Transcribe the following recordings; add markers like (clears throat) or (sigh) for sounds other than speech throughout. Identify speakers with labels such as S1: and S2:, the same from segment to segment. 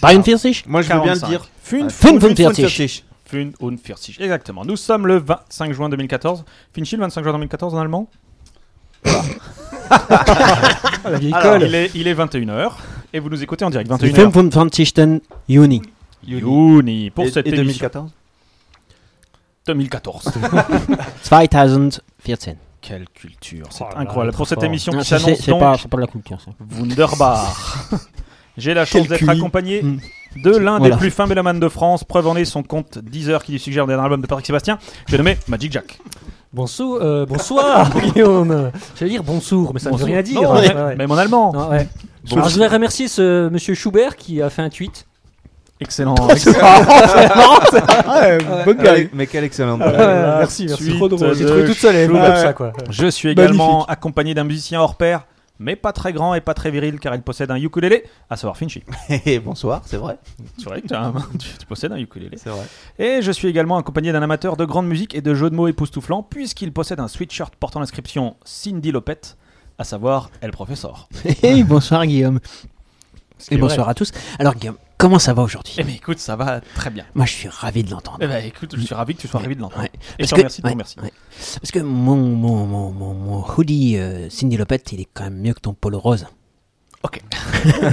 S1: 43
S2: Moi, je veux bien le
S3: 45.
S2: dire.
S3: 45.
S1: 45.
S3: 45, exactement. Nous sommes le 25 juin 2014. Finchil, 25 juin 2014 en allemand (laughs)
S4: La vieille
S3: Alors,
S4: colle.
S3: il, est, il est 21h et vous nous écoutez en direct. 21h.
S1: 25. Juni.
S3: Juni pour
S2: Et-
S3: cette
S2: et
S3: émission
S2: 2014 (laughs)
S3: 2014.
S1: 2014.
S3: Quelle culture, c'est
S5: Oh là là,
S3: incroyable.
S5: le
S3: Pour cette
S5: transport.
S3: émission
S1: Non,
S3: qui
S1: c'est c'est-
S3: s'annonce
S1: c'est
S3: donc
S1: pas, c'est pas de la culture, ça.
S3: Wunderbar.
S1: (laughs)
S3: J'ai la chance
S4: Quel
S3: d'être
S4: QI.
S3: accompagné
S1: Mm.
S3: de l'un
S1: Voilà.
S3: des plus fins mélomanes de France. Preuve en est son compte Deezer qui lui suggère le dernier album de Patrick Sébastien. Je vais nommer Magic Jack.
S5: Bonsour, euh,
S3: (laughs)
S5: bonsoir
S1: Ah,
S5: Guillaume. J'allais dire bonsour, mais ça ne veut
S3: Bonsoir.
S5: rien dire.
S3: Non,
S1: hein.
S5: Ouais,
S3: mais-
S5: ouais.
S3: Même en allemand.
S5: Non, ouais. Alors, je voudrais remercier ce monsieur Schubert qui a fait un tweet. (laughs)
S3: Excellent.
S4: Ah, ouais, bonne blague.
S2: Quel- Mais quelle excellente.
S4: Ah,
S2: blague.
S4: ouais, merci, merci.
S3: Suite
S4: Trop drôle. J'ai
S3: de
S4: trouvé toute seule. elle.
S3: Schubert.
S4: Ah,
S5: Comme
S4: ouais.
S5: ça, quoi.
S3: Je suis également
S4: Magnifique.
S3: accompagné d'un musicien hors pair, mais pas très grand et pas très viril car il possède un ukulélé, à savoir Finchy.
S2: (laughs) Eh, Bonsoir, c'est vrai.
S3: C'est vrai que tu as un- (laughs) tu- tu possèdes un ukulélé.
S2: C'est vrai.
S3: Et je suis également accompagné d'un amateur de grande musique et de jeux de mots époustouflants, puisqu'il possède un sweatshirt portant l'inscription Cindy Lopette, à savoir El Professeur.
S1: (laughs) Hey, bonsoir, Guillaume.
S3: qui
S1: Et
S3: est
S1: bonsoir à tous. Alors, Guillaume, comment ça va aujourd'hui
S3: Eh bien écoute, ça va très bien.
S1: Moi, je suis ravi de l'entendre.
S3: Eh ben écoute, je suis ravi que tu sois ravi de l'entendre.
S1: Ouais.
S3: Et
S1: Parce
S3: je te
S1: que-
S3: remercie de ton
S1: ouais,
S3: merci.
S1: ouais. Parce que mon, mon, mon, mon, mon hoodie euh, Cindy Lopette, il est quand même mieux que ton polo rose.
S3: Ok.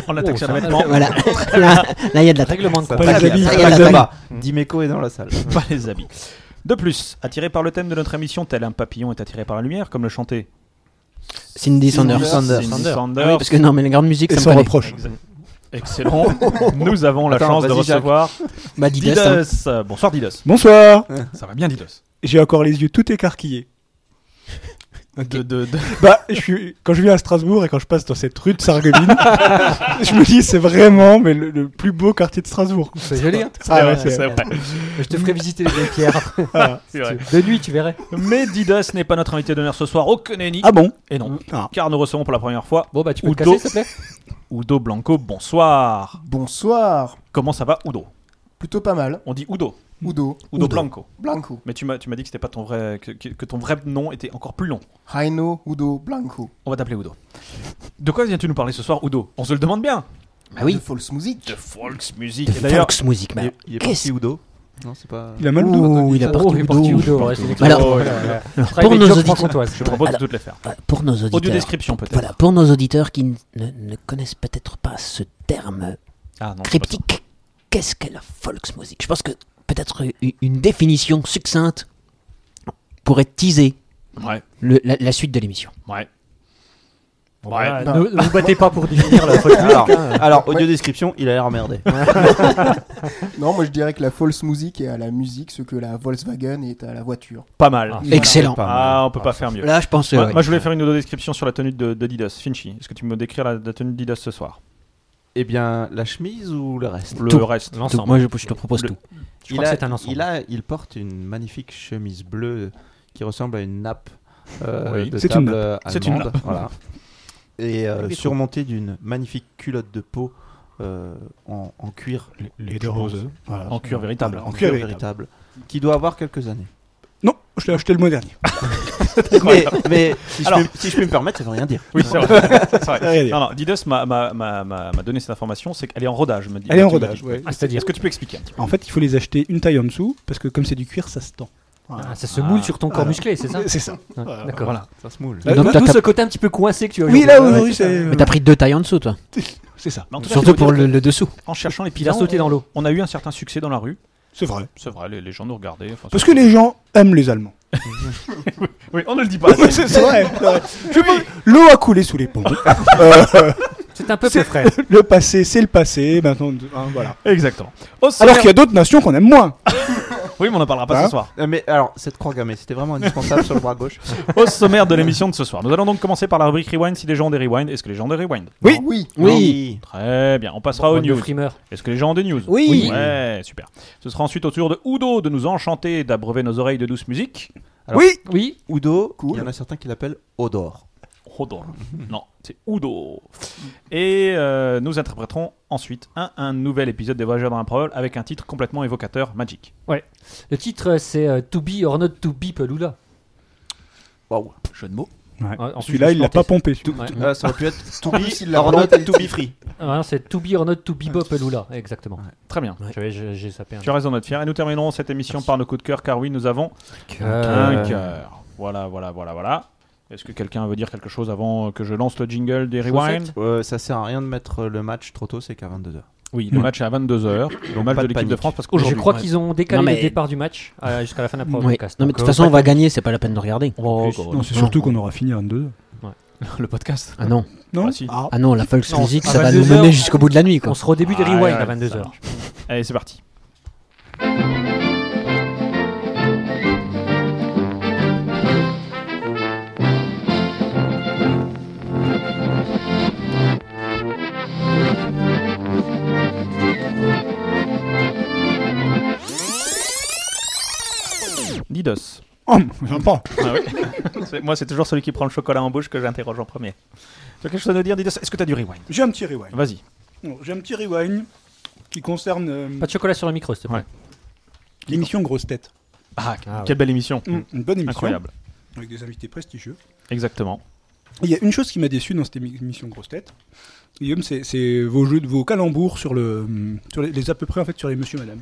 S3: (laughs) On attaque
S5: Oh,
S3: sur
S5: ça
S3: le
S5: va.
S3: vêtement. (laughs)
S1: Voilà. là, là, il y a de la
S5: Règlement de
S2: Ça
S5: compte.
S2: va,
S4: les habits,
S2: ça
S1: pas
S2: va,
S1: les
S2: ça
S1: habits.
S2: va. Dimeco est dans la salle.
S3: pas les habits. De plus, attiré par le thème de notre émission, tel un papillon est attiré par la lumière, comme le chantait
S1: Cindy Sanders.
S2: Sanders.
S3: Cindy
S5: Sanders.
S3: Sanders.
S1: Ah oui, parce que non, mais la grande musique,
S4: Et
S1: ça
S4: sans
S1: me connaît.
S4: reproche.
S3: Excellent. (laughs)
S4: (laughs)
S3: Nous avons la
S2: Attends,
S3: chance de
S2: vas-y, Jacques.
S3: recevoir
S1: Bah, Didas, hein.
S3: Didos. Euh, Bonsoir Didos.
S4: Bonsoir.
S3: Ça va bien Didos.
S4: J'ai encore les yeux tout écarquillés.
S3: De, de- de-
S4: Bah, je suis... quand je viens à Strasbourg et quand je passe dans cette rue de
S3: (laughs)
S4: Sarreguemines, je me dis c'est vraiment mais le, le plus beau quartier de Strasbourg.
S5: C'est joli. hein.
S4: Ah ouais,
S3: C'est
S4: c'est
S3: vrai.
S5: Je te ferai visiter les vieilles pierres.
S4: ah.
S3: C'est
S5: (laughs)
S3: vrai.
S5: De nuit, tu verrais.
S3: Mais Didos n'est pas notre invité d'honneur ce soir, au Keneni.
S4: Ah bon
S3: Et non,
S4: Ah.
S3: car nous recevons pour la première fois
S5: Bon, bah, tu peux
S3: Ou
S5: te casser,
S3: d'eau.
S5: s'il te plaît
S3: Udo Blanco. Bonsoir.
S6: Bonsoir.
S3: Comment ça va Udo
S6: Plutôt pas mal.
S3: On dit Udo.
S6: Udo.
S3: Udo Blanco.
S6: Blanco.
S3: Mais tu m'as tu m'as dit que c'était pas ton vrai que, que- que ton vrai nom était encore plus long.
S6: Heino Udo Blanco.
S3: On va t'appeler Udo. De quoi viens-tu nous parler ce soir Udo On se le demande bien.
S1: Ah oui.
S6: De False Music.
S3: De Volksmusik.
S1: De
S3: Et d'ailleurs,
S1: Volksmusik,
S2: Il
S1: mais
S2: est- Il est
S1: qu'est-ce
S2: parti ou dos Non, c'est pas.
S4: Il a mal au dos.
S1: Ouh, il a parti
S5: Oh, il est parti
S1: Udo.
S5: ou d'eau, ouais, c'est l'expression.
S1: Alors, euh,
S5: Voilà.
S1: pour
S5: Private
S1: nos
S5: joke
S1: auditeurs,
S5: franc-comtoise.
S3: je propose de
S1: Alors-
S3: toutes les faire.
S1: Euh, pour nos auditeurs,
S3: Audio description peut-être.
S1: voilà, pour nos auditeurs qui n- ne, ne connaissent peut-être pas ce terme
S3: Ah non. c'est pas ça.
S1: cryptique, qu'est-ce que la Volksmusik Je pense que peut-être u- une définition succincte pourrait teaser
S3: Ouais.
S1: le- la, la suite de l'émission.
S3: Ouais.
S5: Bon,
S3: Ouais.
S5: bah, Ne ne vous battez pas pour
S6: (laughs)
S5: définir la faute.
S2: Alors, alors, audio description, il a l'air emmerdé.
S6: Non, moi je dirais que la False Music est à la musique ce que la Volkswagen est à la voiture.
S3: Pas mal.
S5: Ah.
S1: Excellent.
S3: Ah, on peut pas faire mieux.
S1: Là, je pense.
S3: Moi,
S1: euh, ouais.
S3: moi, je voulais faire une audio-description sur la tenue de, de Didas. Finchi, est-ce que tu peux me décrire la, la tenue de Didas ce soir
S2: Eh bien, la chemise
S4: (laughs)
S2: ou le reste
S3: Le
S1: Tout.
S3: reste.
S1: Tout.
S3: L'ensemble.
S1: Moi, je, je te propose
S3: Le-
S1: tout.
S5: Je crois
S2: a-
S5: que c'est un ensemble.
S2: Il, a, il porte une magnifique chemise bleue qui ressemble à une nappe euh,
S3: Oui.
S2: de
S4: C'est une
S2: table
S3: C'est une
S2: allemande,
S3: (laughs)
S2: voilà. Et euh, surmontée d'une magnifique culotte de peau euh, en, en cuir.
S4: Les
S2: deux roses.
S3: En cuir véritable.
S2: en cuir véritable. Qui doit avoir quelques années.
S4: Non, je l'ai acheté le mois dernier.
S2: (laughs) mais mais si,
S3: Alors-
S2: je peux, si je peux me permettre, ça veut rien dire.
S3: Oui,
S4: (laughs)
S3: c'est vrai. C'est
S4: Ça veut rien
S3: vrai.
S4: dire.
S3: Non, non, Didas m'a- m'a m'a- m'a- m'a donné cette information, c'est qu'elle est en rodage. Me dit,
S4: Elle est en
S3: tu m'as
S4: rodage.
S3: dit.
S4: ouais.
S5: Ah, C'est-à-dire
S3: Est-ce que tu peux expliquer un petit peu
S4: En fait, il faut les acheter une taille en dessous parce que comme c'est du cuir, ça se tend.
S5: Ah, ça se moule sur ton corps musclé, c'est ça
S4: C'est ça.
S5: Ouais,
S4: Voilà.
S5: D'accord.
S3: Voilà.
S2: Ça se moule.
S4: Là,
S1: Donc,
S4: là,
S1: toi,
S4: tout
S1: t'as-
S4: ce côté un petit peu coincé que tu as. Oui, là, aujourd'hui, c'est.
S1: Mais t'as pris deux tailles en dessous, toi.
S4: (laughs) C'est ça.
S3: Mais en tout cas,
S1: Surtout
S3: je peux
S1: pour
S3: dire
S1: le, le dessous.
S3: que, En cherchant les
S5: Il a
S3: pilas,
S5: sauté dans l'eau.
S3: on a eu un certain succès dans la rue.
S4: C'est vrai.
S3: C'est vrai, les, les gens nous regardaient. enfin,
S4: Parce
S3: c'est-
S4: que les gens aiment les
S5: (laughs)
S4: Allemands.
S3: (laughs) Oui, on ne le dit pas.
S4: c'est c'est vrai. c'est vrai. Je pense- L'eau a coulé sous les
S5: (laughs)
S4: ponts. Euh,
S5: C'est un peuple frère.
S4: (laughs) le passé, c'est le passé. Maintenant, hein, voilà.
S3: Exactement. Au sommaire-
S4: Alors qu'il y a d'autres nations qu'on aime moins.
S5: Ah,
S3: Oui, mais on n'en parlera pas
S4: Hein
S3: ce soir.
S2: Euh, mais alors, (laughs) cette croix gammée, c'était vraiment indispensable sur le bras gauche.
S3: Au sommaire de l'émission de ce soir. Nous allons donc commencer par la rubrique Rewind. Si les gens ont des rewinds, est-ce que les gens ont des rewinds
S6: Oui, oui.
S3: Très bien. On passera aux
S5: Bande de
S3: news.
S5: frimeurs.
S3: Est-ce que les gens ont des news
S1: Oui.
S3: Ouais, super. Ce sera ensuite au tour de Udo de nous enchanter, d'abreuver nos oreilles de douce musique.
S4: oui.
S5: Oui.
S2: Udo, il
S6: Cool.
S2: y en a certains qui l'appellent Odor.
S3: Udo. Non, c'est Udo. Et euh, nous interpréterons ensuite un, un nouvel épisode des Voyageurs dans l'improbable avec un titre complètement évocateur, Magic.
S5: Le titre, euh, c'est euh, To Be or Not To Be Pelula.
S2: Waouh.
S3: Jeu de mots.
S5: Ah, en plus,
S4: Celui-là,
S5: je
S4: il l'a pas
S5: chantais,
S4: pompé.
S5: ça. Ouais.
S2: Euh, ça aurait pu être To
S6: En plus, il
S2: Be
S6: l'a
S2: or Not
S6: planté.
S2: To Be Free.
S5: Ah, non, c'est To Be or Not To Be Bo Pelula. Exactement.
S3: Très bien.
S5: J'avais- je- J'ai sapé un
S3: Tu restes dans notre fier. Et nous terminerons cette émission par nos coups de cœur, car oui, nous avons
S2: Euh,
S3: un cœur. Voilà, voilà, voilà, voilà. Est-ce que quelqu'un veut dire quelque chose avant que je lance le jingle des Rewind
S2: Euh, ça sert à rien de mettre le match trop tôt, c'est qu'à 22h.
S3: Oui, le
S4: Ouais.
S3: match est à
S2: (coughs)
S3: 22h. Le match
S2: Hmm. pas
S3: de
S2: de
S3: l'équipe de
S2: panique.
S3: France, parce
S5: Je
S3: qu'aujourd'hui,
S5: crois
S3: Ouais.
S5: qu'ils ont décalé
S1: Non, mais-
S5: le départ du match euh, jusqu'à la fin de la
S1: Oui.
S5: podcast.
S1: Non, mais de
S5: Donc,
S1: toute
S5: euh,
S1: façon, on
S5: pas-
S1: va gagner, c'est pas la peine de regarder.
S3: En plus,
S4: Non, c'est surtout qu'on aura fini à 22.
S5: (laughs)
S3: le podcast.
S1: Ah non,
S4: Non
S3: Ah, si.
S4: Ah.
S1: ah non, la Folks
S5: Non,
S1: Music,
S5: à
S1: ça va nous
S5: 22 heures,
S1: mener jusqu'au bout de la nuit, quoi.
S5: On sera au début des
S3: Ah,
S5: rewind
S3: ouais,
S5: à
S3: ça
S5: 22h.
S3: Allez, c'est parti. Didos. Ah
S4: Oh, sympa.
S3: (laughs) C'est- Moi, c'est toujours celui qui prend le chocolat en bouche que j'interroge en premier. Tu as quelque chose à nous dire, Didos Est-ce que tu as du rewind
S4: J'ai un petit rewind.
S3: Vas-y.
S4: Bon, J'ai un petit rewind qui concerne euh,
S5: Pas de chocolat sur le micro, s'il te plaît.
S3: Ouais.
S4: l'émission Grosse Tête.
S3: Ah,
S5: Ah ouais.
S3: quelle belle émission.
S4: Mm, Une bonne émission.
S3: Incroyable.
S4: Avec des invités prestigieux.
S3: Exactement.
S4: Il y a une chose qui m'a déçu dans cette émi- émission Grosse Tête. Guillaume, c'est- c'est vos jeux, de- vos calembours sur le, hum, sur les, les à peu près en fait sur les Monsieur Madame.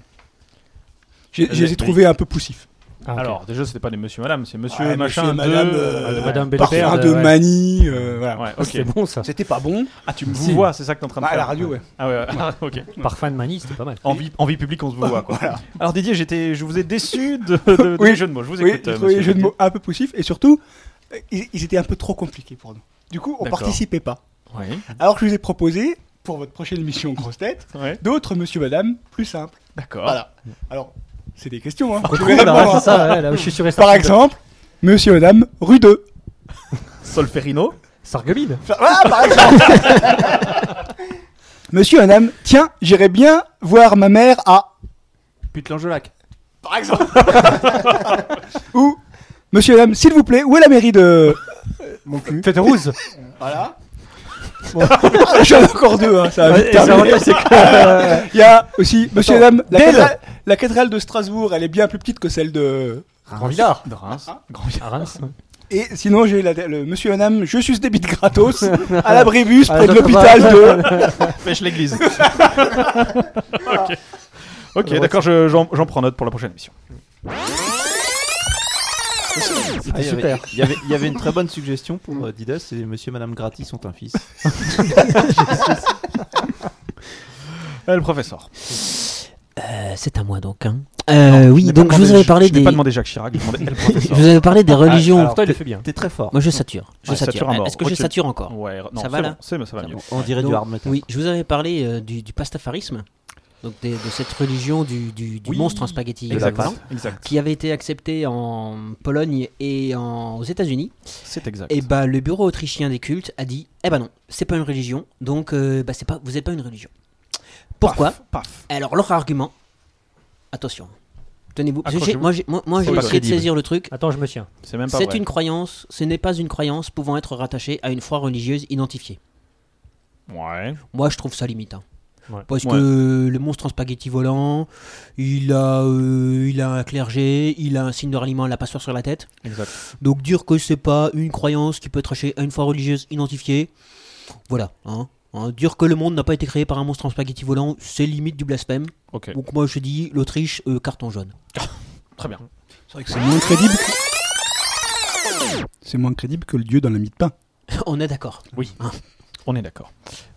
S4: J'ai-
S3: Euh,
S4: Je les
S3: oui.
S4: ai trouvés un peu poussifs.
S5: Ah, ok.
S3: Alors, déjà, c'était pas des monsieur madame, c'est monsieur
S4: Ouais,
S3: machin.
S4: monsieur, madame,
S3: de-
S4: euh,
S5: Madame
S4: Parfum
S5: Belleberde,
S4: de
S5: ouais.
S4: Manille, euh, voilà.
S3: Ouais,
S5: Ah,
S3: ok.
S5: C'est bon ça.
S4: C'était pas bon.
S3: Ah, tu me
S5: Si.
S3: vous vois, c'est ça que t'es en train de
S4: Bah, à
S3: faire.
S4: la radio, ouais.
S3: Ah ouais, ouais, ok.
S5: Parfum de manie, c'était pas mal.
S3: En vie, en vie publique, on se vous voit,
S4: (laughs)
S3: quoi. Alors, Didier, j'étais, je vous ai déçu de, de,
S4: Oui.
S3: (laughs) des jeux de mots. Je vous
S4: Oui,
S3: écoute.
S4: j'ai
S3: euh,
S4: trouvé les
S3: monsieur
S4: jeux de mots un peu poussifs et surtout, euh, ils, ils étaient un peu trop compliqués pour nous. Du coup, on
S3: D'accord.
S4: participait pas.
S3: Oui.
S4: Alors que je vous ai proposé, pour votre prochaine émission Grosse Tête,
S3: Ouais.
S4: d'autres Monsieur Madame plus simples.
S3: D'accord.
S4: Voilà. Alors, c'est des questions. Hein. Je vais
S5: Voilà,
S4: répondre,
S5: Ah, bah, c'est
S4: hein.
S5: ça, ouais, là, je suis sûr et
S4: Par
S5: certain.
S4: exemple, Monsieur Madame, rue 2.
S3: Solferino.
S5: Sarguemine.
S4: Ah, par exemple (laughs) Monsieur Madame, tiens, j'irai bien voir ma mère
S5: (laughs)
S4: à.
S2: Putelangeolac.
S4: Par
S2: (laughs)
S4: exemple Ou Monsieur Madame, s'il vous plaît, où est la mairie de.
S6: Mon cul.
S5: Fête rouge.
S4: Voilà. (laughs) J'en ai encore deux, hein, ça va vite
S5: Et
S4: terminer.
S5: l'avantage,
S4: (laughs)
S5: c'est que-
S4: Il y a aussi, monsieur et
S5: Attends,
S4: dame, la
S5: Dell.
S4: cathédrale, la cathédrale de Strasbourg, elle est bien plus petite que celle de.
S1: Ah,
S5: Grand
S3: Ah,
S5: Villard.
S3: De Ah, Reims.
S2: Ah,
S5: À Reims.
S4: Et sinon, j'ai la- le monsieur et madame, je suis débite (laughs) gratos, à l'abribus,
S5: Ah,
S4: près de
S5: j'entends
S4: l'hôpital (laughs) de.
S5: (laughs)
S3: Pêche l'église.
S4: (laughs)
S3: ok. Ok, d'accord, je- j'en j'en prends note pour la prochaine émission.
S2: Ah, il y avait-
S5: super.
S2: Il y, avait, il y avait une très bonne suggestion pour euh, Didas c'est Monsieur et Madame Gratis sont
S3: (laughs)
S2: un fils. (laughs)
S3: Euh, le professeur.
S1: Euh, c'est à moi donc. hein. Euh, oui,
S3: n'ai pas
S1: donc je vous
S3: demandé-
S1: avais parlé
S3: je n'ai
S1: des.
S3: pas demandé Jacques Chirac, j'ai
S1: (laughs)
S3: demandé. eh, le
S1: Je
S3: professeur.
S1: vous avais parlé des religions.
S5: Toi, il le fait bien.
S2: T'es très fort.
S1: Moi, je sature. Je
S3: Ouais, sature
S1: sature.
S3: à mort.
S1: Est-ce que je
S3: Ok.
S1: sature encore
S3: Ouais, non,
S1: Ça va,
S3: c'est
S1: là
S3: bon, c'est- ça va mieux.
S2: On dirait
S1: Donc,
S2: du hard metal.
S1: Oui, je vous avais parlé euh, du, du pastafarisme, donc des- de cette religion du, du- du
S3: Oui,
S1: monstre en spaghetti
S3: Exact.
S1: blanc,
S3: Exact.
S1: qui avait été acceptée en Pologne et en- aux États-Unis.
S3: C'est exact.
S1: Et bah, le bureau autrichien des cultes a dit Eh ben non, c'est pas une religion, donc euh, bah, c'est pas, vous n'êtes pas une religion. Pourquoi
S3: Paf, paf.
S1: Alors, leur argument, attention, tenez-vous. parce que j'ai-
S3: Accrochez-vous.
S1: Moi, j'ai moi- moi, j'ai
S3: pas
S1: essayé de
S3: crédible.
S1: saisir le truc.
S5: Attends, je me tiens.
S3: C'est même pas
S1: C'est
S3: vrai.
S1: une croyance, ce n'est pas une croyance pouvant être rattachée à une foi religieuse identifiée.
S3: Ouais.
S1: Moi, je trouve ça limite. hein.
S5: Ouais.
S1: Parce que le monstre en spaghetti volant, il a, euh, il a un clergé, il a un signe de ralliement à la passoire sur la tête.
S3: Exact.
S1: Donc dire que c'est pas une croyance qui peut être attachée à une foi religieuse identifiée, voilà. hein. Hein, dire que le monde n'a pas été créé par un monstre en spaghetti volant, c'est limite du blasphème.
S3: Ok.
S1: Donc moi je dis l'Autriche, euh, carton jaune.
S3: (laughs) Très bien.
S4: C'est vrai que c'est moins crédible. C'est moins crédible que le dieu dans la mie de pain.
S1: (laughs) On est d'accord.
S3: Oui. On est d'accord.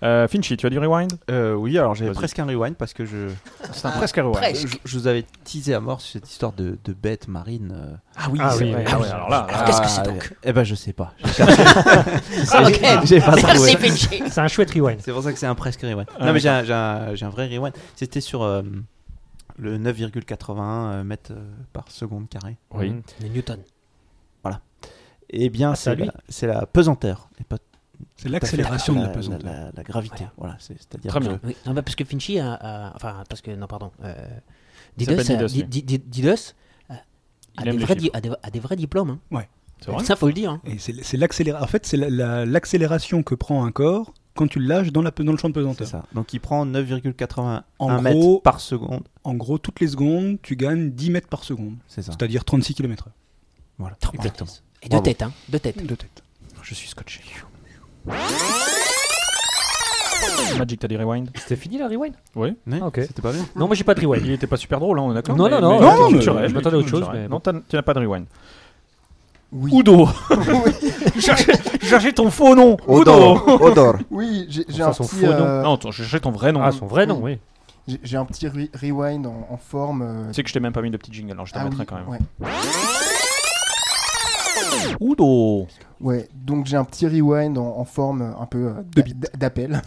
S3: Euh, Finchy, tu as du rewind
S2: Euh, oui, alors j'avais
S3: Vas-y.
S2: presque un rewind parce que je,
S3: C'est un presque rewind.
S1: Presque.
S2: je, je vous avais teasé à mort sur cette histoire de, de bête marine. euh.
S1: Ah oui,
S3: Ah
S1: c'est
S3: oui,
S1: vrai.
S3: ah oui, alors là,
S1: Alors, qu'est-ce que c'est donc
S2: Eh ben je
S3: (laughs)
S2: sais pas.
S1: Ah, ok.
S2: J'ai pas trouvé.
S1: Merci, Pinchy.
S5: C'est un chouette rewind.
S2: C'est pour ça que c'est un presque rewind.
S3: Ah,
S2: non mais j'ai un, j'ai un- j'ai un vrai rewind. C'était sur euh, le 9,81 euh, mètres euh, par seconde carré.
S3: Oui.
S1: Mais Mm. Newton.
S2: Eh bien
S5: Ah, c'est à
S2: c'est
S5: lui
S2: la, c'est la pesanteur et pas
S4: C'est
S2: tout à fait
S4: l'accélération de
S2: la,
S4: la pesante.
S2: La, la- la gravité. Voilà, c'est- c'est-à-dire
S3: Très
S2: que-
S3: bien.
S1: Oui. Non, bah, parce que Finchy a, a- Enfin, parce que. Non, pardon. Euh,
S3: Il
S1: Didus,
S3: s'appelle
S1: a-
S3: Didus, lui.
S1: Di- Di- Didus a- a
S3: Il
S1: des
S3: aime les
S1: vrais
S3: chiffres.
S1: di- a des- a des vrais diplômes. hein.
S3: C'est vrai
S1: Ça, faut le dire. hein.
S4: Et c'est c'est l'accéléra- En fait, c'est la- la- l'accélération que prend un corps quand tu le lâches dans, la, pe- dans le champ de
S2: C'est
S4: pesanteur.
S2: ça. Donc il prend 9,81
S4: En gros-
S2: mètres par seconde.
S4: En gros, toutes les secondes, tu gagnes 10 mètres par seconde,
S2: C'est ça.
S4: c'est-à-dire 36 km/h
S2: Voilà.
S1: Et de
S2: Bravo.
S1: tête, hein. De tête.
S4: de tête.
S3: Je suis scotché. Magic, t'as des rewind
S5: C'était fini la rewind
S2: Ouais,
S5: Ah, ok.
S2: C'était pas bien.
S5: Non, moi j'ai pas de rewind.
S3: Il était pas super drôle, hein, on est d'accord
S5: Non, non, non,
S4: non,
S3: tu
S4: mais-
S3: dirais,
S5: je m'attendais à autre
S3: tu
S5: chose,
S3: dirais.
S5: mais
S3: Non, t'as- tu n'as pas de rewind.
S6: Oui.
S4: (laughs)
S3: Oudo (laughs) Je cherchais- je cherchais ton faux nom Oudo
S7: Odor.
S6: (laughs) Oui, j'ai j'ai
S5: Enfin,
S6: un,
S5: son
S6: petit,
S5: faux nom.
S6: euh,
S3: Non, attends, je cherchais ton vrai nom.
S5: Ah, son vrai nom, oui.
S6: j'ai- j'ai un petit re- rewind en, en forme. euh,
S3: Tu sais que je t'ai même pas mis de petit jingle, alors je t'en
S6: ah
S3: mettrai
S6: oui,
S3: quand même.
S6: ouais.
S3: Oudo
S6: Ouais, donc j'ai un petit rewind en, en forme euh, un peu euh, d'a- d'a-
S3: (laughs)
S6: d'appel.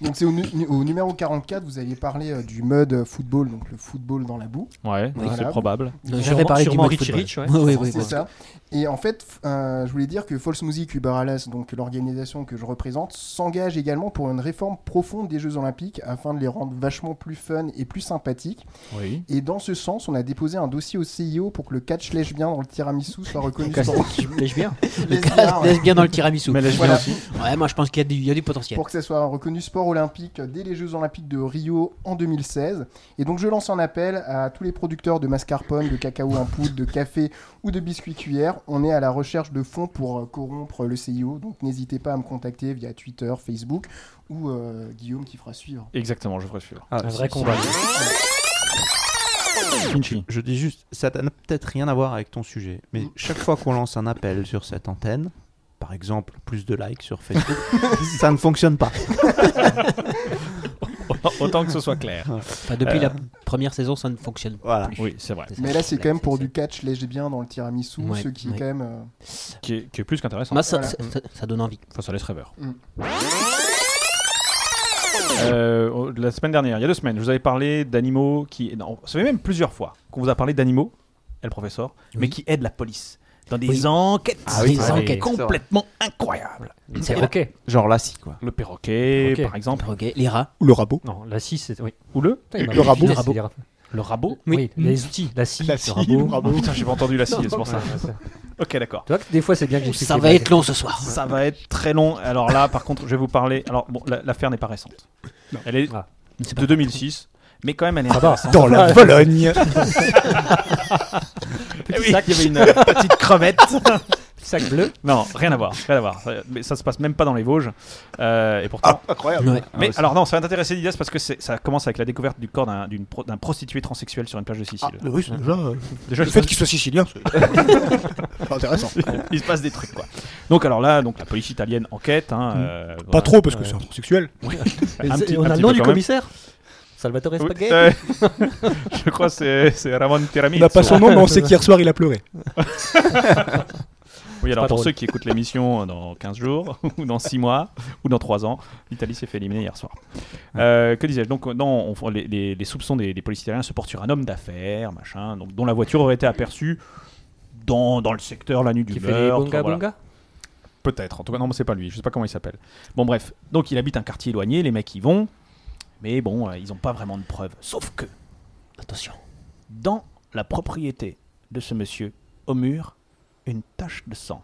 S6: donc c'est au, nu- au numéro 44, vous aviez parlé euh, du mud football, donc le football dans la boue.
S3: Ouais,
S6: Voilà.
S3: c'est probable.
S1: Donc,
S5: Sûrement-
S1: J'avais parlé du
S5: sûrement
S1: mode
S5: Richie
S1: football.
S5: Rich, ouais.
S1: Oui, oui, oui,
S6: c'est
S1: oui.
S6: ça. Et en fait, f- euh, je voulais dire que False Music Uberales, donc l'organisation que je représente, s'engage également pour une réforme profonde des Jeux Olympiques afin de les rendre vachement plus fun et plus sympathiques.
S3: Oui.
S6: Et dans ce sens, on a déposé un dossier au CIO pour que le catch lèche bien dans le tiramisu soit reconnu (laughs)
S5: Casse-
S6: sans
S5: Je lèche bien.
S6: lesbian,
S1: Laisse bien dans le tiramisu.
S3: Mais laisse
S6: Voilà.
S3: bien aussi.
S1: Ouais, moi je pense qu'il y, a du- il y a du potentiel.
S6: pour que ça soit reconnu sport olympique dès les Jeux Olympiques de Rio en 2016. Et donc je lance un appel à tous les producteurs de mascarpone, de cacao en poudre, de café ou de biscuits cuillères. On est à la recherche de fonds pour euh, corrompre le CIO, donc n'hésitez pas à me contacter via Twitter, Facebook ou euh, Guillaume qui fera suivre.
S3: Exactement, je ferai suivre.
S2: Ah,
S5: Un
S2: c'est-
S5: vrai combat.
S3: Finchy.
S2: Je dis juste, ça n'a peut-être rien à voir avec ton sujet, mais
S5: Mm.
S2: chaque fois qu'on lance un appel sur cette antenne, par exemple, plus de likes sur Facebook, (laughs) ça ne fonctionne pas.
S3: (laughs) Autant que ce soit clair. Euh,
S1: Enfin, depuis
S2: Euh,
S1: la première saison, ça ne fonctionne pas.
S2: Voilà.
S3: Oui, c'est vrai.
S6: Mais là c'est quand même pour du catch lesbien dans le tiramisu,
S1: Ouais,
S6: ce qui
S1: ouais.
S6: est quand même... euh,
S3: Qui est, qui est plus qu'intéressant.
S1: Moi, Bah, ça,
S6: Voilà.
S1: ça- ça- ça donne envie.
S3: Enfin, ça laisse rêveur.
S6: Mm.
S3: Euh, au- la semaine dernière, il y a deux semaines, je vous avais parlé d'animaux qui. non, ça fait même plusieurs fois qu'on vous a parlé d'animaux, elle professeur, mais qui aident la police dans des
S1: Oui.
S3: enquêtes
S1: Ah oui,
S5: Des
S1: c'est vrai.
S5: enquêtes.
S3: complètement incroyables.
S1: C'est
S5: C'est
S1: vrai.
S5: ok.
S2: Genre là, si, quoi.
S3: Le perroquet,
S5: Ok.
S3: par exemple,
S1: Ok, les rats.
S4: Ou le rabot.
S5: Non, la 6, c'est. Oui.
S3: ou le,
S5: Le
S1: rabot.
S5: Le
S1: rabot.
S5: rabot.
S3: le rabot.
S5: Oui, les outils. La scie,
S4: La
S5: le
S4: scie,
S5: rabot.
S4: le rabot.
S3: Oh, putain, j'ai pas entendu la scie, c'est pour ça.
S5: Ouais, ouais, c'est- Tu
S3: Ok, d'accord.
S5: vois que des fois, c'est bien que
S1: Ça va être long ce soir.
S3: Ça va être très long. Alors là, par contre, je vais vous parler. Alors, bon, la- l'affaire n'est pas récente.
S4: Non.
S3: Elle est
S5: Ah.
S3: de 2006, mais quand même, elle est intéressante.
S4: Dans la
S3: (laughs)
S4: Pologne
S3: Eh oui, il y avait (laughs) une euh, petite crevette.
S5: Sac bleu.
S3: Non, rien à voir, rien à voir. Ça- Mais ça se passe même pas dans les Vosges. Euh, et pourtant.
S1: Ouais.
S5: Ah,
S3: mais alors non, ça va t'intéresser, Didier, parce que c'est- ça commence avec la découverte du corps d'un d'une pro- d'un prostitué transsexuel sur une plage de Sicile.
S4: Le russe, déjà, euh,
S3: Déjà,
S4: le
S3: il,
S4: fait
S3: se
S4: qu'il soit sicilien, c'est
S3: (laughs)
S4: c'est intéressant.
S3: passe, (laughs) il se passe des trucs, quoi. Donc alors là, donc la police italienne enquête. hein, euh,
S4: Hmm. Pas
S3: voilà.
S4: trop, parce que c'est (laughs) un transsexuel.
S3: Un
S5: Et
S3: petit-
S5: on
S3: un
S5: a
S3: petit peu
S5: le nom du
S3: quand même.
S5: commissaire Salvatore
S3: Oui,
S5: Spaghetti.
S3: euh, (laughs) je crois que c'est c'est Ramon Tiramis.
S4: On n'a pas son nom, mais
S3: (laughs)
S4: on sait qu'hier soir, il a pleuré.
S3: Oui, alors
S5: pas
S3: pour
S5: drôle.
S3: ceux qui écoutent l'émission dans 15 jours, (laughs) ou dans 6 mois, ou dans 3 ans, l'Italie s'est fait éliminer hier soir. Euh, que disais-je Donc, euh, non, on- les, les- les soupçons des, des policiers italiens se portent sur un homme d'affaires, machin, donc, dont la voiture aurait été aperçue dans, dans le secteur la nuit du
S5: Qui fait les
S3: meurtre.
S5: bonga
S3: voilà.
S5: bonga
S3: Peut-être, en tout cas, non, mais c'est pas lui, je sais pas comment il s'appelle. Bon, bref, donc il habite un quartier éloigné, les mecs y vont, mais bon, euh, ils n'ont pas vraiment de preuves. Sauf que,
S1: Attention.
S3: dans la propriété de ce monsieur, au mur, une tache de sang.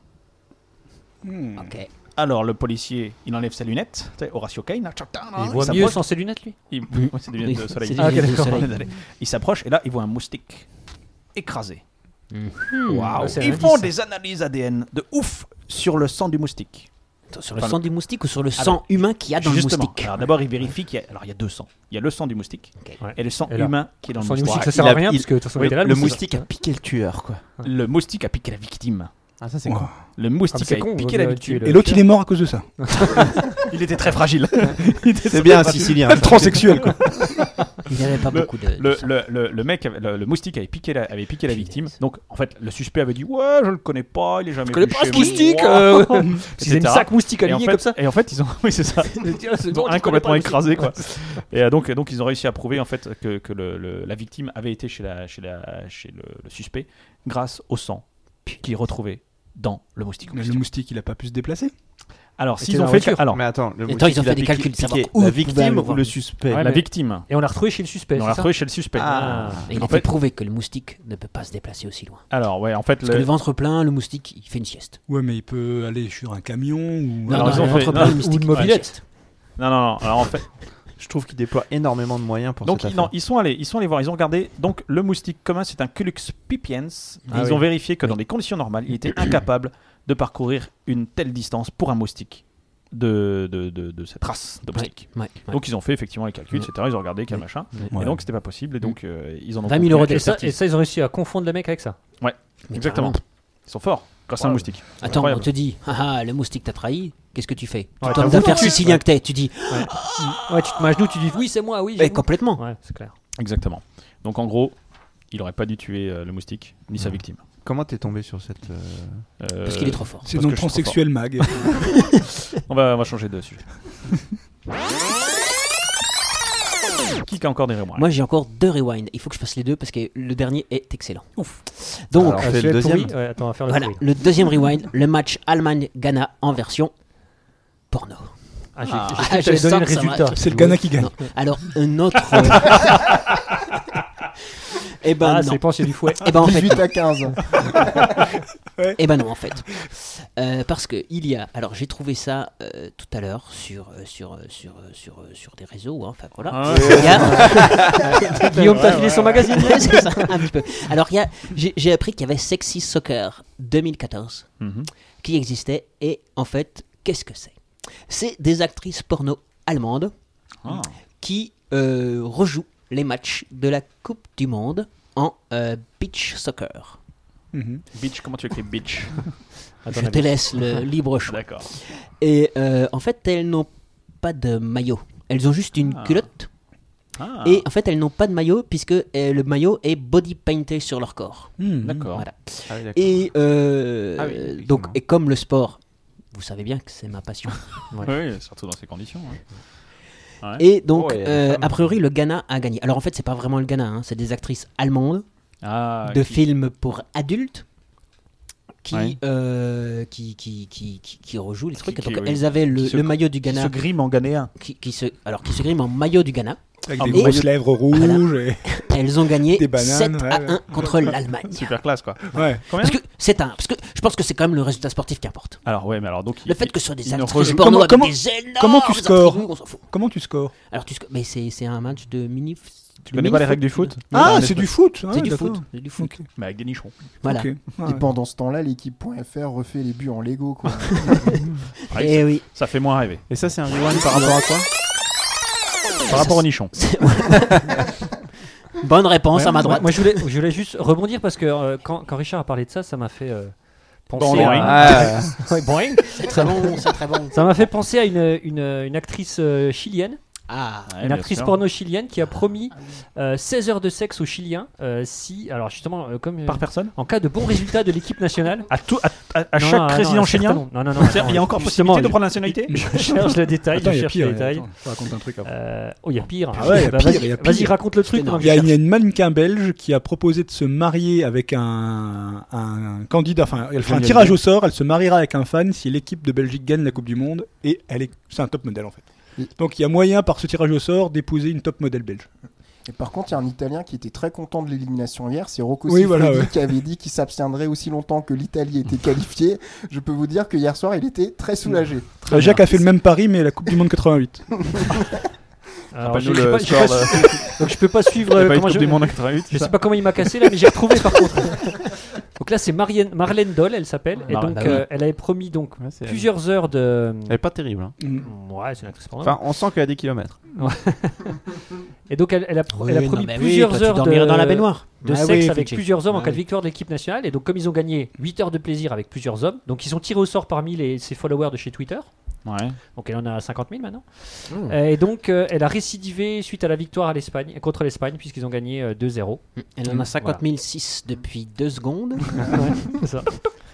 S5: Hmm.
S1: Ok.
S3: Alors le policier, il enlève ses lunettes, tu sais, Horatio Kane, là, tchac, tchac,
S5: Il
S3: il
S5: voit mieux
S3: s'approche,
S5: sans ses lunettes, lui.
S3: il- Ouais, c'est des lunettes de
S1: C'est
S3: soleil.
S1: des Ah, ok, lunettes de d'accord. soleil.
S3: Il s'approche et là, il voit un moustique écrasé.
S1: Mhm.
S3: Waouh.
S5: Ah, c'est un
S3: Ils
S5: indice,
S3: font
S5: ça.
S3: des analyses ADN de ouf sur le sang du moustique.
S1: Sur le
S3: Enfin,
S1: sang du moustique ou sur le
S3: Ah
S1: sang humain qu'il y a dans le
S3: Justement.
S1: moustique
S3: Alors d'abord, il vérifie qu'il y a. Alors il y a deux sangs. Il y a le sang du moustique
S1: Ok.
S5: Ouais.
S3: et le sang
S5: Et là,
S3: humain qui est dans le
S5: Sans du
S3: moustique.
S5: moustique, ça
S3: Ouais,
S5: sert
S3: il
S5: à
S3: a-
S5: rien,
S3: il-
S5: parce que de toute façon,
S3: oui,
S5: il est là, hein.
S3: le moustique a
S1: piqué le tueur, quoi.
S3: Le moustique a piqué la victime.
S2: Ah, ça c'est
S4: Ouais.
S2: con.
S3: Le
S5: Ah, mais
S3: moustique
S5: c'est
S3: a
S5: con,
S3: piqué
S5: vous
S3: la
S5: avez tué
S3: victime.
S5: le-
S4: Et l'autre, il est mort à cause de ça.
S3: (laughs) Il était très fragile. Il était
S2: C'est
S3: très
S2: bien un
S3: fragile. (laughs)
S2: Sicilien.
S4: Le transsexuel, quoi.
S1: Il n'y avait pas beaucoup de.
S3: Le,
S1: de sang.
S3: le, le, le mec, avait- le, le moustique avait piqué, la, avait piqué la
S1: Punaise.
S3: victime. Donc, en fait, le suspect avait dit Ouais, je le connais pas, il est jamais
S5: Je connais
S3: venu
S5: pas ce
S3: chez
S5: moustique
S3: moi. (laughs)
S5: euh, S'ils aient une
S3: Etc.
S5: sac moustique
S3: et en,
S5: aligné
S3: fait,
S5: comme ça
S3: et en fait, ils ont. (laughs) Oui, c'est
S5: (laughs)
S3: ça.
S5: oh,
S3: Ils ont un complètement écrasé, quoi. Et euh, donc, donc, ils ont réussi à prouver, en fait, que, que le, le- la victime avait été chez, la, chez, la, chez le, le suspect grâce au sang qu'il retrouvait dans le moustique.
S4: Mais le moustique, il a pas pu se déplacer.
S3: Alors,
S5: était
S3: s'ils
S5: dans
S3: ont
S5: la
S3: fait.
S5: voiture.
S3: Alors,
S2: Mais attends, le
S1: Et attends,
S2: moustique,
S1: ils ont
S2: il a
S1: fait des
S2: piqué-
S1: calculs, savoir
S2: piqué
S1: où ils
S2: la
S1: pouvaient aller
S2: victime ou
S1: voir.
S2: le suspect
S5: Ouais,
S3: la
S5: mais-
S3: victime.
S5: Et on l'a retrouvé chez le suspect.
S3: On
S5: c'est
S3: l'a
S5: ça
S3: retrouvé chez le suspect.
S2: Ah.
S1: Et il
S3: En
S1: a fait
S3: fait-
S1: prouver que le moustique ne peut pas se déplacer aussi loin.
S3: Alors, ouais, en fait,
S1: Parce que le ventre plein, le moustique, il fait une sieste.
S4: Ouais, mais il peut aller sur un camion ou.
S1: Non,
S3: Alors,
S1: non,
S3: ils ont
S1: le
S3: fait-
S1: ventre
S3: non,
S1: plein, le
S5: ou
S1: moustique,
S5: une
S1: il fait
S5: mobilette.
S1: sieste.
S3: Non, non, non. Alors, en
S5: (laughs)
S3: fait.
S2: Je trouve qu'il déploie énormément de moyens pour
S3: Donc
S2: cette
S3: ils, non,
S2: affaire.
S3: ils sont allés, ils sont allés voir, ils ont regardé. Donc le moustique commun, c'est un Culux pipiens.
S5: Ah
S3: ils
S5: oui.
S3: ont vérifié que dans des conditions normales, il était incapable de parcourir une telle distance pour un moustique de, de, de- de cette race de moustique.
S1: Ouais, ouais.
S3: Donc ils ont fait effectivement les calculs, etc. Ils ont regardé quel
S1: Oui.
S3: machin.
S4: Ouais.
S3: Et donc c'était pas possible. Et donc euh, ils en ont
S1: 20 000 euros
S3: conclu-
S5: Et ça, et
S1: d'expertise.
S5: ça, ils ont réussi à confondre les mecs avec ça.
S1: Mais
S3: Exactement.
S1: carrément.
S3: Ils sont forts. Grâce à un
S5: Wow.
S3: moustique.
S1: Attends,
S3: Incroyable.
S1: on te dit, ah, ah, le moustique t'a trahi, qu'est-ce que tu fais Tu
S5: Ouais,
S1: Comme
S5: t'as
S1: d'affaires
S5: voulu.
S1: sicilien que t'es, tu dis,
S5: Ouais, tu te mets à genoux, tu dis oui, c'est moi, oui.
S1: mais
S5: j'avoue.
S1: complètement.
S5: Ouais, c'est clair.
S3: Exactement. Donc en gros, il aurait pas dû tuer euh, le moustique ni sa victime.
S2: Comment t'es tombé sur cette. euh,
S3: Euh,
S1: Parce qu'il est trop fort.
S4: C'est
S3: Parce
S4: dans
S3: que
S4: le
S3: je suis trop
S4: transsexuel mag.
S3: (laughs) On va, on va changer de
S5: (laughs)
S3: sujet. Qui a encore des remarques
S1: Moi, j'ai encore deux rewinds. Il faut que je fasse les deux parce que le dernier est excellent. Ouf. Donc,
S2: Alors,
S5: Ah,
S2: fais
S5: celui-là
S2: le
S5: est pourri.
S2: deuxième.
S5: Ouais, attends, on va faire le
S1: voilà,
S5: pourri.
S1: le deuxième rewind, le match Allemagne-Ghana en version porno.
S5: Ah, j'ai-
S1: Ah,
S5: j'ai-
S1: je
S5: J'allais donner
S1: sens
S5: le
S1: que ça va-
S5: résultat.
S4: C'est le Ghana qui gagne.
S1: Non. Alors, un autre. euh, Eh ben,
S5: Ah,
S1: non.
S5: c'est penché du fouet.
S1: Eh ben, en fait,
S6: 18 à 15.
S1: (laughs) Eh ben non, en fait. Euh, parce que il y a. Alors, j'ai trouvé ça euh, tout à l'heure sur, euh, sur, euh, sur, euh, sur, euh, sur des réseaux. hein, Enfin, voilà.
S3: Ah
S1: Il y a-
S5: (laughs) Guillaume t'a filé son magazine.
S1: Ouais, (laughs) c'est ça, un petit peu. Alors, il y a- j'ai j'ai appris qu'il y avait Sexy Soccer 2014
S3: Mhm.
S1: qui existait. Et en fait, qu'est-ce que c'est C'est des actrices porno allemandes
S3: Ah.
S1: qui euh, rejouent les matchs de la Coupe du Monde en euh, beach soccer.
S4: Mhm.
S3: Bitch, comment tu
S1: (laughs)
S3: écris bitch
S1: Je te laisse
S2: (laughs)
S1: le libre choix.
S3: D'accord.
S1: Et euh, en fait, elles n'ont pas de maillot. Elles ont juste une
S3: Ah.
S1: culotte.
S3: Ah.
S1: Et en fait, elles n'ont pas de maillot puisque euh, le maillot est body painté sur leur corps.
S4: Mhm.
S3: D'accord.
S1: Voilà.
S2: Hmm. Ah oui, d'accord.
S1: Et, euh,
S2: Ah oui, effectivement.
S1: donc, et comme le sport, vous savez bien que c'est ma
S2: (laughs)
S1: passion.
S3: Oui, surtout dans ces conditions. hein. Ouais.
S1: Et donc,
S2: Oh, et la
S1: euh,
S2: femme.
S1: a priori, le Ghana a gagné. Alors en fait, c'est pas vraiment le Ghana, hein, c'est des actrices allemandes
S3: Ah,
S1: de
S3: qui-
S1: films pour adultes. Qui,
S3: Ouais.
S1: euh, qui, qui, qui, qui, qui rejouent les trucs.
S3: qui-
S1: Donc,
S3: oui.
S1: Elles avaient le,
S3: Qui se-
S1: le maillot du
S3: qui
S1: Ghana,
S3: se grime en ghanéen.
S1: qui, qui se, alors, qui se griment en maillot du Ghana.
S4: Avec
S3: Ah,
S4: des
S3: mais-
S4: grosses lèvres
S1: Voilà.
S4: rouges. et-
S1: Elles ont gagné
S4: (laughs) Des bananes,
S1: 7 à
S4: ouais,
S1: 1 contre l'Allemagne.
S3: Super classe, quoi.
S4: Ouais.
S1: Parce que c'est un, parce que je pense que c'est quand même le résultat sportif qui importe.
S3: Hein Alors, ouais, mais alors, donc.
S1: Le
S3: il-
S1: fait que ce soit des
S3: il ne
S1: actrices
S3: rejoue-
S1: porno
S4: Comment-
S1: avec
S4: comment-
S1: des énormes
S4: comment tu scores
S1: attributs, on s'en fout.
S4: Comment tu scores
S1: Alors tu sc- mais c'est c'est un match de mini.
S3: Tu connais pas les règles du foot
S4: Ah,
S3: Non,
S4: c'est
S3: mais-
S4: du foot.
S1: C'est
S4: ouais,
S1: du
S4: d'accord.
S1: foot, c'est du foot.
S4: Ok.
S3: Mais avec des nichons.
S1: Voilà.
S4: Ok. Ah,
S6: Et
S4: ouais.
S6: pendant ce temps-là, l'équipe.fr refait les buts en Lego.
S4: (laughs)
S6: Quoi.
S4: Ah,
S6: Eh
S3: Ouais,
S1: Et oui.
S3: Ça fait moins rêver.
S2: Et ça, c'est un rewind par rapport à quoi
S3: Par rapport aux
S5: (laughs)
S3: nichons.
S1: C'est- Bonne réponse à ma droite.
S5: Moi, je voulais, je voulais juste rebondir parce que euh, quand, quand Richard a parlé de ça, ça m'a fait euh, penser
S3: Boing.
S5: à...
S2: Ah,
S5: (laughs) Ouais, boing.
S1: C'est très bon, c'est très bon.
S5: Ça m'a fait penser à une, une, une actrice euh, chilienne,
S1: Ah.
S3: Ouais,
S5: une
S3: bien
S5: actrice
S3: sûr.
S5: porno chilienne qui a promis euh, 16 heures de sexe aux Chiliens euh, si, alors justement, euh, comme euh,
S3: Par personne
S5: en cas de bon résultat de l'équipe nationale.
S3: À, tout, à, à- à
S5: Non,
S3: chaque
S5: ah,
S3: résident
S5: non,
S3: chilien
S5: certainement. Non, non, non.
S3: C'est-à-dire,
S5: attends,
S3: Il y a encore
S5: justement,
S3: possibilité de
S5: je-
S3: prendre la nationalité
S5: (laughs) Je cherche le détail,
S4: Attends, il
S5: je
S4: y a
S5: cherche
S4: pire.
S5: le détail.
S4: attends, je te raconte un truc
S3: hein.
S4: avant.
S5: Euh, oh, il y a pire.
S4: Ah ouais, il y a
S5: Bah,
S4: pire,
S5: vas-y-
S4: il y a
S5: Vas-y,
S4: pire.
S5: raconte le truc.
S1: Putain,
S5: on
S4: Il y, a, il y a
S5: cherche.
S4: une mannequin belge qui a proposé de se marier avec un, un candidat. Enfin, elle fera un
S3: Génial.
S4: tirage au sort. Elle se mariera avec un fan si l'équipe de Belgique gagne la Coupe du Monde. Et elle est, c'est un top modèle en fait.
S3: Mm.
S4: Donc il y a moyen par ce tirage au sort d'épouser une top modèle belge.
S6: Et par contre, il y a un Italien qui était très content de l'élimination hier, c'est Rocco
S4: Oui,
S6: Siffredi
S4: voilà, ouais.
S6: qui avait dit qu'il s'abstiendrait aussi longtemps que l'Italie était qualifiée. Je peux vous dire que hier soir, il était très soulagé.
S4: Euh, Jacques a fait le même pari mais à la Coupe du Monde 88.
S5: Alors, Euh, je
S3: Rappelle-nous
S5: je sais
S3: Ah, le
S5: pas- je sais pas
S3: score de-
S5: si- (laughs) donc, je peux pas suivre.
S3: Il y a
S5: euh,
S3: pas eu de
S5: comment
S3: Coupe
S5: je-
S3: du Monde en 88,
S5: Je
S4: (laughs)
S3: c'est
S5: sais pas comment il m'a cassé là, mais j'ai retrouvé par contre. Donc là, c'est Marianne- Marlène Doll, elle s'appelle. Et
S2: Marlène
S5: donc,
S2: Doll.
S5: euh, elle avait promis donc
S2: Ah, Bah, Ouais, c'est-
S5: plusieurs heures de. Mm.
S2: Elle est pas terrible. hein.
S5: Ouais, c'est une actrice porno.
S2: Enfin, on sent qu'elle a des kilomètres.
S5: Et donc, elle, elle a,
S1: Oui,
S5: elle a
S1: non,
S5: promis
S1: mais oui,
S5: plusieurs
S1: toi,
S5: heures
S1: tu dormirais
S5: de,
S1: dans la baignoire.
S5: de
S1: Ah
S5: sexe
S1: oui,
S5: avec
S1: effectivement.
S5: plusieurs hommes en
S1: Ah
S5: cas de
S1: oui.
S5: victoire de l'équipe nationale. Et donc, comme ils ont gagné 8 heures de plaisir avec plusieurs hommes, donc ils ont tiré au sort parmi les, ses followers de chez Twitter.
S3: Ouais.
S5: Donc, elle en a 50 000 maintenant.
S1: Mmh.
S5: Euh, Et donc, euh, elle a récidivé suite à la victoire à l'Espagne, contre l'Espagne, puisqu'ils ont gagné euh, 2-0.
S1: Elle en a 50 006 depuis 2
S5: (laughs)
S1: secondes.
S5: C'est ça.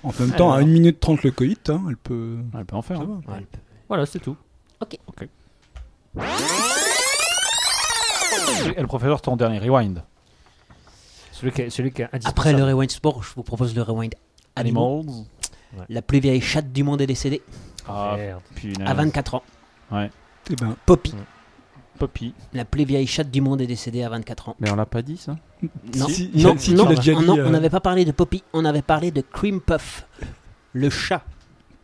S4: En même temps, à
S5: Alors.
S4: 1 minute 30 le coït, hein, elle peut.
S3: Elle peut en faire.
S4: Ça
S3: hein.
S4: va.
S5: Voilà, c'est tout.
S1: Ok.
S3: Ok. Et le professeur, ton dernier rewind.
S5: Celui qui est, celui qui est
S1: Après
S5: indispensable.
S1: le Rewind Sport, je vous propose le Rewind Animal.
S3: Animals.
S1: La plus vieille chatte du monde est décédée
S3: Ah,
S5: Merde.
S3: punaise.
S1: à 24 ans.
S4: Eh ben,
S1: Poppy.
S3: Poppy.
S1: La plus vieille chatte du monde est décédée à 24 ans.
S2: Mais on l'a pas dit ça.
S1: Non,
S4: si,
S1: non,
S4: si, tu
S1: non,
S4: l'as déjà
S1: non,
S4: dit,
S1: non,
S4: euh.
S1: on n'avait pas parlé de Poppy, on avait parlé de Cream Puff, le chat,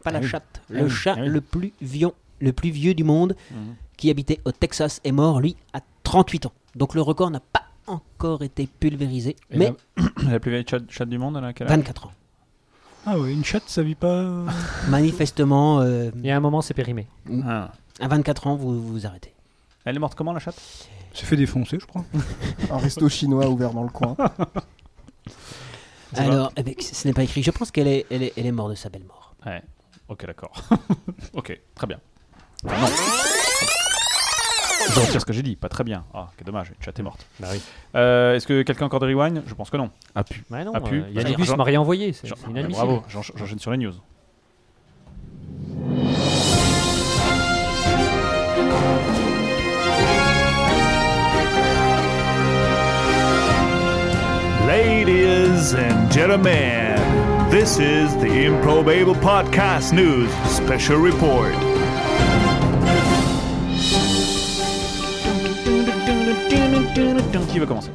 S1: pas la
S3: Ah oui.
S1: chatte,
S3: Ah
S1: le
S3: oui,
S1: chat
S3: ah oui.
S1: le plus vieux, le plus vieux du monde,
S3: Mhm.
S1: qui habitait au Texas, est mort lui à 38 ans. Donc le record n'a pas encore été pulvérisé,
S3: Et
S1: mais
S3: La (clears throat) plus vieille chatte, chatte du monde, elle a quel âge
S1: 24 ans.
S4: Ah ouais, une chatte, ça vit pas.
S1: Manifestement, euh,
S5: Il y a un moment, c'est périmé.
S3: Ah.
S1: à 24 ans, vous vous vous arrêtez.
S3: Elle est morte comment la chatte
S4: Ça fait défoncer, je crois.
S6: Un resto chinois ouvert dans le
S3: (laughs)
S6: coin.
S1: Alors, eh ben, ce n'est pas écrit. Je pense qu'elle est, elle est, elle est morte de sa belle mort.
S3: Ouais. Ok, d'accord. ok, très bien. non. Je retire ce que j'ai dit, pas très bien. Ah, quel dommage, une chatte est morte.
S5: Bah oui.
S3: Euh, Est-ce que quelqu'un a encore de rewind Je pense que non.
S2: Ah pu.
S5: Bah non,
S3: Ah, pu.
S5: euh,
S3: Bah,
S5: Yannick Bus
S3: Jean-
S5: m'a rien envoyé, c'est
S3: Jean-
S5: c'est
S3: Mais
S5: inadmissible.
S3: bravo, j'en- j'enchaîne sur les news.
S7: Ladies and gentlemen, this is the Improbable Podcast News Special Report.
S3: Qui
S5: (laughs)
S3: veut commencer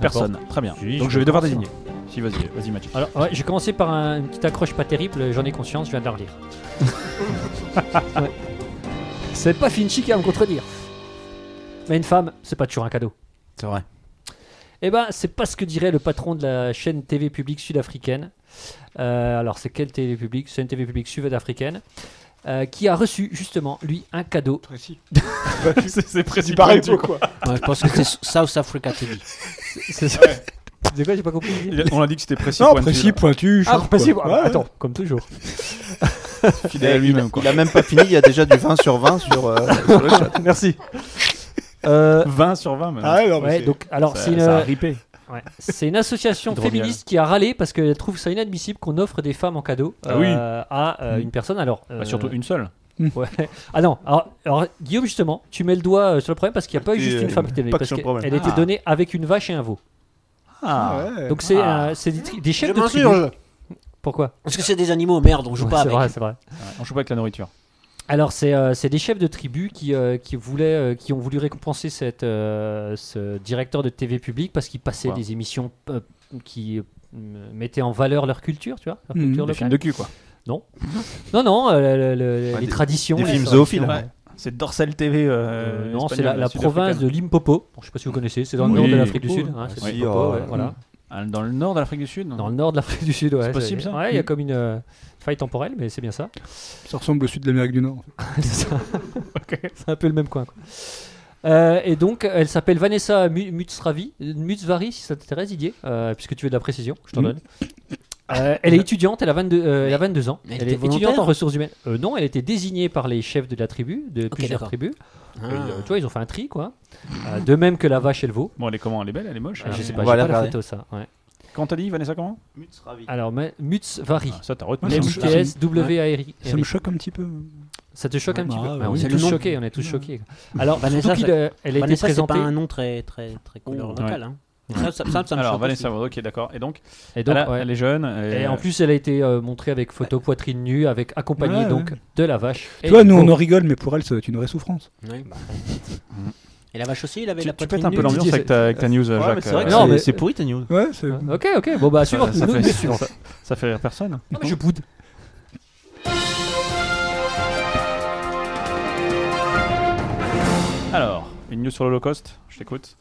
S3: Personne. Très bien.
S5: Si,
S3: Donc
S5: je
S3: je vais
S5: vais
S3: devoir
S5: commencer.
S3: désigner. Si, vas-y, vas-y, Mathieu.
S5: Alors, ouais, j'ai commencé par un- une petite accroche pas terrible, j'en ai conscience, je viens de
S3: (laughs)
S5: la relire. Ouais. C'est pas Finchi qui va me contredire. Mais une femme, c'est pas toujours un cadeau.
S2: C'est vrai.
S5: Eh ben, c'est pas ce que dirait le patron de la chaîne TV publique sud-africaine. Euh, alors, c'est quelle télé publique C'est une TV publique sud-africaine euh, qui a reçu justement, lui, un cadeau. (laughs)
S3: c'est c'est précis
S4: peu, quoi.
S1: Ouais, je pense que c'est South Africa TV.
S5: C'est ça C'est quoi J'ai pas compris.
S3: On a dit que c'était précis
S4: Non,
S3: pointu,
S4: précis,
S3: là.
S4: pointu,
S5: Ah,
S4: sharp,
S5: bah, si,
S4: quoi.
S5: bah,
S4: Ouais, ouais.
S5: attends, comme toujours.
S3: fidèle à lui-même. quoi.
S2: Eh, Il a même pas fini, il y a déjà du 20 sur 20 sur, euh, sur
S5: (laughs)
S2: le chat.
S5: Merci.
S3: (laughs)
S5: Euh,
S3: 20 sur 20 maintenant.
S4: Ah ouais, non, mais
S5: ouais,
S4: c'est-
S5: donc, alors,
S3: Ça-
S5: c'est une,
S3: ça a ripé.
S5: Ouais. C'est une association
S3: Drôle,
S5: féministe qui a râlé parce qu'elle trouve ça inadmissible qu'on offre des femmes en cadeau
S3: Ah oui.
S5: euh, à euh, une personne. Alors, euh,
S3: Bah, surtout une seule.
S5: (laughs) ouais. Ah non, alors, alors, Guillaume, justement, tu mets le doigt euh, sur le problème parce qu'il n'y a pas eu juste
S2: euh,
S5: une femme qui t'est donnée.
S2: pas que
S5: Parce
S2: sur le
S5: qu'elle
S2: problème.
S5: elle était
S3: Ah.
S5: donnée avec une vache et un veau.
S3: Ah,
S4: Ouais.
S5: Donc, c'est
S3: Ah.
S5: euh, c'est des, tri- des chefs
S2: Je
S5: de tribu.
S2: m'insurge.
S5: Pourquoi
S1: Parce que c'est des animaux, merde, on joue
S5: Ouais,
S1: pas
S5: C'est
S1: avec.
S5: vrai, c'est vrai.
S3: on joue pas avec la nourriture.
S5: Alors, c'est euh, c'est des chefs de tribu qui, euh, qui, voulaient, euh, qui ont voulu récompenser cette, euh, ce directeur de TV publique parce qu'il passait
S3: Wow.
S5: des émissions euh, qui euh, mettaient en valeur leur culture, tu vois, leur
S4: Mhm,
S5: culture
S3: Des
S5: locale.
S3: films de cul, quoi.
S5: Non, (laughs) non, euh, le- le-
S2: Ouais,
S5: les
S2: des-
S5: traditions.
S2: des
S5: les
S2: films
S5: traditions.
S2: zoophiles.
S3: Ouais. C'est Dorsal TV. euh,
S5: Euh, non, c'est
S3: espagnole,
S5: la, la province de
S3: sud-africaine.
S5: Limpopo. Bon, je sais pas si vous connaissez, c'est dans le
S3: Oui.
S5: nord de l'Afrique du Sud.
S3: Limpopo,
S5: hein,
S3: ouais.
S5: c'est
S2: Oui,
S5: Limpopo,
S2: euh,
S5: ouais, voilà.
S3: Ah, Dans le nord de l'Afrique du Sud non
S5: Dans le nord de l'afrique du Sud, ouais.
S3: C'est possible, ça
S5: Ouais, il y a
S3: Mm.
S5: comme une euh, faille temporelle, mais c'est bien ça.
S4: Ça ressemble au sud de l'Amérique du Nord. en fait.
S5: (laughs)
S3: (laughs)
S5: C'est ça. C'est un peu le même coin. quoi. Euh, et donc, elle s'appelle Vanessa Mu- Mutsravi, Mutsvari, si ça t'intéresse, Didier, euh, puisque tu veux de la précision, je t'en
S4: Mm.
S5: donne. Euh, elle est étudiante, elle a 22, euh, elle a 22 ans.
S1: mais elle
S5: elle
S1: était
S5: est étudiante en
S3: hein
S1: volontaire
S5: ressources humaines. Euh, non, elle a été désignée par les chefs de la tribu, de plusieurs
S1: d'accord.
S5: tribus.
S1: Ah.
S5: Et, euh, tu vois, ils ont fait un tri, quoi. Euh, de même que la vache et le veau.
S3: Bon, elle est comment Elle est belle Elle est moche hein.
S5: Euh,
S3: elle
S5: je
S3: est-
S5: sais pas, j'ai
S2: Voilà,
S5: pas la
S2: regardez.
S5: photo, ça. ouais.
S3: Comment t'as dit, Vanessa Comment
S5: Alors, mais- Mutsvari.
S3: Ah, Ça, t'as retenu.
S4: Ouais,
S3: ça.
S4: c'est un
S5: M-U-T-S, W-A-R-I.
S4: Ça me choque un petit peu.
S5: Ça te choque un petit
S4: bah,
S5: peu
S4: ouais,
S5: Ouais, On
S4: oui,
S1: tout
S5: est
S1: le
S5: tous
S1: monde.
S5: choqués, on est tous choqués. Alors,
S1: Vanessa,
S5: surtout qu'il,
S1: ça-
S5: euh, elle a été
S1: Vanessa, c'est pas
S5: présentée. Oh.
S1: un nom très, très, très couleur
S3: Ouais.
S1: locale. hein. Ça, ça, ça, ça me
S3: Alors,
S1: choque
S3: Vanessa,
S1: aussi.
S3: ok, d'accord. Et donc,
S5: Et donc,
S3: elle, a-
S5: ouais.
S3: elle est jeune. elle est-
S5: Et en plus, elle a été euh, montrée avec photo poitrine nue, avec accompagnée
S4: Ouais,
S5: donc
S4: ouais.
S5: de la vache.
S4: Tu vois,
S5: Et-
S4: nous on en
S5: Oh,
S4: rigole, mais pour elle, ça doit être une vraie souffrance.
S1: Oui. Et la vache aussi, il avait
S3: tu,
S1: la
S3: tu
S1: poitrine
S3: pètes un peu
S1: nue.
S3: l'ambiance
S5: Didier,
S3: avec ta, avec ta news,
S2: Ouais, mais
S3: Jacques.
S2: c'est vrai que
S3: euh,
S5: Non,
S2: c'est-
S5: mais-
S2: c'est pourri ta news.
S4: Ouais, c'est.
S5: Ok, ok, bon bah suivant.
S3: ça- ça
S5: Nous,
S3: fait-
S5: (laughs) nous, suivant.
S3: ça- Ça fait rire personne.
S5: Ah, mais Je boude.
S3: Alors, une news sur l'Holocauste, je t'écoute.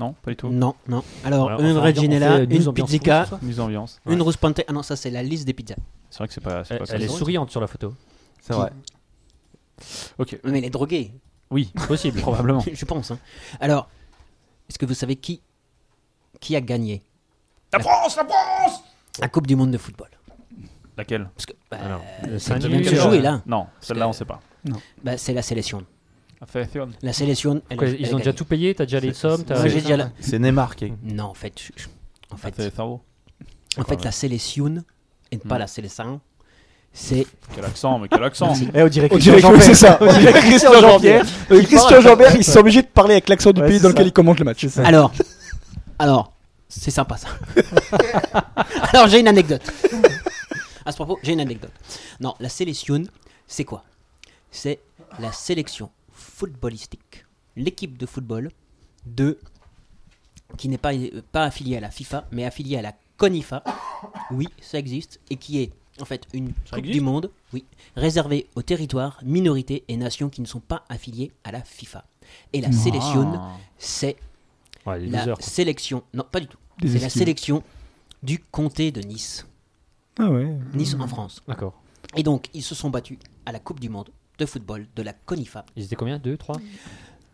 S3: Non, pas du tout.
S1: Non, non. Alors,
S5: Alors, on
S1: une
S5: fait- on
S1: Reginella,
S5: fait douze
S1: une
S5: ambiances
S1: pizzica,
S5: fous,
S3: Mise ambiance.
S1: une rose pantée. Ah non, ça c'est la liste des pizzas.
S3: C'est vrai que c'est pas. c'est
S5: Elle,
S3: pas
S5: elle est
S3: classe.
S5: souriante sur la photo.
S2: C'est vrai.
S3: Ok.
S1: Mais elle est droguée,
S3: Oui, possible, probablement.
S1: (laughs) je pense. hein. Alors, est-ce que vous savez qui, qui a gagné
S8: La France, la France
S1: la Coupe du Monde de football
S3: Laquelle
S1: Parce que bah,
S3: Alors,
S1: c'est qui
S5: nul,
S1: vient de se
S5: euh,
S1: jouer là
S3: Non, celle-là
S1: que-
S3: on sait pas.
S1: bah, C'est la sélection.
S3: Féon.
S1: La sélection. elle-
S5: Quoi,
S1: elle
S5: ils
S1: a
S5: ont déjà
S1: gagné.
S5: tout payé T'as déjà les sommes t'as-
S1: Moi, j'ai déjà la-
S2: C'est Neymar qui est-
S1: Non, en fait, je- je-
S3: Ah,
S1: en fait,
S3: Féon.
S1: en
S3: quoi,
S1: fait la sélection et
S5: Hmm.
S1: pas la sélection, c'est
S3: Quel accent, mais quel accent
S9: Eh, on dirait
S8: On dirait
S9: Christian
S8: que c'est
S9: Jean-Pierre.
S8: ça.
S9: On dirait Christian Jean-Pierre.
S8: Euh, Christian
S9: parle-
S8: Jambert, ils sont obligés de parler avec l'accent du
S9: Ouais,
S8: pays
S9: c'est
S8: dans
S9: ça.
S8: lequel ils commentent le match.
S9: C'est ça.
S1: Alors, alors, c'est sympa ça. (laughs) alors j'ai une anecdote. À ce propos, j'ai une anecdote. Non, la sélection, c'est quoi C'est la sélection footballistique, l'équipe de football de qui n'est pas euh, pas affiliée à la FIFA, mais affiliée à la CONIFA. Oui, ça existe et qui est en fait une coupe du monde, oui, réservée aux territoires, minorités et nations qui ne sont pas affiliées à la FIFA. Et la sélection, c'est
S5: Ah. Ouais, les
S1: la
S5: losers, quoi.
S1: sélection. Non, pas du tout.
S4: Des
S1: C'est la
S4: esquives.
S1: sélection du comté de Nice.
S4: Ah ouais.
S1: Nice en France.
S5: D'accord.
S1: Et donc, ils se sont battus à la Coupe du Monde de football de la CONIFA.
S5: Ils étaient combien Deux, trois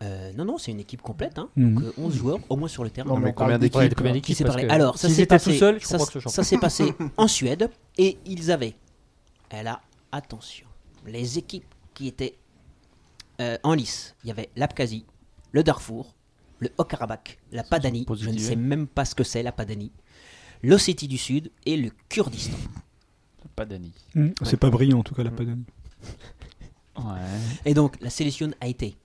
S1: Euh, non, non, c'est une équipe complète. Hein.
S4: Mhm.
S1: Donc, euh, 11 joueurs, au moins sur le terrain.
S2: Non, mais combien
S5: Ouais,
S2: d'équipes
S5: de combien
S1: Qui
S5: d'équipes
S1: s'est
S5: parce
S1: parlé
S5: que
S1: Alors, ça
S5: s'ils
S1: s'est
S5: étaient
S1: passé.
S5: tout seuls, je
S1: ça
S5: crois que ce champion.
S1: ça s'est passé en Suède et ils avaient. Elle a attention. Les équipes qui étaient euh, en lice, il y avait l'Abkhazie, le Darfour, le Haut-Karabakh, la Padanie. Je ne
S3: positivé.
S1: sais même pas ce que c'est la Padanie, l'Ossétie du Sud et le Kurdistan.
S3: Pas Dani.
S4: Mm. C'est pas brillant en tout cas
S1: Hmm.
S4: la Padane.
S3: Ouais.
S1: Et donc, la sélection a été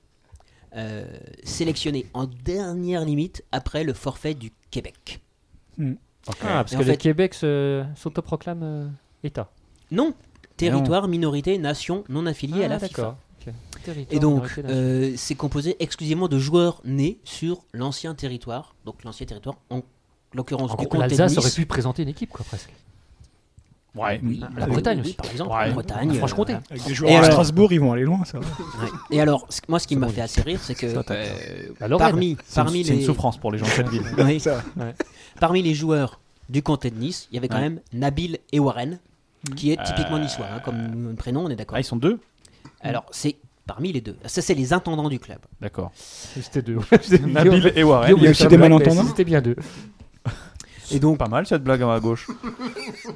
S1: euh, sélectionnée en dernière limite après le forfait du Québec.
S5: Ah, parce
S1: Et
S5: que
S1: en
S5: le
S1: fait-
S5: Québec se- s'autoproclame euh, État.
S1: Non, territoire, minorité, nation non affiliée à
S5: Bah
S1: la
S5: Ah,
S1: FIFA.
S5: d'accord. Ok. Territoire,
S1: Et donc,
S5: minorité, nation.
S1: euh, c'est composé exclusivement de joueurs nés sur l'ancien territoire. Donc, l'ancien territoire, en l'occurrence
S5: En
S1: du
S5: gros,
S1: comté de
S5: l'Alsace aurait
S1: Nice.
S5: pu présenter une équipe, quoi, presque.
S3: Ouais.
S1: Ah Oui,
S5: La Bretagne
S1: oui,
S5: aussi.
S1: par exemple.
S3: Ouais.
S1: La Bretagne.
S5: La Franche-Comté.
S1: euh,
S4: Avec des joueurs
S1: Et
S4: à
S1: alors-
S4: Strasbourg, ils vont aller loin, ça.
S1: voilà. Ouais. Et alors, ce- moi, ce qui m'a fait assez rire, c'est que euh,
S5: La Lorraine.
S1: parmi,
S3: C'est
S1: parmi
S3: une, c'est une
S1: les,
S3: souffrance pour les gens de cette ville.
S1: Oui.
S5: Ouais.
S1: Parmi les joueurs du comté de Nice, il y avait quand
S3: Ouais.
S1: même Nabil et Warren, qui est typiquement
S3: Euh,
S1: niçois, hein, comme prénom, on est d'accord.
S3: Ah, ils sont deux
S1: Alors, c'est parmi les deux. Ça, c'est les intendants du club.
S3: D'accord. (laughs)
S5: C'était deux.
S3: Nabil et Warren.
S4: Il y a aussi des malentendants.
S5: C'était bien deux.
S1: Et donc,
S3: Pas mal cette blague
S1: (laughs)
S3: à gauche.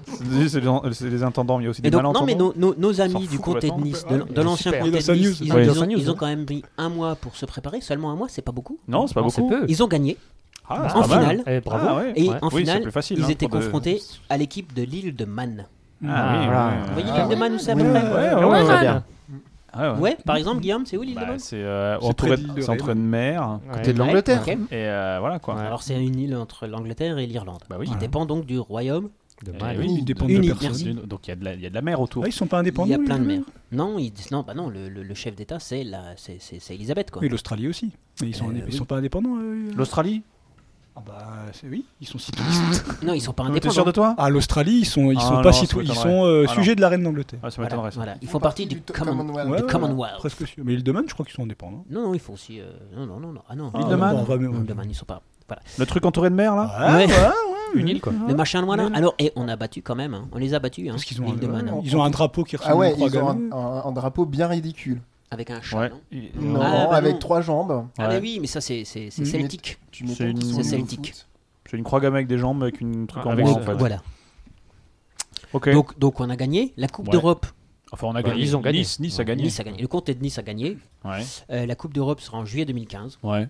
S3: C'est c'est les, c'est les intendants, mais il y a aussi
S1: et
S3: des
S1: donc
S3: malentendants.
S1: non, mais nos, nos- nos
S3: S'en
S1: amis
S3: fout
S1: du comté de
S3: complètement.
S1: Nice, de, de
S5: Ouais,
S1: l'ancien
S5: super.
S1: comté
S4: Il est dans
S1: de
S4: sa
S1: Nice,
S4: news,
S1: ils ont,
S3: ouais.
S1: ils
S5: Il est
S1: ont-
S5: dans sa news,
S1: ils ont
S5: hein.
S1: quand même pris un mois pour se préparer. Seulement un mois, c'est pas beaucoup.
S3: Non, c'est pas
S5: Non, c'est
S3: beaucoup.
S5: peu.
S1: Ils ont gagné
S3: Ah, c'est
S1: en
S3: pas mal.
S1: finale.
S5: Eh, bravo.
S3: Ah, ouais.
S1: Et
S5: Ouais.
S1: en
S3: Oui, c'est
S1: finale,
S3: plus facile,
S1: ils
S3: hein,
S1: étaient
S3: pour de-
S1: confrontés à l'équipe de l'île de Man.
S3: Ah, oui,
S5: Ah,
S3: oui,
S5: voilà.
S3: oui.
S1: Vous voyez
S3: Ah,
S1: l'île de Man, c'est à peu
S3: ouais,
S1: près
S3: ouais, ouais,
S5: Ouais,
S3: ouais,
S5: man.
S3: ouais, ouais.
S1: Ouais, par exemple, Guillaume, c'est où l'île de
S3: Bah,
S1: Man
S3: c'est euh,
S4: C'est
S3: entouré
S4: près
S3: de-
S4: de l'île de
S3: c'est entouré de mer
S9: Côté de l'Angleterre.
S1: Ouais, ok.
S3: et euh, voilà quoi.
S1: Alors c'est une île entre l'Angleterre et l'Irlande.
S3: Bah oui.
S1: Qui dépend donc du royaume.
S5: De
S3: Eh
S5: mal.
S3: oui,
S4: Ils dépendent
S1: Une
S4: de
S1: île,
S4: personne.
S1: merci.
S3: D'une- Donc il y, a de la- il y a de la mer autour.
S4: Ah, ils sont pas
S1: Il
S4: indépendants.
S1: y a
S4: les
S1: plein de
S4: Anglais
S1: mers. Non, ils disent non, bah non, le, le- le chef d'État c'est la, c'est, c'est, c'est Elisabeth quoi.
S4: Et l'Australie aussi. Mais ils sont,
S1: Euh,
S4: indép- ils
S1: oui.
S4: sont pas indépendants. euh, euh.
S3: L'Australie
S4: Ah bah c'est- oui, ils sont citoyens.
S1: (laughs) Non, ils sont pas
S3: T'es sûr
S1: indépendants.
S3: de toi
S4: ah l'Australie, ils sont, ils
S3: Ah,
S4: sont
S3: non,
S4: pas
S3: ça
S4: citoyens. Ils
S3: m'étonnerait.
S4: sont euh,
S3: Ah, non.
S4: sujets de la reine d'Angleterre.
S3: Ah, ça
S1: Voilà,
S3: m'étonnerait ça.
S1: voilà. Ils font partie du, common-
S4: Ouais, ouais,
S1: du
S4: ouais,
S1: Commonwealth.
S4: Presque sûr. Mais l'île de Man, je crois qu'ils sont indépendants.
S1: Non, non, il faut aussi. euh, Non, non, non, non. Ah non.
S4: L'île
S1: non,
S4: de
S1: non,
S4: Man,
S1: non,
S4: on va-
S1: non,
S4: on va-
S1: l'île de Man, ils sont pas. Voilà.
S3: Le truc entouré de mer là
S1: Ouais.
S5: (laughs) Une île, quoi.
S1: Le machin loin là. Alors, et on a battu quand même. hein. On les a battus. Hein.
S4: Parce qu'ils ont,
S1: l'île de Man.
S4: un-
S1: hein.
S4: ils ont un drapeau qui ressemble
S6: Ah
S4: à
S6: ouais,
S4: une croix
S6: ils ont un,
S4: gammée.
S6: un- un drapeau bien ridicule.
S1: Avec un chat.
S3: Ouais.
S1: Non
S3: Il-
S6: Non,
S1: Ah, bah
S6: avec
S1: non.
S6: trois jambes.
S1: ah
S3: Ouais.
S1: mais oui, mais ça c'est, c'est, c'est
S4: Mm.
S1: celtique.
S6: Tu
S3: C'est
S6: m'étonnes qu'ils
S3: une-
S6: sont
S1: c'est
S6: nuls au
S1: celtique.
S6: foot.
S3: C'est une croix gammée avec des jambes, avec une truc
S5: Ah,
S3: en
S5: avec
S3: bois
S5: ça,
S3: en fait.
S5: ouais.
S1: Voilà.
S3: Ok.
S1: Donc, donc on a gagné la Coupe
S3: Ouais.
S1: d'Europe.
S3: enfin, on a
S5: Bah,
S3: gagné.
S5: ils ont gagné.
S3: Nice, nice a gagné.
S1: Nice a gagné. Le comté de Nice a gagné.
S3: Ouais.
S1: Euh, la Coupe d'Europe sera en juillet 2015.
S3: Ouais.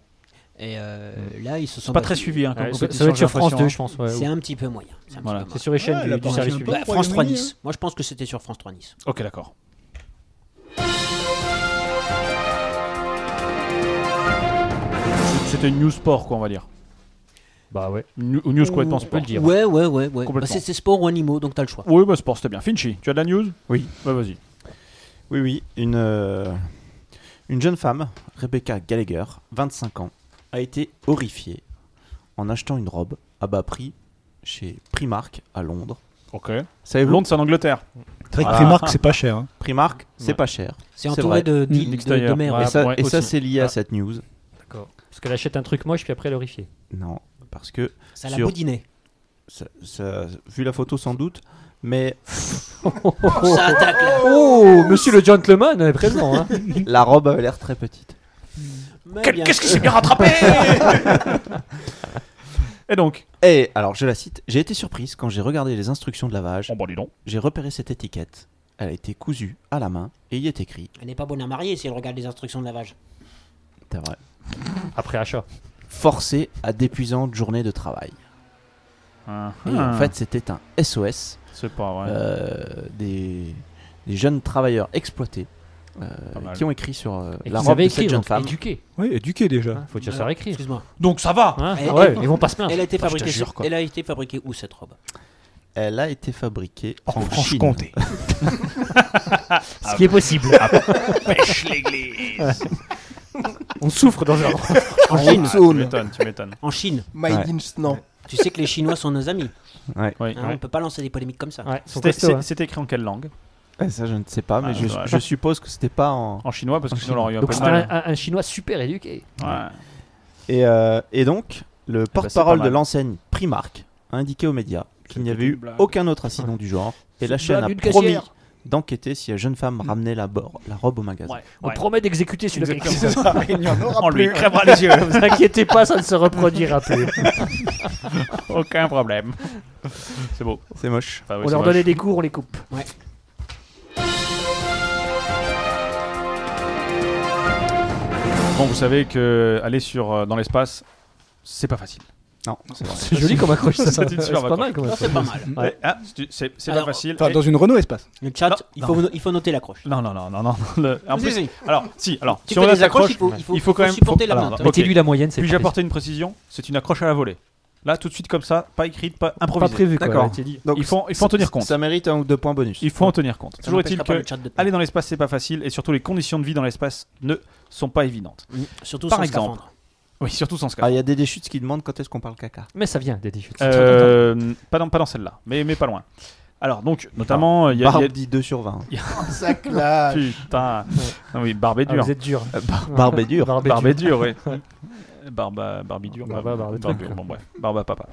S1: Et euh, là, ils se sont
S3: Pas
S1: battus.
S3: très suivi hein, comme
S5: Ouais, ça-
S3: compétition,
S5: Ça va être
S3: j'ai
S5: sur France
S3: l'impression,
S5: 2,
S3: hein.
S5: je pense. ouais,
S1: C'est
S5: ou-
S1: un petit peu moyen. C'est un petit
S3: Voilà.
S1: peu
S5: C'est
S1: moyen.
S5: sur les
S4: Ouais,
S5: chaînes
S4: la
S5: du- du
S4: barre,
S5: service
S4: c'est un peu-
S5: public.
S1: Bah, France 3
S4: Royaume-Uni,
S1: Nice. Moi, je pense que c'était sur France 3 Nice.
S3: hein. Ok, d'accord. C'était une news sport, quoi, on va dire.
S5: Bah ouais.
S3: Une new- une news complètement sport.
S1: Ouais, ouais, ouais, ouais.
S3: Complètement.
S1: Bah, c'est, c'est sport ou animaux, donc t'as le choix.
S3: Oui, bah sport, c'était bien. Finchi, tu as de la news
S2: Oui.
S3: Bah vas-y.
S2: Oui, oui. Une, euh, une jeune femme, Rebecca Gallagher, 25 ans, a été horrifiée en achetant une robe à bas prix chez Primark à Londres.
S3: Ok.
S2: Savez-vous,
S3: Londres, c'est en Angleterre.
S4: C'est vrai que
S2: Ah.
S4: Primark, c'est pas cher. hein.
S2: Primark, c'est
S3: Ouais.
S2: pas cher.
S1: C'est
S2: C'est
S1: entouré
S2: vrai.
S1: de, de,
S3: Mm.
S1: de, de
S3: Extérieur.
S1: mer.
S3: Ouais.
S2: et ça,
S3: Ah,
S2: et ça,
S3: aussi.
S2: c'est lié
S3: Ah.
S2: à cette news.
S5: D'accord. Parce qu'elle achète un truc moche puis après elle horrifié.
S2: Non, parce que.
S5: Ça l'a
S2: sur-
S5: boudiné.
S2: Ça- ça- vu la photo, sans doute, mais.
S5: (laughs) ça attaque, là. Oh, monsieur le gentleman est présent,
S2: (laughs)
S5: hein.
S2: la robe avait l'air très petite.
S5: Mais
S3: Quel-
S5: bien
S3: Qu'est-ce qui
S5: sûr.
S3: s'est bien rattrapé
S2: (laughs) Et donc Et alors, je la cite J'ai été surprise quand j'ai regardé les instructions de lavage. J'ai repéré cette étiquette. Elle a été cousue à la main et y est écrit.
S1: Elle n'est pas bonne à marier si elle regarde les instructions de lavage.
S2: C'est vrai.
S5: Après achat.
S2: Forcé à d'épuisantes journées de travail. Et en fait, c'était un SOS.
S3: C'est pas vrai.
S2: Euh, des, des jeunes travailleurs exploités euh,
S3: mal.
S2: qui ont écrit sur euh,
S5: Et
S2: la
S5: qu'ils
S2: robe
S5: avaient
S2: de cette
S5: écrit,
S2: jeune
S5: donc,
S2: femme.
S5: éduqués. Hein
S4: Oui, éduqué déjà.
S5: faut déjà
S1: Alors,
S5: savoir écrire.
S1: Euh, Excuse-moi.
S3: Donc ça va.
S5: Hein
S1: Elle-
S5: Ah ouais,
S1: elle-
S5: ils vont pas se plaindre.
S1: Elle a été
S2: Putain, je te
S1: fabriquée.
S2: jure,
S1: sur-
S2: quoi.
S1: Elle a été fabriquée où cette robe
S2: Elle a été fabriquée en, Chine. (laughs)
S4: Franche-Comté.
S5: Ce qui est possible.
S3: Ah, Pêche l'église.
S5: On souffre dans un.
S1: En
S2: Ah,
S1: Chine.
S3: Ah, tu m'étonnes, tu m'étonnes.
S1: En Chine.
S6: Made
S2: Ouais.
S6: in Snan.
S1: Tu sais que les Chinois sont nos amis.
S2: Ouais.
S3: Oui,
S1: hein, On
S3: oui.
S1: peut pas lancer des polémiques comme ça.
S5: Ouais, ils sont
S3: C'était-
S5: costauds,
S3: c'est-
S5: hein.
S3: C'était écrit en quelle langue
S2: Ouais, Eh, ça, je ne sais pas, mais
S3: Ah,
S2: je,
S3: ouais.
S2: je suppose que c'était pas en.
S3: En chinois, parce que
S2: En
S3: sinon, on aurait eu un
S5: Donc
S3: peu de
S5: c'était
S3: mal.
S5: un, un- un chinois super éduqué.
S3: Ouais.
S2: Et, euh, et donc, le
S3: Eh ben, pas
S2: porte-parole de
S3: mal.
S2: l'enseigne Primark a indiqué aux médias qu'il n'y avait
S3: une
S2: eu
S3: blague.
S2: aucun autre incident du genre. Et la chaîne a
S5: une
S2: promis
S5: caissière.
S2: d'enquêter si la jeune femme
S3: Mm.
S2: ramenait la, bor- la robe au magasin.
S5: On promet d'exécuter celui-là. qui-
S4: Il n'y en aura
S3: On lui crèvera les yeux.
S5: Vous inquiétez pas, ça ne se reproduira plus.
S3: (laughs) Aucun problème. C'est beau.
S2: C'est moche.
S3: Enfin, Bah oui,
S5: On
S3: c'est
S5: leur
S3: moche.
S5: donnait des cours, on les coupe.
S3: Bon, vous savez que aller sur, euh, dans l'espace, c'est pas facile.
S2: Non,
S5: C'est joli comme accroche
S3: (laughs)
S5: ça.
S3: C'est une super
S5: pas mal comme accroche.
S1: C'est pas mal.
S3: Ouais. Ah, c'est- c'est c'est pas
S1: Alors,
S3: facile.
S4: Enfin,
S3: Et-
S4: dans une Renault Espace.
S1: Le chat,
S3: Non,
S1: il, faut, il faut noter l'accroche.
S3: Non, non, non, non, non. le- En
S1: Si,
S3: plus,
S1: si.
S3: alors, si, alors,
S1: Tu
S3: si on
S1: fais
S3: a
S1: des accroches,
S3: accroches,
S1: il faut- il faut-
S3: il faut quand
S1: faut
S3: même
S1: supporter la
S3: alors,
S1: main.
S3: ok.
S5: Mettez-lui la moyenne, c'est
S3: Puis-je
S5: pas-
S3: apporter une précision C'est une accroche à la volée. Là, tout de suite, comme ça, pas écrite, pas
S5: pas
S3: improvisée.
S5: prévu. quoi,
S2: D'accord.
S5: ouais, t'es dit.
S2: Donc,
S3: il faut, il faut en tenir compte.
S2: Ça mérite un ou deux points bonus.
S3: Il faut en tenir compte.
S1: Ça
S3: Toujours est-il
S1: n'empêchera pas
S3: que
S1: le chat de te-
S3: aller dans l'espace, c'est pas facile, et surtout les conditions de vie dans l'espace ne sont pas évidentes.
S1: Mm. Surtout
S3: Par
S1: sans
S3: exemple.
S1: scaphandre.
S3: Oui, surtout sans
S2: Ah,
S3: scaphandre.
S2: il y a des déchutes qui demandent quand est-ce qu'on parle caca.
S5: Mais ça vient des déchutes.
S1: hein
S3: Euh, pas dans, pas dans celle-là, mais, mais pas loin. Alors, donc, notamment, euh, il y a. il
S2: Barbe
S3: y a-
S2: dit 2 Bah, sur 20.
S1: (laughs) Oh,
S6: Ça claque.
S3: Putain. Ah oui, barbe est
S5: Ah,
S3: dure. Euh,
S5: vous êtes dur.
S2: Barbe est dure.
S5: Barbe
S3: Barbe
S5: est
S3: est
S5: dure.
S3: dure,
S5: (laughs)
S3: oui. Barbe à- Barbie dure. euh,
S5: Barbe à Barbie,
S3: Barbe-
S5: truc.
S3: bon, bref. Barbe à papa.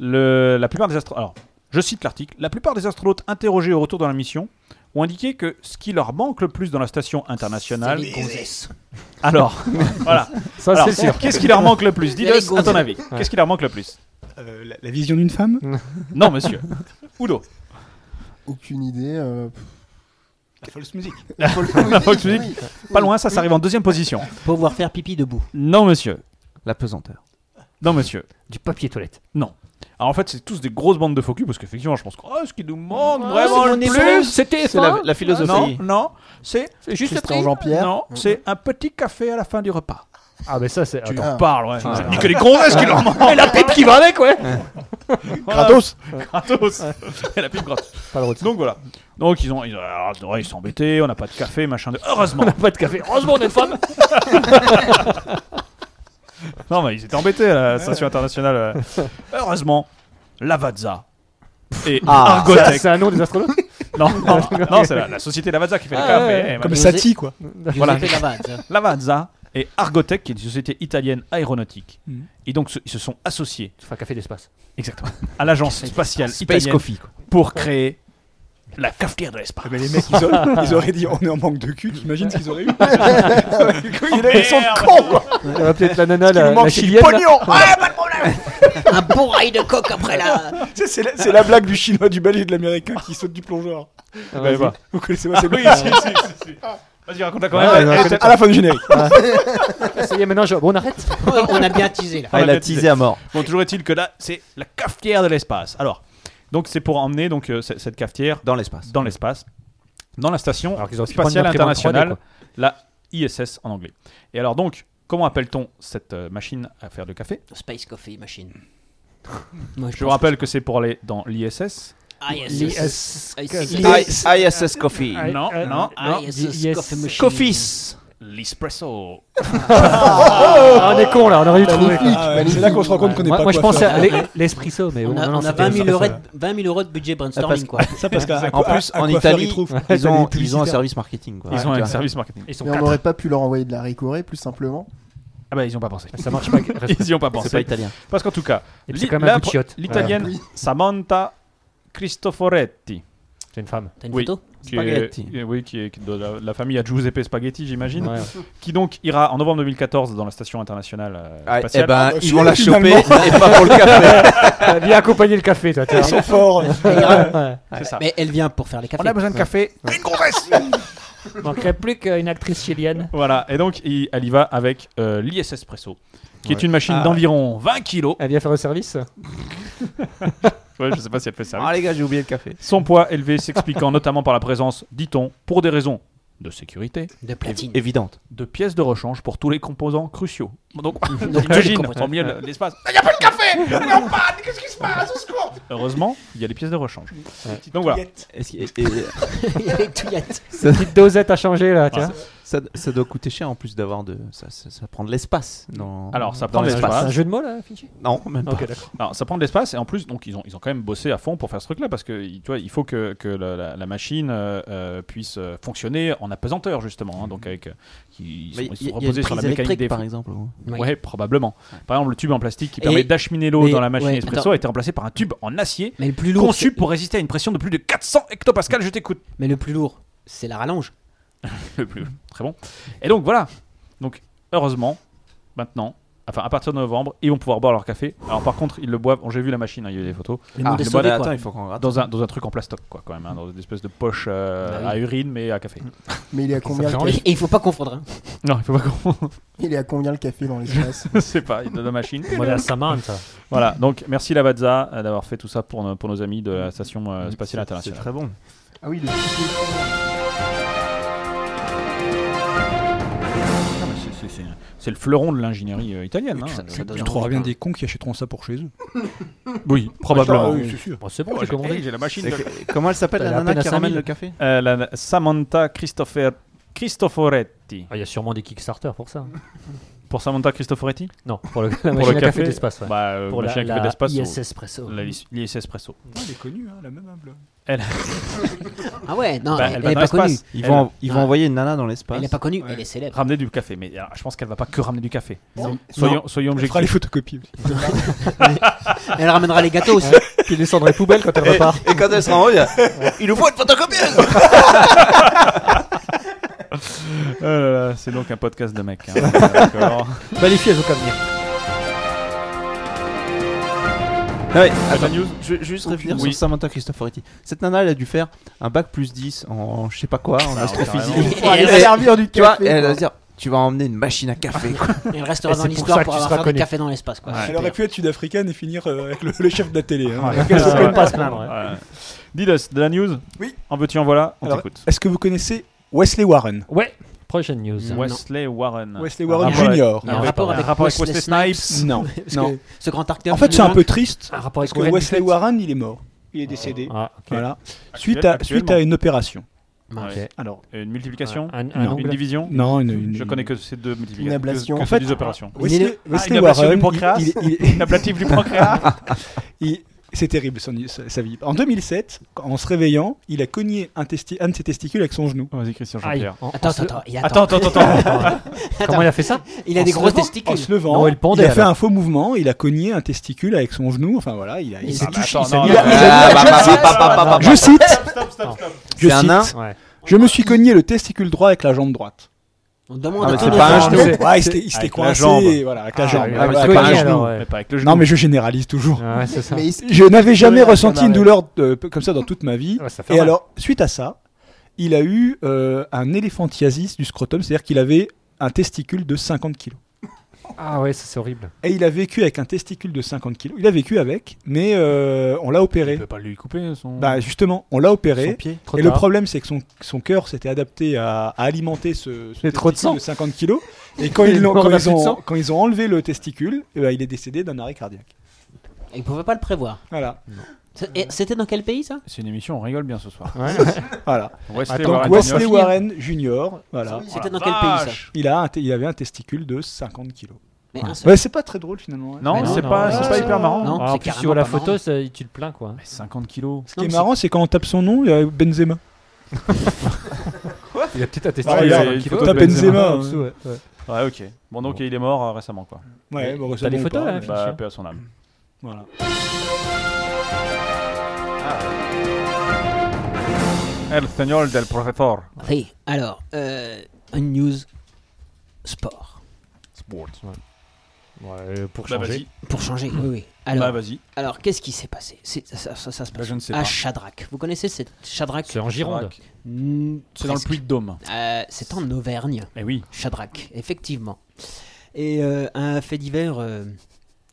S3: Le, la plupart des astro- Alors, je cite l'article. La plupart des astronautes interrogés au retour dans la mission ont indiqué que ce qui leur manque le plus dans la station internationale.
S1: C'est les gonzesses.
S5: (laughs)
S3: Alors, voilà.
S5: Ça
S3: Alors,
S5: c'est sûr.
S3: Qu'est-ce qui leur manque le plus
S1: Les
S3: Dis-le à ton
S1: gonzesses.
S3: avis. Qu'est-ce qui leur manque le plus
S4: Euh, la, la vision d'une femme
S3: Non, monsieur. Udo.
S6: Aucune idée. euh, pff.
S4: (laughs) La false musique.
S3: (laughs) La Fox Music. Pas loin, ça, ça arrive en deuxième position.
S1: Pouvoir faire pipi debout.
S3: Non, monsieur.
S2: La pesanteur.
S3: Non, monsieur.
S5: Du papier toilette.
S3: Alors, en fait, c'est tous des grosses bandes de faux culs parce qu'effectivement, je pense que oh, ce qui nous manque
S5: Ah,
S3: vraiment le plus,
S5: C'était
S2: C'est la, la
S3: Non,
S2: philosophie.
S3: non, c'est juste
S6: Tristan Jean-Pierre.
S3: Non,
S2: Mm. (laughs)
S3: c'est un petit café à la fin du repas.
S5: Mm-hmm. Ah mais ça c'est.
S3: Tu
S5: attends.
S3: en parles, ouais.
S2: Ah,
S3: Je dis que les gonzesses qui leur manquent.
S5: Et la pipe qui va avec (laughs) ouais.
S3: Gratos Gratos Et la pipe gratos.
S5: Pas le retour.
S3: Donc voilà. Donc ils ont, ils, ont- alors, ouais, ils sont embêtés, on n'a pas de café, machin de.
S5: (laughs)
S3: Heureusement
S5: Pas de café. Heureusement on est une femme.
S3: (laughs) Non, mais ils étaient embêtés à la station internationale. euh.
S5: (laughs)
S3: Heureusement, Lavazza et
S2: Ah,
S3: Argotec.
S5: C'est un nom des
S3: (laughs)
S5: astronautes.
S3: Non, non, non, c'est la, la société Lavazza qui fait les
S5: Ah,
S3: cafés.
S5: ouais.
S3: eh,
S4: Comme
S3: machin.
S4: Satie, quoi.
S3: Voilà.
S1: Giuseppe Lavazza.
S3: Lavazza et Argotec, qui est une société italienne aéronautique.
S4: Mhm.
S3: Et donc, se- ils se sont associés
S5: Enfin café d'espace.
S3: Exactement. À l'agence spatiale
S2: Space
S3: italienne
S2: Coffee. quoi.
S3: pour créer la cafetière de l'espace.
S4: Ah, mais les mecs, ils, auraient- ils auraient dit on est en manque de cul, t'imagines ce qu'ils
S3: (laughs)
S4: auraient eu
S3: ils sont cons quoi
S5: Il y avait peut-être la nana la,
S4: manque,
S5: la
S4: c'est du Ah,
S5: chilienne. là.
S1: Un bourraille de coque après la.
S4: (laughs) Tu sais, C'est la, c'est la blague du chinois, du belge et de l'américain qui saute du plongeoir.
S5: Ah, vas-y.
S4: Vous connaissez (laughs) pas cette
S3: bah, Oui,
S4: blague
S3: si, si, si, si. Vas-y, raconte-la quand même.
S5: Ouais,
S3: Elle-
S5: ouais,
S3: elle
S5: raconte-
S3: était-
S4: À la fin du générique.
S5: (laughs) Ça y est maintenant je- bon, on arrête.
S1: On a bien teasé là.
S2: Ah, il
S3: la
S2: a teasé à mort.
S3: Bon, toujours est-il que là, c'est la cafetière de l'espace. Alors, donc c'est pour emmener donc, euh, c- cette cafetière
S2: Dans l'espace.
S3: dans l'espace, dans la station
S5: Alors qu'ils auraient pu prendre une
S3: spatiale
S5: imprimante 3D,
S3: internationale, la ISS en anglais. Et alors donc, comment appelle-t-on cette euh, machine à faire du café
S1: Space Coffee Machine. Moi,
S3: Je vous
S1: pense-
S3: rappelle que c'est pour aller dans l'ISS.
S1: Ah, yes, yes,
S5: L'IS.
S1: yes. Ah, yes, yes.
S2: I- ISS Coffee.
S5: I-
S3: Non,
S5: I-
S3: non,
S1: Ah,
S3: non.
S1: yes,
S5: yes.
S1: yes, Coffee Machine.
S2: Coffees.
S3: L'espresso.
S5: Ah, on est con là, on aurait dû trouver. quoi.
S4: Ah, ouais, C'est là qu'on se rend compte qu'on n'est
S5: Moi,
S4: pas
S5: moi, je
S4: quoi
S5: pensais
S4: faire.
S5: à l'e- l'espresso, mais
S1: On
S5: bon,
S1: a,
S5: non, non,
S1: on a
S5: c'était
S1: 20, 000
S5: l'espresso.
S1: euros de, 20 000 euros de budget brainstorming quoi.
S4: Ça parce qu'à-
S2: En
S4: à-
S2: plus,
S4: à
S2: en
S4: quoi faire,
S2: Italie,
S4: trouvent. (laughs) T'as des
S2: ils ont, ils ont un
S4: publicitaires.
S2: service marketing. Quoi.
S3: Ils ont un
S2: Ouais, tu vois.
S3: service marketing.
S5: Ils sont
S6: Mais on
S5: quatre.
S6: n'aurait pas pu leur envoyer de la ricorée plus simplement.
S3: Ah bah ils n'y ont pas pensé. (laughs)
S5: Ça marche pas, reste-
S3: ils n'y ont pas
S2: C'est
S3: pensé.
S2: pas italien.
S3: Parce qu'en tout cas,
S5: Et puis
S3: l'i-
S5: c'est quand même un
S3: la
S5: bout de
S3: pro-
S5: chiottes.
S3: l'italienne
S6: Ouais.
S3: Samantha Cristoforetti.
S5: C'est une femme.
S1: T'as une
S3: Oui.
S1: photo
S3: Qui est,
S2: Spaghetti.
S3: euh, oui, qui est qui est de la, la famille à Giuseppe Spaghetti, j'imagine.
S5: Ouais.
S3: Qui donc ira en novembre 2014 dans la station internationale euh,
S2: Ah,
S3: spatiale.
S2: eh ben,
S4: bah,
S2: ils vont la choper
S4: finalement.
S2: et pas
S4: (laughs)
S2: pour le café.
S5: (laughs) T'as bien accompagné le café, toi. t'es-
S4: fort.
S5: Ouais.
S3: C'est ça.
S1: euh, Mais elle vient pour faire les cafés.
S3: de café.
S2: (laughs)
S5: Manquerait plus qu'une actrice chilienne.
S3: Voilà, et donc il- elle y va avec euh, l'ISS Presso, qui est une machine
S2: Ah.
S3: d'environ 20 kilos.
S5: Elle vient faire le service
S3: (laughs) Ouais, je sais pas si elle fait ça.
S2: Ah les gars, j'ai oublié le café.
S3: Son poids élevé s'expliquant (laughs) notamment par la présence, dit-on, pour des raisons de sécurité,
S1: de platine.
S2: Évidente.
S3: de pièces de rechange pour tous les composants cruciaux. Donc, (laughs)
S1: Donc,
S3: imagine,
S1: (laughs) tous les
S3: en milieu de l'espace. Il n'y a pas de café Il est en panne Qu'est-ce qui se passe Heureusement, il y a les pièces de rechange. Donc voilà.
S2: Est-ce qu'il- et-
S5: (laughs)
S2: et-
S1: Il y a les touillettes.
S2: (laughs) ça,
S5: Petite dosette à changer, là, tiens.
S2: ça- ça doit coûter cher en plus d'avoir de. Ça, ça, ça prend de l'espace. dans-
S3: Alors, ça
S2: dans
S3: prend de
S5: C'est un
S3: l'espace.
S5: jeu de mots, là, Finchi
S2: Non, même pas.
S5: Ok, d'accord.
S3: Alors, ça prend de l'espace et en plus, donc ils ont, ils ont quand même bossé à fond pour faire ce truc-là parce que tu vois, il faut que, que la, la- la machine euh, euh, puisse euh, fonctionner en apesanteur justement. hein, donc avec, euh, ils, sont,
S2: Mm-hmm. Mais
S3: ils
S2: il
S3: sont
S2: y a- il y a
S3: reposés
S2: une
S3: sur la
S2: prise
S3: mécanique
S2: électrique,
S3: des
S2: par exemple. ou-
S1: Oui.
S3: Ouais, probablement. Par exemple, le tube en plastique qui
S1: Et-
S3: permet d'acheminer l'eau
S1: mais-
S3: dans la machine
S1: ouais,
S3: espresso
S1: attends.
S3: a été remplacé par un tube en acier
S1: Mais le plus lourd.
S3: conçu
S1: c'est-
S3: pour résister à une pression de plus de 400 hectopascal. Je t'écoute.
S1: Mais le plus lourd, c'est la rallonge.
S3: (laughs) Le plus très bon. Et donc voilà. Donc heureusement, maintenant. Enfin, à partir de novembre, ils vont pouvoir boire leur café. Alors, par contre, ils le boivent. J'ai vu la machine, hein, il y a eu des photos.
S1: Le monde
S3: le
S1: est
S3: bon
S1: sauvé,
S3: attends,
S1: quoi.
S2: il faut qu'on rate.
S3: Dans un, dans un truc en plastoc, quoi, quand même. hein, dans une espèce de poche euh,
S1: Bah oui.
S3: à urine, mais
S1: (laughs)
S3: à café.
S6: Mais il est à combien le
S5: fait
S6: café
S1: Et et il faut pas confondre. hein.
S3: Non, il faut pas qu'on.
S6: Il est à combien le café dans l'espace
S3: (laughs) Je sais pas, il donne la machine.
S5: Moi, la Samantha.
S3: voilà, donc merci Lavazza euh, d'avoir fait tout ça pour, nos- pour nos amis de la station euh, spatiale
S2: C'est- C'est
S3: internationale.
S2: très bon.
S6: Ah oui, il est petit.
S3: Ah, mais c'est- c'est- c'est- C'est le fleuron de l'ingénierie euh, italienne.
S1: Ah,
S3: hein, le-
S4: Tu trouveras bien des cons qui achèteront ça pour chez eux.
S3: (laughs) Oui,
S4: Ah
S3: probablement. Bah,
S4: oui, c'est sûr.
S5: Bon, c'est bon, j'ai commandé.
S3: la machine.
S2: Et Comment elle s'appelle
S5: Elle a à
S2: la
S5: peine
S2: nana
S5: à
S2: qui
S5: 5000.
S2: ramène le café
S3: Euh, la Samantha Christopher... Cristoforetti.
S5: Ah, Il y a sûrement des Kickstarter pour ça. hein.
S3: (laughs) Pour Samantha Cristoforetti (laughs)
S5: Non, pour le, la machine à café d'espace. ouais.
S3: Bah, euh,
S5: Pour la,
S3: machine à café
S5: la
S3: d'espace. oh. ou-
S5: ISS Presso.
S3: la lis- l'ISS Espresso.
S4: elle est connue, hein, la même humble. (laughs)
S1: Ah ouais, non,
S3: Bah,
S1: elle, elle
S3: va
S1: est
S3: dans
S1: pas connue.
S3: l'espace.
S2: Ils
S3: Elle-
S2: vont, ils vont
S1: Ah.
S2: envoyer une nana dans l'espace.
S1: Elle est pas connue,
S4: Ouais.
S1: elle est célèbre.
S3: Ramener du café. Mais alors, je pense qu'elle va pas que ramener du café.
S6: Non.
S3: Soyons, soyons
S4: Elle fera les
S3: objectifs.
S4: photocopies. aussi.
S3: (laughs)
S1: Elle ramènera les gâteaux aussi.
S5: Puis descendrait poubelle quand elle repart.
S2: Et quand elle sera en haut, il
S3: (laughs)
S2: y a- il nous faut une photocopieuse
S3: Oh là là, C'est donc un podcast
S1: (laughs)
S3: de mec. hein. D'accord.
S5: Bah, les filles, elles vont quand même venir.
S2: Ah ouais,
S3: La
S2: attends,
S3: news
S2: je veux juste revenir
S3: Oui.
S2: sur Samantha Cristoforetti. Cette nana, elle a dû faire un bac plus 10 en je sais pas quoi, en
S3: Ah, carrément.
S2: astrophysique.
S1: Et elle,
S2: Et-
S6: servir du
S2: tu vois,
S6: café.
S2: elle va
S6: quoi.
S2: se dire Tu vas emmener une machine à café.
S3: (laughs)
S2: quoi.
S1: elle restera
S5: Et
S1: dans
S5: c'est pour
S1: l'histoire
S5: ça que
S1: pour
S5: tu
S1: avoir
S5: seras
S1: faire
S5: connu.
S1: des cafés dans l'espace. quoi.
S3: Ouais.
S4: Elle aurait pu être sud-africaine et finir euh, avec le, le chef de la télé. hein.
S3: Ouais.
S5: Elles
S3: Ça
S5: vont
S3: va.
S5: pas se plaindre. ouais.
S3: Ouais. Didus, de la news
S4: Oui.
S3: En veux-tu, en voilà On
S4: Alors,
S3: t'écoute.
S4: Est-ce que vous connaissez Wesley Warren
S5: Ouais, prochaine news.
S1: Non.
S3: Wesley Warren.
S4: Wesley
S3: Un
S4: Warren
S3: rapport avec-
S4: Junior.
S1: Il y a un rapport avec,
S3: rapport avec
S1: Wesley Snipes.
S3: Wesley Snipes.
S4: (laughs)
S1: (laughs)
S4: Non.
S1: Parce
S4: non.
S1: que ce grand acteur.
S4: En fait, c'est un peu triste
S5: Un rapport
S4: parce
S5: avec
S4: que
S5: Warren
S4: Wesley
S5: Buffett.
S4: Warren, il est mort. Il est décédé.
S5: Ah, ok.
S4: Voilà. Suite à, suite à une opération.
S3: Ouais.
S5: Ok.
S4: Alors,
S3: Une multiplication
S5: Un, un,
S4: Non.
S3: Une
S5: ongle.
S3: division
S4: non, une, une-
S3: Je connais que ces deux multiplications.
S6: Une ablation.
S3: Que, que
S4: En
S3: ces
S4: fait,
S3: deux opérations.
S4: Wesley,
S3: Ah,
S4: Wesley
S3: une ablation
S4: Warren,
S3: du pancréas.
S4: il- il- il-
S3: Une ablative du pancréas.
S4: (laughs) il- c'est terrible son, sa, sa vie. En 2007, en se réveillant, il a cogné un, testi- un de ses testicules avec son genou.
S3: Oh, Vas-y, Christian
S5: Aïe.
S3: Jean-Pierre.
S5: En- en
S1: Attends,
S5: se-
S1: attends, attends. il attend.
S3: Attends, attends, attends.
S5: (laughs) Comment il a fait ça
S1: Il a
S5: en
S1: des
S5: se
S1: grosses
S5: levant.
S4: En
S1: testicules.
S4: se levant,
S5: Non, il pendait,
S4: a fait
S5: alors.
S4: un faux mouvement, il a cogné un testicule avec son genou. Enfin voilà, il a. il
S1: Il
S4: s'est
S1: s'est
S4: touché,
S3: touché,
S4: il
S3: il
S4: s'est
S3: s'est
S4: mis-
S3: mis-
S4: il a-
S2: Ah, bah, bah, bah, bah, bah, bah, bah.
S4: Je cite, je
S2: C'est un
S4: cite,
S2: nain
S5: Ouais.
S4: je me suis cogné le testicule droit avec la jambe droite.
S1: On demande
S2: Ah,
S1: à
S2: mais
S1: tout
S2: c'est
S1: le
S2: pas un
S1: monde.
S2: genou.
S4: Ouais, il s'était- il s'était
S3: Avec la
S4: coincé,
S3: jambe.
S4: et voilà, avec la
S5: Ah,
S4: jambe.
S5: oui,
S4: Voilà,
S2: mais c'est
S4: avec
S2: pas
S4: la
S2: un
S4: jambe.
S5: genou.
S3: Mais pas avec le genou.
S4: Non, mais je généralise toujours.
S5: Ouais, c'est ça.
S6: Mais il s-
S4: Je n'avais jamais
S6: Cholera,
S4: ressenti une
S6: camarade.
S4: douleur de- peu- comme ça dans toute ma vie.
S5: Ouais, ça fait
S4: Et
S5: mal.
S4: alors, suite à ça, il a eu euh, un éléphantiasis du scrotum, c'est-à-dire qu'il avait un testicule de 50 kilos.
S5: Ah ouais, ça c'est horrible.
S4: Et il a vécu avec un testicule de 50 kilos. Il a vécu avec, mais euh, on l'a
S3: Tu
S4: opéré.
S3: peux pas lui couper hein, son.
S4: Bah justement, on l'a
S2: son
S4: opéré.
S2: pied.
S5: Trop
S4: et le
S5: tard.
S4: problème, c'est que son, son cœur s'était adapté à, à alimenter ce, ce
S5: Les trop de
S4: testicule
S5: sang.
S4: de 50 kilos.
S5: (laughs)
S4: Et quand,
S5: Il
S4: ils
S5: est
S4: l'ont-
S5: mort
S4: quand,
S5: d'un
S4: ils
S5: flux de
S4: ont,
S5: sang.
S4: quand ils ont enlevé le testicule, eh ben, il est décédé d'un arrêt cardiaque.
S1: Il pouvait pas le prévoir.
S4: Voilà.
S1: C'est- et C'était dans quel pays ça
S3: C'est une émission, on rigole bien ce soir.
S4: voilà.
S3: Wesley
S4: Donc
S3: Warren.
S4: Wesley
S3: Junior.
S4: Warren Jr. Voilà.
S1: C'était
S3: Oh la
S1: dans quel pays ça
S3: vache.
S4: Il, a un te- il avait un testicule de 50 kilos.
S1: Mais un seul.
S4: Ouais, c'est pas très drôle finalement. hein.
S3: Non,
S1: Mais
S3: c'est
S5: non,
S3: pas,
S5: non,
S3: c'est
S5: non,
S3: pas
S5: non,
S3: hyper marrant.
S1: non.
S5: Ah, en
S1: c'est
S5: plus, tu
S1: carrément
S5: vois la
S1: pas marrant.
S5: photo, ça- tu te plains quoi.
S3: Mais 50 kilos.
S4: Ce qui est
S1: Non, mais
S4: marrant, c'est quand on tape son nom, il y a Benzema.
S5: Il a peut-être
S4: Ah,
S5: attesté
S4: (laughs) il y a-
S3: Ah, il faut taper
S4: Benzema, hein.
S5: ouais. ouais.
S3: Ouais, ok. Bon, donc il est mort euh, récemment, quoi.
S4: Ouais, bon,
S3: T'as
S4: récemment
S3: des
S4: ou
S3: photos
S4: pas,
S3: là
S4: mais-
S3: Bah, paix à son âme.
S4: Voilà.
S3: Ah. El Señor del Profesor.
S1: Oui, alors, euh, une news sport.
S3: Sport.
S5: Ouais, euh, pour
S3: Bah,
S5: changer.
S3: vas-y.
S1: Pour (laughs) changer, oui, oui. Alors,
S3: Bah, vas-y.
S1: Alors, qu'est-ce qui s'est passé C'est- ça, ça- ça se passe
S3: Bah, je ne sais
S1: à
S3: pas.
S1: Chadrac. Vous connaissez cette Chadrac
S5: C'est en Gironde.
S3: C'est dans le Puy de Dôme.
S1: Euh, c'est en Auvergne,
S3: Eh oui.
S1: Chadrac, effectivement. Et euh, un fait divers euh,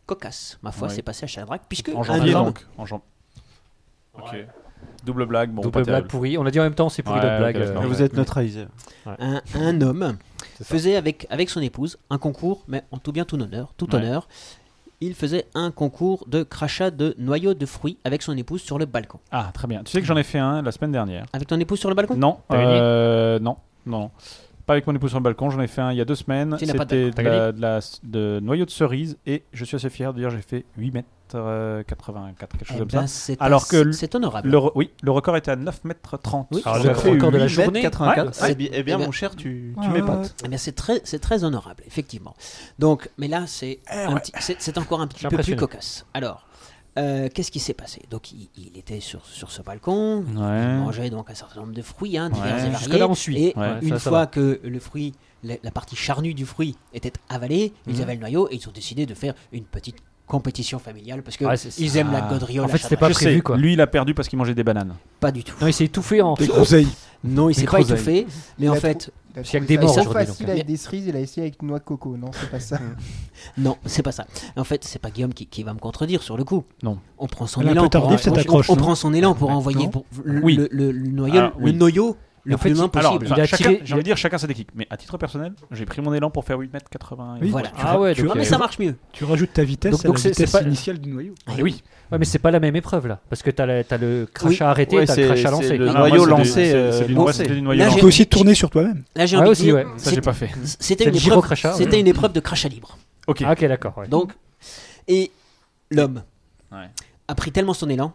S1: cocasse, ma foi,
S3: Ouais.
S1: c'est passé à Chadrac, puisque
S3: En
S1: un
S3: janvier,
S1: homme-
S3: donc. En janvier. Ok. Double blague, bon, pas
S5: Double blague
S3: terrible.
S5: pourrie. On a dit en même temps, c'est pourri
S3: Ouais,
S5: notre
S3: ok,
S5: blague.
S3: d'accord.
S5: euh,
S2: Vous êtes neutralisé.
S1: euh, un, un homme
S5: C'est ça.
S1: faisait avec, avec son épouse un concours, mais en tout bien, tout honneur, tout
S3: Ouais.
S1: honneur. Il faisait un concours de crachat de noyaux de fruits avec son épouse sur le balcon.
S3: Ah, très bien. Tu sais que j'en ai fait un la semaine dernière.
S1: Avec ton épouse sur le balcon
S3: Non,
S5: T'as gagné
S3: euh, non, non. Pas avec mon épouse sur le balcon, j'en ai fait un il y a deux semaines.
S1: Tu n'as pas de
S3: C'était de,
S5: balcon.
S3: la- de, la- de noyau de cerise et je suis assez fier de dire j'ai fait 8 mètres euh, 84, quelque chose
S1: Eh
S3: comme
S1: ben,
S3: ça.
S1: c'est
S3: Alors
S1: un-
S3: que le-
S1: c'est honorable.
S3: Le, re- oui, le record était à 9 mètres 30.
S1: Oui.
S5: Alors, le record de la journée. Ah,
S2: 84.
S3: Ouais,
S2: Eh bien, eh bien,
S1: Eh ben-
S2: mon cher, tu,
S4: Ouais,
S2: tu
S4: ouais,
S2: m'épates.
S1: Eh bien, c'est très, c'est très honorable, effectivement. Donc, mais là, c'est
S5: Ah,
S1: un petit- c'est c'est encore un petit
S5: J'ai
S1: peu plus
S5: impressionné.
S1: cocasse. Alors, euh, qu'est-ce qui s'est passé Donc, il, il était sur, sur ce balcon, il
S3: Ouais.
S1: mangeait donc un certain nombre de fruits, hein, divers
S3: Ouais.
S1: et variés.
S5: Jusque-là, on suit.
S1: Et
S5: Ouais,
S1: une
S5: ça, ça
S1: fois
S5: va.
S1: que le fruit, la, la partie charnue du fruit était avalée,
S5: Mhm.
S1: ils avaient le noyau et ils ont décidé de faire une petite compétition familiale parce que
S5: Ouais, c'est
S1: ils
S5: ça.
S1: aiment la gaudriole.
S5: En fait,
S1: à
S5: c'était
S1: Chadrac.
S5: pas
S3: Ah. Je
S5: prévu,
S3: sais,
S5: quoi.
S3: lui il a perdu parce qu'il mangeait des bananes.
S1: pas du tout.
S5: Non, il s'est étouffé en.
S4: Des groseilles.
S1: Non, il s'est pas
S5: Microseille.
S1: étouffé, mais
S6: Il
S1: en
S6: a
S1: fait,
S6: trou- Il a
S5: C'est
S6: trouvé
S5: avec des
S6: ça
S5: morts
S6: trop
S5: aujourd'hui,
S6: facile
S5: donc.
S6: avec des cerises, il a essayé avec une noix de coco. Non, c'est pas ça.
S1: Non, c'est pas ça. En fait, c'est pas Guillaume qui, qui va me contredire sur le coup.
S3: Non. Ah,
S1: On prend son
S4: Elle est un
S1: élan.
S4: peu
S1: pour
S4: tardive,
S1: en-
S4: cette
S1: on-
S4: accroche,
S1: On,
S4: non
S1: prend son élan pour envoyer pour- le,
S3: Oui.
S1: le, le- le noyau,
S3: Alors,
S1: le
S3: oui.
S1: noyau le
S5: En fait,
S1: plus loin
S5: il- alors,
S1: possible.
S5: il a
S3: chacun-
S5: tiré-
S3: J'ai envie de dire, chacun ses techniques. Mais à titre personnel, j'ai pris mon élan pour faire 8 mètres 80.
S4: Oui,
S1: voilà.
S4: tu
S5: Ah
S4: ra-
S5: ouais,
S4: tu
S5: donc
S4: ra-
S5: il y
S1: Mais
S5: a-
S1: ça marche mieux.
S4: Tu rajoutes ta vitesse
S5: Donc-
S4: à
S5: donc
S4: la
S5: c'est- c'est
S4: vitesse
S5: pas-
S4: initiale du noyau.
S3: Ah oui.
S5: Ouais, mais c'est pas la même épreuve là. Parce que t'as la- t'as le crachat arrêté
S2: Ouais,
S5: et t'as
S2: c'est-
S5: le crachat
S2: c'est
S5: lancé.
S2: le-
S3: Ah non, moi,
S2: noyau
S3: c'est
S2: lancé,
S3: du- c'est-
S2: euh,
S3: c'est du noyau-
S2: lancé.
S3: c'était du noyau
S1: Là,
S4: Tu
S3: lancé.
S4: peux aussi tourner sur toi-même.
S1: Là, j'ai
S5: Ouais,
S1: envie
S5: Ah, aussi,
S1: de dire,
S5: ouais.
S3: Ça, j'ai
S1: c'est-
S3: pas fait.
S1: c'était
S5: C'est
S1: une
S5: le
S1: épreuve,
S5: gyrocrachat,
S1: c'était
S5: ouais.
S1: une épreuve de crachat libre.
S3: Ok.
S5: Ah, ok, d'accord. ouais.
S1: Donc, et l'homme
S3: Ouais.
S1: a pris tellement son élan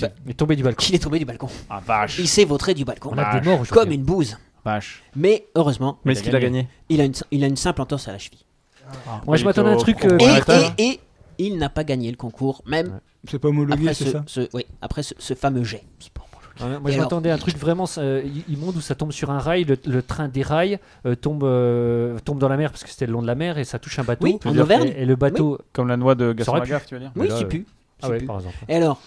S5: Bah, il est tombé du balcon.
S1: qu'il est tombé du balcon.
S3: Ah, vache.
S1: Il s'est vautré du balcon,
S5: On a des morts aujourd'hui.
S1: comme une bouse.
S3: Vache.
S1: Mais heureusement,
S2: Mais est-ce qu'il a gagné
S1: il a une, il a une simple entorse à la cheville.
S5: Moi, je
S3: Il était
S5: m'attendais à un
S3: au
S5: truc.
S3: pro-
S5: euh,
S3: Ouais,
S1: Et,
S3: attends.
S1: et, et il n'a pas gagné le concours, même
S4: C'est pas homologué,
S1: après,
S4: c'est
S1: ce,
S4: ça
S1: ce- oui, après ce, ce fameux jet.
S5: Ouais, moi,
S1: Et
S5: je
S1: alors-
S5: m'attendais à un truc vraiment euh, i- immonde où ça tombe sur un rail, le, le train déraille, euh, tombe, euh, tombe dans la mer parce que c'était le long de la mer et ça touche un bateau.
S1: Oui,
S3: en
S5: Et-
S1: Auvergne.
S5: Et, le bateau.
S3: Comme la noix de Gaston
S5: aurait pu.
S3: Lagaffe, tu veux dire
S1: Oui,
S5: là,
S1: c'est
S5: euh,
S1: plus.
S5: Ah ouais, par exemple.
S1: Et alors,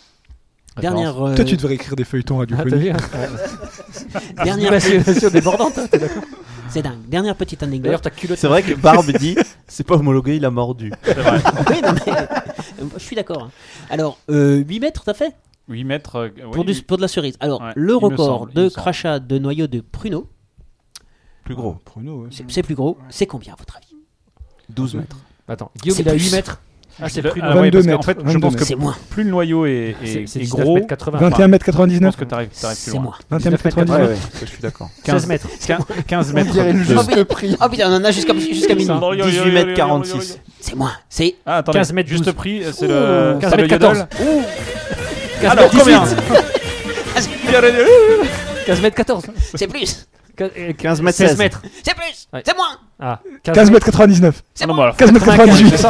S1: dernière, euh,
S4: Toi, tu devrais écrire des feuilletons
S5: Ah, t'as
S4: radiophoniques.
S5: vu
S1: (laughs)
S3: (laughs)
S1: dernière,
S5: Imagination débordante. hein, t'es d'accord
S1: c'est dingue. Dernière petite
S5: D'ailleurs,
S1: anecdote.
S5: ta culotte.
S2: C'est vrai que Barbe (laughs) dit c'est pas homologué, il
S3: (laughs)
S2: a mordu.
S1: (laughs)
S2: (laughs)
S1: Oui, non, mais, euh, je suis d'accord. hein. Alors, euh, 8 mètres, t'as fait
S3: 8 mètres. euh, ouais,
S1: pour, du,
S3: huit-
S1: pour de la cerise. Alors,
S3: Ouais, il
S1: le
S3: me
S1: record
S3: semble, il
S1: de
S3: me semble.
S1: crachat de noyau de pruneau,
S2: Plus gros.
S4: Pruneau, ouais.
S1: c'est c'est plus gros, c'est combien à votre avis
S2: 12 mètres.
S5: Attends, Guillaume,
S1: C'est
S5: il a
S1: plus.
S5: 8 mètres.
S3: Ah, c'est
S5: c'est
S3: le-
S5: plus-
S3: ah, ouais,
S4: 22
S3: parce qu'en
S4: mètres,
S3: fait, je
S4: 22
S3: pense que
S1: C'est Ah, moins.
S3: plus le noyau est, est-
S5: C'est c'est
S3: est
S5: 19
S3: gros,
S5: mètres 80. enfin,
S4: 21 mètres
S3: je pense
S4: 99.
S3: que t'arrives t'arrives plus
S1: C'est
S3: loin.
S1: moins.
S4: 21 mètres
S5: 19
S2: Ouais,
S4: 99.
S2: ouais, je suis d'accord.
S5: 16 mètres.
S3: 15, 15 mètres. Oh, de-
S6: Juste prix.
S1: Oh putain, on en a jusqu'à jusqu'à minuit.
S3: Sans-
S2: 18 mètres 46.
S1: C'est moins. C'est
S3: Ah, attendez,
S5: 15 mètres
S3: juste
S5: 12.
S3: pris, c'est le.
S5: 15
S3: c'est le
S5: mètres
S3: yodel.
S5: 14.
S3: Alors, combien
S5: (laughs) 15 mètres (laughs) 14.
S1: c'est plus.
S2: 15 mètres
S5: 16
S2: 16.
S5: mètres.
S1: C'est plus.
S5: euh, Ouais.
S1: C'est moins.
S5: Ah,
S4: 15 mètres 99.
S1: C'est
S3: Ah non,
S1: moins.
S3: bon, alors,
S4: 15 mètres 98.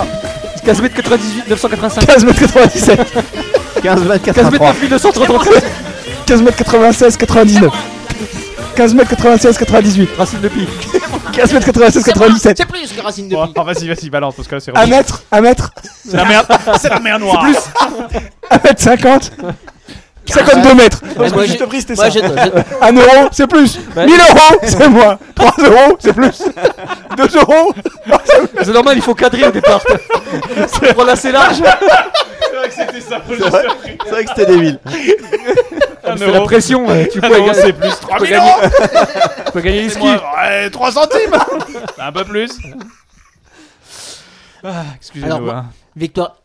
S5: 15 mètres 98, 985.
S4: 15 mètres
S3: (laughs)
S4: 97.
S5: (laughs)
S2: 15 mètres 83.
S4: 15 mètres 96, 99. 15 mètres 96, 98.
S2: Racine de pique.
S4: 15 mètres 96,
S1: C'est moins.
S4: 97.
S1: C'est plus que racine de
S3: Bon,
S1: pi.
S3: alors, vas-y, vas-y, balance, parce que là, c'est
S4: 1
S3: rouge.
S4: mètre, 1 mètre,
S3: (laughs) C'est
S4: (laughs)
S3: la merde, c'est la mer noire.
S4: 1 mètre 50.
S3: (laughs)
S4: 52 mètres.
S1: Parce que je te prie, c'était ça.
S4: (laughs) 1 euro, c'est plus. 1000 euros, c'est moins. 3 euros, c'est
S5: (laughs)
S4: plus. 2 euros.
S5: C'est normal, il faut cadrer au départ. C'est pour assez large.
S3: C'est vrai que c'était ça, je
S2: C'est vrai que c'était débile.
S5: Ah, C'est la pression. ouais. Tu peux gagner-
S3: c'est plus 3000 euros.
S5: tu peux gagner les skis.
S3: Ouais, 3 centimes Bah, Un peu plus ah,
S1: Alors,
S3: Excusez-nous.
S1: moi-
S3: hein.
S1: Victoire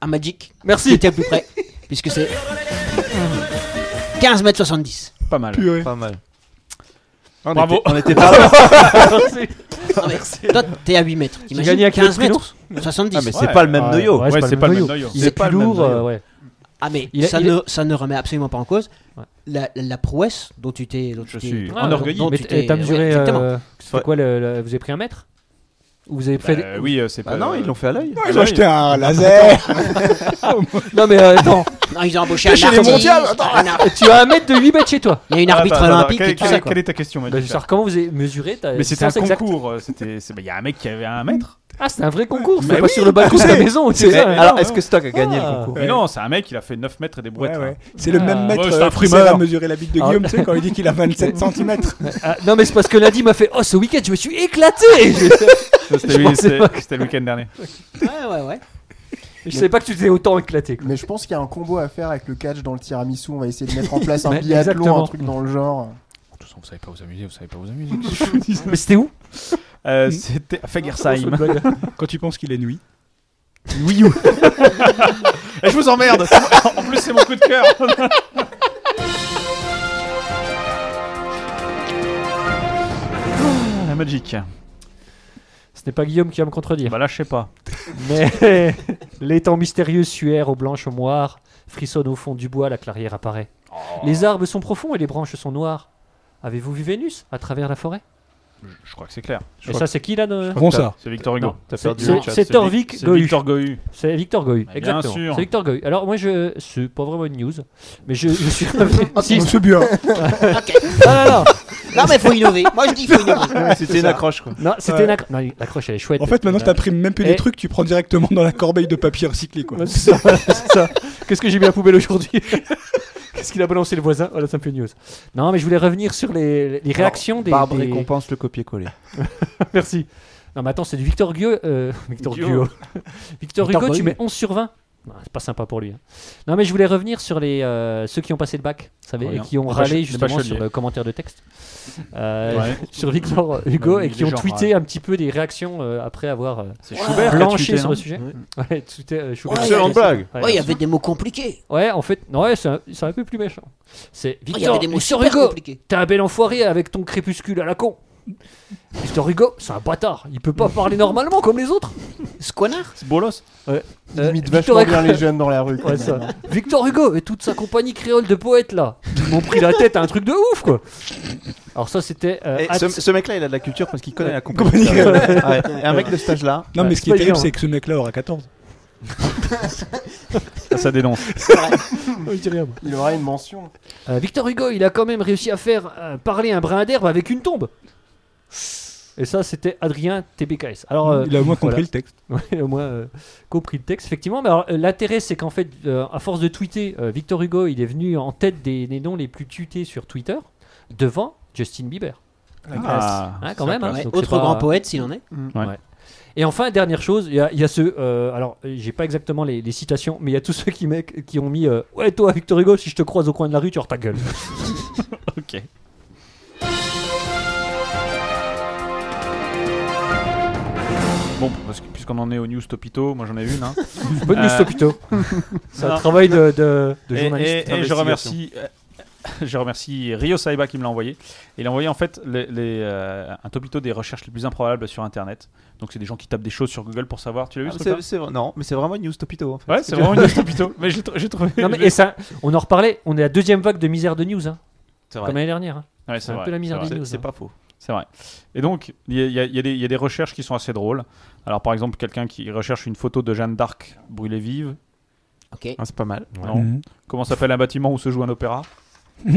S1: à Magic. Qui
S5: Merci.
S1: était plus
S5: (laughs)
S1: près. Puisque c'est 15 mètres 70.
S3: Pas mal.
S2: Pas mal.
S3: Bravo.
S2: On était pas là.
S1: Non, mais Toi, t'es à 8 mètres. T'imagines
S5: gagné à quel
S1: 15
S5: prix,
S1: mètres 70.
S2: Ah, mais c'est
S3: Ouais.
S2: pas le même noyau.
S3: Ouais, c'est pas le même noyau.
S5: Il est
S1: C'est pas
S5: plus
S1: le même
S5: lourd.
S1: noyau.
S5: euh, ouais.
S1: Ah mais
S5: Il a-
S1: ça,
S5: il
S1: ne, ça ne remet absolument pas en cause
S5: Ouais.
S1: la, la- la prouesse dont tu t'es dont
S3: Je
S1: tu t'es-
S3: suis
S1: dont-
S3: enorgueilli.
S1: dont
S5: Mais
S1: tu
S5: t-
S1: t'es-
S5: t'as
S1: ouais,
S5: mesuré.
S1: exactement.
S5: euh, C'est quoi le- le- Vous avez pris un mètre Ou vous avez fait.
S3: Bah, oui, euh, c'est
S2: Bah
S3: pas- bah
S2: non, ils l'ont fait à l'œil.
S4: Ils ont acheté un laser.
S3: (laughs)
S5: non, mais euh, attends.
S1: Non, ils ont embauché
S4: Que
S1: un
S4: chez les
S1: artiste,
S4: mondiales, attends.
S1: un ar-
S5: tu as un mètre de 8 mètres chez toi.
S1: Il y a une
S3: Ah,
S1: arbitre
S3: attends, attends,
S1: olympique
S3: quelle-
S1: et tout
S3: quelle-
S1: ça. quoi.
S3: Quelle est ta question,
S5: Bah, je veux
S3: Manu
S5: savoir comment vous avez mesuré ta
S3: Mais c'était un
S5: distance exacte.
S3: concours. euh, C'était, c'est- bah, il y a un mec qui avait un mètre.
S5: Ah, c'était un vrai concours.
S3: Mais
S5: C'était pas
S3: oui,
S5: sur le balcon de ta
S4: c'est-
S5: maison.
S3: c'est-
S5: C'est ça.
S3: mais
S5: hein.
S3: non,
S10: Alors,
S3: ouais.
S10: est-ce que Stock a gagné
S5: Ah.
S10: le concours
S3: Mais non, c'est un mec, il a fait 9 mètres et des brouettes.
S4: Ouais, ouais.
S3: hein.
S4: C'est le
S5: Ah.
S4: même
S3: Ouais,
S4: maître
S3: c'est un
S4: euh, qui
S3: primeur.
S4: sert à mesurer la bite de
S5: Ah.
S4: Guillaume, tu sais, quand il dit qu'il
S5: (laughs)
S4: a 27 cm.
S5: Ah, non, mais c'est parce que lundi, il m'a fait Oh, ce week-end, je me suis éclaté. Je-
S3: (laughs) Ça, C'était,
S5: Je
S3: oui,
S5: pensais
S3: c'était-
S5: pas que-
S3: c'était le
S4: (laughs)
S3: week-end dernier.
S1: Ouais, ouais, ouais.
S5: Je savais pas que tu t'es autant éclaté. quoi.
S6: Mais je pense qu'il y a un combo à faire avec le catch dans le tiramisu. On va essayer de mettre en
S5: (laughs)
S6: place un
S5: Mais
S6: biathlon,
S5: exactement.
S6: un truc dans le genre.
S3: De toute façon, vous savez pas vous amuser, vous savez pas vous amuser.
S2: (laughs)
S5: (laughs) Mais c'était où
S2: Hmm.
S3: Euh, c'était à
S2: Ah,
S3: Fegersheim.
S4: (laughs) Quand tu penses qu'il est nuit.
S3: Oui,
S5: (laughs)
S3: Je
S4: (laughs)
S3: vous emmerde. c'est mon- En plus, c'est mon coup de cœur. Ah, La Magic.
S5: Ce n'est pas Guillaume qui va me contredire.
S3: Bah là, je sais pas.
S5: (laughs) Mais (laughs) les temps mystérieux suèrent aux blanches moires, frissonnent au fond du bois, la clairière apparaît.
S3: Oh.
S5: Les arbres sont profonds et les branches sont noires. Avez-vous vu Vénus à travers la forêt
S3: Je- Je crois que c'est clair. Je
S5: Et
S3: crois
S5: ça, c'est qui là de-
S4: Ronsard.
S3: que C'est Victor Hugo.
S5: Non,
S2: T'as
S5: c'est-
S2: perdu
S5: c'est-
S2: le chat,
S5: C'est
S3: C'est
S5: Torvik
S3: Vic- c'est
S5: Gohu.
S3: Victor Gohu.
S5: C'est Victor Gohu.
S3: bien
S5: Exactement.
S3: sûr.
S5: C'est Victor Gohu. Alors moi, je c'est pas vraiment une news, mais je, je
S3: (laughs)
S5: suis. Si,
S4: Oh, C'est bien.
S1: Ok.
S5: ah, non, non,
S1: Non, mais faut innover. Moi, je dis faut innover.
S2: C'était une accroche quoi.
S5: non, c'était
S4: Ouais.
S5: une accro- non, la croche, elle est chouette.
S4: En fait, maintenant, t'imprimes même plus
S5: Et-
S4: des trucs, tu prends directement dans la corbeille de papier recyclé, quoi.
S5: Ouais, c'est ça, (laughs) c'est ça. Qu'est-ce que j'ai mis à la poubelle aujourd'hui (laughs) Qu'est-ce qu'il a balancé le voisin Voilà, c'est un peu news. Non, mais je voulais revenir sur les, les réactions des.
S2: Barbe
S5: des-
S2: récompense le copier-coller.
S5: (laughs) Merci. Non, mais attends, c'est du Victor Hugo. euh, (laughs) Victor
S3: Hugo.
S5: Hugo. Victor
S1: Victor
S5: Hugo, tu
S1: Hugo.
S5: mets 11 sur 20. Non, C'est pas sympa pour lui. hein. Non, mais je voulais revenir sur les, euh, ceux qui ont passé le bac, vous savez,
S3: Rien.
S5: et qui ont
S3: Les bache-
S5: râlé
S3: les
S5: justement
S3: bacheliers.
S5: sur le commentaire de texte euh,
S3: Ouais.
S5: (laughs) sur Victor Hugo
S3: Ouais,
S5: et
S3: les
S5: qui ont
S3: gens
S5: tweeté
S3: râlent.
S5: un petit peu des réactions euh, après avoir euh,
S3: C'est Schubert. qui a
S5: blanchi
S3: tweeté,
S5: sur
S3: non
S5: le sujet. Ouais, tweeté, euh, Schubert.
S1: Ouais, Excellente
S2: blague.
S5: Ouais,
S1: Ouais, il y avait des mots compliqués.
S5: Ouais, en fait, non, ouais, c'est un, c'est un peu plus méchant. C'est
S1: Ouais, Il y avait
S5: Victor,
S1: des mots
S5: Victor
S1: super
S5: Hugo,
S1: compliqués.
S5: t'es un bel enfoiré avec ton crépuscule à la con. Victor Hugo, c'est un bâtard. Il peut pas parler normalement comme les autres.
S1: Ce connard.
S3: C'est Bolos.
S6: Il
S5: Euh,
S6: imite
S5: Victor
S6: vachement
S5: Hugo.
S6: bien les jeunes dans la rue. quand
S5: Ouais,
S6: même,
S5: ça.
S6: hein.
S5: Victor Hugo et toute sa compagnie créole de poètes là. Ils m'ont pris la tête à un truc de ouf quoi. Alors ça c'était. euh,
S2: Et
S5: at-
S2: ce, ce mec-là, il a de la culture parce qu'il connaît la compagnie.
S4: Compagnie créole.
S2: Ouais. Et un mec de stage là.
S4: Non, mais ce qui
S5: pas
S4: est terrible,
S5: évident.
S4: c'est que ce mec-là aura
S5: (laughs)
S4: 14.
S3: (laughs) Ça, ça dénonce.
S6: Il aura une mention.
S5: euh, Victor Hugo, il a quand même réussi à faire euh, parler un brin d'herbe avec une tombe. Et ça c'était Adrien TBKS. Alors euh,
S4: Il a au moins compris
S5: voilà.
S4: le texte.
S5: (laughs) Ouais, il a au moins euh, compris le texte, effectivement. Mais alors, euh, l'intérêt, c'est qu'en fait, euh, à force de tweeter, euh, Victor Hugo, il est venu en tête des, des noms les plus tweetés sur Twitter, devant Justin Bieber.
S3: Ah,
S5: Hein, quand
S3: c'est
S5: même,
S3: la
S5: hein.
S3: classe.
S5: Donc,
S1: Autre
S5: c'est pas-
S1: grand poète, s'il en est.
S3: Mm.
S5: Et enfin, dernière chose, il y, a- il y a ceux. euh, alors, euh, j'ai pas exactement les, les citations, mais il y a tous ceux qui, mec, qui ont mis euh, Ouais, toi, Victor Hugo, si je te croise au coin de la rue, tu auras ta gueule.
S3: (laughs) Ok. Bon, parce que- puisqu'on en est aux news Topito, moi j'en ai
S2: (laughs)
S3: une. Hein.
S5: Bonne
S3: Euh,
S5: news, Topito.
S3: (laughs)
S5: C'est un
S3: non.
S5: travail de, de- de
S3: Et-
S5: journaliste.
S3: Et, et je remercie, euh, (laughs) je remercie Rio Saiba qui me l'a envoyé. Il a envoyé en fait les- les, euh, un topito des recherches les plus improbables sur Internet. Donc c'est des gens qui tapent des choses sur Google pour savoir. Tu l'as vu
S2: Ah,
S3: ce
S2: c'est-
S3: truc-là
S2: c'est vrai- non, mais c'est vraiment une news topito en fait.
S3: Ouais, c'est vraiment une news topito. Mais j'ai tr- j'ai trouvé.
S5: Non, mais, et ça, on en reparlait, on est à la deuxième vague de misère de news, hein,
S3: C'est
S5: comme l'année dernière. hein.
S3: Ouais,
S5: c'est un peu la misère
S3: c'est
S5: des
S3: vrai.
S5: news,
S2: C'est
S5: hein.
S2: pas faux.
S3: C'est vrai. Et donc, il y, a- il y a- il y a des- il y a des recherches qui sont assez drôles. Alors, par exemple, quelqu'un qui recherche une photo de Jeanne d'Arc brûlée vive.
S1: Ok.
S2: Ah, c'est pas mal.
S3: Non. Comment s'appelle un bâtiment où se joue un opéra
S1: (laughs)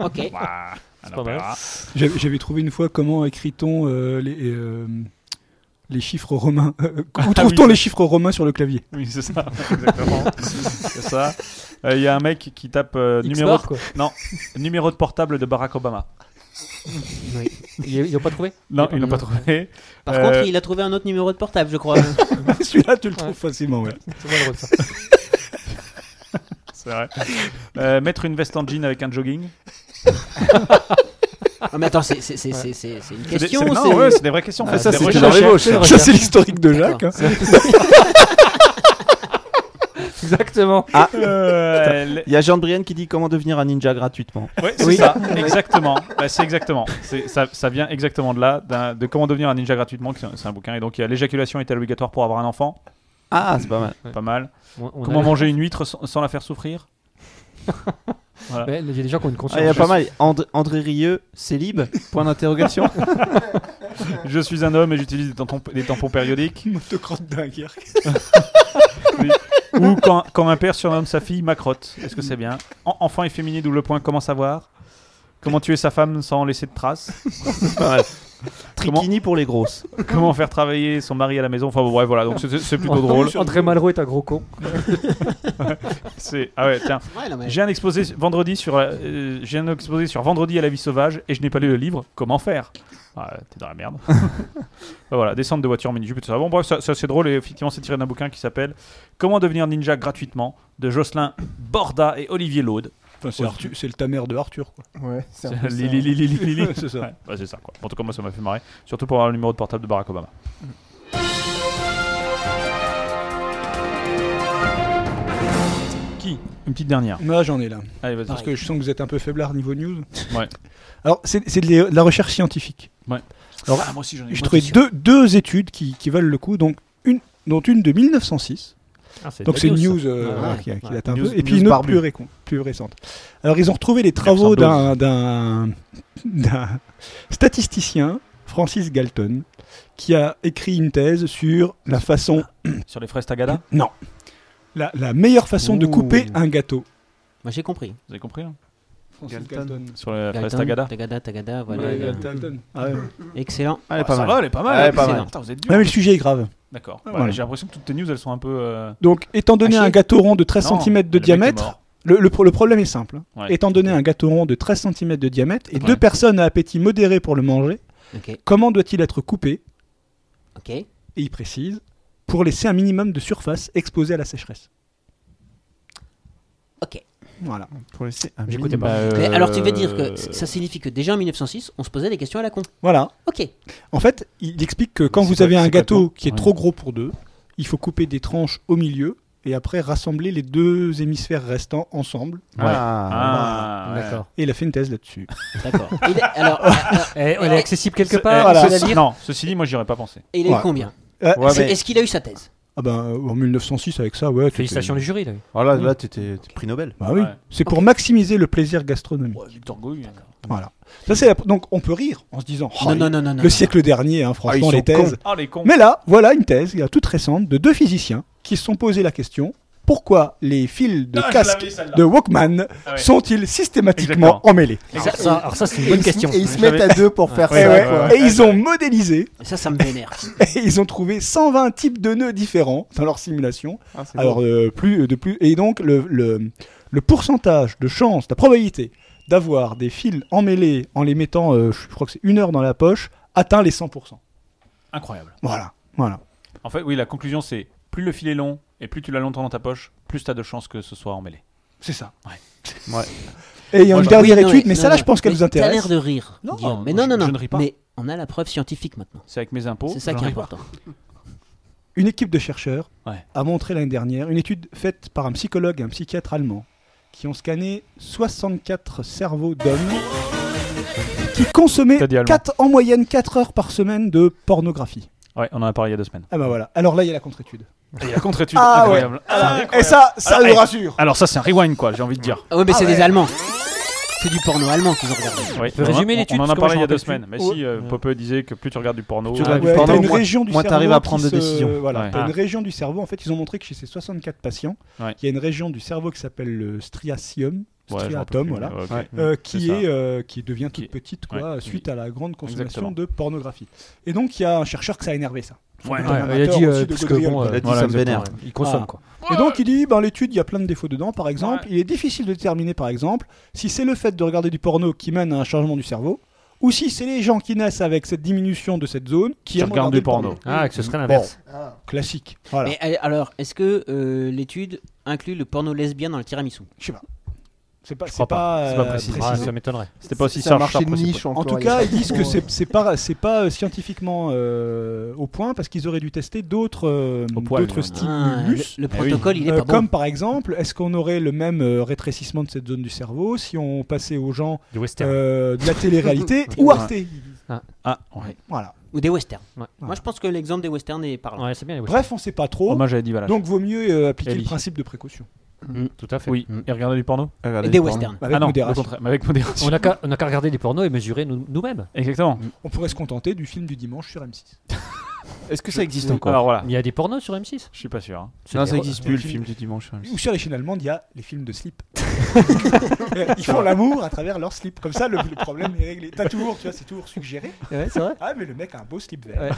S1: Ok.
S3: Bah, Un
S5: pas mal.
S3: opéra.
S4: J'avais j'avais trouvé une fois comment écrit-on euh, les, euh, les chiffres romains.
S3: (laughs)
S4: Euh, Où trouve-t-on
S3: Ah oui.
S4: les chiffres romains sur le clavier
S3: Oui, c'est ça.
S4: (laughs)
S3: Exactement. (laughs) c'est ça. Euh, Il y a un mec qui tape euh, numéro,
S5: X-Bar, quoi.
S3: numéro de portable de Barack Obama.
S5: Ils ils ont pas trouvé
S3: Non, ils l'ont
S1: non.
S3: pas trouvé.
S1: Par
S3: Euh,
S1: contre, il a trouvé un autre numéro de portable, je crois.
S4: (laughs) Celui-là, tu le trouves facilement. Ouais.
S5: C'est moins drôle ça.
S3: C'est vrai. Euh, mettre une veste en jean avec un jogging.
S1: Ah, mais attends, c'est c'est- c'est- c'est- c'est- c'est une
S3: C'est des-
S1: question.
S3: c'est-
S1: c'est-
S3: Non, ouais, c'est des vraies questions.
S2: Ah,
S3: C'est
S2: ça,
S3: des
S2: c'était
S3: recherches.
S2: dans les mots.
S5: C'est la
S4: Ça,
S5: recherche.
S4: c'est l'historique de Jacques. hein.
S3: (laughs)
S5: Exactement.
S1: Ah.
S3: Euh, les-
S2: Ah. Il y a Jean-Brienne qui dit comment devenir un ninja gratuitement.
S3: Ouais, c'est ça, (laughs) exactement. Bah, c'est exactement. C'est- Ça, ça vient exactement de là, d'un- de comment devenir un ninja gratuitement. que C'est un, c'est un bouquin. Et donc, il y a l'éjaculation est obligatoire pour avoir un enfant.
S2: Ah, c'est pas mal.
S3: Pas mal.
S5: On- on
S3: Comment
S5: a- (laughs)
S3: manger une huître sans, sans la faire souffrir Voilà.
S5: Mais Il y a des gens qui ont une conscience.
S2: Ah, Il y a pas mal. And- André Rieu, célib Point d'interrogation.
S4: (laughs)
S3: Je suis un homme et j'utilise des tampons, des tampons périodiques.
S4: Motocrotte Dunkerque.
S3: (laughs) Oui. Ou quand, quand un père surnomme sa fille Macrotte. Est-ce que c'est bien En- Enfant efféminé, double point, comment savoir Comment tuer sa femme sans laisser de traces
S2: Pas mal.
S3: Comment-
S2: Trichini pour les grosses.
S3: Comment faire travailler son mari à la maison Enfin bon, bref, voilà, donc c'est- c'est
S5: (laughs)
S3: plutôt drôle.
S5: André Malraux est un gros con.
S3: (laughs) C'est- Ah ouais, tiens.
S1: Ouais, non, mais-
S3: J'ai un exposé su- vendredi sur la- euh, j'ai un exposé sur Vendredi à la vie sauvage et je n'ai pas lu le livre. Comment faire ah, T'es dans la merde. (laughs) Bah voilà, descendre de voiture en mini tout ça. Bon bref, ça, ça, c'est drôle et effectivement c'est tiré d'un bouquin qui s'appelle Comment devenir ninja gratuitement de Jocelyn Borda et Olivier Laude.
S4: Enfin, c'est
S3: Oui.
S4: Arthur- c'est le ta mère de Arthur. Quoi.
S6: Ouais, c'est un peu ça.
S3: Lili, Lili, Lili, Lili.
S4: (laughs) c'est ça.
S3: Ouais, bah, c'est ça quoi. En tout cas moi ça m'a fait marrer, surtout pour avoir le numéro de portable de Barack Obama. Qui Une petite dernière.
S4: Moi, Bah, j'en ai là.
S3: Allez vas-y.
S4: Parce que je sens que vous êtes un peu faiblard niveau news.
S3: Ouais.
S4: Alors, c'est c'est de la recherche scientifique. Alors,
S3: Ah, moi aussi j'en ai.
S4: J'ai trouvé deux, deux études qui, qui valent le coup, donc une, dont une de 1906,
S3: Ah,
S4: donc c'est une news euh,
S5: Ouais,
S4: voilà, qui, qui
S5: ouais.
S4: date un
S2: News-
S4: peu, et puis
S2: news
S4: une autre plus,
S2: barbue.
S4: récon- plus récente. Alors ils ont retrouvé les travaux d'un- d'un d'un statisticien, Francis Galton, qui a écrit une thèse sur la façon...
S3: (coughs) Sur les fraises Tagada
S4: Non. La, la meilleure façon de
S3: Ouh.
S4: couper un gâteau.
S1: (laughs) Moi j'ai compris.
S3: Vous avez compris là
S4: Francis
S2: Galton.
S3: Sur la fraise
S1: Tagada, Tagada,
S3: Tagada
S1: Tagada, voilà.
S4: Ouais,
S1: euh,
S4: Galton. Ah ouais.
S1: (laughs) Excellent.
S2: Ah, elle est
S3: Ah,
S2: pas
S3: ça
S2: mal.
S3: va, elle est pas mal.
S2: Elle est pas
S3: Excellent.
S1: mal.
S3: Putain, vous êtes
S4: Ouais,
S3: dur.
S4: mais le sujet est grave.
S3: D'accord.
S4: Voilà.
S3: Ouais, J'ai l'impression que toutes tes news, elles sont un peu. euh,
S4: Donc, étant donné
S1: Haché
S4: un gâteau rond de 13
S3: Non,
S4: cm
S3: le
S4: de
S3: mec est
S4: diamètre,
S3: mort.
S4: le, le pro- le problème est simple. hein.
S3: Ouais.
S4: Étant donné un gâteau rond de 13 cm de diamètre et
S3: Ouais.
S4: deux personnes à appétit modéré pour le manger,
S1: Ok,
S4: comment doit-il être coupé
S1: ok.
S4: Et il précise pour laisser un minimum de surface exposée à la sécheresse.
S1: Ok.
S4: Voilà.
S2: Pour laisser un
S5: J'écoutais
S2: minimum.
S3: bah,
S1: Mais
S3: euh,
S1: Alors tu veux dire que c- ça signifie que déjà en 1906, on se posait des questions à la con.
S4: Voilà.
S1: Ok.
S4: En fait, il explique que quand
S3: C'est
S4: vous
S3: quoi-
S4: avez
S3: c'est
S4: un
S3: quoi
S4: gâteau
S3: tout
S4: qui est
S3: Ouais.
S4: trop gros pour deux, il faut couper des tranches au milieu et après rassembler les deux hémisphères restants ensemble.
S2: Ah,
S3: Ah, ouais.
S5: D'accord.
S4: Et il a fait une thèse là-dessus.
S1: D'accord. (laughs) Il est- alors, euh,
S5: (laughs) Eh, on est accessible quelque
S3: Ce-
S5: part.
S3: eh,
S5: voilà.
S3: ceci- Non, ceci dit, moi, j'y aurais pas pensé.
S1: il a eu
S4: Ouais.
S1: combien
S2: Ouais,
S1: C'est-
S2: mais-
S1: Est-ce qu'il a eu sa thèse
S4: Ah ben, en 1906, avec ça, ouais. t'étais-
S5: Félicitations du jury, là.
S2: Ah, là, là t'étais t'es prix Nobel.
S4: Bah oui.
S3: Ouais.
S4: C'est pour maximiser le plaisir gastronomique.
S3: Victor Gouille.
S4: Voilà. Ça, c'est la- Donc, on peut rire en se disant oh,
S1: Non, non, non, non.
S4: le
S1: non.
S4: siècle dernier, hein, franchement,
S2: ils
S4: les
S2: sont
S4: thèses.
S3: Ah, les cons.
S4: Mais là, voilà une thèse là, toute récente de deux physiciens qui se sont posé la question pourquoi les fils de
S3: Ah, je
S4: casque
S3: l'avais, celle-là.
S4: de Walkman
S3: Ah ouais.
S4: sont-ils systématiquement
S3: Exactement.
S4: emmêlés
S5: Ça, ça- alors, ça, c'est une
S6: Et
S5: bonne
S6: ils-
S5: question.
S6: Et ils se mettent à deux pour faire
S4: Et,
S6: ça.
S4: ouais,
S6: quoi.
S4: et ils ont modélisé
S1: Ça, ça me
S4: (laughs)
S1: vénère.
S4: et ils ont trouvé 120 types de nœuds différents dans leur simulation.
S3: Ah,
S4: Alors, euh, plus de plus. Et donc, le, le, le pourcentage de chance, la probabilité d'avoir des fils emmêlés en les mettant, euh, je crois que c'est une heure dans la poche, atteint les 100%.
S3: Incroyable.
S4: Voilà. Voilà.
S3: En fait, oui, la conclusion, c'est plus le fil est long et plus tu l'as longtemps dans ta poche, plus t'as de chances que ce soit emmêlé.
S4: C'est ça.
S2: Ouais.
S4: Et il y a
S3: Moi,
S4: une
S3: je-
S4: dernière
S1: Oui, non,
S4: étude, mais
S1: non,
S4: ça là,
S1: non.
S4: je pense qu'elle
S1: Mais
S4: vous
S1: T'as l'air
S4: intéresse.
S1: de rire.
S3: Non,
S1: Guillaume. mais
S3: moi,
S1: non, non,
S3: je-
S1: non.
S3: je ne ris pas.
S1: Mais on a la preuve scientifique maintenant.
S3: C'est avec mes impôts.
S1: C'est ça
S3: je
S1: qui est
S3: ris pas.
S1: important.
S4: Une équipe de chercheurs
S3: Ouais.
S4: a montré l'année dernière une étude faite par un psychologue et un psychiatre allemand qui ont scanné 64 cerveaux d'hommes qui consommaient
S3: T'as dit allemand.
S4: quatre- en moyenne 4 heures par semaine de pornographie.
S3: Ouais, on en a parlé il y a deux semaines.
S4: Ah bah voilà. Alors là, il y a la contre-étude.
S3: Et la contre-étude,
S4: Ah ouais.
S3: incroyable. Incroyable.
S4: Et ça, ça
S3: Ah,
S4: nous
S3: eh.
S4: rassure.
S3: Alors, ça, c'est un rewind, quoi, j'ai envie de dire.
S1: Ah ouais, mais c'est des Allemands. C'est du porno allemand qu'ils ont regardé.
S3: Oui.
S5: peux résumer
S3: On-
S5: l'étude,
S3: On en
S5: parce
S3: a
S5: que moi,
S3: parlé il y a
S5: je
S3: deux
S5: m'en rappelle
S3: semaines. Mais
S5: plus.
S3: si, euh,
S2: Ouais.
S3: Pope disait que plus tu regardes du porno. euh,
S2: Tu regardes
S4: Ouais,
S2: du
S4: t'as
S2: porno,
S4: une
S2: moins-
S4: région du
S2: moins
S4: cerveau.
S2: t'arrives à
S4: qui
S2: prendre des
S4: se-
S2: décisions.
S4: Voilà,
S3: Bah Ouais.
S4: t'as une
S3: Ah.
S4: région du cerveau. En fait, ils ont montré que chez ces 64 patients,
S3: Ouais.
S4: il y a une région du cerveau qui s'appelle le striatium,
S3: Ouais, j'en peux
S4: striatum,
S3: plus,
S4: voilà.
S3: ouais, ok.
S2: Ouais.
S4: Euh,
S3: C'est
S4: qui
S3: ça.
S4: est euh, qui devient
S3: Qui-
S4: toute petite quoi
S3: ouais.
S4: suite à la grande consommation
S3: Exactement.
S4: de pornographie. Et donc il y a un chercheur que ça a énervé ça.
S3: Ouais,
S5: Ouais,
S4: Amateur
S5: il a dit, euh,
S4: au-dessus de
S5: parce que
S4: Gaudriol,
S5: bon,
S4: quoi.
S5: euh,
S2: Il a dit,
S3: Voilà,
S2: ça me
S3: exactement,
S2: vénère.
S3: ouais.
S5: il consomme,
S4: Ah.
S5: quoi.
S4: Et donc il dit ben l'étude il y a plein de défauts dedans par exemple, il est difficile de déterminer par exemple si c'est le fait de regarder du porno qui mène à un changement du cerveau ou si c'est les gens qui naissent avec cette diminution de cette zone qui,
S3: Qui
S4: aiment
S3: regardent
S4: regarder
S3: du
S4: le
S3: porno.
S5: Ah, que ce serait l'inverse.
S6: Ah.
S4: Classique. Voilà.
S1: Mais euh, alors, est-ce que euh, l'étude inclut le porno lesbien dans le tiramisu
S4: Je sais pas. C'est pas
S5: Je
S4: c'est
S5: crois
S4: pas,
S3: C'est pas
S4: euh,
S3: précis.
S5: Ah,
S4: précisé.
S5: ça m'étonnerait.
S3: C'était pas aussi
S6: C'est un
S3: simple.
S6: marché de
S3: possible.
S6: niche
S4: En
S6: encore,
S4: tout
S6: il y a
S4: cas,
S6: pas
S4: ils disent que
S6: trop, euh,
S4: c'est c'est pas c'est pas euh, scientifiquement euh, au point parce qu'ils auraient dû tester d'autres euh,
S3: Au poil,
S4: d'autres
S3: ouais.
S4: styles
S1: Ah,
S4: d'humus.
S1: le, le
S3: Eh oui.
S1: protocole, il est
S4: Euh,
S1: pas
S4: comme
S1: bon.
S4: par exemple, est-ce qu'on aurait le même euh, rétrécissement de cette zone du cerveau si on passait aux gens
S5: Du western.
S4: euh, de la télé-réalité ou Arte
S3: Ah, ouais.
S4: Voilà.
S1: Ou des westerns.
S5: Ouais.
S1: Moi, je pense que l'exemple des westerns est parlant.
S5: Ouais, c'est bien les westerns.
S3: Oh,
S4: Bref, on sait pas trop.
S3: Hommage à Eddie Valache.
S4: Donc vaut mieux euh, appliquer
S3: Ellie. Mm.
S4: le principe de précaution.
S5: Tout à fait.
S3: Oui, et regarder du porno
S2: Regardez
S1: Et des du porno. westerns.
S4: Avec
S3: ah non,
S4: modération.
S3: au contraire, mais avec modération.
S5: On n'a qu'à on n'a qu'à regarder des pornos et mesurer nous- nous-mêmes. Mm.
S3: Exactement.
S4: On pourrait se contenter du film du dimanche sur M6.
S2: Est-ce que ça existe encore
S3: Alors voilà,
S5: Il y a des pornos sur M6
S3: je suis pas sûr. hein.
S5: C'est
S2: Non,
S5: des
S2: ça
S5: re-
S2: existe plus le film du dimanche.
S4: Ou sur les chaînes allemandes, il y a les films de
S5: (laughs)
S4: slip. Ils font l'amour à travers leur slip. Comme ça, le, le problème est réglé. T'as toujours, tu vois, c'est toujours suggéré.
S5: Ouais, c'est vrai.
S4: Ah, mais le mec a un beau slip vert.
S5: Ouais.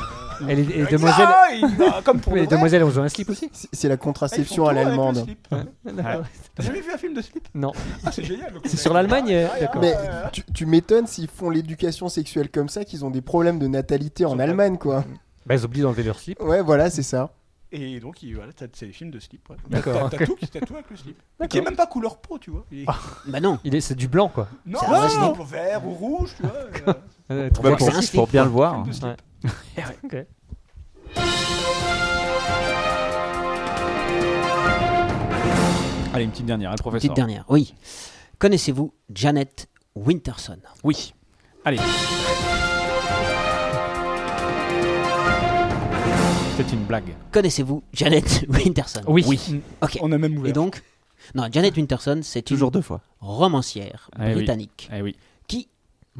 S4: Euh,
S5: Et les, et les
S4: il a-
S5: demoiselles,
S4: il a- comme
S5: (laughs)
S4: pour
S5: les
S4: le vrai,
S5: demoiselles ont joué un slip aussi.
S6: C'est c'est la
S4: ah, ils font
S6: contraception
S4: tout
S6: à
S4: avec le
S6: l'allemande.
S4: slip.
S5: D'accord.
S4: T'as jamais vu un film de slip
S5: Non.
S4: Ah, c'est génial. le
S5: C'est
S4: concept.
S5: sur l'Allemagne, euh,
S4: Ah,
S5: d'accord.
S4: ouais,
S6: Mais
S4: ouais, ouais.
S6: tu, tu m'étonnes s'ils font l'éducation sexuelle comme ça qu'ils ont des problèmes de natalité en Allemagne, quoi.
S5: Bah, ils oublient d'enlever leur slip.
S6: Ouais, voilà, c'est ça.
S4: Et donc, il- voilà, t'as- c'est les films de slip. ouais.
S5: D'accord. Ah.
S4: T'as t'as tout qui se tatoue avec le slip. Qui est même pas couleur peau, tu vois. Il est-
S1: Bah non.
S5: Il est, c'est du blanc, quoi.
S4: Ah, Non,
S1: C'est un vrai
S4: non, vert ou rouge, tu vois.
S5: (laughs)
S4: euh,
S5: Euh,
S1: Bah,
S5: trois
S1: pour-
S5: fois-
S1: pour
S2: bien le voir.
S4: film de slip.
S2: (laughs)
S5: Eh Ouais. Ok.
S3: Allez, une petite dernière, hein, le professeur.
S1: Petite dernière, oui. Connaissez-vous Janet Winterson
S3: Oui. Allez. C'est une blague.
S1: Connaissez-vous Janet (laughs) Winterson
S5: Oui.
S1: Ok.
S4: On a même ouvert.
S1: Et donc Non, Janet Winterson, c'est une
S2: Toujours deux fois.
S1: romancière
S3: Ah oui.
S1: britannique
S3: Eh oui. Mm.
S1: qui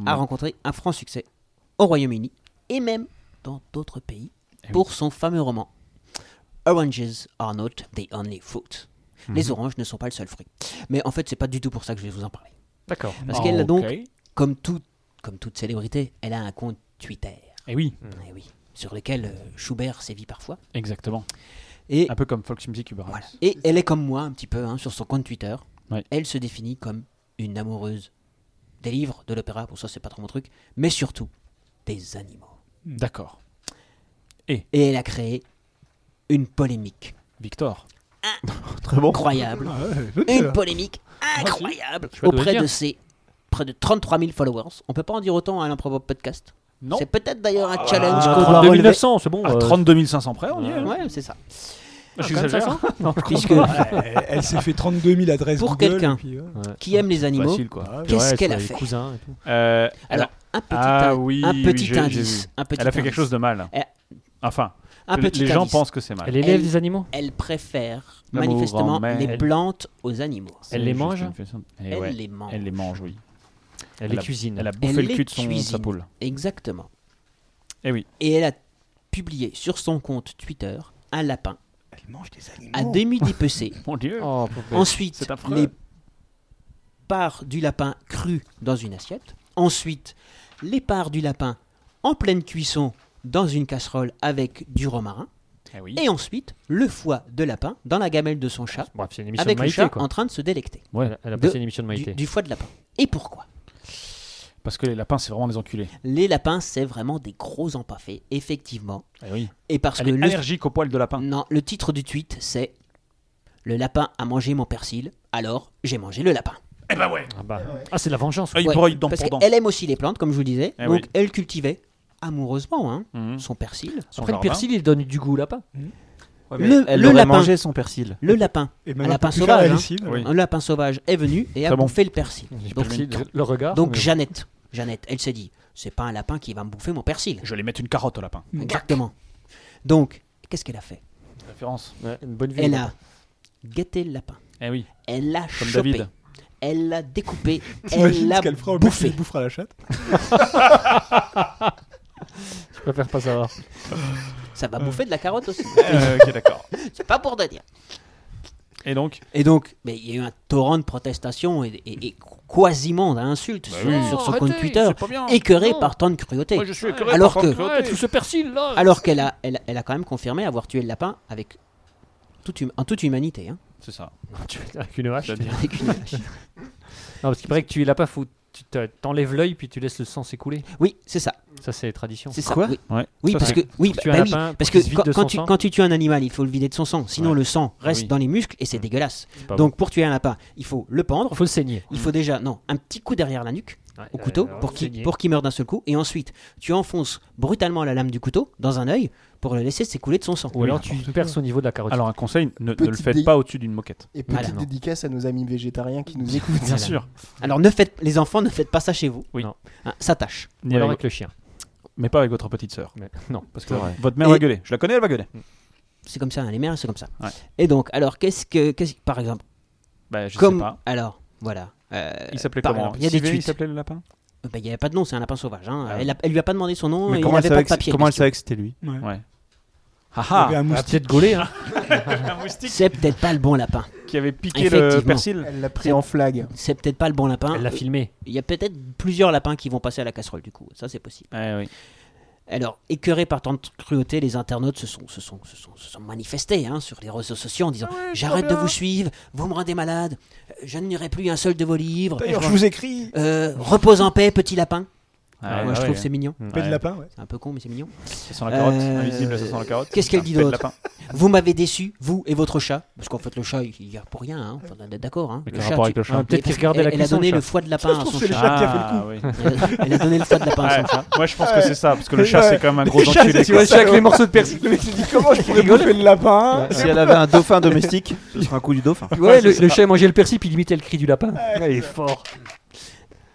S1: a rencontré un franc succès au Royaume-Uni et même dans d'autres pays
S3: Eh oui.
S1: pour son fameux roman Oranges are not the only fruit.
S3: Mhm.
S1: Les oranges ne sont pas le seul fruit. Mais en fait, c'est pas du tout pour ça que je vais vous en parler.
S5: D'accord.
S1: Parce qu'elle a
S3: Ok.
S1: donc, comme, tout, comme toute célébrité, elle a un compte Twitter.
S3: Eh oui,
S1: Eh oui, sur lequel euh, Schubert sévit parfois.
S3: exactement.
S1: Et,
S3: Un peu comme Fox Music Uber
S1: voilà.
S3: Eats.
S1: et elle est comme moi un petit peu hein, sur son compte Twitter.
S3: Ouais.
S1: Elle se définit comme une amoureuse des livres, de l'opéra, pour ça c'est pas trop mon truc, mais surtout des animaux.
S3: D'accord.
S1: Et elle a créé une polémique Ah.
S3: Victor.
S1: incroyable, une polémique incroyable
S5: Je sais pas d'où
S1: auprès
S5: elle
S1: de
S5: vient.
S1: ses près de 33 000 followers. On peut pas en dire autant à l'improbable podcast.
S3: Non.
S1: C'est peut-être d'ailleurs un challenge
S5: Ah,
S1: qu'on doit
S5: 32
S1: relever.
S5: 900, c'est bon.
S1: Ah,
S3: À
S5: euh,
S3: 32 500 près, on y est. hein.
S1: Ouais, c'est ça.
S3: J'exagère.
S5: 3500?
S1: Puisque
S4: Elle, elle s'est fait 32 000 adresses
S1: Pour
S4: Google,
S1: quelqu'un.
S4: et puis, euh,
S1: qui aime les animaux,
S3: Facile,
S2: Ah
S3: quoi.
S1: qu'est-ce
S5: ouais,
S1: qu'elle
S5: sur
S1: a
S5: les
S1: fait
S5: cousins et tout.
S3: Euh, elle a-
S1: Alors, un petit,
S3: Ah
S1: in-
S3: oui,
S1: un
S3: oui,
S1: petit
S3: j'ai- j'ai
S1: indice. Un petit
S3: elle a fait quelque
S1: indice.
S3: chose de mal.
S1: Elle-
S3: Enfin,
S1: Un
S3: les,
S1: petit
S3: les gens
S1: indice.
S3: pensent que c'est mal.
S5: Elle élève
S1: Elle-
S5: des animaux
S1: Elle préfère
S3: L'amour en
S1: manifestement
S3: mer.
S1: les
S3: Elle-
S1: plantes aux animaux.
S3: C'est
S5: elle les
S3: juste
S5: mange
S3: une façon- Eh ouais,
S1: Elle
S3: Elle,
S1: les mange.
S3: les mange, oui.
S5: Elle
S3: Elle
S5: les
S3: a-
S5: cuisine.
S3: Elle a bouffé
S1: Elle
S3: le
S1: les
S3: cul de son, sa
S1: cuisine.
S3: poule.
S1: Exactement.
S3: Eh oui.
S1: Et elle a publié sur son compte Twitter un lapin
S4: elle mange des animaux.
S1: à demi dépecé.
S3: (laughs) Mon dieu.
S5: Oh, pauvre.
S1: Ensuite,
S3: c'est affreux.
S1: les parts du lapin crues dans une assiette. Ensuite, les parts du lapin en pleine cuisson dans une casserole avec du romarin.
S3: Eh oui.
S1: Et ensuite, le foie de lapin dans la gamelle de son chat
S5: Bref, c'est une émission
S1: avec
S5: de
S1: le
S5: Maïté,
S1: chat
S5: quoi.
S1: en train de se délecter
S5: Ouais, elle a- elle a
S1: de-
S5: passé une émission de
S1: du,
S5: Maïté.
S1: du foie de lapin. Et pourquoi
S3: Parce que les lapins, c'est vraiment des enculés.
S1: Les lapins, c'est vraiment des gros empaffés, effectivement.
S3: Eh oui.
S1: Et parce
S3: Elle
S1: que
S3: est
S1: le,
S3: allergique au poil de lapin.
S1: non, le titre du tweet, c'est Le lapin a mangé mon persil, alors j'ai mangé le lapin.
S3: Eh bah ouais.
S5: Ah, bah. Ah, c'est de la vengeance.
S3: Ah, il
S1: Ouais,
S3: broye dans
S1: parce
S3: pendant.
S1: qu'elle aime aussi les plantes, comme je vous le disais.
S3: Eh
S1: donc
S3: oui.
S1: elle cultivait amoureusement hein,
S3: Mhm.
S1: son persil.
S3: Son
S5: Après, le
S3: jardin.
S5: persil, il donne du goût au lapin.
S4: Hmm.
S1: Le-
S2: elle
S1: le
S2: aurait
S1: lapin.
S2: mangé son persil.
S1: Le lapin,
S4: Et
S1: un
S4: maintenant,
S1: lapin
S4: tu peux faire
S1: sauvage,
S4: la
S1: hein.
S4: lessive.
S3: Oui.
S1: un lapin sauvage est venu et a
S3: Très bon.
S1: bouffé le persil. Donc,
S5: le regard.
S1: donc
S5: mais-
S1: Jeannette, Jeannette, elle s'est dit C'est pas un lapin qui va me bouffer mon persil.
S3: Je vais les mettre une carotte au lapin.
S1: Mmh. Exactement. Donc, qu'est-ce qu'elle a fait
S3: Référence.
S5: Ouais, une bonne vie.
S1: Elle a gâté le lapin.
S3: Eh oui.
S1: Elle l'a
S3: Comme
S1: chopé.
S3: David.
S1: Elle l'a découpé. elle
S4: T'imagines
S1: l'a
S4: ce qu'elle fera au mec qui
S1: bouffé.
S4: lui bouffera la chatte
S5: (laughs) Je préfère pas savoir.
S1: Ça va bouffer de la carotte aussi.
S3: Euh, ok, d'accord.
S1: (laughs) C'est pas pour te dire.
S3: Et donc
S1: Et donc, mais il y a eu un torrent de protestations et, et- et quasiment d'insultes
S3: Bah
S1: sur, sur son compte Twitter, écœuré
S5: Non.
S1: par tant de cruauté.
S5: je suis écœuré
S1: Alors que,
S5: Ouais, tout ce persil là.
S1: alors qu'elle a, elle, elle a quand même confirmé avoir tué le lapin avec toute hum- en toute humanité. hein.
S3: C'est
S5: (laughs)
S3: ça.
S5: Avec une
S3: (laughs)
S5: hache.
S3: C'est-à-dire-
S5: Non,
S1: Avec une hache.
S5: parce qu'il paraît que tu es lapin, faut tu te- t'enlèves l'œil puis tu laisses le sang s'écouler.
S1: Oui, c'est ça.
S5: Ça, c'est tradition.
S1: C'est ça.
S2: Quoi
S1: oui.
S3: Ouais.
S1: Oui,
S5: Ça,
S1: parce
S5: c'est-
S1: que, oui,
S5: Faut
S1: bah-
S5: tuer un
S1: bah oui,
S5: lapin pour
S1: parce que
S5: qu'il se vide
S1: quand,
S5: de
S1: quand
S5: son
S1: tu,
S5: sang.
S1: quand tu tues un animal, il faut le vider de son sang. Sinon,
S3: Ouais.
S1: le sang reste
S3: Oui.
S1: dans les muscles et c'est dégueulasse.
S5: pas
S1: Donc, pour tuer un lapin, il faut le pendre.
S5: Faut le saigner.
S1: Il faut déjà, non, un petit coup derrière la nuque au
S5: Ouais,
S1: couteau
S5: euh,
S1: pour qu'il
S5: saigner.
S1: pour qu'il meure d'un seul coup. Et ensuite, tu enfonces brutalement la lame du couteau dans un œil pour le laisser s'écouler de son sang.
S5: Ou alors tu perces au niveau de la carotte.
S3: Alors un conseil, ne, ne le
S6: Petite
S3: faites
S6: dé-
S3: pas au-dessus d'une moquette.
S6: Et
S1: Voilà,
S6: petite
S1: non.
S6: dédicace à nos amis végétariens qui nous écoutent.
S3: Bien sûr.
S1: Alors, ne faites, les enfants, ne faites pas ça chez vous.
S3: Oui.
S1: Non. Hein, ça tâche.
S5: Ou
S3: Ni
S5: alors
S3: avec-
S5: avec le chien.
S3: Mais pas avec votre petite sœur.
S5: Mais-
S3: (laughs)
S5: Non.
S3: Parce que
S2: C'est vrai.
S3: votre mère
S1: Et- Mm.
S3: va gueuler. Je la connais, elle va gueuler.
S1: C'est comme ça, hein, les mères, c'est comme ça.
S3: Ouais.
S1: Et donc, alors, qu'est-ce que, qu'est-ce- par exemple,
S3: Bah, je
S1: Comme-
S3: sais pas.
S1: Alors, voilà. Euh,
S3: Il s'appelait
S1: par-
S3: comment
S1: alors, Il y a des
S3: Sylvie, il
S1: tweets.
S3: s'appelait le lapin
S1: Euh, bah, Il n'y avait pas de nom, c'est un lapin sauvage. hein.
S3: Ah oui.
S1: Elle, a- elle lui a pas demandé son nom et Oh,
S2: Mais
S1: il
S2: comment elle
S1: n'avait pas
S2: savait
S1: de
S2: que c'est-
S1: papier.
S2: comment elle
S1: Christian.
S2: savait que c'était lui
S4: Ouais.
S3: Ouais.
S4: Il y avait
S3: Haha
S4: un
S5: Ah,
S4: moustique.
S5: peut-être
S4: (laughs)
S5: gaulé, hein.
S1: C'est peut-être pas le bon lapin.
S3: Qui avait piqué le
S1: Effectivement.
S3: persil
S6: Elle l'a pris en flag.
S1: C'est peut-être pas le bon lapin. euh,
S5: Elle l'a filmé.
S1: Il y a peut-être plusieurs lapins qui vont passer à la casserole du coup. Ça, c'est possible.
S3: Ouais, Ah oui.
S1: Alors, écœurés par tant de cruauté, les internautes se sont, se sont, se sont, se sont manifestés hein, sur les réseaux sociaux en disant
S4: Ah
S1: J'arrête de vous suivre, vous me rendez malade, euh, je ne lirai plus un seul de vos livres,
S4: D'ailleurs, je vous écris.
S1: euh, repose en paix, petit lapin.
S3: Ah ouais,
S1: Moi, je
S3: ouais,
S1: trouve
S3: ouais.
S1: c'est mignon.
S4: Paix de lapin, ouais.
S1: C'est un peu con, mais c'est mignon.
S3: Ça sent la carotte,
S1: Euh,
S3: invisible, ça sent la carotte.
S1: qu'est-ce qu'elle
S3: Un
S1: dit
S3: pet de
S1: d'autre
S3: lapin.
S1: Vous m'avez déçu, vous et votre chat. Parce qu'en fait, le chat, il y a pour rien, hein. Enfin, on est d'accord. Hein.
S3: Mais quel rapport avec le chat
S1: Mais
S5: Peut-être
S1: parce
S5: qu'il regardait
S1: qu'elle-
S5: la
S1: Elle a
S5: cuisson,
S1: donné
S5: le
S1: le
S5: chat.
S1: foie de
S4: Ça
S1: lapin
S4: se
S1: à
S4: trouve,
S1: son
S4: c'est le
S1: chat.
S4: chat qui a fait le coup.
S3: Ah, oui.
S1: Elle a- Elle a donné le foie de lapin à son
S3: Ouais.
S1: chat.
S3: Moi, je pense que c'est ça, parce que le
S4: Ouais.
S3: chat, c'est quand même un gros
S4: Le chat,
S3: enculé.
S4: c'est- tu vois,
S3: quoi.
S4: c'est avec les morceaux de persil. Le mec s'est dit comment je pourrais bouffer le lapin
S2: Si elle avait un dauphin domestique, ce serait un coup du dauphin.
S5: Ouais, le, le chat mangeait le persil, puis il imitait le cri du lapin. il est fort.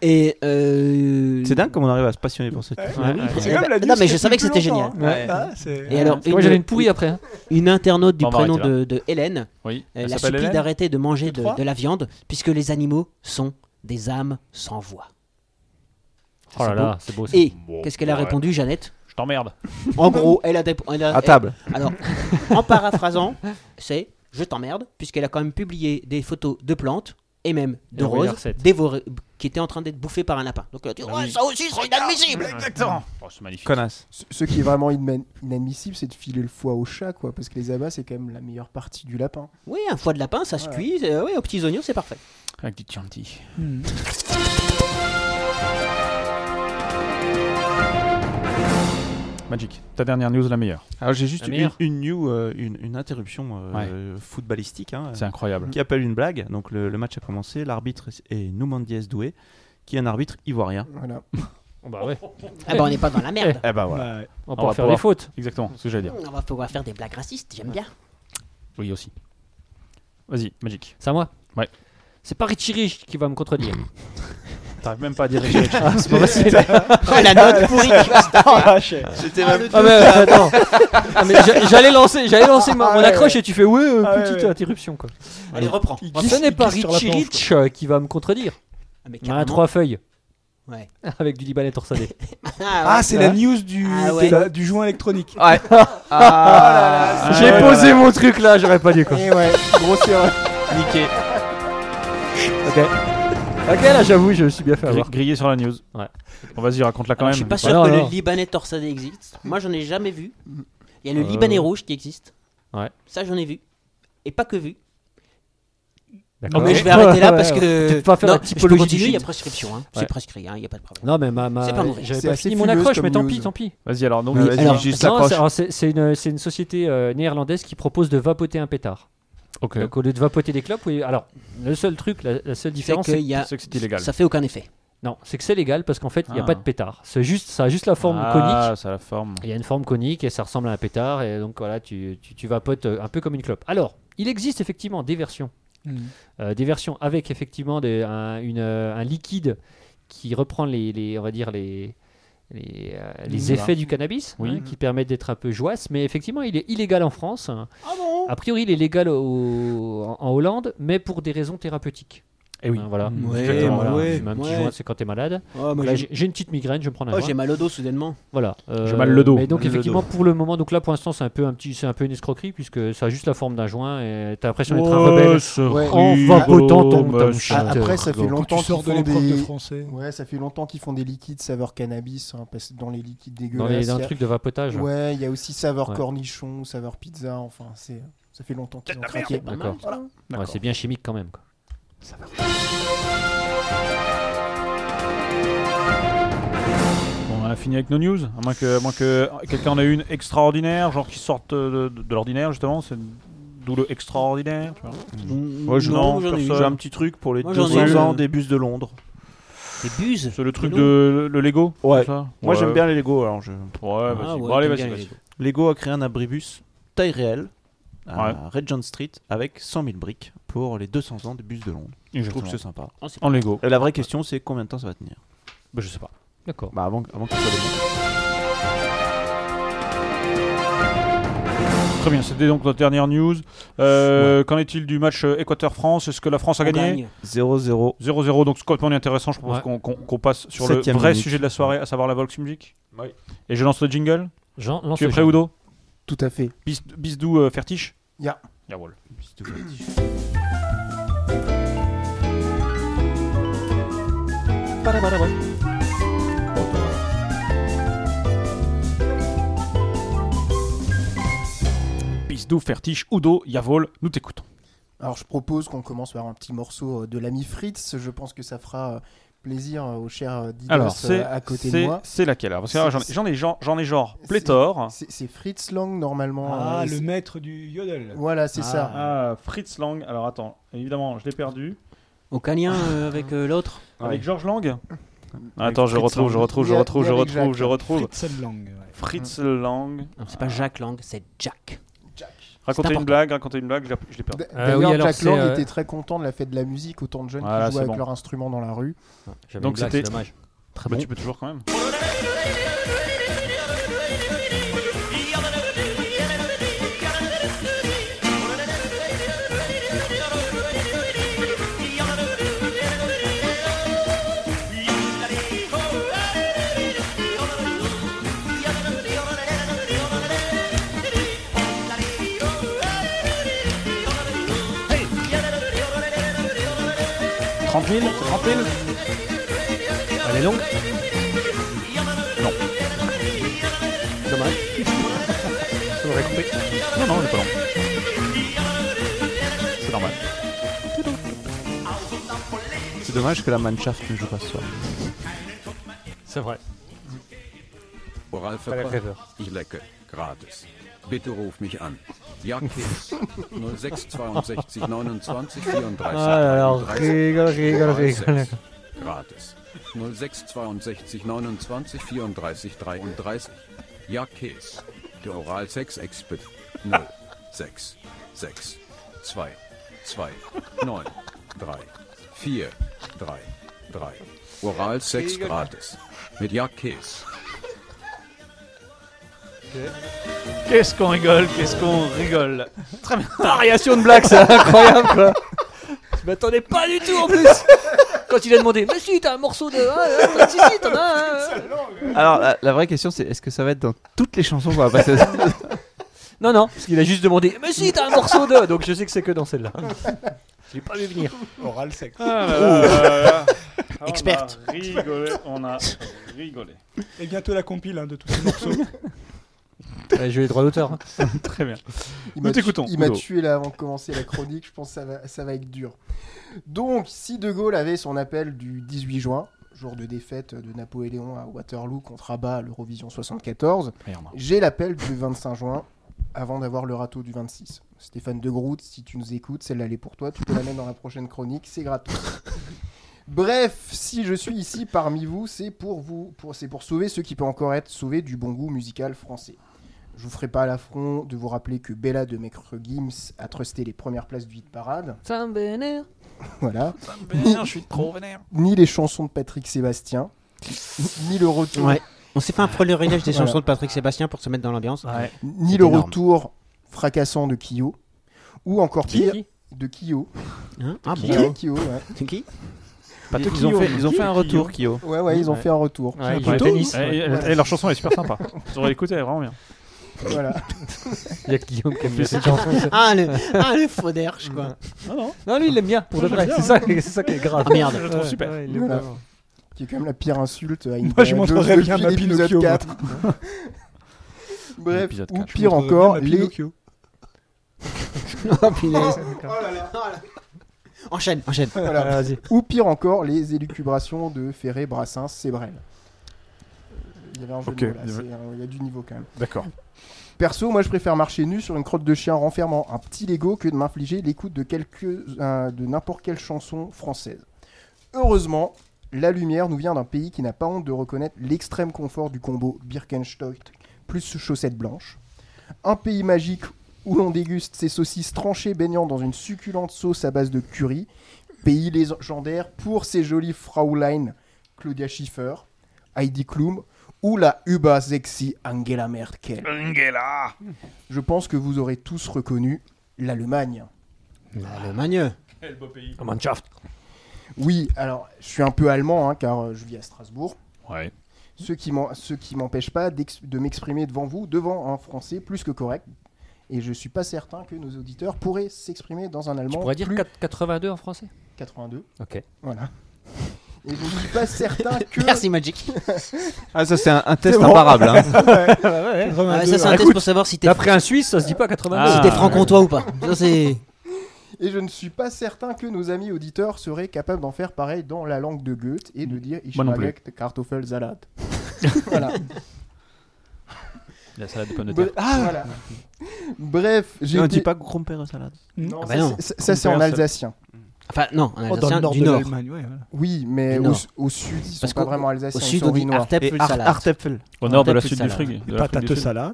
S1: Et. euh,
S2: C'est dingue comme on arrive à se passionner pour ce truc.
S5: Ouais, ouais.
S4: C'est
S1: Eh
S4: quand même
S1: ben,
S4: la
S1: non,
S4: news
S1: mais je
S4: qui a
S1: savais
S4: tenu
S1: que c'était
S4: plus
S1: génial.
S4: longtemps, hein.
S3: Ouais.
S4: Ah, c'est-
S1: Et alors,
S5: Parce que Moi, j'avais une pourrie après. hein.
S1: une internaute du
S3: Bon, on va
S1: prénom
S3: arrêter
S1: de, de Hélène,
S3: Oui.
S1: euh,
S3: Elle
S1: l'a
S3: s'appelle
S1: supplié
S3: Hélène
S1: d'arrêter de manger de,
S4: trois
S1: de la viande, puisque les animaux sont des âmes sans voix.
S5: Oh là
S1: C'est beau.
S5: là, c'est beau. ça.
S1: Et qu'est-ce qu'elle a
S7: ouais.
S1: répondu, Jeannette
S3: Je t'emmerde.
S1: En gros, elle a, dép- elle a-
S2: À table.
S1: elle-
S2: (laughs)
S1: alors, en paraphrasant, c'est je t'emmerde, puisqu'elle a quand même publié des photos de plantes et même de
S5: Et oui, la
S1: roses
S5: recette.
S1: dévorées, qui étaient en train d'être bouffées par un lapin. Donc elle a dit,
S3: Bah
S1: Ouais,
S3: oui.
S1: ça aussi c'est inadmissible.
S3: Exactement. Oh, c'est magnifique.
S2: Connasse.
S6: Ce- Ce qui est vraiment inadm- inadmissible, c'est de filer le foie au chat, quoi, parce que les abats, c'est quand même la meilleure partie du lapin.
S1: Oui, un foie de lapin, ça se
S6: Ouais.
S1: cuit, euh, ouais, aux petits oignons, c'est parfait.
S3: Avec du chanty. (laughs) Magic, ta dernière news, la meilleure.
S2: Alors Ah, j'ai juste
S5: La
S2: une,
S5: meilleure.
S2: une new, euh, une, une interruption euh, footballistique hein,
S3: C'est incroyable.
S2: qui appelle une blague. Donc le, le match a commencé, l'arbitre est Noumandiès Doué, qui est un arbitre ivoirien.
S6: Voilà.
S5: Bon, (laughs) bah ouais.
S1: Ah bah on n'est pas dans la merde.
S2: Eh ben voilà.
S4: Bah, ouais.
S5: On va
S3: On va
S5: pouvoir faire
S3: pouvoir-
S5: des fautes.
S3: Exactement, c'est ce que j'allais dire.
S1: On va pouvoir faire des blagues racistes, j'aime bien.
S3: Oui, aussi. Vas-y, Magic.
S5: C'est à moi
S3: Ouais.
S5: C'est pas Richie Rich qui va me contredire.
S1: Hmm.
S4: (laughs)
S5: Ah,
S3: T'arrives même pas à diriger.
S5: (laughs) c'est pas facile.
S1: Oh, la
S4: Ah,
S1: note pourrie qui va se taper.
S5: Ah mais euh, attends. Ah, mais j'a- j'allais lancer, j'allais lancer ma- mon accroche et tu fais ouais euh,
S4: Ah ouais, Ah,
S5: petite
S4: ouais.
S5: interruption quoi. Ah,
S1: Allez, reprends.
S5: Ce n'est pas Richie Rich euh, qui va me contredire.
S1: Ah, mais
S5: Il a
S1: carrément.
S5: trois feuilles.
S1: Ouais.
S5: (laughs) Avec du Libanais torsadé.
S1: (laughs) Ah,
S4: Ah, c'est la news du,
S1: Ah ouais. Ah.
S4: de la- du joint électronique. (laughs)
S3: Ah.
S5: (laughs)
S4: Oh
S5: Oh J'ai posé mon truc là, j'aurais pas dû quoi.
S4: Eh
S6: Et ouais, grosse erreur.
S5: Ok là j'avoue, je me suis bien fait
S3: Gri-
S5: avoir.
S3: grillé sur la news.
S5: Ouais.
S3: Bon, vas-y, raconte-la quand
S1: Alors, Ah
S3: même.
S1: je suis pas sûr
S5: Voilà,
S1: que
S5: alors.
S1: le Libanais torsadé existe. Moi, j'en ai jamais vu. Il y a le
S5: Euh.
S1: Libanais rouge qui existe.
S5: Ouais.
S1: Ça, j'en ai vu. Et pas que vu.
S5: D'accord.
S1: Mais je vais arrêter là parce que.
S5: Peut-être pas faire
S1: non,
S5: la
S1: je peux
S5: typologie du
S1: continuer, Il y a
S5: shit.
S1: prescription. hein.
S5: Ouais.
S1: C'est prescrit, hein, il n'y a pas de problème.
S5: Non mais ma, ma-
S1: C'est pas mauvais.
S5: j'avais
S6: C'est
S5: pas
S6: assez
S5: fini mon
S6: fumeuse
S5: accroche,
S6: comme
S5: mais tant
S6: news.
S5: pis, tant pis.
S3: Vas-y, alors, donc,
S2: Ouais,
S3: dis-
S2: vas-y,
S1: alors,
S2: juste
S5: Non,
S2: l'accroche.
S5: c'est- alors, c'est c'est une, c'est une société euh, néerlandaise qui propose de vapoter un pétard.
S3: ok.
S5: Donc au lieu de vapoter des clopes, oui, alors le seul truc, la, la seule différence,
S1: qu'il
S5: c'est
S1: y a-
S3: C'est que c'est illégal.
S1: Ça fait aucun effet.
S5: Eh. non, c'est que c'est légal parce qu'en fait il n'y a
S3: Ah.
S5: pas de pétard. C'est juste, ça a juste la forme conique.
S3: Ah, ça a la forme.
S5: Il y a une forme conique et ça ressemble à un pétard et donc voilà, tu, tu, tu vapotes euh, un peu comme une clope. Alors, il existe effectivement des versions,
S4: Hmm.
S5: Euh, des versions avec effectivement des- un, une, euh, un liquide qui reprend les, les- on va dire les les, euh, les
S3: Mm. Voilà.
S5: effets du cannabis,
S3: Oui.
S5: hein, qui permettent d'être un peu joasse, mais effectivement, il est illégal en France. a priori, il est légal au- en, en Hollande, mais pour des raisons thérapeutiques.
S3: Eh oui.
S5: Hein, voilà.
S1: Mm.
S4: Ouais,
S5: Exactement,
S4: bah
S5: voilà.
S4: ouais,
S5: Même un petit
S1: ouais.
S5: joint, c'est quand t'es malade.
S1: Oh,
S5: Là, j'ai j'ai une petite migraine, je vais me prends un
S1: oh,
S5: joint.
S1: j'ai mal au dos soudainement.
S5: Voilà.
S3: J'ai
S5: euh,
S3: mal le dos.
S5: Mais donc
S2: Le
S5: effectivement
S2: dos.
S5: pour le moment, donc là pour l'instant c'est un peu un petit, c'est un peu une escroquerie puisque ça a juste la forme d'un joint et t'as l'impression d'être un rebelle.
S6: Ouais.
S5: En vapotant ton, ton shit.
S6: Ah, Après, euh, ça fait
S4: Quand
S6: longtemps
S4: tu
S6: qu'ils
S4: sors de
S6: font
S4: l'épreuve
S6: des...
S4: de français.
S6: Ouais, ça fait longtemps qu'ils font des liquides saveur cannabis, hein, parce que dans les liquides
S5: dans, les,
S6: dégueulasses.
S5: dans
S6: il y
S5: le
S6: a-
S5: truc de vapotage. ouais.
S6: Ouais, il y a aussi saveur
S5: Ouais.
S6: cornichon, saveur pizza, enfin, c'est... Ça fait longtemps qu'ils ont craqué.
S1: Pas mal,
S5: D'accord.
S1: ça.
S5: Ouais, c'est bien chimique quand même. quoi.
S3: Bon, on a fini avec nos news. À moins que, à moins que quelqu'un en ait une extraordinaire, genre qui sorte de, de- de l'ordinaire, justement. C'est d'où le extraordinaire. tu vois.
S2: Moi, je-
S1: Mm. Non,
S2: non,
S1: j'en ai eu.
S2: j'ai un petit truc pour les
S1: Moi, j'en ai
S2: 200
S1: eu.
S2: ans des bus de Londres.
S1: Des buses.
S3: C'est le truc
S1: Dis donc.
S3: de le Lego
S2: Ouais.
S3: tout ça
S2: Moi,
S3: Ouais.
S2: j'aime bien les Lego. Alors, je...
S3: Ouais, vas-y.
S1: Ah ouais,
S3: Bon, allez,
S1: t'aimes
S3: vas-y,
S1: bien
S3: vas-y.
S1: les-
S2: Lego a créé un abribus taille réelle à
S3: Ouais.
S2: Regent Street avec 100 000 briques pour les 200 ans des bus de Londres. Je trouve que c'est
S3: Exactement.
S2: sympa.
S1: Oh, c'est-
S3: En Lego.
S2: Et la vraie question, c'est combien de temps ça va tenir
S3: Bah, je sais pas.
S5: D'accord.
S2: Bah, avant, avant qu'il soit les
S3: Très Très bien, c'était donc notre dernière news. Euh, Qu'en est-il du match euh, Équateur-France Est-ce que la France a
S1: On
S3: gagné
S1: gagne.
S2: 0-0.
S3: 0-0, donc complètement intéressant. Je propose
S5: Ouais.
S3: qu'on qu'on- qu'on passe sur le
S2: Septième
S3: vrai
S2: minute.
S3: sujet de la soirée, à savoir la Volks Music.
S2: Oui.
S3: Et je lance le jingle.
S5: Jean, lance
S3: tu es
S5: le
S3: prêt,
S5: jeu.
S3: Udo
S6: Tout à fait.
S3: Bis- Bisdou euh, Fertiche
S6: Ya.
S3: Jawohl.
S2: (clears throat)
S3: Bisdou Fertiche, Udo, Yavol, nous t'écoutons.
S6: Alors je propose qu'on commence par un petit morceau euh, de l'ami Fritz. Je pense que ça fera euh, plaisir euh, aux chers euh, Didos
S3: Alors,
S6: euh,
S3: c'est
S6: à côté de
S3: c'est-
S6: moi.
S3: c'est laquelle alors Parce que alors, j'en ai-
S6: C'est-
S3: j'en ai, genre- j'en ai genre
S6: c'est-
S3: pléthore.
S6: C'est c'est Fritz Lang normalement.
S4: Ah,
S6: euh,
S4: le
S6: c'est-
S4: maître du yodel.
S6: Voilà, c'est ça.
S3: Ah, Fritz Lang. Alors attends, évidemment, je l'ai perdu.
S1: Au canien euh, avec euh, l'autre.
S3: Avec Georges Lang
S6: Avec
S3: Ah, Attends, je
S6: Fritz
S3: retrouve, je
S6: Lang.
S3: retrouve, je
S6: Il y a-
S3: retrouve,
S6: il y
S3: je
S6: a avec
S3: retrouve,
S6: Jacques. Hum.
S3: je retrouve.
S4: Fritz Lang. ouais.
S3: Fritz Lang. Ah.
S1: Non, c'est pas Jacques Lang, c'est Jack.
S3: Racontez une
S1: important.
S3: blague, racontez une blague, je l'ai- je l'ai perdu.
S6: D-
S5: Ah
S6: D'ailleurs,
S5: oui, alors,
S6: Jack
S5: c'est,
S6: Lang
S5: euh,
S6: était très content de la fête de la musique, autant de jeunes
S3: Voilà,
S6: qui jouaient
S3: c'est
S6: avec
S3: bon.
S6: leur instrument dans la rue.
S5: J'avais
S3: Donc
S5: une blague,
S3: c'était-
S5: c'est dommage.
S3: Bah, tu peux toujours quand même.
S5: Elle est longue
S3: Non, non, j'ai pas long. C'est normal.
S2: C'est dommage que la Mannschaft ne joue pas ce soir.
S5: C'est vrai.
S10: Oralverbrauch, ich lecke. Gratis. Bitte ruf mich an. Ja, Kids. 06 62 29 34.
S5: Alors,
S10: 33,
S5: rigole, rigole, rigole.
S10: 36. Gratis. 06 62 29 34 33. Ja, Kids. Der Oralsex Expert. 0 6 6 2 2 9 3 4 3 3. Oralsex gratis. Mit Ja, Kids.
S3: Qu'est-ce qu'on rigole, qu'est-ce qu'on rigole.
S5: Variation de blague, c'est incroyable quoi. Je m'attendais pas du tout en plus. Quand il a demandé, mais si t'as un morceau de, ah, ah, si si t'en as. un, hein.
S2: Alors, la, la vraie question, c'est est-ce que ça va être dans toutes les chansons qu'on va passer
S5: Non non, parce qu'il a juste demandé, mais si t'as un morceau de, donc je sais que c'est que dans celle-là. Je l'ai pas vu venir.
S4: Oral
S3: Ah
S4: sexe.
S5: (laughs)
S3: (laughs)
S1: Experte.
S3: On a rigolé, on a rigolé.
S4: Et bientôt la compile hein, de tous ces morceaux.
S3: (laughs)
S5: Ouais, je vais droit d'auteur. hein.
S3: Très bien.
S6: Il
S3: Nous
S6: m'a tu-
S3: t'écoutons,
S6: Il m'a
S3: Udo.
S6: tué là avant de commencer la chronique. Je pense que ça va, ça va être dur. Donc, si De Gaulle avait son appel du 18 juin, jour de défaite de Napoléon à Waterloo contre Abba à l'Eurovision 74, j'ai l'appel du 25 juin avant d'avoir le râteau du 26. Stéphane De Groot, si tu nous écoutes, celle-là elle est pour toi. Tu peux la mettre dans la prochaine chronique. C'est
S3: (laughs)
S6: gratuit. Bref, si je suis ici parmi vous, c'est pour vous, pour, c'est pour sauver ce qui peut encore être sauvé du bon goût musical français. Je vous ferai pas l'affront de vous rappeler que Bella de Maître Gims a trusté les premières places du hit parade. (laughs)
S5: Ça me vénère.
S6: Voilà. je suis trop vénère. Ni les chansons de Patrick Sébastien, ni le retour,
S1: Ouais. On s'est fait un prolerinage des
S6: Voilà.
S1: chansons de Patrick Sébastien pour se mettre dans l'ambiance.
S6: ni
S1: C'est
S6: le
S1: énorme.
S6: retour fracassant de Kyo, ou encore pire
S5: Qui
S6: de Kyo.
S1: Hein ah bon
S6: Ouais, Kyo, ouais.
S1: C'est qui
S2: Pas ils, ont fait, ils ont fait un retour, Kyo.
S6: Ouais, ouais, ils ont
S5: Ouais.
S6: fait un retour.
S5: Ouais, il joue au
S3: Plutôt,
S5: tennis.
S3: eh, eh,
S6: Ouais.
S3: eh, leur chanson elle est super sympa. Vous aurez écouté, elle est vraiment bien.
S6: Voilà.
S5: Il y a que Guillaume qui aime bien cette chanson. ça.
S1: (laughs) (laughs) Ah le, ah, le faux d'herche, quoi.
S3: Ah
S5: Non, lui, il l'aime bien, pour de vrai. C'est ça, qui- c'est ça qui est grave.
S1: Ah merde.
S3: Je la trouve super.
S5: Ouais, il l'aime
S6: Voilà.
S5: vraiment.
S6: qui est quand même la pire insulte à une
S4: Moi, je montrerais bien ma Pinocchio, moi.
S6: Bref,
S3: L'épisode
S6: ou
S3: quatre.
S6: pire
S4: Faudrait
S6: encore,
S4: bien la
S6: les (laughs)
S4: Pinocchio.
S1: Oh,
S5: (laughs)
S1: punaise. Enchaîne, enchaîne.
S6: Voilà.
S5: Ah, vas-y.
S6: Ou pire encore, les élucubrations de Ferré, Brassens, Sébrel. Euh, Il y avait un jeu
S3: Ok.
S6: de mots, là, c'est un- il y a du niveau quand même.
S3: D'accord.
S6: Perso, moi je préfère marcher nu sur une crotte de chien renfermant un petit Lego que de m'infliger l'écoute de, quelques- euh, de n'importe quelle chanson française. Heureusement, la lumière nous vient d'un pays qui n'a pas honte de reconnaître l'extrême confort du combo Birkenstock plus chaussettes blanches. Un pays magique où l'on déguste ses saucisses tranchées baignant dans une succulente sauce à base de curry. Pays légendaire pour ses jolies Fraulein Claudia Schiffer, Heidi Klum Oula Uba Sexy Angela Merkel.
S7: Angela
S6: Je pense que vous aurez tous reconnu l'Allemagne. L'Allemagne
S3: Quel beau pays.
S6: Oui, alors je suis un peu allemand hein, car euh, je vis à Strasbourg.
S3: Ouais.
S6: Ce qui m'en- ce qui m'empêche pas d'ex- de m'exprimer devant vous, devant un français plus que correct. Et je suis pas certain que nos auditeurs pourraient s'exprimer dans un allemand.
S5: Tu pourrais dire
S6: plus-
S5: 4- 82 en français
S6: 82.
S5: Ok.
S6: Voilà. Et je ne suis pas
S5: (laughs)
S6: certain que. (laughs)
S1: Merci, Magic.
S2: Ah, ça, c'est un, un test imparable. hein.
S1: Ah ouais, ça, c'est un test pour savoir si t'es.
S5: D'après un Suisse, ça se dit pas 82.
S1: si t'es franc-comtois ou pas. Ça, c'est.
S6: (laughs) Et je ne suis pas certain que nos amis auditeurs seraient capables d'en faire pareil dans la langue de Goethe et
S1: Mm.
S6: de dire Ich
S3: Moi non
S6: mag
S1: (laughs)
S6: Kartoffelsalat. voilà.
S3: La salade de pommes de
S6: Bre-
S3: terre.
S6: voilà. ah. (laughs) Bref, j'ai
S2: Et on
S6: été-
S2: dit pas Gromper salade.
S6: Non,
S1: Ah
S6: ça,
S1: bah non.
S6: c'est- ça c'est en
S3: Compère, ça-
S6: alsacien.
S1: Mm. Enfin, non, en
S4: dans
S1: Alsacien,
S4: le nord
S1: du
S4: de
S1: Nord.
S4: l'Allemagne, ouais, voilà.
S6: Oui, mais
S1: Du
S6: au,
S1: Nord.
S6: au sud, ils sont
S1: Parce
S6: pas
S1: qu'au-
S6: vraiment alsaciens,
S1: Au
S6: ils
S1: sud,
S6: sont
S1: on dit
S6: rhinois.
S1: Artepfel
S2: Ar-
S1: Salade.
S2: Artepfel.
S3: Au nord de la
S1: Patate
S3: sud
S1: salade.
S3: du Frug. de l'Afrique
S4: Patate
S3: du
S1: (laughs)
S3: Sud.
S4: salade.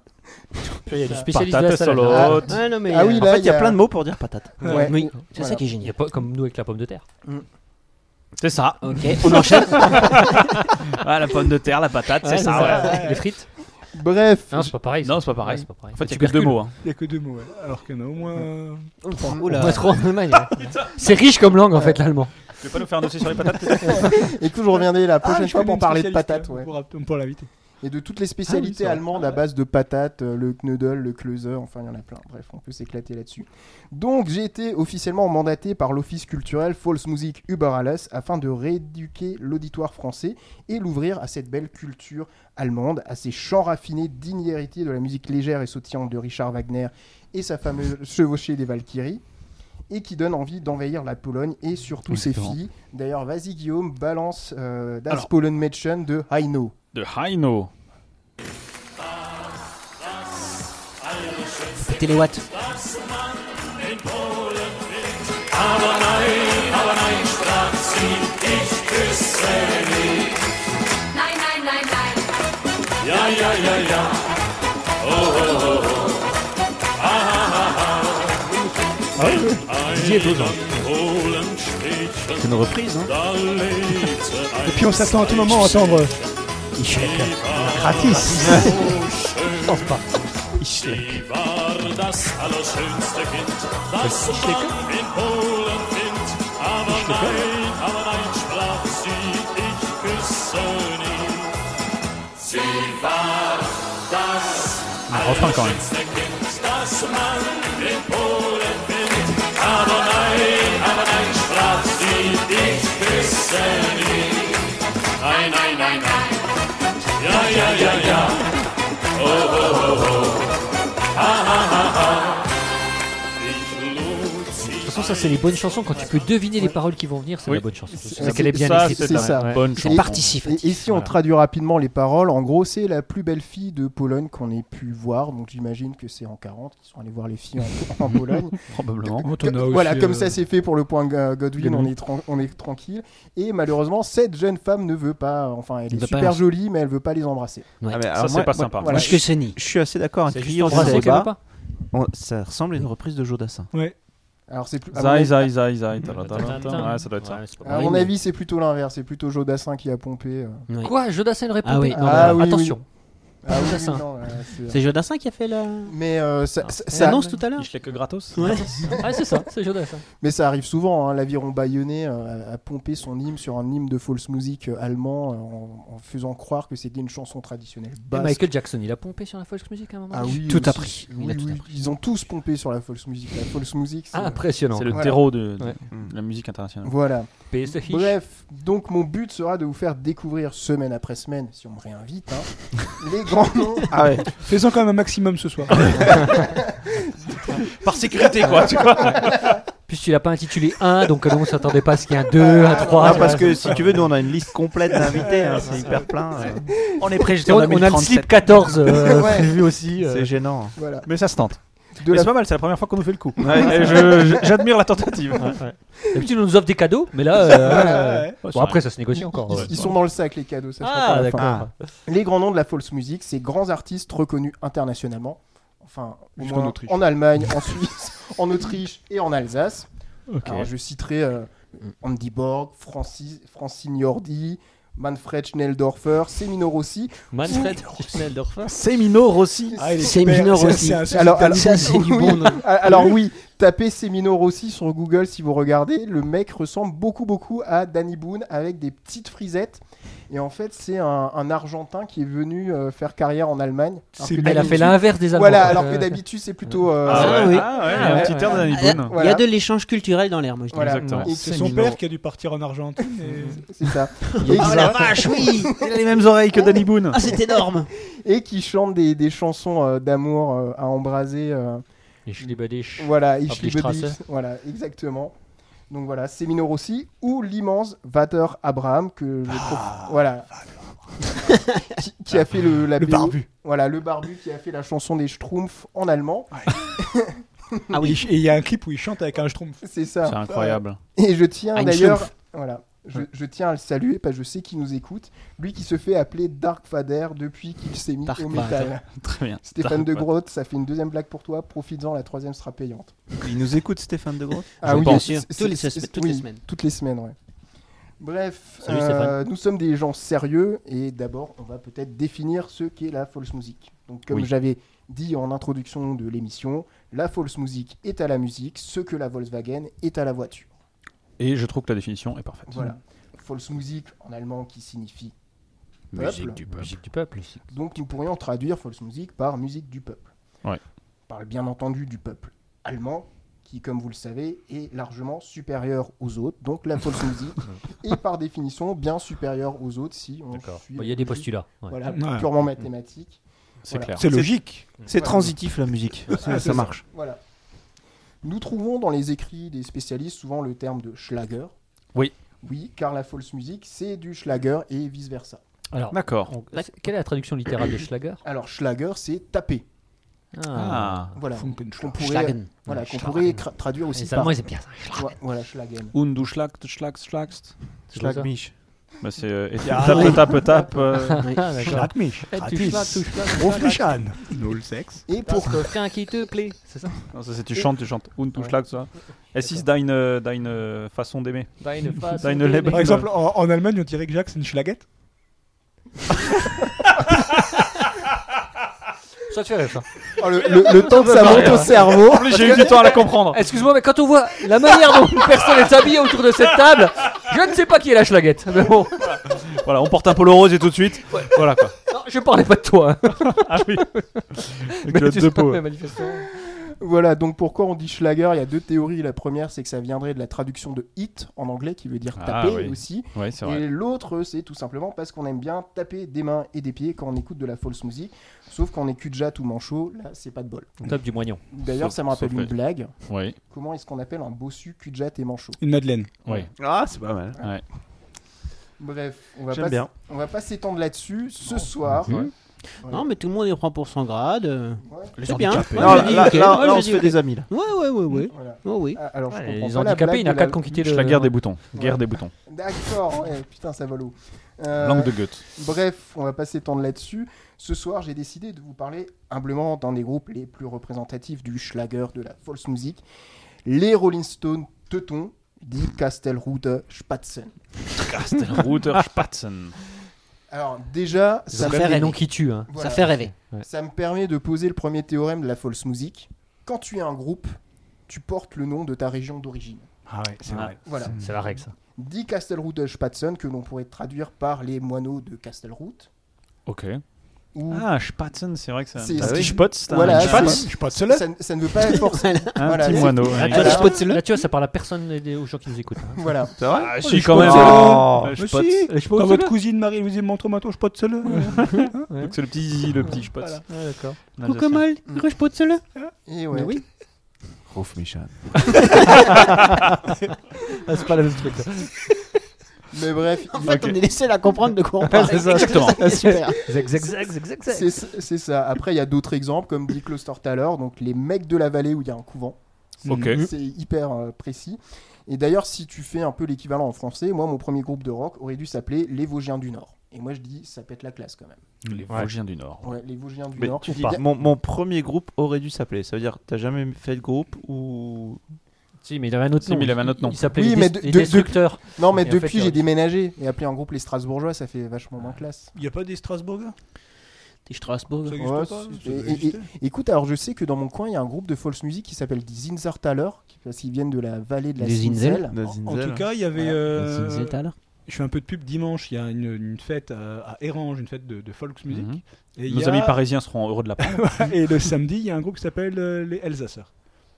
S5: Il y a le spécialiste de la
S3: Patate sur
S5: salade.
S3: l'autre.
S1: Ah non, mais.
S6: Ah oui,
S1: euh,
S2: En fait, il y a plein de mots pour dire patate.
S6: Ouais.
S1: Oui, c'est
S6: Voilà. Mm.
S1: ça qui est
S5: Il y a
S1: génial.
S5: pas comme nous avec la pomme de terre.
S3: C'est ça.
S1: Ok, on enchaîne.
S3: (laughs) Ah, la pomme de terre, la patate,
S5: Ouais,
S3: c'est ça. ouais.
S5: Les frites
S6: Bref,
S5: Non, c'est pas pareil.
S3: Non, c'est pas pareil.
S5: c'est pas pareil.
S3: En fait, il y a que deux mots. hein.
S4: Il n'y a que deux mots, ouais. alors qu'il y en a au moins.
S1: Oula.
S5: On est trop en Allemagne,
S3: (laughs)
S6: hein.
S4: (laughs)
S5: ouais. C'est riche comme langue en fait l'allemand.
S3: Tu veux pas nous faire un dossier sur les patates
S6: (laughs) et que je reviendrai la
S4: Ah,
S6: prochaine
S4: je
S6: fois
S4: connais
S6: pour
S4: une
S6: parler de
S4: spécialiste,
S6: patates.
S4: euh,
S6: ouais.
S4: Pour, app- pour l'inviter.
S6: Et de
S4: (laughs)
S6: toutes les spécialités
S4: Ah oui, ça va.
S6: allemandes à base de patates, euh, le knödel, le klöser, enfin il y en a plein. Bref, on peut s'éclater là-dessus. Donc j'ai été officiellement mandaté par l'office culturel False Music Über alles afin de rééduquer l'auditoire français et l'ouvrir à cette belle culture allemande, à ces chants raffinés dignes héritiers de la musique légère et sautillante de Richard Wagner et sa fameuse (laughs) chevauchée des Valkyries. Et qui donne envie d'envahir la Pologne et surtout ses filles. D'ailleurs, vas-y Guillaume, balance euh, Das
S3: Alors.
S6: Polenmädchen de Heino.
S3: De Heino.
S1: Téléwatt.
S5: Ah
S11: Nein, nein, nein, nein.
S2: C'est une reprise. Hein.
S4: Et puis on s'attend à tout moment à entendre. euh, Gratis
S3: Un refrain quand même.
S5: Ah
S11: Nein, nein, nein, nein.
S5: De toute façon, ça, c'est les bonnes chansons. Quand tu peux deviner les paroles qui vont venir, c'est
S3: Oui.
S5: la bonne chanson. C'est
S6: c'est-
S5: ça qu'elle est bien
S3: ça,
S5: écrite.
S6: c'est ça.
S3: une bonne
S1: C'est
S3: chanson.
S1: participatif.
S6: Et, et si on
S3: Voilà.
S6: traduit rapidement les paroles, en gros, c'est la plus belle fille de Pologne qu'on ait pu voir. Donc j'imagine que c'est en 40 qu'ils sont allés voir les filles en, en Pologne.
S3: Probablement.
S6: Comme- voilà, comme ça c'est fait pour le point Go- Godwin, on est, tran- on est tranquille. Et malheureusement, cette jeune femme ne veut pas. Enfin, elle
S1: Elle
S6: est
S1: veut pas
S6: super
S1: les-
S6: jolie, mais elle veut pas les embrasser.
S2: Ah, mais
S3: Ça,
S2: alors,
S3: c'est
S2: moi-
S3: pas
S2: moi-
S3: sympa.
S6: voilà.
S1: Moi, je suis ni.
S2: Je suis assez d'accord avec
S5: C'est
S2: lui.
S5: juste
S2: on
S5: embrasser
S2: sait
S5: qu'elle
S2: pas.
S5: veut pas.
S2: On- Ça ressemble à une reprise de Jodassin.
S6: Alors c'est plus. À, mon,
S3: Zai,
S6: avis-
S3: zai, zai, zai. ta, ta, ta, ta. Ouais, ça doit être ça.
S5: Ouais, c'est pas
S6: à
S5: pareil.
S6: mon avis, c'est plutôt l'inverse. C'est plutôt Jodassin qui a pompé. euh.
S1: Oui.
S5: Quoi Jodassin aurait
S1: Ah oui.
S5: pompé
S1: Non,
S6: Ah oui, oui.
S5: Attention.
S6: Ah oui,
S1: Jodassin.
S6: non, euh, c'est-
S1: C'est Jodassin qui a fait la. Ah.
S6: Mais euh, ça, ça- ça-
S1: L'annonce tout à
S5: (laughs)
S1: l'heure
S3: Je l'ai que gratos. (laughs)
S1: Ouais.
S5: Ah, c'est ça, c'est Jodassin.
S6: Mais ça arrive souvent, hein, l'aviron bayonnais euh, a a pompé son hymne sur un hymne de false music euh, allemand euh, en, en faisant croire que c'était une chanson traditionnelle
S5: Et
S6: basque.
S5: Michael Jackson, il a pompé sur la folk music à un moment
S6: Ah
S5: donné
S6: oui,
S1: Tout
S6: aussi.
S1: a pris. Il
S6: Oui,
S1: a tout
S6: oui,
S1: appris.
S6: Ils ont tous pompé sur la false music. La false music, c'est...
S5: Ah, impressionnant.
S3: C'est le
S6: Voilà.
S3: terreau de de
S5: Ouais.
S3: la musique internationale.
S6: Voilà.
S5: Pays de Hiche.
S6: Bref, donc mon but sera de vous faire découvrir semaine après semaine, si on me réinvite,
S2: (laughs)
S6: hein, les grands noms
S2: Ah ouais.
S4: Faisons quand même un maximum
S6: (laughs)
S4: ce soir.
S3: Par sécurité, quoi, tu vois.
S5: (laughs) Puis tu l'as pas intitulé 1, donc nous on s'attendait pas à ce qu'il y ait un 2, un 3.
S2: Ah, parce que si tu veux, nous on a une liste complète d'invités. hein, c'est hyper plein. euh,
S3: On est prêt
S5: on, on a le slip
S2: (laughs)
S5: 14 euh,
S6: Ouais.
S5: prévu aussi. euh.
S2: C'est gênant.
S6: Voilà.
S3: Mais ça se tente.
S6: De
S3: Mais
S6: la-
S3: C'est pas mal, c'est la première fois qu'on nous fait le coup.
S2: Ouais.
S3: Et je- je- J'admire la tentative.
S5: D'habitude, on nous offre des cadeaux,
S2: (laughs)
S5: mais là. euh, euh,
S3: c'est
S5: bon, après, ça se négocie encore.
S6: Ils,
S5: ouais.
S6: ils sont dans le sac, les cadeaux. Ça sera pas
S5: Ah,
S6: la fin.
S5: d'accord.
S2: Ah.
S6: Les grands noms de la false music, c'est grands artistes reconnus internationalement. Enfin, au
S4: Jusqu'en
S6: moins
S4: Autriche.
S6: en Allemagne, en Suisse, (laughs) en Autriche et en Alsace. Alors, je citerai euh, Andy Borg, Francis, Francine Jordi, Manfred Schnelldorfer, Semino Rossi.
S5: Manfred Schnelldorfer
S2: Semino Rossi.
S6: Ah,
S2: il est
S6: Semino
S2: super, c'est-
S6: Rossi.
S2: c'est un super nom. Ça, c'est du
S6: (laughs)
S2: bon nom.
S6: alors oui, tapez Semino Rossi sur Google si vous regardez. Le mec ressemble beaucoup beaucoup à Danny Boone avec des petites frisettes. Et en fait, c'est un, un Argentin qui est venu euh, faire carrière en Allemagne. Alors
S5: C'est
S6: que
S5: bien. Elle a fait
S6: d'habitude-
S5: l'inverse des Allemands.
S6: Voilà, alors que
S5: Euh,
S6: d'habitude, c'est plutôt... euh,
S5: Ah ouais, ah ouais, il y a un petit air de Danny Boone.
S1: Euh, Il y a de l'échange culturel dans l'air, moi je dis.
S6: Voilà. Exactement.
S1: Et
S4: C'est son père qui a dû partir en Argentine.
S6: (laughs)
S4: et-
S6: C'est ça.
S1: (laughs) Oh la vache, oui
S6: (laughs) Il a les mêmes oreilles que Danny Boone.
S1: Ah,
S6: (laughs)
S1: c'est énorme
S6: Et qui chante des, des chansons euh, d'amour euh, à embraser. euh,
S5: Ich liebe dich.
S6: Voilà,
S5: Auf
S6: Ich
S5: die
S6: liebe dich.
S5: Straße.
S6: Voilà, exactement. Donc voilà, Semino Rossi ou l'immense Vater Abraham que je
S4: Ah,
S6: trouve. voilà. (laughs) qui, qui a fait le, la
S4: Le
S6: BO
S4: barbu.
S6: Voilà, le barbu qui a fait la chanson des Schtroumpfs en allemand. (laughs)
S4: Ah oui. Et il y a un clip où il chante avec un schtroumpf.
S6: C'est ça.
S3: C'est incroyable.
S6: Et je tiens
S4: Ein
S6: d'ailleurs,
S4: Schtroumpf.
S6: voilà, je, je tiens à le saluer parce que je sais qu'il nous écoute. Lui qui se fait appeler Dark Fader depuis qu'il s'est mis
S3: Dark
S6: au
S3: Vader.
S6: métal.
S3: Très bien.
S6: Stéphane
S3: Dark
S6: de
S3: Vader.
S6: Groot, ça fait une deuxième blague pour toi. Profites-en, la troisième sera payante.
S2: Il nous écoute, Stéphane de Gros
S6: Ah oui,
S1: bien
S6: c'est-
S1: sûr.
S6: c'est-
S1: Tous les-
S6: c'est-
S1: toutes
S6: oui,
S1: les semaines.
S6: Toutes les semaines, ouais. Bref,
S1: Salut,
S6: euh,
S1: Stéphane.
S6: nous sommes des gens sérieux et d'abord, on va peut-être définir ce qu'est la false music. Donc, comme
S1: Oui.
S6: j'avais dit en introduction de l'émission, la false music est à la musique ce que la Volkswagen est à la voiture.
S3: Et je trouve que la définition est parfaite.
S5: Mm.
S6: Voilà. False music en allemand qui signifie
S3: Musique
S6: peuple.
S3: du peuple. Musique
S5: du peuple.
S6: Donc, nous pourrions traduire false music par musique du peuple
S3: Ouais.
S6: parle bien entendu du peuple allemand, qui, comme vous le savez, est largement supérieur aux autres. Donc la
S3: (laughs)
S6: false musique est par définition bien supérieure aux autres si on suit.
S5: Bah, il y a des postulats, ouais.
S6: Voilà,
S5: Ouais.
S3: Mm.
S6: purement mathématiques.
S5: C'est clair.
S2: C'est logique. C'est
S6: Voilà.
S2: transitif, la musique.
S6: Ah, (laughs)
S2: Ça-
S6: c'est
S2: ça marche.
S6: Voilà. Nous trouvons dans les écrits des spécialistes souvent le terme de Schlager.
S3: Oui.
S6: Oui, car la false musique, c'est du Schlager et vice-versa.
S5: Alors,
S3: D'accord.
S5: on- c'est- quelle est la traduction littérale de Schlager
S6: (coughs) Alors, Schlager, c'est taper.
S5: Ah.
S6: Voilà. Qu'on pourrait,
S5: Schlagen.
S6: voilà, qu'on
S5: Schlagen.
S6: pourrait tra- traduire aussi
S5: Les
S6: par...
S5: Allemands, ils aiment bien ça,
S6: Ouais, Voilà, Schlagen.
S3: Und du schlagst, schlagst, schlagst.
S6: C'est Schlag quoi ça mich.
S3: Bah, c'est. euh, et tu
S6: Ja,
S3: tapes,
S6: oui.
S3: tape,
S5: (laughs)
S3: tape. euh,
S5: Oui. Ah, d'accord. Schlag mich. Eh, tu Gratis. schlag, tu schlag, tu Ruf schlag. mich an.
S3: Null Sex.
S6: Et
S5: pour quelqu'un qui te plaît, c'est ça
S3: Non, ça, c'est tu chantes, tu chantes. Und du schlagst, ça. Es ist deine, deine Façon d'aimer.
S5: Deine Façon
S3: Deine
S5: d'aimer.
S3: Leben.
S4: Par exemple, en, en Allemagne, on dirait que Jacques, c'est une schlaguette.
S5: Ça te fait rire, ça.
S6: Oh, le, temps que ça monte au cerveau.
S3: En plus, j'ai eu du temps à la comprendre.
S5: Excuse-moi, mais quand on voit la manière dont une personne est habillée autour de cette table, je ne sais pas qui est la schlaguette. Mais bon,
S3: (laughs) Voilà, on porte un polo rose et tout de suite. Voilà quoi.
S5: Non, je parlais pas de toi. hein.
S3: (laughs) Ah
S5: (laughs)
S3: oui.
S5: Mais
S3: Le
S5: tu
S3: de
S5: sais,
S3: peau.
S5: mais manifestement.
S6: Voilà, donc pourquoi on dit Schlager Il y a deux théories. La première, c'est que ça viendrait de la traduction de hit en anglais, qui veut dire
S3: Ah,
S6: taper
S3: oui.
S6: aussi.
S3: Oui, c'est vrai.
S6: et l'autre, c'est tout simplement parce qu'on aime bien taper des mains et des pieds quand on écoute de la false music. Sauf qu'on est cul-de-jatte ou manchot, là, c'est pas de bol.
S5: On tape du moignon.
S6: D'ailleurs,
S5: Sauf-
S6: ça me rappelle
S5: sauf
S6: une
S5: que-
S6: blague.
S3: Oui.
S6: Comment est-ce qu'on appelle un bossu, cul-de-jatte et manchot
S4: Une madeleine.
S3: Oui.
S2: Ah, c'est pas mal.
S3: Ouais.
S6: Bref, on va
S2: J'aime
S6: pas s-
S2: bien.
S6: on va pas s'étendre là-dessus ce soir.
S2: Mhm.
S1: Non, mais tout le monde y prend pour son grade. euh,
S2: Les
S1: C'est bien.
S2: handicapés.
S1: Moi, je
S2: Non,
S1: dis
S2: là-
S1: ok.
S2: là-
S1: Moi,
S2: là,
S1: je
S2: on
S1: dis
S2: se fait
S1: ok.
S2: des amis, là.
S1: Ouais, ouais, ouais, ouais. Oh, oui.
S6: Ah, Alors, je
S5: Ouais,
S6: comprends
S5: les
S6: pas la
S5: handicapés,
S6: blague
S5: il y en a
S6: de
S5: qu'à
S6: la-
S5: de conquitter le.
S3: La guerre des boutons. Guerre des boutons.
S6: D'accord, ouais, putain, ça va l'eau. Euh,
S3: Langue de Goethe.
S6: Bref, on va pas s'étendre là-dessus. Ce soir, j'ai décidé de vous parler humblement d'un des groupes les plus représentatifs du schlager de la false music, les Rolling Stones Teutons, dit Kastelruther Spatzen. (laughs)
S3: Router Spatzen.
S6: Alors déjà,
S5: ont
S6: ça
S5: quand
S6: me-
S5: même des noms qui tuent, hein.
S6: Voilà.
S1: Ça fait rêver.
S5: Ouais.
S6: Ça me permet de poser le premier théorème de la false music. Quand tu es un groupe, tu portes le nom de ta région d'origine.
S4: Ah ouais, c'est
S5: Ah,
S4: vrai.
S6: Voilà.
S5: C'est la (laughs) règle, ça.
S6: Dit Kastelruther Spatzen, que l'on pourrait traduire par les moineaux de Kastelruth.
S3: Ok.
S6: Ou
S3: Ah, Spatzen, c'est vrai que Ah c'est un
S6: C'est-
S3: petit
S6: oui.
S3: spotz, t'as
S6: Voilà,
S3: un spatz.
S6: c'est-
S4: Je pense cela.
S6: ça, ça ne veut pas forcément.
S3: Un petit moineau. ouais.
S5: Là,
S6: Ah, Voilà.
S5: tu vois, là, tu vois, ça parle à personne et aux gens qui nous écoutent. hein.
S6: Voilà. Ah,
S3: Ah,
S4: Les
S3: si, quand même.
S4: Spatzele.
S3: Oh,
S4: Mais
S3: le spotz.
S4: si,
S5: Le Spatzele.
S4: Quand votre cousine Marie vous dit montre moi ton spot seul. (laughs)
S3: Donc C'est le petit zizi, le petit spotz.
S5: Ah, d'accord.
S1: Coucou mal, rush pot de
S6: Et ouais.
S1: Ah. Oui.
S2: Ruf mich an.
S5: Ah, c'est pas le même truc. ça.
S6: Mais bref,
S1: En fait, on est les seuls à comprendre de quoi
S5: (laughs)
S1: on parle.
S5: c'est ça.
S1: Exactement. (laughs)
S5: Exactement.
S1: super.
S5: Zec, zec, zec, zec, zec, zec.
S6: c'est c'est ça. Après, il y a d'autres exemples, comme dit Closter tout à l'heure, donc les mecs de la vallée où il y a un couvent.
S3: Ok.
S6: C'est hyper euh, précis. Et d'ailleurs, si tu fais un peu l'équivalent en français, moi, mon premier groupe de rock aurait dû s'appeler Les Vosgiens du Nord. Et moi, je dis, ça pète la classe quand même.
S3: Les Vosgiens du Nord.
S6: Ouais, les Vosgiens du
S2: Mais
S6: Nord.
S2: tu dis
S6: Il y a-
S2: bien, mon, mon premier groupe aurait dû s'appeler. Ça veut dire, t'as jamais fait de groupe ou
S5: Si, mais il avait un autre
S3: Si,
S5: nom.
S3: mais il avait un autre nom.
S5: Il s'appelait
S6: Oui,
S5: les,
S6: mais
S5: Des-
S6: de-
S5: les
S6: de-
S5: Destructeurs.
S6: de- non, mais
S5: Et en fait,
S6: depuis,
S5: il
S6: j'ai
S5: aurait-
S6: déménagé et appelé en groupe les Strasbourgeois, ça fait vachement moins classe.
S4: Il n'y a pas des Strasbourgeois
S1: Des Strasbourg.
S4: Ça
S6: Ouais,
S4: existe pas,
S6: c'est-
S4: ça
S6: et-
S4: doit
S6: et-
S4: exister.
S6: et- écoute, alors je sais que dans mon coin, il y a un groupe de false music qui s'appelle Die Zinzertaler, qui parce qu'ils viennent de la vallée de la
S1: Des
S6: Zinzel.
S1: Zinzel.
S2: Des
S6: En-
S4: En tout
S2: Zinzel.
S3: hein.
S4: cas, il y avait.
S6: Voilà.
S4: euh,
S1: Zinzel, t'as l'air.
S4: je fais un peu de pub dimanche. Il y a une, une fête à, à Érange, une fête de, de Volksmusik.
S3: Mhm.
S4: Et il
S3: Nos
S4: y a-
S3: amis parisiens seront heureux de la part.
S4: (laughs) et le samedi, il y a un groupe qui s'appelle euh, les Elsasseurs.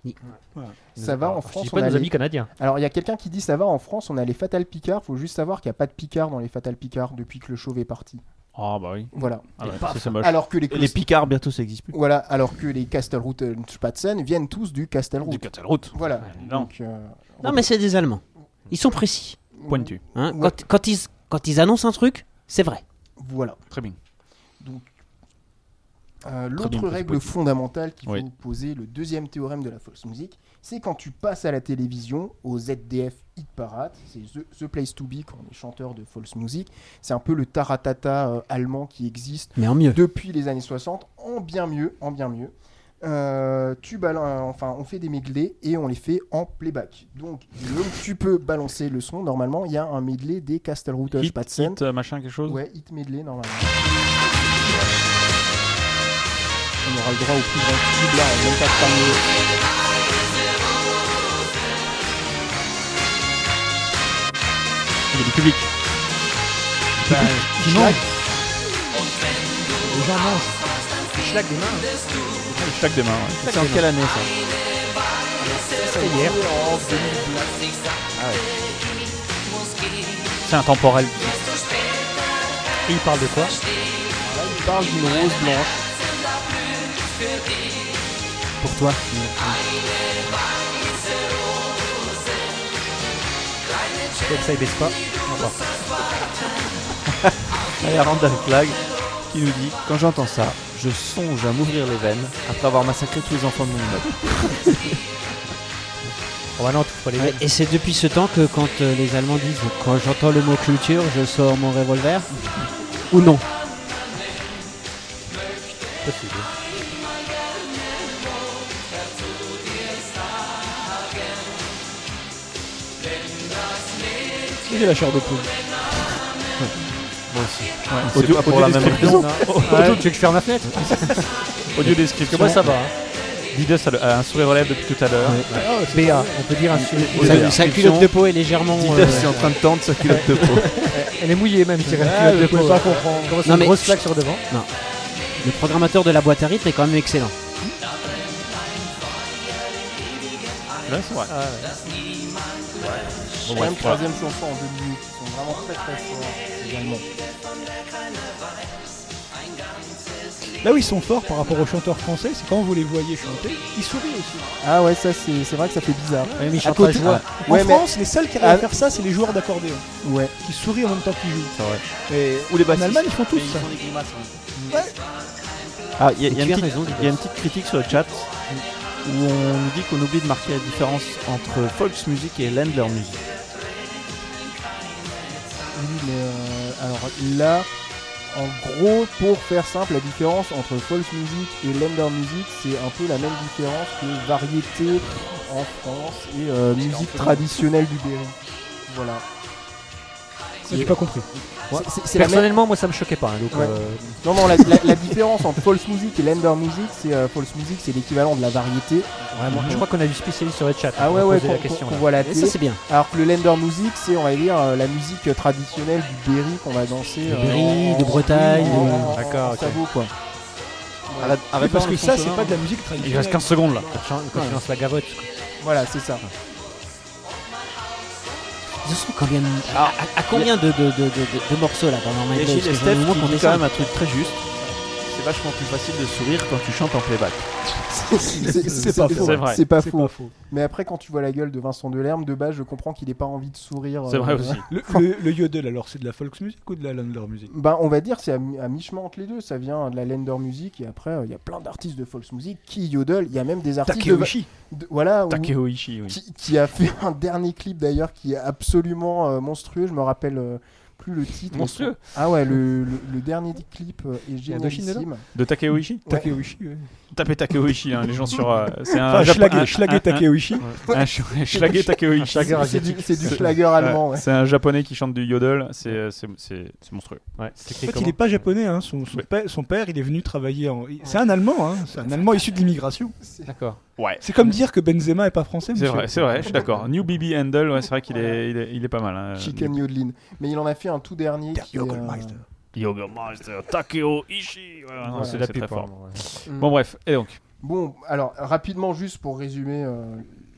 S1: Oui.
S4: Voilà.
S6: Ça va en
S5: Je
S6: France.
S5: dis
S6: on
S5: pas
S6: a
S5: nos
S6: les-
S5: amis canadiens.
S6: Alors il y a quelqu'un qui dit ça va en France, on a les Fatal Picard. Faut juste savoir qu'il n'y a pas de Picard dans les Fatal Picard depuis que le chauve est parti.
S3: Ah bah oui.
S6: Voilà.
S3: Ah ouais, ça, c'est moche.
S6: Alors que les,
S2: Et les Picards, bientôt ça existe plus.
S6: voilà, alors que les Castelrouten Spatzen viennent tous du Castelrouten.
S3: Du Catalroute.
S6: Voilà.
S3: non.
S6: Donc, euh,
S1: Non, mais c'est des Allemands. Ils sont précis.
S3: Pointu.
S1: hein.
S6: Ouais.
S1: Quand, quand ils, quand ils annoncent un truc, c'est vrai.
S6: voilà.
S3: Très bien.
S6: Euh,
S3: bien,
S6: L'autre
S3: très
S6: règle
S3: positif.
S6: fondamentale qu'il
S3: Oui.
S6: faut poser, le deuxième théorème de la fausse musique, c'est quand tu passes à la télévision, au ZDF Hit Parade, c'est the, the Place to Be quand on est chanteur de false music, c'est un peu le taratata euh, allemand qui existe
S1: Mais en mieux.
S6: depuis les années 60, en bien mieux, en bien mieux. Euh, tu balan- enfin, on fait des medley et on les fait en playback. Donc,
S3: (laughs)
S6: Guillaume, tu peux balancer le son. Normalement, il y a un medley des Castelrouter
S3: Hit,
S6: Spatzen.
S3: hit, euh, machin, quelque chose.
S6: Ouais, hit medley normalement.
S4: On aura le droit au plus
S6: Là, même pas de parler.
S3: Il y a du public.
S6: Bah,
S4: grand. Schlag,
S6: Schlag des mains.
S3: Chaque des mains. ouais.
S2: C'est en quelle année ça
S6: C'était hier. Ah
S3: C'est intemporel.
S5: Et il parle de quoi
S6: Il parle d'une rose blanche.
S1: Pour toi.
S5: Comme ça, il baisse
S6: (laughs)
S5: pas. Non, pas.
S2: Allez, Randall Flag qui nous dit Quand j'entends ça, je songe à m'ouvrir les veines après avoir massacré tous les enfants de mon immeuble.
S6: (laughs)
S5: Oh, bah non, tu pas les
S1: Ouais,
S5: veines.
S1: et c'est depuis ce temps que quand euh, les Allemands disent quand j'entends le mot culture, je sors mon revolver. Ou non.
S4: j'ai la chair de poule.
S2: Audio, pour la même raison.
S3: Oh,
S5: Attends, tu veux que je ferme
S3: (laughs)
S5: la (laughs) fenêtre
S3: Audio description.
S5: Moi, ça va. hein.
S3: Didus a, le- a un sourire relève depuis tout à l'heure.
S5: BA, on peut dire un sujet.
S1: Sa, sa culotte de peau est légèrement.
S2: Dites,
S1: euh,
S2: c'est en train de tendre sa culotte de peau.
S5: Elle est mouillée même, je dirais.
S4: Ah,
S5: culotte
S4: je
S5: de
S4: pouvais
S5: peau,
S4: pas
S5: ouais.
S4: comprendre.
S5: Comment c'est
S1: Non,
S5: une
S1: mais-
S5: grosse flaque sur devant.
S1: Le programmateur de la boîte à rythme est quand même excellent.
S3: Là, c'est vrai.
S6: Ah Bon, même troisième chanson en deux minutes. Ils sont vraiment très très forts. les Allemands.
S4: Là où bah ils sont forts par rapport aux chanteurs français, c'est quand vous les voyez chanter, ils sourient aussi.
S6: Ah ouais, ça c'est c'est vrai que ça fait bizarre.
S5: Ouais, mais il
S6: À
S5: chante pas,
S6: côté,
S5: je vois.
S6: Ah, ouais,
S4: en
S6: mais-
S4: France, les seuls qui arrivent à
S6: Ah.
S4: faire ça, c'est les joueurs d'accordéon
S6: ouais.
S4: qui sourient en même temps qu'ils jouent.
S2: Ou les
S4: En Allemagne, ils font tous ça.
S6: hein.
S2: Ah, il y a, il y a
S1: Tu as
S2: une petite-
S1: raison, Didier.
S2: il y a une petite critique sur le chat où on nous dit qu'on oublie de marquer la différence entre Volksmusik et Ländler Music.
S6: Oui, mais euh, alors là, en gros, pour faire simple, la différence entre false music et lender music, c'est un peu la même différence que variété en France et euh, musique traditionnelle du Berry. Voilà.
S4: Ça, j'ai pas compris.
S6: C'est- c'est- C'est la même.
S5: Personnellement, moi, ça me choquait pas. hein, donc,
S6: Ouais.
S5: euh,
S6: Non, non, la, la- la différence entre false music et lender music, c'est euh, false music, c'est l'équivalent de la variété. Mm-hmm.
S5: vraiment, je crois qu'on a du spécialiste sur le chat.
S6: Ah
S5: pour
S6: ouais, ouais,
S5: poser la
S6: qu'on
S5: question.
S6: qu'on
S5: là.
S6: voit à la
S1: Et ça,
S6: télé.
S1: c'est bien.
S6: Alors que le lender music, c'est on va dire euh, la musique traditionnelle du Berry qu'on va danser. euh,
S1: Berry,
S6: en-
S1: de Bretagne,
S6: en-
S1: de-
S6: en- en-
S5: D'accord,
S6: en
S5: ok.
S6: sabot, quoi.
S3: Ah,
S2: Arrête,
S4: Oui,
S2: arrête
S4: parce
S2: pas,
S4: que
S2: on
S4: ça,
S2: fonctionne,
S4: c'est pas de la musique traditionnelle.
S3: hein. Il reste 15 secondes là.
S5: Quand tu lances- quand tu lances la gavotte. quoi.
S6: Voilà, c'est ça.
S1: Ils en sont combien de- à, à- à combien de, de, de, de- de- de morceaux là dans leur
S2: Il y a
S1: medley
S2: Gilles
S1: Parce que
S2: et
S1: j'en ai
S2: Steph
S1: au moins
S2: qui
S1: qu'on
S2: dit quand
S1: descende.
S2: même un truc très juste. C'est vachement plus facile de sourire quand tu chantes en playback.
S6: C'est
S4: C'est pas faux.
S3: C'est vrai.
S6: C'est pas
S4: C'est
S6: faux.
S4: pas faux.
S6: Mais après, quand tu vois la gueule de Vincent Delerme, de base, je comprends qu'il ait pas envie de sourire.
S3: C'est
S6: euh, (laughs)
S3: vrai aussi.
S4: Le, le, le yodel, alors, c'est de la folksmusique ou de la lander music
S6: Bah, on va dire, c'est à, mi- à mi-chemin entre les deux. Ça vient de la Lender Music et après, euh, il y a plein d'artistes de folk music qui yodel. Il y a même des artistes de,
S4: Takeuchi.
S6: de- Voilà, au-
S3: Takeo Ishii,
S6: (laughs)
S3: oui.
S6: qui, qui a fait un dernier clip d'ailleurs qui est absolument euh, monstrueux. Je me rappelle euh, plus le titre.
S5: Monstrueux.
S6: Ah ouais, le, le- le dernier clip euh, est
S5: y a Indochine
S6: génialissime.
S5: dedans
S3: De Takeo Ishii
S6: Ouais.
S4: Takeo Ishii, ouais.
S3: Tapez Takeo Ishii, hein, les gens sur. euh, c'est un
S4: Enfin,
S3: Japo-
S4: schlaguer-
S3: un- un-
S4: schlaguer
S3: un-
S4: Takeo Ishii.
S3: Un, un sch- schlaguer Takeo Ishii.
S6: C'est du- c'est du- c'est du schlager allemand, ouais.
S3: C'est un japonais qui chante du yodel, c'est euh, c'est- c'est- c'est monstrueux.
S4: En fait, il n'est Bah, pas japonais, hein. son, son père, son père, il est venu travailler en. il- C'est un Allemand, hein. c'est un Allemand issu de l'immigration.
S5: D'accord.
S3: Ouais.
S4: C'est comme dire que Benzema est pas français.
S3: C'est
S4: monsieur.
S3: vrai, c'est vrai, je suis d'accord. New BB Handle, ouais, c'est vrai qu'il est, il est, il est pas mal. hein.
S6: Chicken Yodlin. Mais il en a fait un tout dernier. Qui est, euh,
S3: Yogermeister, Takeo Ishii. Ouais, non,
S6: Voilà.
S3: c'est
S6: C'est
S3: très
S6: la
S3: fort.
S6: pipe, ouais.
S3: Bon, bref, et donc
S6: Bon, alors rapidement, juste pour résumer euh,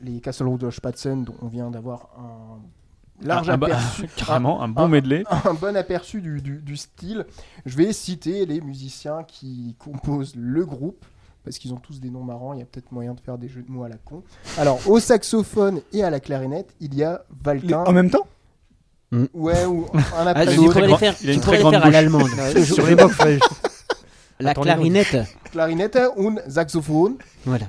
S6: les Castle Rock de Spatzen, dont on vient d'avoir un large
S3: Ah, ah bah,
S6: aperçu.
S3: (laughs) carrément, un bon medley.
S6: (laughs) Un bon aperçu du, du- du style. Je vais citer les musiciens qui composent le groupe. Parce qu'ils ont tous des noms marrants, il y a peut-être moyen de faire des jeux de mots à la con. Alors, au saxophone et à la clarinette, il y a Valtin.
S4: En même temps
S6: Ouais, ou un
S1: Ah,
S6: après
S1: tu
S6: l'autre.
S1: pourrais les faire,
S3: il Mm. a
S1: tu
S3: une
S1: pourrais
S3: très
S1: les faire à
S3: grande
S1: l'allemande.
S3: bouche.
S1: Je- je-
S3: Sur les box, ouais.
S1: (laughs) La
S3: Attends, les roues.
S1: clarinette.
S6: Clarinette und Saxophone.
S1: Voilà.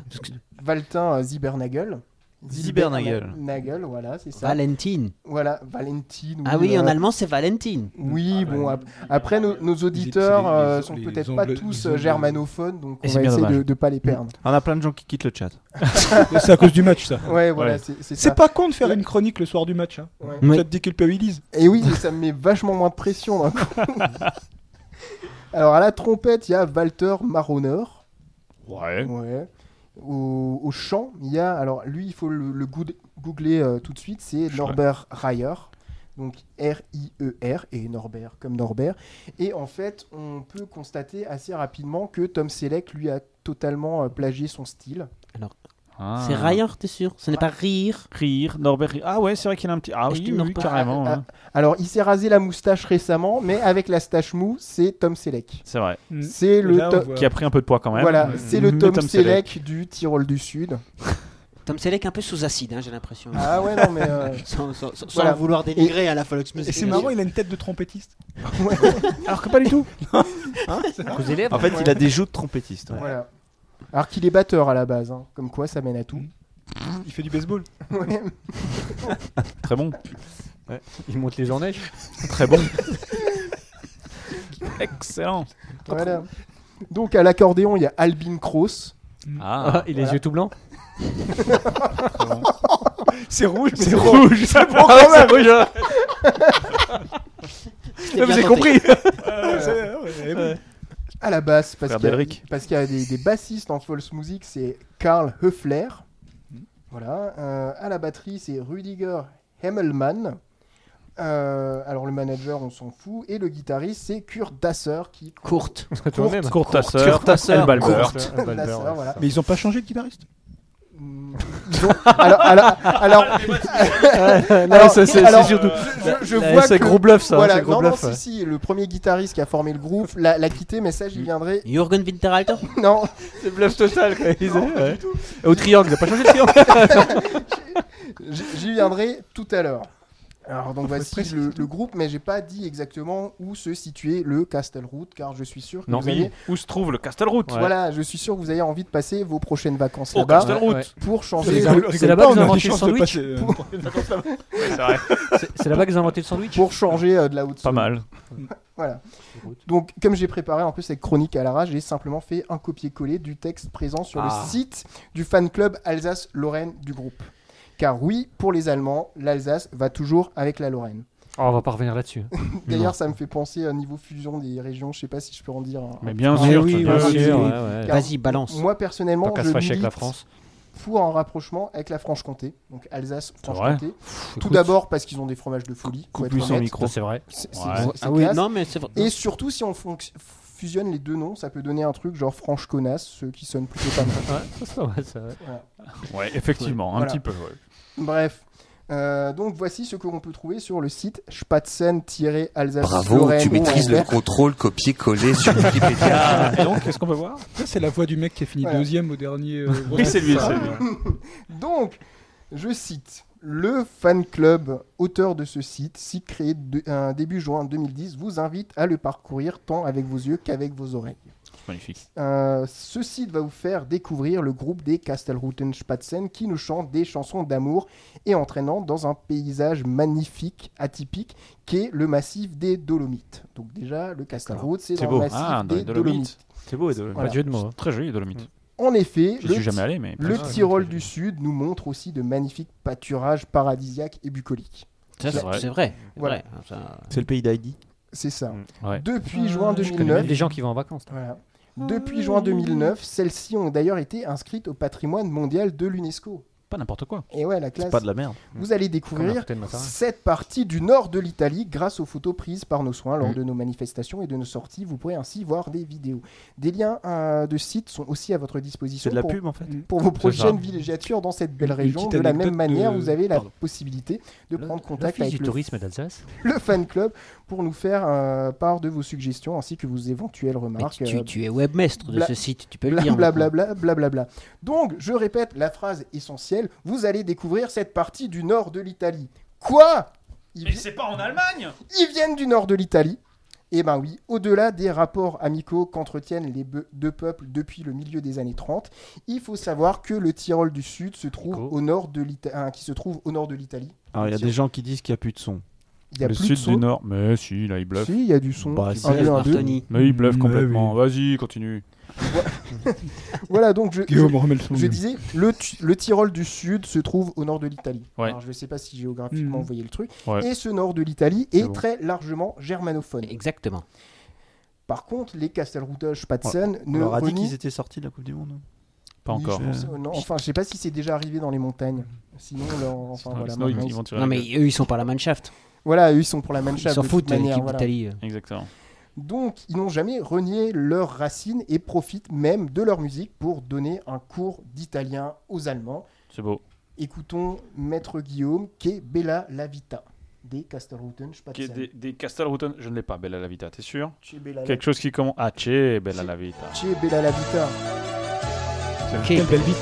S6: Valtin euh, Ziebernagel.
S1: Ziebernagel.
S6: Nagel, voilà, c'est ça.
S1: Valentine.
S6: Voilà, Valentine.
S1: Ah oui, en
S6: euh,
S1: allemand, c'est Valentine.
S6: Oui, bon, ap- après, nos, nos auditeurs
S1: les-
S6: euh,
S1: les-
S6: sont
S1: les
S6: peut-être
S1: Anglo-
S6: pas
S1: les
S6: tous euh,
S1: Anglo-
S6: germanophones, donc on
S2: Et c'est
S6: va
S2: bien
S6: essayer de,
S2: dommage.
S6: de pas les perdre.
S2: On a plein de gens qui quittent le chat.
S4: (laughs) C'est à cause du match, ça.
S6: Ouais, voilà, c'est c'est ça.
S4: C'est pas con de faire une chronique le soir du match. Hein.
S6: Ouais.
S4: Ça
S6: Ouais.
S4: te déculpabilise.
S6: Et Eh oui, mais ça me met vachement moins de pression. d'un coup. (laughs) Alors, à la trompette, il y a Walter Maronner.
S3: Ouais.
S6: Au, au chant, il y a. Alors, lui, il faut le, le goog- googler euh, tout de suite. C'est Norbert Reyer. Donc R-I-E-R et Norbert, comme Norbert. Et en fait, on peut constater assez rapidement que Tom Selleck, lui, a totalement euh, plagié son style.
S1: Alors,
S3: Ah.
S1: C'est Rayard, t'es sûr Ce n'est pas rire.
S3: Rire, Norbert Rire. Ah ouais, c'est vrai qu'il a un petit. Ah
S1: Est-ce
S3: oui,
S1: qu'il
S3: oui,
S1: meurt
S3: oui,
S1: pas
S3: carrément.
S6: Ah,
S3: hein.
S6: ah, Alors, il s'est rasé la moustache récemment, mais avec la stache mou, c'est Tom Selleck.
S3: C'est vrai.
S2: Mm.
S6: C'est le
S3: Là, on
S6: Tom-
S3: voit. Qui a pris un peu de poids quand même.
S6: Voilà,
S3: Mm.
S6: c'est le
S3: Mais
S6: Tom,
S3: Tom Selleck.
S6: Selleck, du Tyrol du
S3: (laughs)
S6: Sud.
S1: Tom Selleck un peu sous acide, hein, j'ai l'impression.
S6: Ah ouais, non, mais. euh,
S1: (laughs) sans, sans- sans- sans
S6: voilà.
S1: vouloir dénigrer à la Follox
S4: Et c'est marrant, il a une tête de trompettiste.
S6: (laughs)
S3: Alors que pas du tout.
S2: Hein, En fait, il a des joues de trompettiste. ouais.
S6: Hein Voilà. Alors qu'il est batteur à la base, hein. comme quoi ça mène à tout.
S2: Mm.
S4: Il fait du baseball.
S6: (laughs) Ouais.
S3: Très bon.
S5: Il monte les ornèges.
S3: Très bon. Excellent.
S6: Voilà. Donc à l'accordéon, il y a Albin Cross.
S3: Ah,
S5: il a les yeux tout blancs.
S4: C'est rouge,
S6: (laughs)
S4: mais
S6: C'est
S4: c'est
S6: rouge.
S4: rouge. C'est bon
S6: Ah ouais,
S4: quand même.
S6: c'est rouge, hein. (laughs)
S4: Ouais, Vous avez compris.
S6: Ah,
S4: C'est- ouais, ouais.
S6: eh À la basse, parce
S3: Frère
S6: qu'il y a,
S3: d'Elric.
S6: parce qu'il y a des, des bassistes en false music, c'est Karl Höfler. Voilà. Euh, à la batterie, c'est Rudiger Hemmelmann. Euh, alors le manager, on s'en fout. Et le guitariste, c'est Kurt Dasser qui.
S1: Courte.
S5: Toi-même.
S3: Courte ta sœur. Elle balbeur.
S6: Kurt
S5: Hellbalber,
S6: Dasser,
S5: ouais,
S6: voilà.
S4: Mais ils ont pas changé de guitariste.
S6: Ils ont- alors, alors, alors,
S5: (laughs) non, ça, c'est- c'est surtout-
S6: je- je
S5: Euh,
S6: vois
S5: c'est
S6: que-
S5: gros bluff, ça,
S6: Voilà,
S5: c'est gros
S6: non,
S5: bluff,
S6: non,
S5: ouais.
S6: si, si, le premier guitariste qui a formé le groupe l'a l'a quitté, mais ça, j'y viendrai.
S1: Jürgen Winterhalter
S6: (laughs) Non,
S5: C'est bluff total. quoi. Ils-
S6: Non, pas
S5: ouais.
S6: du tout.
S5: Au triangle, il a pas changé de triangle.
S6: (laughs)
S5: (laughs)
S6: J'y- j'y viendrai tout à l'heure. Alors, donc voici le, le groupe, mais j'ai pas dit exactement où se situait le Castelroute, car je suis sûr que
S3: Non,
S6: vous
S3: oui.
S6: avez.
S3: Où se trouve le Castelroute
S6: Voilà, je suis sûr que vous avez envie de passer vos prochaines vacances
S3: Au
S6: là-bas
S3: Castelroute.
S5: Ouais.
S6: pour changer.
S5: C'est
S6: de-
S5: là- c'est là-bas
S4: pas,
S5: qu'ils
S4: on a
S5: ont
S4: des
S5: inventé le
S4: chances de
S5: sandwich.
S4: passer, euh,
S6: (laughs)
S3: Ouais, c'est vrai.
S5: C'est- C'est là-bas qu'ils ont inventé le sandwich.
S6: Pour changer (laughs) euh, de la haute
S3: Pas mal.
S6: Voilà. Donc, comme j'ai préparé un peu cette chronique à l'arrache, j'ai simplement fait un copier-coller du texte présent sur
S5: Ah.
S6: le site du fan club Alsace-Lorraine du groupe. Car oui, pour les Allemands, l'Alsace va toujours avec la Lorraine.
S5: Oh, on va pas revenir (laughs) là-dessus.
S6: D'ailleurs, ça me fait penser à niveau fusion des régions. Je sais pas si je peux en dire. un-
S3: Mais bien
S6: un-
S3: sûr, tu
S5: oui,
S3: peux.
S5: bien
S6: oui,
S5: sûr.
S6: oui.
S5: ouais, ouais.
S6: Car
S1: Vas-y, balance.
S6: Moi, personnellement,
S5: Tant qu'à
S6: je
S5: se fâcher avec
S6: milite
S5: la France.
S6: pour un rapprochement avec la Franche-Comté, donc Alsace-Franche-Comté. Tout
S5: Écoute,
S6: d'abord parce qu'ils ont des fromages de folie. faut être
S2: Coupe-lui son
S6: honnête.
S2: micro.
S5: ça, C'est vrai.
S6: C'est- c'est-
S3: Ouais.
S6: c'est
S1: Ah oui,
S6: classe.
S1: non, mais c'est vrai.
S6: Et surtout, si on fonc- fusionne les deux noms, ça peut donner un truc genre Franche Connasse, ce qui sonne plutôt pas mal.
S5: Ouais, ça, c'est pas mal, ça, ouais.
S3: Ouais, effectivement, un
S6: Voilà.
S3: petit peu. ouais.
S6: Bref. Euh, donc voici ce que l'on peut trouver sur le site
S5: euh,
S6: spatzen-alsace. Bravo, tu maîtrises le compte.
S5: (laughs)
S3: Ah, et donc, qu'est-ce qu'on peut voir
S4: Ça, C'est la voix du mec qui a fini
S6: Voilà.
S4: deuxième au dernier. euh,
S3: Oui, c'est lui, c'est lui.
S6: (laughs) Donc, je cite le fan club auteur de ce site, site créé de- un début juin 2010, vous invite à le parcourir tant avec vos yeux qu'avec vos oreilles.
S3: Magnifique.
S6: Euh, ce site va vous faire découvrir le groupe des Kastelruten Spatzen qui nous chante des chansons d'amour et entraînant dans un paysage magnifique, atypique, qui est le massif des Dolomites. Donc déjà, le Kastelrut, c'est
S3: C'est
S6: dans
S3: beau.
S6: le massif
S3: Ah, dans
S6: des
S3: les
S6: Dolomites.
S3: Dolomites. C'est beau, les Dolomites. Pas de jeu de mots, hein. Très joli, les Dolomites.
S4: Mm.
S6: En effet,
S3: J'y
S6: le,
S3: suis jamais
S6: Ti-
S3: allé, mais
S6: le
S3: pas-
S6: Tyrol du Sud nous montre aussi de magnifiques pâturages paradisiaques et bucoliques.
S1: Ça, c'est vrai. C'est vrai.
S6: Voilà.
S1: Ouais, ça-
S2: C'est le pays d'Heidi.
S6: C'est ça.
S3: Mm.
S2: Ouais.
S6: Depuis
S5: Ah,
S6: juin
S5: je connais
S6: 2009.
S5: même des gens qui vont en vacances.
S6: Voilà.
S2: Ah.
S6: Depuis juin 2009, celles-ci ont d'ailleurs été inscrites au patrimoine mondial de l'UNESCO.
S3: Pas n'importe quoi.
S6: Et ouais, la classe.
S2: pas de la merde.
S6: Vous allez
S5: Comme la
S6: découvrir
S5: fontaine Matarin.
S6: cette partie du nord de l'Italie grâce aux photos prises par nos soins
S2: Mm.
S6: lors de nos manifestations et de nos sorties. Vous pourrez ainsi voir des vidéos. Des liens euh, de sites sont aussi à votre disposition
S2: C'est de la
S6: pour,
S2: pub, en fait.
S6: pour vos
S2: C'est
S6: prochaines
S2: ça.
S6: villégiatures dans cette belle
S2: Une
S6: région.
S2: petite
S6: De la
S2: anecdote
S6: même manière,
S2: de-
S6: vous avez la
S2: Pardon.
S6: possibilité de prendre contact
S5: l'Office
S6: avec
S5: du
S6: le
S5: tourisme d'Alsace.
S6: le fan club pour nous faire euh, part de vos suggestions ainsi que vos éventuelles remarques.
S1: Mais tu-
S6: euh,
S1: tu es webmestre de
S6: bla-
S1: ce site, tu peux le
S6: bla-
S1: dire
S6: bla-
S1: maintenant.
S6: bla- bla- bla- bla. Donc, je répète la phrase essentielle vous allez découvrir cette partie du nord de l'Italie. Quoi
S3: Mais c'est pas en Allemagne
S6: Ils viennent du nord de l'Italie Eh ben oui, au-delà des rapports amicaux qu'entretiennent les be- deux peuples depuis le milieu des années 30, il faut savoir que le Tyrol du Sud se trouve au nord de l'Ita- euh, qui se trouve au nord de l'Italie.
S2: Alors, il y a des gens qui disent qu'il n'y a plus de son.
S6: Il y a
S3: le
S6: plus de
S3: sud
S6: son.
S3: du nord. Mais si, là, il bluffe.
S6: Si, il y a du son.
S3: Bah,
S6: Un,
S3: si.
S6: deux, un, deux.
S3: Mais il bluffe
S4: Mais
S3: complètement. Vas-y, continue.
S6: Voilà, donc je,
S4: Guillaume,
S6: je-
S4: remets le son.
S6: je disais, le, tu- le Tyrol du Sud se trouve au nord de l'Italie.
S3: Ouais.
S6: Alors, je ne sais pas si géographiquement
S4: Mhm.
S6: vous voyez le truc.
S3: Ouais.
S6: Et ce nord de l'Italie est,
S1: bon.
S6: très largement germanophone.
S1: Exactement.
S6: Par contre, les Castelroutage Spatzen
S2: On
S6: ne
S2: leur a dit
S6: renient-
S2: qu'ils étaient sortis de la Coupe du Monde.
S3: Pas
S6: Oui,
S3: encore.
S6: je pense- euh, non, enfin, je sais pas si c'est déjà arrivé dans les montagnes. Sinon, leur- enfin, voilà,
S3: Ah, sinon, ils-
S6: maintenant,
S3: ils vont tirer
S1: Non,
S3: la
S1: mais
S3: gueule.
S1: eux, ils sont pas la Mannschaft.
S6: Voilà, eux, ils sont pour la même
S1: Ils s'en foutent de l'équipe d'Italie.
S3: Exactement.
S6: Donc, ils n'ont jamais renié leurs racines et profitent même de leur musique pour donner un cours d'italien aux Allemands.
S3: C'est beau.
S6: Écoutons Maître Guillaume, qui est Bella Lavita des Castelrouten
S3: Qui est
S6: Spatzen.
S3: des, des Castelrouten Je ne l'ai pas, Bella la Vita, t'es sûr
S6: Che Bella la-
S3: Quelque chose qui commence. Ah, Che Bella la Vita.
S6: Che Bella Lavita.
S1: Che
S4: belle vite.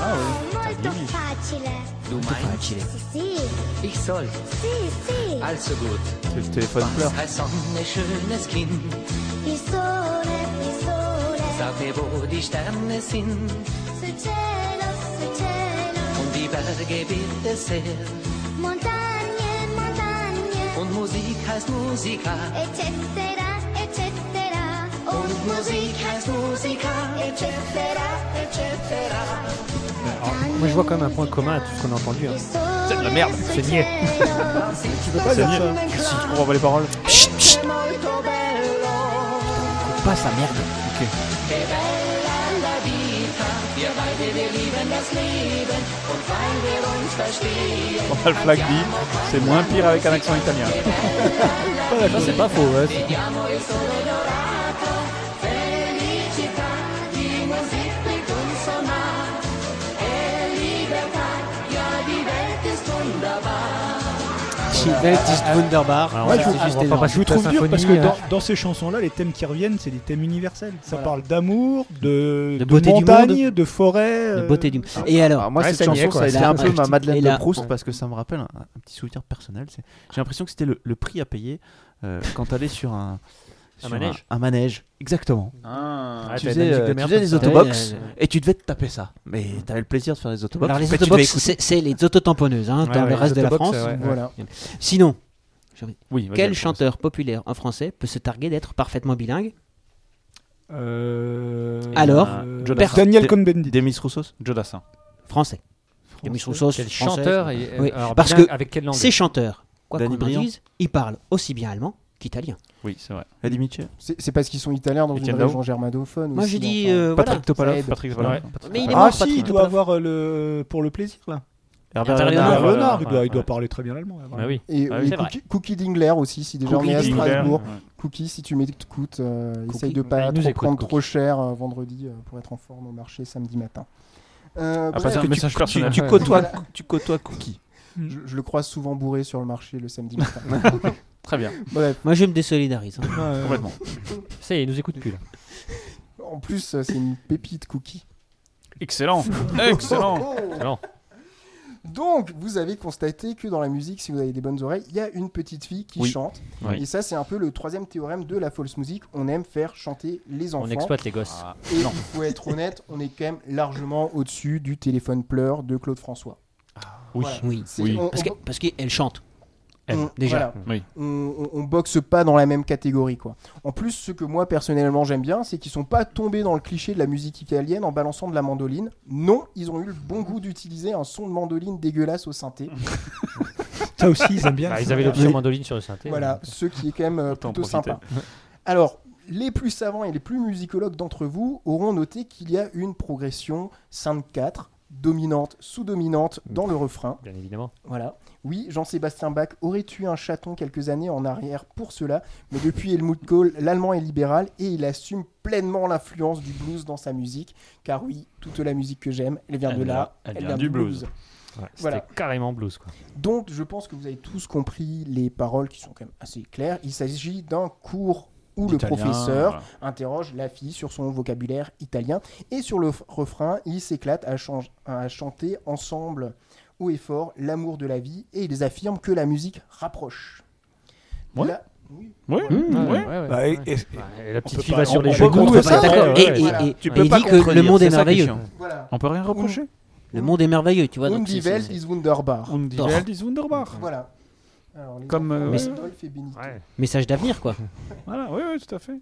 S3: Ah oui.
S12: Molto facile.
S1: Molto facile.
S12: Sì, sì. Ich soll. Sì, sì.
S13: Also gut.
S3: C'est le téléphone pleure.
S13: Ein schönes Kind,
S12: Il sole, il sole.
S13: sag mir, wo die Sterne sind
S12: Sul cielo, sul cielo.
S13: und die Berge bitte sehr.
S12: Montagne, montagne.
S13: Und Musik heißt Musiker,
S12: Eccetera, eccetera. Und Musik heißt Musiker. Eccetera, eccetera.
S5: Moi, je vois quand même un point commun à tout ce qu'on a entendu. hein.
S12: C'est de la merde,
S5: c'est niais.
S12: tu
S5: peux pas dire ça.
S3: Si tu comprends pas les paroles.
S12: Molto bello.
S1: Pas sa merde.
S13: che bella la vita. Wir beide, wir lieben das Leben und weil wir uns verstehen.
S3: Bon, le flag dit, c'est moins pire avec un accent
S6: (laughs)
S3: italien.
S5: Ça, c'est pas faux. ouais.
S13: Vediamo il sole dorato, felicità, die Musik bringt uns so nah. E libertà, ja, die Welt ist wunderbar.
S1: Die Welt ist wunderbar.
S3: Ah,
S5: Ouais,
S1: Ça,
S5: je-
S1: c'est
S5: on va
S1: juste
S5: pas
S1: énorme.
S5: passer
S4: Je vous trouve
S5: La
S4: dur
S5: symphonie,
S4: parce que
S5: euh,
S4: dans, dans ces chansons-là, les thèmes qui reviennent, c'est des thèmes universels. Ça parle d'amour, de, de,
S1: beauté du
S4: montagne, de forêt.
S1: La
S4: euh,
S1: beauté du. Et alors,
S2: Ah, moi,
S5: Ouais,
S2: cette
S5: ça y est,
S2: chanson,
S5: quoi.
S2: ça a été
S1: Là,
S2: un peu ma
S1: on-
S2: Madeleine
S1: et là,
S2: de Proust
S1: on-
S2: parce que ça me rappelle un, un petit souvenir personnel. c'est- J'ai l'impression que c'était le, le prix à payer euh, quand t'allais sur un. sur
S5: manège
S2: un, manège, exactement.
S3: Ah,
S5: Ah,
S2: tu
S5: t'as de
S2: faisais,
S5: la musique de
S2: euh, tu
S5: merde
S2: faisais
S5: comme
S2: des
S5: ça.
S2: autobox
S1: Ouais, ouais, ouais.
S2: et tu devais te taper ça. Mais t'avais le plaisir de faire des autobox.
S1: Alors les
S2: mais tu
S1: autobox,
S2: devais écouter.
S1: c'est c'est les autotamponneuses hein,
S5: Ouais,
S1: dans
S5: ouais,
S1: le
S5: les
S1: reste de la
S5: autobox,
S1: France.
S5: ouais, ouais.
S6: Voilà.
S1: Sinon, j'ai envie-
S3: Oui, vas-y,
S1: quel
S3: la France.
S1: chanteur populaire en français peut se targuer d'être parfaitement bilingue
S4: euh,
S1: Alors,
S4: euh,
S3: Jonas.
S1: Personne.
S4: Daniel Cohn-Bendit.
S2: Demis Roussos
S3: Jodassin.
S1: Français. Demis Roussos,
S5: Quel
S1: français.
S5: chanteur et-
S1: Oui,
S5: alors,
S1: Parce
S5: bilingue,
S1: que
S5: avec quelle langue
S1: ces chanteurs, quoi
S2: Danny
S1: qu'on en
S2: Briand.
S1: dise, ils parlent aussi bien allemand qu'italien.
S3: Oui, c'est vrai.
S2: Eddie Mitchell.
S6: C'est c'est parce qu'ils sont italiens dans
S3: Étienne
S6: une
S3: Daho.
S6: région germanophone.
S1: Moi,
S6: aussi,
S1: j'ai dit,
S6: enfin.
S1: euh, voilà.
S2: Patrick Topalov.
S6: Saïd.
S3: Patrick Voilà.
S1: Mais il est
S4: Ah
S1: mort,
S4: si,
S1: Patrick
S4: il doit
S1: Topalov.
S4: avoir euh, le pour le plaisir là.
S2: Herbert
S1: Herbert
S2: Renard.
S4: Bernard
S3: voilà,
S4: Renard, il doit,
S3: ouais,
S4: il doit
S3: ouais.
S4: parler très bien allemand. là,
S5: Bah
S4: vraiment.
S5: oui.
S6: Et,
S3: Ah
S6: et
S3: oui,
S1: c'est vrai.
S6: Cookie, Cookie Dingler aussi, si déjà on est à
S3: Cookie Dingler,
S6: Strasbourg.
S3: ouais.
S6: Cookie, si tu m'écoutes, euh,
S5: Cookie,
S6: essaye de
S5: bah,
S6: pas
S5: il nous
S6: trop
S5: écoute,
S6: prendre
S5: Cookie.
S6: trop cher euh, vendredi euh, pour être en forme au marché samedi matin. Euh,
S3: Ah,
S6: bref,
S3: passer un message personnel.
S2: Tu côtoies, tu côtoies Cookie.
S6: (laughs) je, je le croise souvent bourré sur le marché le samedi matin.
S3: Très bien,
S6: bref,
S1: Moi, je me désolidarise. hein.
S4: Ouais,
S6: (laughs)
S4: ouais.
S3: complètement.
S5: Ça y est, il nous écoute plus. là.
S6: en plus, euh, c'est une pépite Cookie. (laughs)
S3: Excellent, excellent.
S6: Oh
S5: Alors.
S6: Donc, vous avez constaté que dans la musique, si vous avez des bonnes oreilles, il y a une petite fille qui
S5: Oui.
S6: chante.
S5: Oui.
S6: Et ça, c'est un peu le troisième théorème de la false music. On aime faire chanter les enfants.
S5: exploite les gosses. Ah,
S6: Et il
S5: non.
S6: faut être honnête, on est quand même largement au-dessus du téléphone pleure de Claude François.
S1: Oui.
S6: Voilà.
S1: Oui.
S6: C'est-
S1: Oui.
S6: on-
S1: Parce
S6: on-
S1: que- parce qu'elle chante. Elle,
S6: on-
S1: déjà.
S6: voilà.
S1: Oui.
S6: On, on- on boxe pas dans la même catégorie quoi. En plus, ce que moi personnellement j'aime bien, c'est qu'ils sont pas tombés dans le cliché de la musique italienne en balançant de la mandoline. Non, ils ont eu le bon goût d'utiliser un son de mandoline dégueulasse au
S5: (laughs)
S6: synthé.
S4: Ça aussi, ils aiment bien.
S5: Bah, ils avaient l'option
S4: Oui.
S5: mandoline sur le synthé.
S6: Voilà,
S5: donc. (laughs)
S6: ce qui est quand même euh,
S5: Autant en
S6: plutôt
S5: profiter.
S6: sympa. (laughs) Alors, les plus savants et les plus musicologues d'entre vous auront noté qu'il y a une progression 5-4, dominante, sous-dominante dans le refrain.
S5: Bien évidemment.
S6: Voilà. Oui, Jean-Sébastien Bach aurait tué un chaton quelques années en arrière pour cela, mais depuis Helmut Kohl, l'allemand est libéral et il assume pleinement l'influence du blues dans sa musique, car oui, toute la musique que j'aime, elle vient de
S5: Elle
S6: là,
S5: vient- elle vient du blues. Ouais, c'était carrément blues quoi.
S6: donc, je pense que vous avez tous compris les paroles qui sont quand même assez claires. Il s'agit d'un cours où le
S4: D'italien,
S6: professeur
S4: voilà.
S6: interroge la fille sur son vocabulaire italien et sur le f- refrain, ils s'éclatent à, chan- à chanter ensemble haut et fort l'amour de la vie et ils affirment que la musique rapproche.
S4: Ouais.
S6: La-
S4: Oui,
S5: ouais,
S4: oui.
S5: ouais,
S4: Bah,
S5: ouais.
S4: et- et-
S5: Et la
S4: on
S5: petite
S4: peut
S5: fille
S4: pas-
S5: va sur
S4: on
S5: les
S4: peut
S5: genoux.
S4: pas
S5: on
S4: contredire ça.
S5: va- d'accord.
S1: Et, et-
S6: Voilà.
S1: et-
S6: Tu
S1: et
S6: peux
S1: il
S6: pas
S1: dit que le
S6: contredire,
S1: monde
S6: c'est
S1: est
S6: ça qui est
S1: merveilleux.
S6: chiant. Voilà.
S3: On peut rien reprocher.
S1: Le monde est merveilleux, tu vois. donc
S6: Und die
S1: c'est-
S6: Welt
S1: c'est-
S6: ist wunderbar.
S3: Und die
S1: Doch.
S3: Welt ist wunderbar.
S6: Voilà. Alors, les
S3: Comme,
S6: enfants,
S3: euh,
S6: Adolphe
S3: mais-
S6: et Benito.
S1: Message d'avenir, quoi.
S3: Voilà, oui, oui, tout à fait.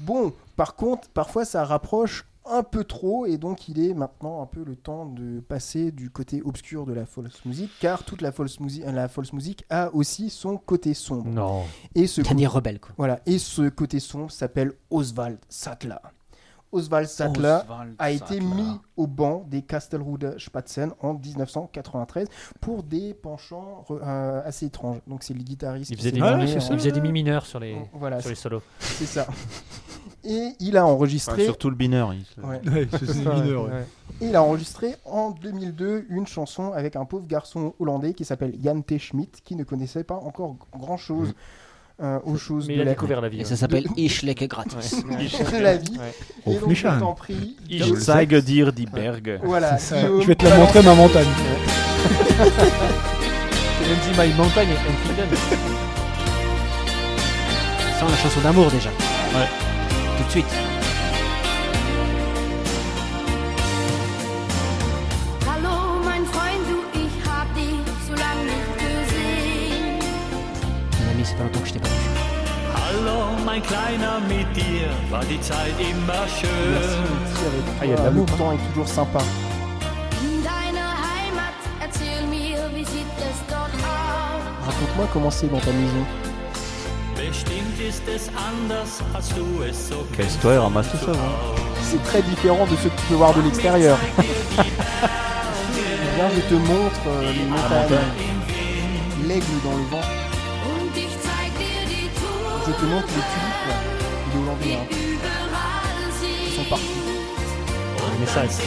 S6: Bon, par contre, parfois ça rapproche un peu trop et donc il est maintenant un peu le temps de passer du côté obscur de la false musique car toute la false musique la false musique a aussi son côté sombre.
S5: Non.
S6: Et ce
S1: Dernier
S6: côté-
S1: rebelle, quoi.
S6: Voilà, et ce côté sombre s'appelle Oswald Sattler. Oswald Sattler
S1: Oswald
S6: a été
S1: Sattler.
S6: mis au banc des Kastelruder Spatzen en 1993 pour des penchants re- euh, assez étranges. Donc c'est le guitariste.
S5: Il
S6: qui
S5: faisait
S6: s'est
S5: des,
S6: barré
S5: mi-
S6: en-
S5: il faisait des mi mineurs sur les,
S6: Voilà,
S5: sur les solos.
S6: c'est ça.
S5: (laughs)
S6: Et il a enregistré.
S2: Enfin, surtout le bineur, il
S14: (laughs)
S2: se-
S6: Ouais.
S2: Ouais, c'est- c'est le bineur, ouais.
S6: Et il a enregistré en 2002 une chanson avec un pauvre garçon hollandais qui s'appelle Jan T. Schmidt, qui ne connaissait pas encore grand chose
S14: Mm.
S6: aux choses
S5: Mais
S6: de
S5: il a
S6: la
S5: découvert la vie, hein. Et ça ouais.
S1: s'appelle
S6: de-
S1: Ich lecke gratis.
S6: Ouais.
S1: Ich
S6: de (laughs)
S1: lecke-
S6: la vie.
S1: Ouais.
S6: Et
S1: Auf
S6: donc,
S1: mich
S6: je
S1: an.
S6: t'en prie.
S3: Ich
S6: Guillaume-
S3: zeige dir die Berge.
S6: (laughs) Voilà,
S3: C'est ça.
S6: Guillaume,
S4: Je vais te la montrer,
S1: (laughs)
S4: ma montagne.
S5: Il me dit, ma montagne est
S1: Ça, on a la chanson d'amour déjà. Tout de suite.
S11: Hallo, mein Freund, du, ich hab dich so lang nicht gesehen.
S1: Mon ami, c'est pas longtemps que je t'ai pas vu.
S14: Hallo, mein Kleiner, mit dir war die Zeit immer schön.
S6: Ah,
S14: il y a de
S6: le
S14: l'amour,
S6: temps est toujours sympa.
S11: In deiner Heimat, erzähl mir, wie sieht es dort aus?
S6: Raconte-moi comment c'est dans ta maison.
S14: Bestimmt ist es anders, als du es so
S2: Quelle histoire, ramasse tout ça.
S6: C'est très différent de ce que tu peux voir de
S14: (laughs)
S6: l'extérieur. Viens, je te montre euh, les montagnes. L'aigle dans le vent.
S11: Und ich zeig dir die Tour,
S6: Je te montre les tulipes, les
S11: die
S6: Hollandais. hein.
S11: überall
S6: Ils
S11: sind.
S6: sont partout.
S5: Un message.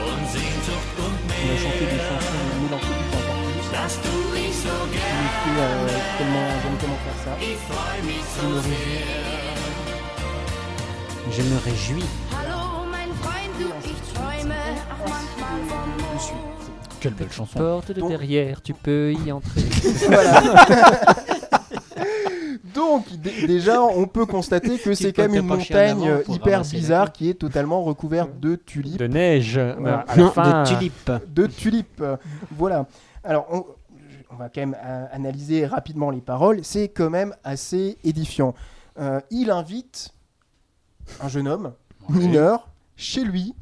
S6: On a chanté des chansons mélancoliques encore plus. Je me suis, euh, tellement, j'aime tellement faire ça. Je me réjouis.
S1: Je me réjouis.
S11: Hallo, mein Freund, du, ich träume auch manchmal vom Mond.
S3: Quelle belle chanson.
S5: Porte de derrière, tu peux y
S6: (laughs)
S5: entrer. (laughs)
S6: Voilà. Donc, dé- déjà, on peut constater que
S1: (laughs) Tu
S6: c'est
S1: peux
S6: quand même
S1: te
S6: une
S1: pencher en
S6: montagne
S1: avant
S6: euh,
S1: pour
S6: hyper
S1: ramasser les
S6: bizarre qui est totalement recouverte de tulipes.
S5: De neige.
S6: Voilà.
S5: À la fin,
S6: euh, De tulipes. euh, Voilà. Alors, on, on va quand même euh, analyser rapidement les paroles. C'est quand même assez édifiant. Euh, il invite un jeune homme mineur chez lui,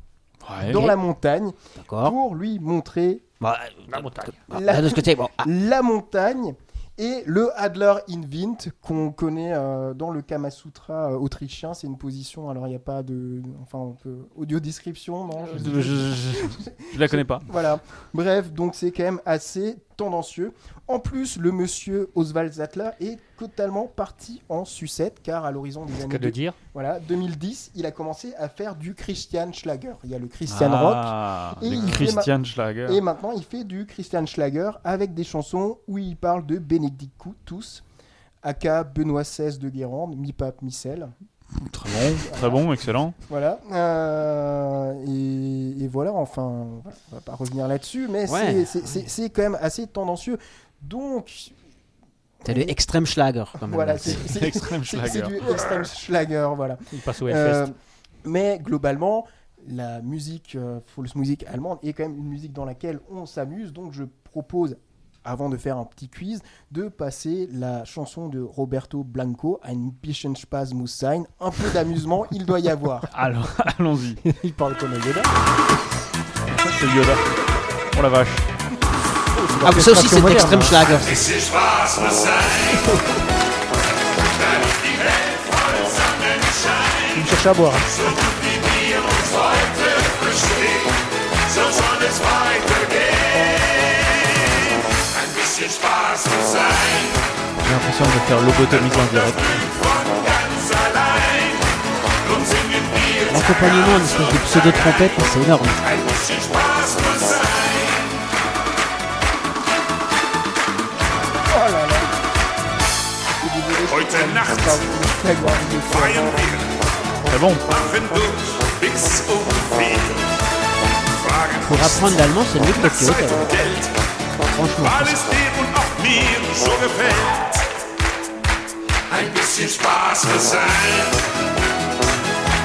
S1: Ouais.
S6: dans
S1: Ok.
S6: la montagne,
S1: D'accord.
S6: pour lui montrer
S1: Bah, la
S5: montagne.
S6: la,
S1: de ce côté, bon. Ah.
S6: la montagne et le Adler Invint qu'on connaît euh, dans le Kama Sutra euh, autrichien. C'est une position, alors il n'y a pas de. Enfin, on peut. Audio description, non
S3: Je, je- je- je la connais pas.
S6: (laughs) Voilà. Bref, donc c'est quand même assez tendancieux. En plus, le monsieur Oswald Zattler est totalement parti en sucette, car à l'horizon des années
S5: qu'à le
S6: deux-
S5: dire.
S6: Voilà, 2010, il a commencé à faire du Christian Schlager. Il y a le Christian
S3: Ah,
S6: Rock.
S3: les
S6: il fait
S3: Christian Schlager.
S6: Et maintenant, il fait du Christian Schlager avec des chansons où il parle de Bénédicte Coutus, aka Benoît XVI de Guérande, mi-pape, mi-sel.
S3: (laughs) Très bon, très bon, excellent.
S6: Voilà. Euh, et, et voilà, enfin, voilà, on va pas revenir là-dessus, mais
S1: Ouais.
S6: c'est- c'est- c'est c'est quand même assez tendancieux. Donc.
S1: T'as le extrême Schlager quand même.
S6: Voilà,
S1: là. (laughs)
S6: c'est c'est- c'est- c'est du extrême schlager, voilà. Euh,
S1: Il passe au Hellfest.
S6: mais globalement, la musique, euh, False Music allemande, est quand même une musique dans laquelle on s'amuse. Donc je propose, avant de faire un petit quiz, de passer la chanson de Roberto Blanco, Ein bisschen Spaß muss sein. Un peu d'amusement, il doit y avoir.
S3: Alors, allons-y.
S6: Il parle comme un Yoda.
S3: C'est Yoda. Oh la vache.
S1: Ah, ça aussi, c'est
S3: hein.
S1: extrême Schlager.
S6: hein.
S4: Il me cherche à boire.
S2: J'ai l'impression de me faire lobotomiser en direct.
S1: L'accompagnement, une espèce de pseudo-trompette, mais c'est énorme.
S13: Heute Nacht feiern wir.
S3: Très bon.
S13: Machen durch bis um vier.
S1: Pour apprendre l'allemand, c'est mieux que le
S13: Zeit
S1: Kyoto.
S13: und Geld,
S1: Franchement.
S13: weil es dir und auch mir so gefällt. Ein bisschen Spaß muss sein,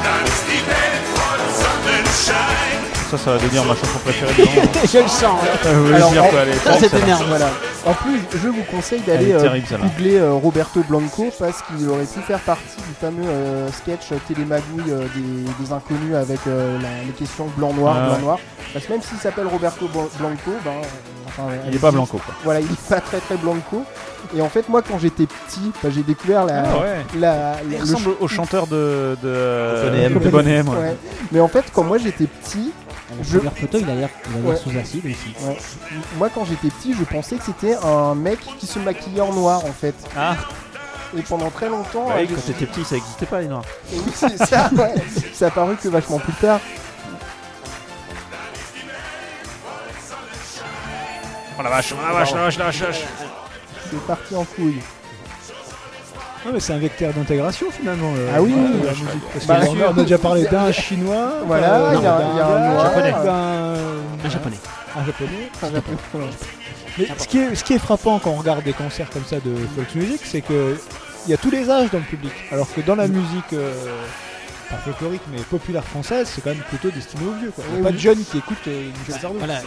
S13: dann ist die Welt voll Sonnenschein.
S3: Ça, ça va devenir ma chanson préférée. du moment.
S6: (laughs) je le sens. là.
S3: Ça veut
S6: Alors,
S3: Ah, dire
S6: en-
S3: quoi, elle est
S6: ça,
S3: forte,
S6: c'est
S3: celle-là.
S6: énorme, voilà. En plus, je vous conseille d'aller
S3: Elle est
S6: euh,
S3: terrible, celle-là.
S6: googler euh, Roberto Blanco parce qu'il aurait pu faire partie du fameux euh, sketch télémagouille euh, des, des inconnus avec euh, la- les questions blanc-noir,
S3: Ah ouais.
S6: blanc-noir. Parce que même s'il s'appelle Roberto Blan- Blanco, ben, euh, enfin,
S3: Il
S6: euh,
S3: est pas blanco, quoi.
S6: Voilà, il est pas très très blanco. Et en fait, moi, quand j'étais petit, ben, j'ai découvert la,
S3: Ah ouais.
S6: la,
S3: Il
S6: la- le
S3: ressemble
S6: ch-
S3: au chanteur de. de
S2: Bonnet Euh, M.
S3: de
S2: (laughs)
S3: Bonnet M, ouais.
S6: Ouais. Mais en fait, quand moi j'étais petit,
S1: La
S6: je...
S1: première photo, il a l'air il a l'air
S6: Ouais.
S1: sous acide aussi.
S6: Ouais. Moi, quand j'étais petit, je pensais que c'était un mec qui se maquillait en noir, en fait. Et pendant très
S1: Oh,
S6: longtemps,
S2: Ah. Ouais,
S6: euh,
S2: quand t'étais petit, ça existait pas, les noirs.
S6: et (laughs) oui, c'est ça, ouais. Ça a paru que vachement plus tard.
S3: Oh la vache,
S2: Ah,
S3: oh la vache, la vache, la vache, la vache.
S6: C'est parti en couille.
S4: Non, Ah, mais c'est un vecteur d'intégration finalement. euh,
S6: Ah oui,
S4: voilà,
S6: oui,
S4: la
S6: oui.
S4: musique. Parce
S6: Bah,
S4: que
S6: sûr.
S4: on a déjà parlé d'un chinois.
S6: Voilà,
S4: euh,
S6: il y a- il y a un
S4: d'un
S6: noir,
S4: Japonais,
S6: euh,
S4: d'un-
S1: Un japonais.
S4: Un japonais. voilà. Mais ce qui, est, ce qui est frappant quand on regarde des concerts comme ça de folk music, c'est que il y a tous les âges dans le public. Alors que dans la musique, euh, pas folklorique mais populaire française, c'est quand même plutôt destiné aux vieux. Quoi. Il y a
S1: Oui,
S4: pas
S1: oui.
S4: de jeunes qui écoutent euh, Michel Sardou.
S1: Bah, Voilà.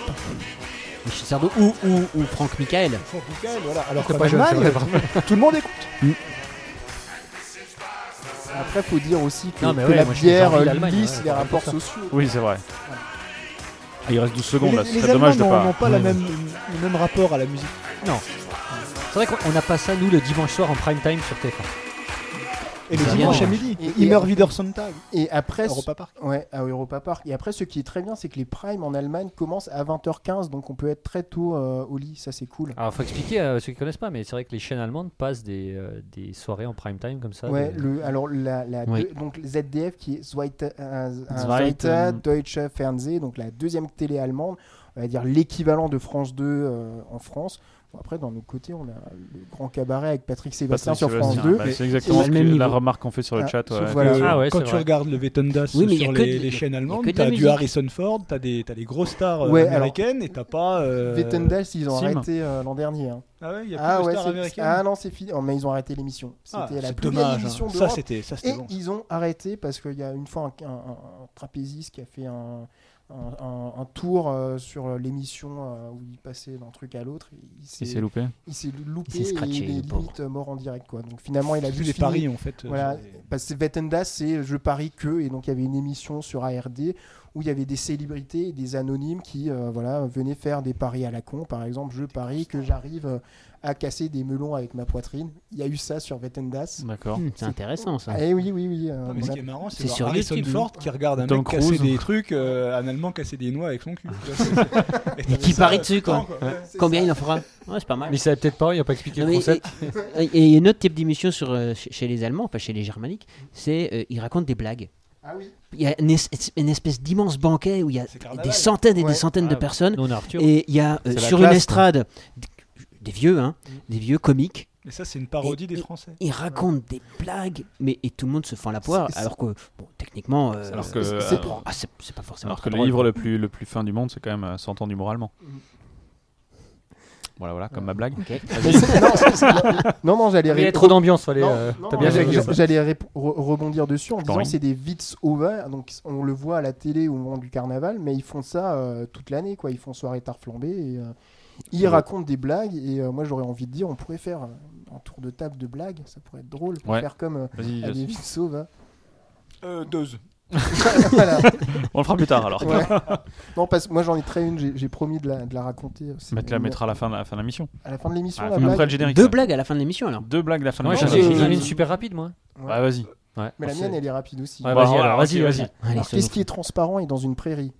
S1: Michel Sardou ou, ou, ou Franck Michael.
S4: Franck Michael, voilà. Alors
S1: C'est
S4: qu'en
S1: pas jeune,
S4: Allemagne,
S6: (laughs)
S1: c'est vrai, pardon.
S4: tout le monde écoute.
S6: Après, faut dire aussi que,
S3: Non, mais
S6: que
S3: ouais,
S6: la
S3: moi, je
S6: bière
S3: les envie,
S6: euh,
S3: l'Allemagne,
S6: lisse
S3: ouais,
S6: les
S3: c'est
S6: rapports
S3: pour ça.
S6: sociaux.
S3: Oui, c'est vrai. Ah, il reste 12
S4: Mais
S3: secondes là,
S4: les-
S3: ce
S4: les
S3: serait dommage de
S4: Allemands
S3: pas.
S4: n'ont pas la
S3: Ouais.
S4: même, le même rapport à la musique.
S5: Non. C'est vrai qu'on n'a pas ça, nous, le dimanche soir en prime time sur TF1.
S4: Et le
S5: C'est
S4: dimanche
S5: rien.
S4: à midi,
S6: Et- et-
S4: Immer wieder Sonntag.
S6: Et après,
S4: Europa
S6: ce-
S4: Park.
S6: Ouais, à Europa Park. Et après, ce qui est très bien, c'est que les primes en Allemagne commencent à 20h15, donc on peut être très tôt euh, au lit, ça c'est cool.
S5: Alors, Ah, faut expliquer à ceux qui connaissent pas, mais c'est vrai que les chaînes allemandes passent des, euh, des soirées en prime time comme ça.
S6: Ouais,
S5: de-
S6: le, alors la, la
S5: Oui.
S6: deux- donc ZDF qui est Zweite, euh, un
S5: Zweite,
S6: Zweite
S5: euh,
S6: Deutsche Fernseh, donc la deuxième télé allemande, on va dire l'équivalent de France 2 euh, en France. Bon, après, dans nos côtés, on a le grand cabaret avec Patrick Sébastien
S3: Patrick
S6: sur France
S3: Sébastien,
S6: 2.
S3: bah, c'est exactement ce que- la remarque qu'on fait sur le
S6: Ah,
S3: chat,
S6: sauf
S3: ouais.
S6: voilà.
S4: Euh,
S3: Ah ouais,
S4: quand
S3: c'est
S4: tu
S3: vrai.
S4: regardes le Vetondas
S1: Oui, mais il y a
S4: sur
S1: que
S4: les,
S1: de-
S4: les chaînes
S1: il y a
S4: allemandes,
S1: que de la
S4: t'as du
S1: musique.
S4: Harrison Ford, t'as des, t'as des grosses stars euh,
S6: Ouais, alors-
S4: américaines et t'as pas. euh,
S6: Wettendahl, ils ont
S4: Sim.
S6: arrêté euh, l'an dernier. hein.
S4: Ah ouais, il y a plus
S6: ah
S4: de
S6: ouais,
S4: stars
S6: c'est-
S4: américaines.
S6: Ah non, c'est fini. Oh, mais ils ont arrêté l'émission.
S4: Ah,
S6: C'était la
S4: c'est
S6: plus vieille
S4: dommage, hein.
S6: émission
S4: Ça,
S6: d'Europe.
S4: c'était- ça, c'était
S6: Et
S4: bon, ça.
S6: ils ont arrêté parce qu'il y a une fois un, un- un- un trapéziste qui a fait un, un- un- un tour euh, sur l'émission euh, où il passait d'un truc à l'autre.
S3: Il s'est loupé.
S6: Il s'est loupé
S1: Il s'est scratché,
S6: et il
S1: le
S6: est
S1: pauvre.
S6: limite euh, mort en direct. Quoi. Donc finalement, il a
S4: C'est
S6: juste
S4: des
S6: fini.
S4: paris, en fait, euh,
S6: Voilà.
S4: sur les-
S6: Parce que Vettenda, c'est je parie que. Et donc il y avait une émission sur ARD où il y avait des célébrités et des anonymes qui euh, voilà, venaient faire des paris à la con. Par exemple, je parie que j'arrive euh, à casser des melons avec ma poitrine. Il y a eu ça sur Vettendas.
S3: D'accord.
S1: Hmm, c'est intéressant, ça.
S6: Eh oui, oui, oui. euh,
S4: Non, Ah, mais ce
S6: voilà.
S4: qui est marrant, c'est voir Harrison Ford
S1: hein.
S4: qui regarde un
S3: Tom
S4: mec
S3: Cruise.
S4: casser des trucs, euh, un Allemand casser des noix avec son cul.
S1: (laughs)
S4: Tu vois, c'est-
S1: Et qui
S4: ça,
S1: parie
S4: euh,
S1: dessus,
S4: non,
S1: quoi.
S4: Ouais.
S1: Combien il en fera Ouais, c'est pas mal.
S5: Mais ça va peut-être pas, il a pas expliqué
S1: Non,
S5: le
S1: mais-
S5: concept.
S1: Et et il y a un autre type d'émission sur, euh, chez chez les Allemands, enfin chez les Germaniques, c'est euh, ils racontent des blagues.
S6: Ah oui.
S1: Il y a une, es- une espèce d'immense banquet où il y a
S6: carnaval.
S1: des centaines et
S6: Ouais.
S1: des centaines
S5: Ah,
S1: de personnes.
S5: nous, on a Arthur.
S1: Et il y a euh,
S5: C'est la
S1: sur
S5: classe,
S1: une estrade des, des vieux, hein, des vieux comiques
S4: Mais ça, c'est une parodie des Français.
S1: Ils racontent des blagues, mais et tout le monde se fend la poire,
S4: C'est- c'est-
S1: alors que, bon, techniquement, euh,
S3: alors que,
S1: c'est- c'est
S3: euh,
S1: ah, c'est- c'est pas forcément.
S3: Alors que
S1: très
S3: le
S1: drôle.
S3: livre le plus, le plus fin du monde, c'est quand même euh, 100 ans d'humour allemand.
S6: Mhm.
S3: Voilà, voilà, comme ma blague.
S6: Mais
S3: Vas-y.
S6: c'est- non, c'est- c'est- (laughs) non, non, j'allais
S5: Il y avait
S6: répondre-
S5: trop d'ambiance, fallait,
S6: Non,
S5: euh,
S6: non,
S5: t'as bien
S6: j'allais-
S5: fait, Guillaume.
S6: J'allais rép- re- rebondir dessus en
S5: Je
S6: disant
S5: t'en
S6: que
S5: prie.
S6: c'est des Witz over, donc on le voit à la télé au moment du carnaval, mais ils font ça euh, toute l'année, quoi. Ils font soirée tard flambée et euh, ils
S3: Ouais.
S6: racontent des blagues. Et euh, moi, j'aurais envie de dire, on pourrait faire euh, un tour de table de blagues, ça pourrait être drôle.
S3: Ouais.
S6: Faire comme euh,
S3: Vas-y,
S6: à des
S3: vas-y.
S6: Witz over.
S4: Euh, deux.
S6: (laughs) Voilà.
S3: On le fera plus tard, alors.
S6: Ouais. Non, parce que moi j'en ai très une, j'ai j'ai promis de la, de la raconter. euh, C'est
S3: Mettre la
S6: une-
S3: mettra à la fin de Ah, la, fin de la mission.
S6: À la fin de l'émission,
S3: À la
S6: la
S3: fin- Après
S6: blague.
S3: le générique.
S1: Deux
S3: ouais.
S1: blagues à la fin de l'émission, alors.
S3: Deux blagues à la fin de
S5: Ouais,
S3: la
S5: j'en
S3: mission.
S5: ai- j'en ai une super rapide, moi.
S3: Ah, vas-y. Ouais.
S6: Mais la
S5: On
S6: mienne,
S5: sait.
S6: elle est rapide aussi.
S5: Ouais, vas-y, alors, vas-y,
S6: ok,
S5: vas-y.
S6: ok.
S5: Allez,
S6: Alors,
S5: sois
S6: qu'est-ce
S5: nous.
S6: qui est transparent et dans une prairie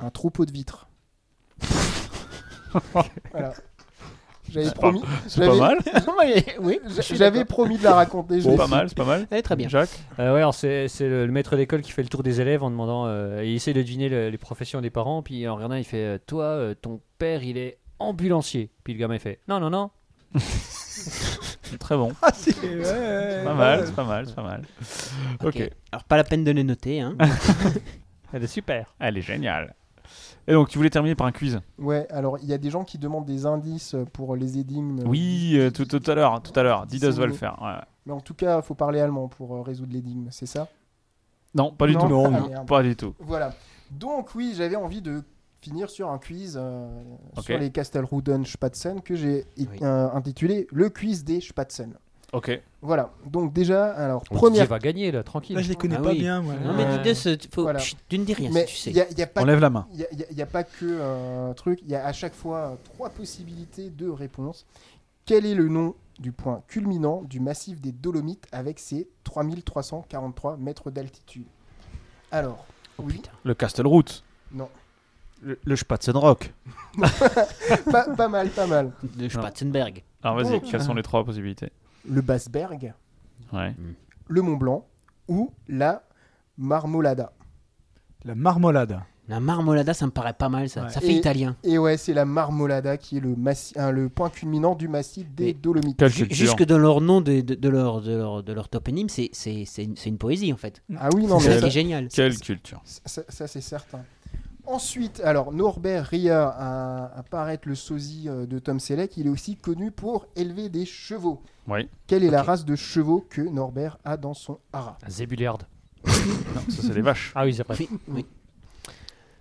S6: Un troupeau de vitres.
S3: (laughs)
S6: voilà. J'avais
S3: C'est pas-
S6: promis.
S3: Ah, c'est pas
S6: j'avais- (laughs)
S3: mal.
S6: oui,
S1: Je suis
S6: j'avais
S1: d'accord.
S6: promis de la raconter. je
S3: C'est
S6: l'ai
S3: pas
S6: fait.
S3: mal, c'est pas mal.
S1: Allez, très bien.
S3: Jacques
S5: Euh, ouais, alors c'est c'est le, le maître d'école qui fait le tour des élèves en demandant. euh, il essaie de deviner le- les professions des parents, puis en regardant, il fait euh, Toi, euh, ton père, il est ambulancier. Puis le gamin, il fait Non, non, non.
S3: (laughs) Très bon.
S4: Ah, c'est ouais.
S3: C'est pas mal, c'est pas mal, c'est pas mal. Ok.
S1: Alors, pas la peine de les noter, hein.
S5: Elle est super.
S3: (laughs) Elle est géniale. Et donc, tu voulais terminer par un
S4: Euh,
S3: quiz
S6: Ouais, alors il y a des gens qui demandent des indices pour les énigmes.
S3: Oui, euh, tout, tout à l'heure, tout à l'heure. Didos va le faire. ouais.
S6: Mais en tout cas, faut parler allemand pour euh, résoudre l'énigme, c'est ça
S3: Non, pas du tout.
S6: Non, Ah, merde.
S3: pas du tout.
S6: Voilà. Donc oui, j'avais envie de finir sur un quiz euh,
S3: Ok.
S6: sur les Castelruden Spatzen que j'ai euh, intitulé Le quiz des Spatzen.
S3: Ok.
S6: Voilà. Donc déjà, alors
S5: On
S6: première.
S5: Oh, va gagner là, tranquille.
S4: Là, je les connais
S5: Ah
S4: pas
S5: oui.
S4: bien, moi.
S1: Non, mais
S6: Ouais.
S1: Didier, c'est- faut-
S6: Voilà.
S1: chut, tu ne dis rien,
S6: Mais
S1: si tu sais.
S6: y a- y a pas
S3: On
S6: que-
S3: lève la main.
S6: Il n'y a, pas que un truc. Il y a à chaque fois euh, trois possibilités de réponse. Quel est le nom du point culminant du massif des Dolomites avec ses 3343 mètres d'altitude Alors, oui,
S3: Le Castelroute.
S6: non.
S2: Le, le Spatzenrock.
S6: (laughs) pas, pas mal, pas mal.
S1: De Spatzenberg.
S3: Alors, vas-y,
S6: Donc-
S3: quelles sont les trois possibilités
S6: Le Basberg,
S3: Ouais.
S6: le Mont Blanc ou la Marmolada.
S4: La marmolade.
S1: La marmolada, ça me paraît pas mal, ça. Ça fait
S6: Et-
S1: italien.
S6: Et ouais, c'est la Marmolada qui est le, massi- hein, le point culminant du massif des
S1: Mais-
S6: Dolomites.
S3: Quelle
S1: Ju-
S3: culture
S1: Jusque dans leur nom de, de, de leur, de, leur, de leur toponyme, c'est c'est- c'est une, c'est une poésie, en fait.
S6: Ah oui, non,
S1: C'est
S6: mais
S1: ça qui
S6: ça,
S1: est génial.
S3: Quelle culture
S6: ça- ça, c'est certain. Ensuite, alors Norbert Rier, à, à paraître le sosie euh, de Tom Selleck, il est aussi connu pour élever des chevaux.
S3: Oui.
S6: Quelle est la
S1: Ok.
S6: race de chevaux que Norbert a dans son haras
S5: Zébulard.
S3: Non, ça, c'est les vaches.
S5: Ah oui, c'est vrai.
S1: Oui, oui.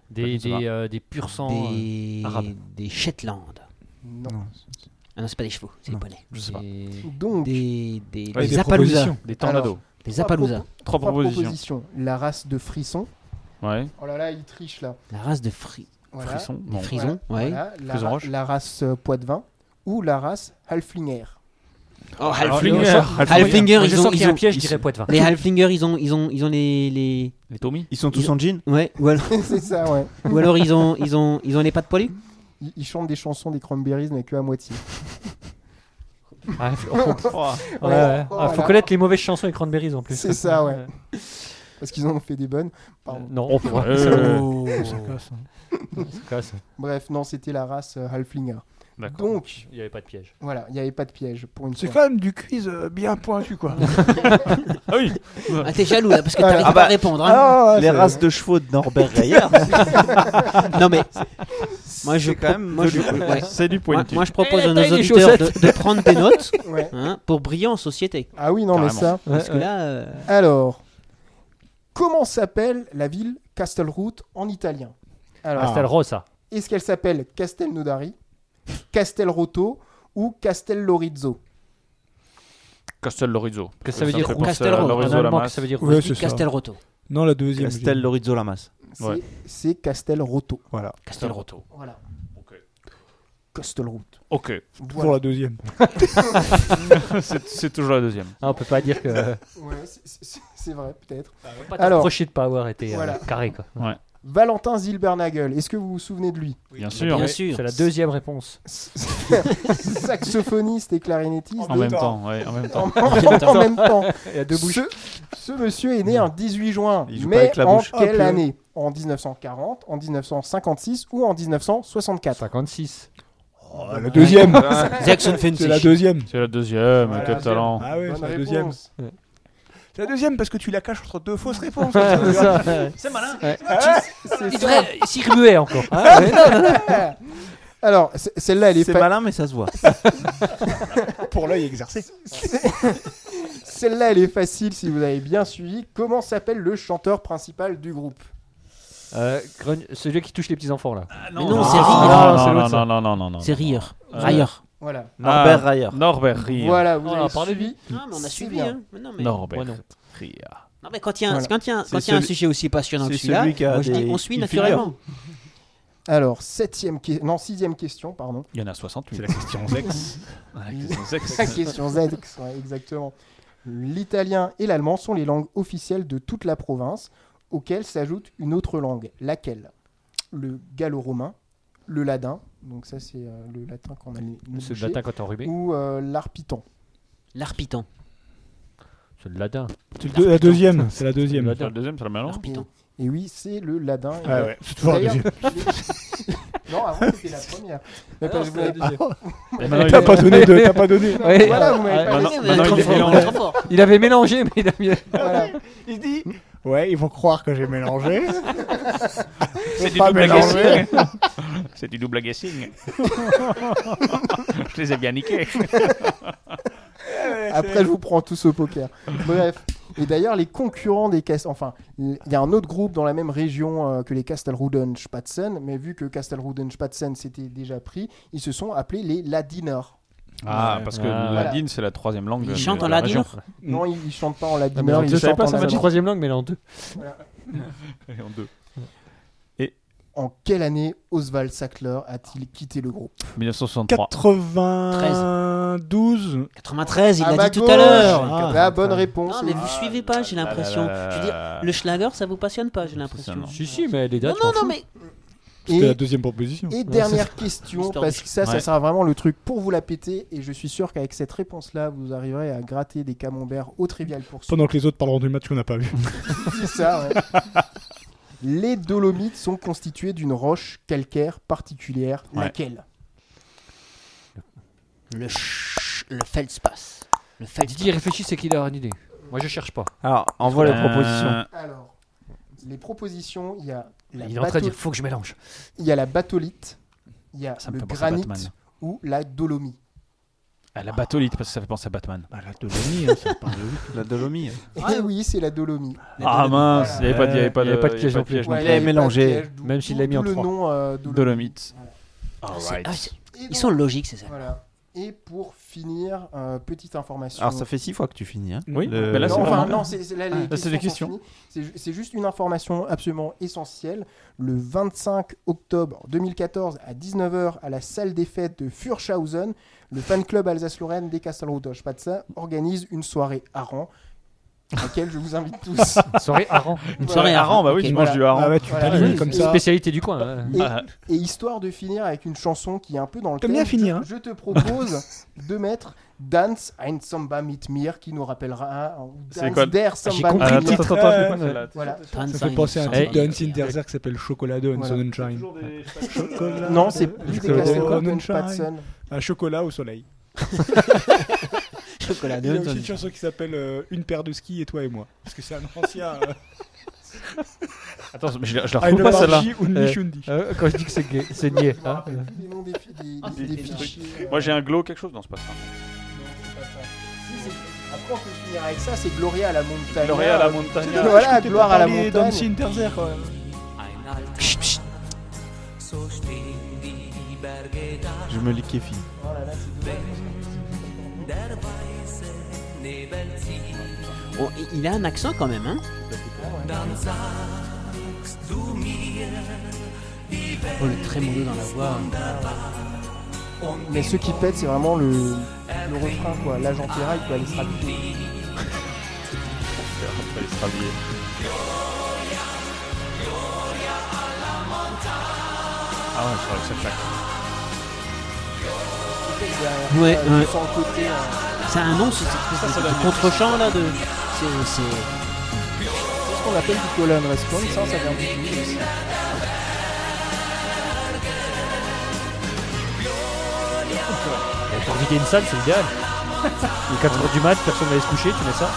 S5: Des,
S3: Ça va.
S5: des, euh, des purs sang. euh,
S1: Des,
S5: arabe.
S1: des Shetland.
S6: Non.
S1: Ah non, c'est pas des chevaux, c'est des
S4: Non.
S1: poneys.
S3: Je sais pas.
S5: des-
S6: Donc,
S1: Des, des,
S2: Ah,
S4: Ouais,
S1: des
S4: des
S1: Appaloosas.
S4: propositions.
S3: Des tornados.
S1: Des
S6: trois
S1: Appaloosas.
S6: propo-
S3: Trois propositions.
S6: La race de frisson.
S3: Ouais.
S6: Oh là là, il triche là.
S1: La race de fri...
S6: Voilà.
S3: Frisson.
S1: des
S3: Bon.
S1: frisons,
S6: Voilà,
S1: ouais.
S6: voilà, la,
S3: Frison
S6: ra-
S3: roche.
S6: la race euh, Poitevin ou la race Halflinger.
S1: Oh,
S3: Halflinger.
S1: Halflinger,
S5: Moi, je
S1: ils ont,
S5: sens qu'il y
S1: ils
S5: a
S1: ont,
S5: un piège, je
S2: ils
S5: dirais Poitvin.
S1: les Halflingers, ils ont, ils ont, ils ont les, les,
S3: Les Tommy
S2: Ils sont tous
S1: Ils-
S2: en jean
S1: ouais, ou alors,
S6: (laughs) c'est ça, ouais.
S1: ou alors ils ont, ils ont, ils ont les pattes poilues.
S6: Ils, ils chantent des chansons des Cranberries, mais que à (laughs) moitié.
S5: Ah,
S6: (laughs)
S5: faut- faut-
S2: Oh.
S5: ouais,
S6: Voilà.
S5: ouais. Ah,
S6: Voilà.
S5: faut connaître les mauvaises chansons et Cranberries en plus.
S6: Oh C'est ça, ouais. Parce qu'ils en ont fait des bonnes.
S5: Euh,
S6: Pardon.
S5: non, on
S3: Euh,
S4: Ça casse, hein.
S5: casse.
S6: Bref, non, c'était la race euh, Halflinger.
S3: D'accord.
S6: Donc,
S5: Il n'y avait pas de piège.
S6: voilà, il n'y avait pas de piège pour une
S4: C'est
S6: fois.
S4: quand même du quiz euh, bien
S6: (laughs)
S4: pointu, quoi. (laughs)
S3: Ah oui
S1: Ah, t'es jaloux là parce que
S6: Ah,
S1: t'arrives
S2: ah
S1: pas à
S2: bah,
S1: répondre. hein.
S4: Ah, ouais,
S2: Les
S4: c'est-
S2: races de chevaux de Norbert Reyer.
S1: (laughs) Non mais moi
S2: c'est
S1: je
S2: quand
S1: pro-
S2: même
S1: moi
S2: de
S1: je
S2: l'humour.
S1: ouais.
S3: C'est du
S1: Moi,
S3: pointu.
S1: moi, je propose
S5: Et la
S1: à nos
S5: taille des
S1: auditeurs de, de prendre des notes
S6: Ouais.
S1: hein, pour briller en société.
S6: Ah oui, non, mais
S3: Carrément.
S6: ça.
S1: Parce que là, euh,
S6: Alors, comment s'appelle la ville Castelroute en italien
S3: Ah.
S6: Alors,
S5: Castel Rosa.
S6: est-ce qu'elle s'appelle Castelnaudari, Castelroto ou Castellorizzo
S3: Castel Euh, Lorizo.
S5: Que ça veut dire
S1: Castel Rosa.
S5: En
S3: Lorizo la
S5: allemand, que
S3: masse.
S5: ça veut dire
S4: Ouais,
S5: rousse.
S4: c'est ça.
S1: Castelroto.
S4: Non, la deuxième. j'ai-
S2: Castel Lorizzo Lamas.
S6: C'est-
S3: Ouais.
S6: C'est Castelroto.
S4: Voilà,
S1: Castelroto.
S6: Voilà.
S3: Ok.
S6: Castelroute.
S3: Ok.
S4: pour
S6: Voilà.
S4: la deuxième.
S6: (laughs)
S3: C'est c'est toujours la deuxième.
S5: Ah, on peut pas dire que.
S6: Ouais, c'est- c'est c'est vrai, peut-être.
S5: on peut pas
S6: Alors.
S5: t'approcher de pas avoir été euh,
S6: Voilà.
S5: carré quoi.
S6: Valentin Zilbernagel, est-ce que vous vous souvenez de lui
S5: Bah,
S3: Bien sûr.
S1: Bah, Bien
S5: Ouais,
S1: sûr.
S5: C'est la deuxième réponse.
S6: Saxophoniste et clarinettiste.
S3: En même temps, ouais, en même temps.
S6: En- en même temps.
S5: Il y a deux bouches.
S6: Ce, ce monsieur est né un 18 juin.
S2: Il joue pas
S6: Mais
S2: avec la
S6: en
S2: bouche.
S4: Ah,
S6: quelle
S4: purée.
S6: année En 1940, en 1956 ou en 1964
S5: 56.
S6: Oh,
S4: Ah, la deuxième.
S6: (laughs)
S3: C'est Action Fantasy.
S4: C'est la deuxième.
S3: C'est la deuxième,
S4: Voilà,
S3: quel
S4: c'est-
S3: talent.
S4: Ah oui,
S3: Bonne
S4: c'est la
S3: réponse.
S4: deuxième. C'est la deuxième parce que tu la caches entre deux
S1: (laughs)
S4: fausses réponses.
S5: Ouais, c'est ça.
S4: C'est malin.
S5: Ouais.
S4: Ah ouais.
S5: C'est Il ça. devrait s'y remuer encore,
S4: Ah
S5: hein. Ouais.
S6: Ah,
S1: (laughs)
S6: Alors, c- celle-là, elle est
S2: C'est
S6: fa-
S2: malin, mais ça
S6: (laughs)
S2: se voit.
S4: Pour l'œil exercé.
S6: Celle-là, elle est facile si vous avez bien suivi. Comment s'appelle le chanteur principal du groupe
S5: Euh, grogne- celui qui touche les petits enfants là.
S1: non, Mais non, non, c'est non, Rire.
S5: Ah,
S1: non,
S5: c'est
S1: non,
S5: l'autre, ça.
S3: non, non, non, non, non,
S1: C'est Rire.
S3: Euh,
S1: Railleur.
S6: Voilà.
S3: Norbert
S2: Ah,
S3: Rayer. Norbert Rire.
S6: Voilà, vous
S1: On en
S6: avez
S1: a parlé,
S6: suivi.
S1: lui. Ah, mais on a
S6: C'est
S1: suivi,
S6: bien.
S1: hein. Mais non, mais-
S3: Norbert
S1: Moi, non.
S3: Rire.
S1: Non, mais quand il y a, un-
S6: Voilà.
S1: quand il y a, un-
S6: C'est
S1: quand il y a un
S6: celui-
S1: sujet aussi passionnant que
S6: c'est
S1: celui-là,
S6: celui qui a
S1: moi, je dis,
S6: des-
S1: on suit
S6: qui
S1: naturellement.
S6: (laughs) Alors, septième que- non, sixième question, pardon.
S3: Il y en a 68.
S6: C'est
S3: la
S6: (laughs)
S3: question Zex. La question Zex.
S6: La question Z, ouais, exactement. L'italien et l'allemand sont les langues officielles de toute la province, auxquelles s'ajoute une autre langue. Laquelle Le gallo-romain, le ladin, donc ça c'est euh, le latin qu'on a
S5: C'est le latin quand on rubé.
S6: Ou euh, l'arpitan.
S1: L'arpitan.
S5: C'est le ladin.
S4: C'est le deux- la deuxième. C'est la deuxième.
S3: La deuxième, c'est la meilleure.
S6: Et oui, c'est le ladin. Et
S4: Ah
S6: le-
S4: ouais, c'est toujours la
S6: D'ailleurs,
S4: deuxième.
S6: les- non, avant c'était la première. Mais
S5: Ah
S6: parce
S5: non,
S6: que vous
S5: c'était la
S6: l'avez-
S5: deuxième.
S4: Ah.
S6: Mais
S5: Maintenant,
S6: t'as
S5: il-
S6: pas donné de- t'as pas (laughs) donné.
S5: Ouais,
S6: Voilà,
S5: ouais,
S6: vous m'avez pas
S5: maintenant-
S6: donné, vous
S5: maintenant,
S6: êtes
S5: il
S6: trop
S5: est
S6: fort,
S5: mélangé.
S6: trop fort.
S5: Il avait mélangé, mais il a mis.
S6: (laughs) Voilà.
S4: Il dit Ouais, ils vont croire que
S6: (laughs)
S4: j'ai mélangé.
S3: C'est
S4: Faut
S3: du
S4: pas
S3: double
S4: mélanger.
S3: guessing. (laughs) C'est du double (laughs) guessing. Je les ai bien niqués.
S6: (laughs) Après, je vous prends tous au poker. Bref. Et d'ailleurs, les concurrents des Cast... Enfin, il y a un autre groupe dans la même région euh, que les Castelruden-Spatzen, mais vu que Castelruden-Spatzen s'était déjà pris, ils se sont appelés les Ladiner.
S3: Ah, parce que
S5: Ah.
S3: le ladine, c'est la troisième langue.
S1: Ils
S3: de-
S1: chantent
S3: de
S1: en
S3: la
S1: ladiner
S3: région.
S6: Non, ils, ils chantent pas en
S5: Ah, mais
S6: Ladiner,
S5: on
S6: ils
S5: ne savait
S6: chantent
S5: pas,
S6: en
S5: c'est ma
S6: Ladiner.
S5: troisième langue, mais là en deux.
S3: Et en deux.
S6: En quelle année Oswald Sackler a-t-il quitté le groupe
S3: 1963.
S4: 92.
S1: 93, il
S6: À
S4: bah,
S1: l'a
S6: ma
S1: dit tout à l'heure.
S6: Ah bah
S1: Ah,
S6: gauche, Ah.
S4: Ah,
S6: bah- La bonne réponse.
S1: Non, mais vous suivez pas, j'ai l'impression.
S5: là là
S1: Je veux dire, le schlager, ça vous passionne pas, j'ai l'impression.
S5: non. Si, si, mais les
S1: Non,
S5: dates.
S1: non,
S5: je m'en
S1: non, mais.
S4: C'était
S6: Et-
S4: la deuxième proposition.
S6: Et
S4: Ouais,
S6: dernière
S4: c'est ça.
S6: question,
S1: Histoire
S6: parce
S1: du-
S6: que ça, ça
S4: Ouais.
S6: sera vraiment le truc pour vous la péter. Et je suis sûr qu'avec cette réponse-là, vous arriverez à gratter des camemberts au trivial pour
S4: Pendant que les autres parleront du match qu'on n'a pas vu.
S6: (laughs) C'est ça, ouais. Les Dolomites sont constitués d'une roche calcaire particulière.
S1: Ouais.
S6: Laquelle
S1: Le, ch- le Feldspath. Le
S5: fous.
S1: Feldspath.
S5: Didier réfléchit, c'est qu'il a une idée. Moi, je cherche pas.
S2: Alors, envoie les
S3: Euh,
S2: propositions.
S6: Alors, les propositions, il y a la
S5: Bah, Il est en train de
S6: batho-
S5: dire faut que je mélange.
S6: il y a la batholite, il y a
S3: Ça me
S6: le
S3: fait penser à
S6: granit
S3: Batman.
S6: ou la dolomie.
S3: Ah, la batholite, parce que ça fait penser à Batman.
S4: Ah, la dolomie, hein, ça parle de
S2: La dolomie.
S6: Et Eh oui, c'est la dolomie.
S3: Ah mince, il n'y avait pas de- il y avait pas de
S5: Il y avait pas de piège non plus.
S6: Ouais,
S5: Il
S6: y a
S5: avait
S6: pas de
S5: mélangé,
S6: piège, d'où-
S5: même s'il
S6: d'où
S5: l'a mis
S6: tout
S5: en
S6: le
S5: trois.
S6: nom euh, dolomite.
S3: Dolomite.
S1: C'est- ah, c'est-
S6: Et
S1: Ils
S6: donc,
S1: sont logiques, ces amis.
S6: Voilà. Et pour finir, euh, petite information.
S2: Alors, ça fait 6 fois que tu finis. Hein.
S3: Oui,
S2: Le-
S3: mais là,
S6: non,
S3: c'est
S6: enfin,
S3: vraiment-
S6: non, c'est c'est là, les
S3: Ah, c'est des
S6: questions sont finies. C'est ju- C'est juste une information absolument essentielle. Le 25 octobre 2014 à 19h à la salle des fêtes de Furschhausen, le fan club Alsace-Lorraine des Castelrau-Deutsch-Patza organise une soirée à Rang à laquelle je vous invite tous.
S5: Soirée harangue.
S3: Une soirée harangue, bah oui,
S1: Ok,
S3: tu manges
S6: voilà.
S3: du hareng.
S4: Ah ouais, tu
S6: Voilà,
S4: termines
S6: oui,
S4: comme
S6: c'est-
S4: ça.
S5: Spécialité du coin. hein.
S6: Et,
S1: Bah,
S3: Ah.
S6: et histoire de finir avec une chanson qui est un peu dans le
S4: T'aimes
S6: thème,
S4: bien finir,
S6: je,
S4: hein.
S6: je te propose (laughs) de mettre Dance ein Samba mit mir qui nous rappellera hein,
S3: C'est
S6: Dance
S3: quoi le- Ah,
S6: der
S5: J'ai
S6: Samba
S5: compris le
S6: mit mir.
S5: titre.
S4: Ouais,
S5: attends,
S4: ouais,
S5: je-
S4: ouais.
S6: Voilà.
S4: Euh, Ça fait penser à un type de Hans Interzer qui s'appelle Chocolado and
S6: Voilà.
S4: Sunshine. Chocolat.
S6: Non, c'est plus des
S4: Chocolat
S6: Castelrau,
S4: au
S6: Deutsch
S4: sunshine.
S6: Patson.
S4: Un chocolat
S6: (laughs)
S4: au soleil.
S1: Chocolat
S4: Il y a aussi
S1: Dunton.
S4: une chanson qui s'appelle euh, Une paire de skis et toi et moi. Parce que c'est un ancien. euh,
S3: Attends, mais je, la- je la
S4: Eine
S3: retrouve pas celle-là.
S4: Barchi und
S5: Euh,
S4: Mischundi.
S5: euh, Quand je dis que c'est gay, c'est niais.
S6: Je me
S1: Ah,
S5: hein.
S6: rappelle plus des noms des fi- des-
S3: Ah,
S6: des-
S3: des-
S6: des
S3: des trucs.
S6: fichiers,
S3: Moi
S6: euh,
S3: j'ai un glow quelque chose, non c'est pas ça.
S6: non, c'est pas ça. Si, c'est- Après, on peut finir avec ça c'est Gloria à la montagne. Euh,
S3: Gloria à la montagne.
S6: (laughs) Voilà, gloire à la
S4: Parler
S6: montagne.
S4: d'Hans Interzer, quoi.
S1: Chut, chut.
S2: Je me liquéfie.
S6: Oh là là, c'est dommage.
S1: Oh, et il a un accent quand même, hein Oh, le trémolo dans la voix.
S6: Mais ce qui pète, c'est vraiment le, le refrain, quoi. L'agent Terra, il peut aller se rhabiller.
S3: Fallait se rhabiller.
S13: hein.
S3: Ah ouais, c'est vrai que ça claque.
S6: Derrière,
S1: Ouais,
S6: euh,
S1: ouais.
S6: sur le côté, euh,
S1: Ça annonce cette espèce de, de contre-champ là de. C'est. c'est-
S6: c'est ce qu'on appelle du call and response, hein, ça vient du film aussi.
S5: Pour vider une salle, c'est (laughs) idéal. Il est 4h du mat, personne va aller se coucher, tu mets ça.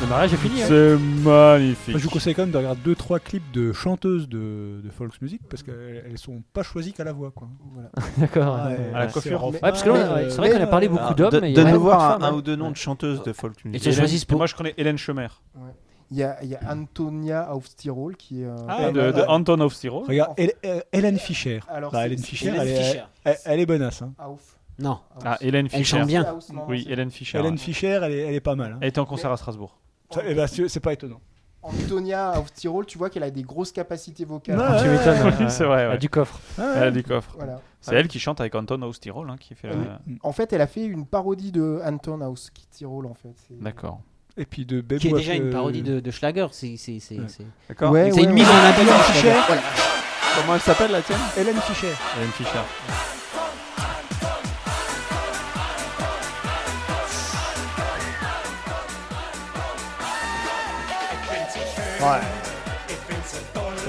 S5: Le
S3: ah,
S5: mariage est fini. hein.
S3: C'est magnifique.
S4: Je vous conseille quand même de regarder 2-3 clips de chanteuses de, de folk music parce qu'elles elles sont pas choisies qu'à la voix. Quoi. Voilà.
S5: (laughs)
S4: Ah,
S5: D'accord.
S4: Ouais,
S5: Ouais,
S4: ouais,
S5: à la
S4: c'est Ah,
S5: coiffure.
S4: rough.
S5: Ouais, parce que là, on a- c'est vrai qu'on a
S4: euh,
S5: parlé beaucoup d'hommes,
S2: de-
S5: mais il y a
S2: Donne-nous
S5: beaucoup euh,
S2: voir
S5: ah, de femmes,
S2: un, un
S5: ouais.
S2: ou deux noms de chanteuses de folk music.
S5: Hélène-
S3: Moi, je connais Hélène Schemer.
S6: Il y, a, il y a Antonia auf Tirol qui est. euh,
S3: Ah,
S6: pas
S3: de-
S6: mal.
S3: de Anton auf Tirol.
S4: Regarde, Hel- Hel- Hélène Fischer.
S6: Alors,
S4: Bah,
S6: c'est-
S4: Hélène
S6: c'est
S4: Fischer,
S6: Hélène
S4: elle,
S6: Fischer.
S4: Est, elle, elle est bonasse. Hein.
S6: Auf.
S1: Non.
S3: Ah, Hélène Fischer.
S1: Elle chante bien.
S3: Oui, Hélène Fischer.
S4: Hélène
S3: ouais.
S4: Fischer, elle est, elle est pas mal. hein.
S3: Elle était en concert à Strasbourg.
S4: Ça- eh ben, c'est c'est pas étonnant.
S6: Antonia auf Tirol, tu vois qu'elle a des grosses capacités vocales.
S4: Ouais, Tu ouais, m'étonnes. ouais.
S6: hein.
S3: Oui, Ah, (laughs) c'est vrai.
S5: Ah,
S3: ouais.
S5: du coffre.
S4: Ah,
S3: Elle a du coffre.
S6: Voilà.
S3: C'est elle qui chante avec Anton House Tirol hein, qui fait la-
S6: (laughs) En fait, elle a fait une parodie de Anton House qui Tirol en fait. C'est-
S3: D'accord.
S4: Et puis de Babe
S1: Qui est
S4: Wolf,
S1: déjà une
S4: euh,
S1: parodie de, de Schlager. C'est c'est- c'est- c'est-
S2: D'accord.
S1: C'est
S2: Ouais,
S1: une
S2: ouais,
S1: mise
S2: ouais.
S1: en abîme.
S2: Hélène
S1: Schlager.
S2: Fischer.
S1: Voilà.
S2: Comment elle s'appelle la tienne
S4: Hélène Fischer.
S3: Hélène Fischer.
S4: Ouais.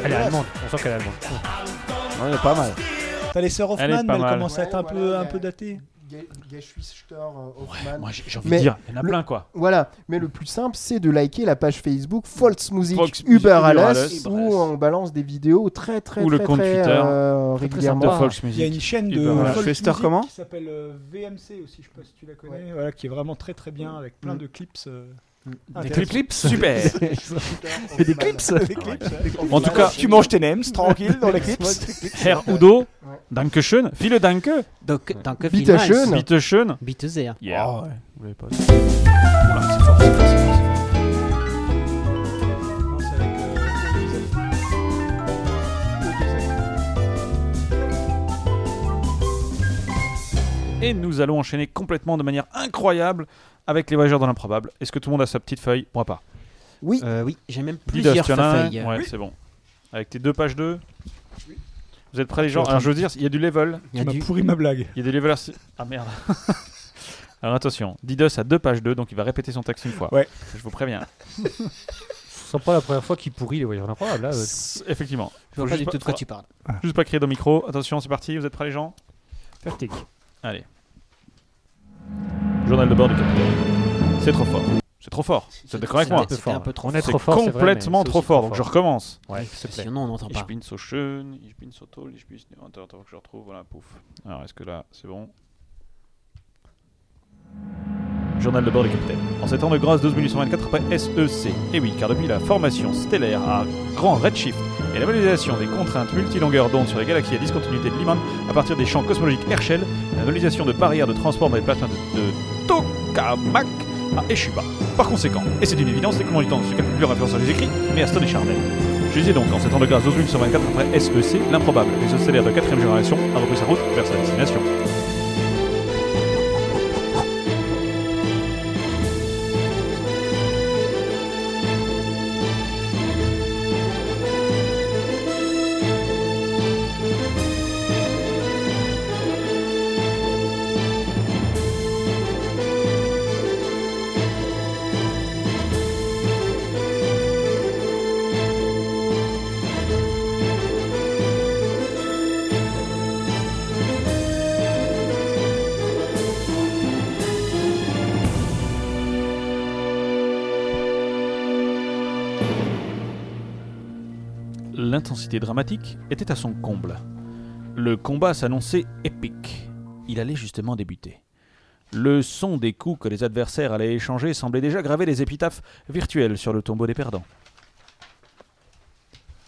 S5: Elle est allemande. On sent qu'elle est allemande.
S2: elle est pas mal.
S4: T'as les sœurs Hoffman,
S5: Elle est pas
S4: mais elles
S5: mal.
S4: commencent à être un
S6: Ouais,
S4: peu,
S6: voilà,
S4: un
S6: il y a-
S4: peu datées.
S6: Ge- Geschwister, euh, Hoffmann.
S3: moi, j'ai- j'ai envie
S6: Mais
S3: de dire, il y en a
S6: le-
S3: plein quoi.
S6: Voilà, mais le plus simple, c'est de liker la page Facebook Folks Music
S3: Volks Music
S6: Uber
S3: Uber
S6: Alles,
S3: Alles.
S6: où on balance des vidéos très très
S3: Ou
S6: très,
S3: le compte
S6: très,
S3: Twitter
S6: euh,
S3: Très, très
S6: régulièrement.
S3: sympa. hein. De Volks Music.
S4: Il y a une chaîne
S3: Et
S4: de
S3: ben voilà.
S4: folk
S2: Schwester,
S4: music
S2: comment
S4: qui s'appelle euh, VMC aussi, je sais pas si tu la connais, voilà, qui est vraiment très très bien avec plein de clips. euh, intéressants.
S3: Mm. clips,
S4: (laughs)
S3: super.
S4: Et des clips, des clips.
S3: En tout cas-
S4: tu manges tes nems tranquille dans les clips.
S3: Herr Udo, Dankeschön, viele Danke.
S1: Donc, donc,
S6: Bitteschön.
S3: Bitteschön.
S1: Bitte sehr.
S3: Yeah.
S2: Ah ouais, vous l'avez pas.
S3: Et nous allons enchaîner complètement de manière incroyable avec les voyageurs dans l'improbable. Est-ce que tout le monde a sa petite feuille Moi pas.
S6: Oui,
S1: Euh, oui, j'ai même
S3: Didas,
S1: plusieurs
S3: tu en as un
S1: feuilles.
S3: Ouais, c'est bon. Avec tes deux pages 2. Vous êtes prêts les
S4: suis
S3: gens
S4: en train
S3: Alors
S4: de-
S3: je veux dire, il y a du level.
S1: Il y a
S4: Tu m'as
S1: du-
S4: pourri ma blague.
S3: Il y a des levels. Ah merde. Alors attention, Didos a deux pages 2, donc il va répéter son texte une fois.
S4: Ouais.
S3: Je vous préviens.
S5: (laughs) Ce sera pas la première fois qu'il pourrit les voyageurs improbables. Là. euh.
S3: S- Effectivement.
S1: Je vois
S3: Faut
S1: pas du
S3: juste oh,
S1: tout de quoi tu parles.
S3: Juste pas crier dans le micro. Attention, c'est parti. Vous êtes prêts les gens
S5: Fertig.
S3: Allez. Journal de bord du capitaine. C'est trop fort. C'est trop fort. C'est d'accord avec
S1: C'était-
S3: moi.
S1: c'était un peu trop
S5: On est
S1: fort.
S5: trop fort. c'est vrai, mais
S3: complètement
S5: c'est
S3: trop
S5: aussi
S3: fort, donc je recommence.
S5: Ouais,
S3: s'il te plaît.
S1: Sinon, on n'entend
S3: Ich
S1: pas.
S3: bin so schön, ich bin so toll, ich bin... Attends, attends, faut que je retrouve, voilà, pouf. Alors, est-ce que là, c'est bon Journal de bord du capitaine. En ces temps de grâce 12 1824 après SEC. Et Eh oui, car depuis la formation stellaire à grand redshift et la modélisation des contraintes multilongueurs d'onde sur les galaxies à discontinuité de Lyman à partir des champs cosmologiques Herschel, la modélisation de barrières de transport dans les plasmas de, de Tokamak à Eshiba. Par conséquent, et c'est une évidence, les commandes du temps ne se calculent plus en référence à les écrits, mais à Stone et Chardel. Je disais donc, en ces temps de grâce 12 124 après SEC, l'improbable, et ce stellaire de 4ème génération a repris sa route vers sa destination. L'intensité dramatique était à son comble. Le combat s'annonçait épique. Il allait justement débuter. Le son des coups que les adversaires allaient échanger semblait déjà graver des épitaphes virtuelles sur le tombeau des perdants.
S4: (laughs)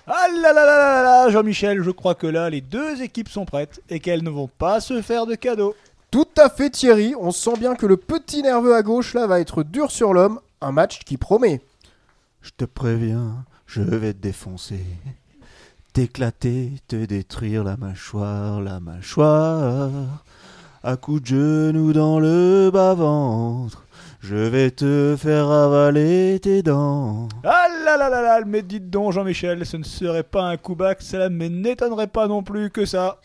S4: Ah là là là là là là, Jean-Michel, je crois que là, les deux équipes sont prêtes et qu'elles ne vont pas se faire de cadeaux.
S6: Tout à fait Thierry, on sent bien que le petit nerveux à gauche là va être dur sur l'homme, un match qui promet.
S2: Je te préviens, je vais te défoncer. T'éclater, te détruire la mâchoire, la mâchoire. À coups de genoux dans le bas-ventre, je vais te faire avaler tes dents.
S4: Ah là là là là, mais dites donc, Jean-Michel, ce ne serait pas un coup back, cela mais n'étonnerait pas non plus que ça.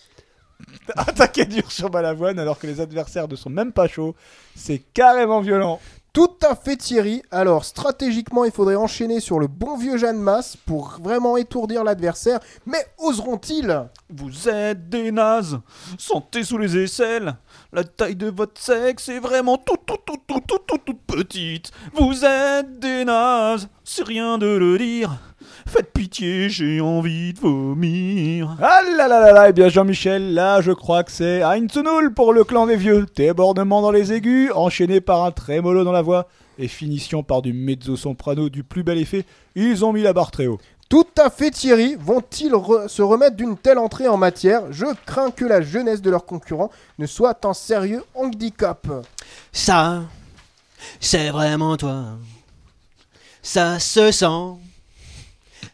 S4: (laughs) Attaquer dur sur Balavoine alors que les adversaires ne sont même pas chauds, c'est carrément violent.
S6: Tout à fait Thierry. Alors stratégiquement, il faudrait enchaîner sur le bon vieux Jeanne Masse pour vraiment étourdir l'adversaire. Mais oseront-ils
S3: Vous êtes des nazes. Sentez sous les aisselles. La taille de votre sexe est vraiment tout, tout, tout, tout, tout, tout, toute petite. Vous êtes des nazes. C'est rien de le dire. Faites pitié, j'ai envie de vomir.
S4: Ah là là là là, eh bien Jean-Michel, là je crois que c'est Heinz Null pour le clan des vieux. Débordement dans les aigus, enchaîné par un trémolo dans la voix et finition par du mezzo soprano du plus bel effet, ils ont mis la barre très haut.
S6: Tout à fait Thierry, vont-ils re- se remettre d'une telle entrée en matière Je crains que la jeunesse de leurs concurrents ne soit un sérieux handicap.
S1: Ça, c'est vraiment toi. Ça se sent.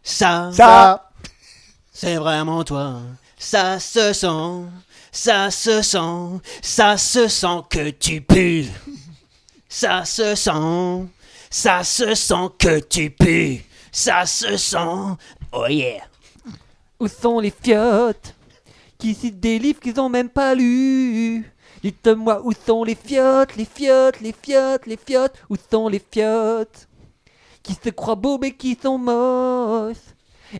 S1: Ça,
S6: Ça.
S1: c'est vraiment toi. Ça se sent. Ça se sent. Ça se sent que tu pues. Ça se sent. Ça se sent que tu pues. Ça se sent. Oh yeah.
S5: Où sont les fiottes qui citent des livres qu'ils ont même pas lus Dites-moi où sont les fiottes, les fiottes, les fiottes, les fiottes, où sont les fiottes Qui se croient beaux mais qui sont moches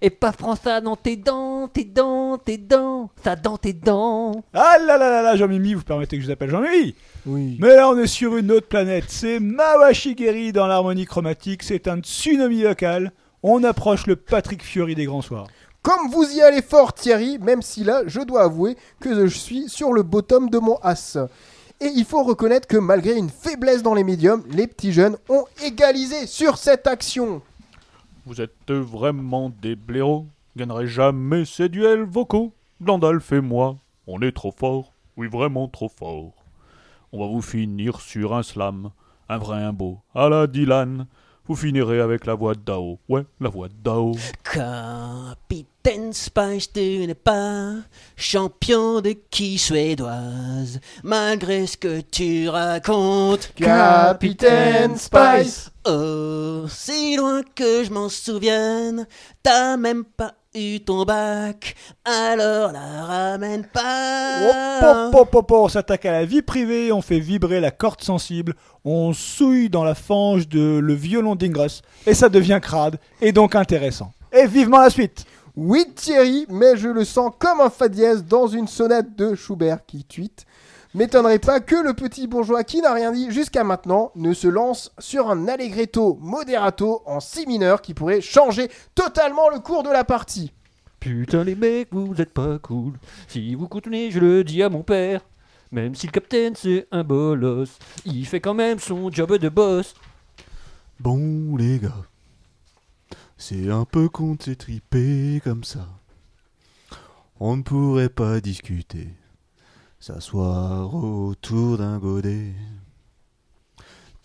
S5: Et pas ça dans tes dents, tes dents, tes dents, ça dans tes dents
S4: Ah là là là là, Jean-Mimi, vous permettez que je vous appelle Jean-Mimi
S6: Oui.
S4: Mais là on est sur une autre planète, c'est Mawashigeri dans l'harmonie chromatique, c'est un tsunami vocal, on approche le Patrick Fiori des grands soirs.
S6: Comme vous y allez fort Thierry, même si là, je dois avouer que je suis sur le bottom de mon as. Et il faut reconnaître que malgré une faiblesse dans les médiums, les petits jeunes ont égalisé sur cette action.
S3: Vous êtes vraiment des blaireaux. Vous Gagnerez jamais ces duels vocaux. Glandalf et moi, on est trop forts. Oui, vraiment trop forts. On va vous finir sur un slam. Un vrai un beau. À la Dylan. Vous finirez avec la voix de Dao. Ouais, la voix de Dao.
S1: Capitaine Spice, tu n'es pas champion de qui suédoise, malgré ce que tu racontes.
S6: Capitaine Spice.
S1: Oh, si loin que je m'en souvienne, t'as même pas eu ton bac, alors la ramène
S12: Ah.
S1: pas.
S4: Pop, pop, pop, pop, on s'attaque à la vie privée, on fait vibrer la corde sensible, on souille dans la fange de le violon d'Ingress, et ça devient crade, et donc intéressant. Et vivement la suite
S6: Oui Thierry, mais je le sens comme un fa dièse dans une sonate de Schubert qui tweet. M'étonnerait pas que le petit bourgeois qui n'a rien dit jusqu'à maintenant ne se lance sur un allegretto moderato en si mineur qui pourrait changer totalement le cours de la partie.
S5: Putain les mecs, vous êtes pas cool. Si vous contenez, je le dis à mon père. Même si le capitaine c'est un bolos, il fait quand même son job de boss.
S15: Bon les gars, c'est un peu con de s'étriper comme ça. On ne pourrait pas discuter, s'asseoir autour d'un godet.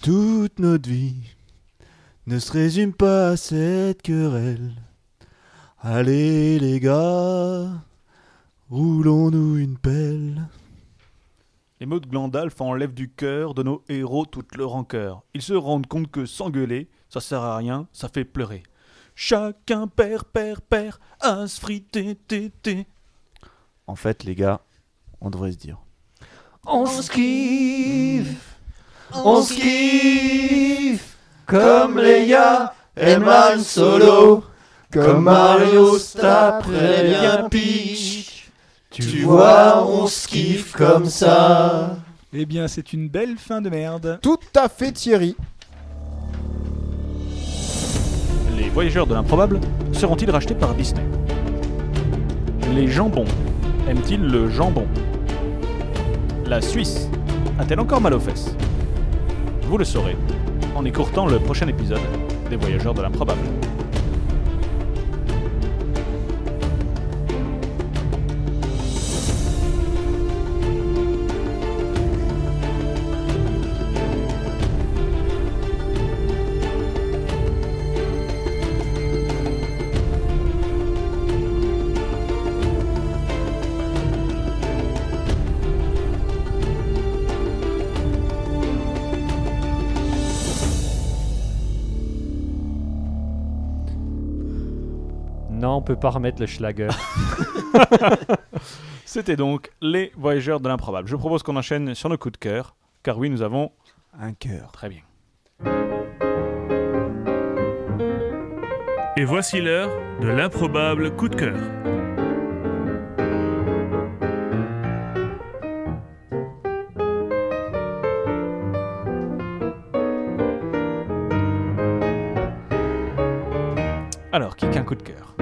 S15: Toute notre vie ne se résume pas à cette querelle. Allez les gars, roulons-nous une pelle.
S3: Les mots de Glandalf enlèvent du cœur de nos héros toute leur rancœur. Ils se rendent compte que s'engueuler, ça sert à rien, ça fait pleurer. Chacun perd, perd, perd, as frité, té, té.
S2: En fait, les gars, on devrait se dire.
S5: On se kiffe,
S12: on se kiffe, comme Leia et Man Solo, comme Mario après bien Peach. Tu vois, on se kiffe comme ça.
S4: Eh bien, c'est une belle fin de merde.
S6: Tout à fait Thierry.
S3: Les voyageurs de l'improbable seront-ils rachetés par Disney Les jambons aiment-ils le jambon La Suisse a-t-elle encore mal aux fesses Vous le saurez en écourtant le prochain épisode des voyageurs de l'improbable.
S5: Non, on peut pas remettre le schlager.
S3: (laughs) C'était donc les voyageurs de l'improbable. Je propose qu'on enchaîne sur nos coups de cœur, car oui, nous avons un cœur. Très bien.
S7: Et voici l'heure de l'improbable coup de cœur.
S3: Alors, qui a un coup de cœur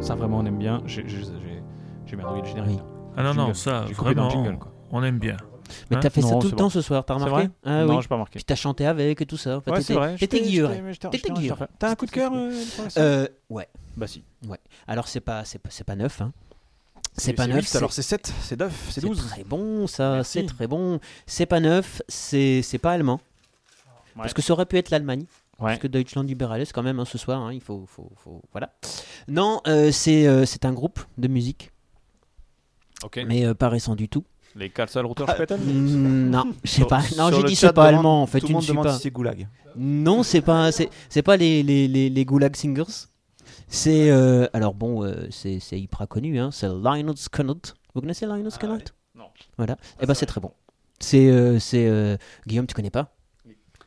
S3: Ça, vraiment, on aime bien. J'ai j'ai- j'ai- j'ai merdouillé le générique. là.
S7: Ah non, non,
S3: Jingle.
S7: ça,
S3: J'ai coupé dans
S7: vraiment,
S3: le jingle, quoi.
S7: on aime bien.
S1: Mais
S7: Hein
S1: t'as fait ça
S3: Non,
S1: tout
S3: c'est
S1: le temps
S3: bon.
S1: ce soir, t'as
S3: C'est
S1: remarqué
S3: vrai
S1: ah,
S3: Non,
S1: oui.
S3: j'ai pas remarqué.
S1: Puis t'as chanté avec et tout ça. Enfin,
S3: Ouais,
S1: t'étais-
S3: c'est vrai, je
S1: T'étais
S3: t'ai- je
S1: guilleux.
S3: t'ai- mais je t'ai- je
S1: T'étais
S3: t'ai- je
S1: guilleux.
S3: t'ai refait. T'as un coup de cœur, euh, pour l'instant
S1: Euh, Ouais.
S3: Bah si.
S1: Ouais. Alors c'est pas, c'est pas, c'est pas neuf, hein.
S3: C'est-
S1: C'est pas
S3: c'est
S1: neuf.
S3: huit, alors c'est sept, c'est neuf, c'est douze.
S1: très bon, ça.
S3: Merci.
S1: C'est très bon. C'est pas neuf. C'est, c'est pas allemand.
S3: Ouais.
S1: Parce que ça aurait pu être l'Allemagne.
S3: Parce
S1: que Deutschland Liberales, quand même, hein, ce soir, hein, il faut, faut, faut- Voilà. Non, euh, c'est, euh, c'est un groupe de musique.
S3: Ok.
S1: Mais euh, pas récent du tout.
S3: Les Karlsruher
S1: Mm,
S3: Späten
S1: Non, je sais
S3: Ah, Sur-
S1: pas.
S3: sur
S1: Non, j'ai
S3: le
S1: dit
S3: chat
S1: c'est pas
S3: demande-
S1: allemand en fait.
S3: tout le
S1: tu ne
S3: monde
S1: suis
S3: demande
S1: pas.
S3: si c'est Goulag.
S1: Non, c'est pas c'est c'est pas les les, les, les Goulag Singers. C'est euh, alors bon, euh, c'est c'est hyper connu. Hein, c'est Lionel Scannott. Vous connaissez
S3: Ah
S1: Lionel Scannott Non. Voilà. Et ben c'est très bon. C'est euh, c'est euh, Guillaume, tu connais pas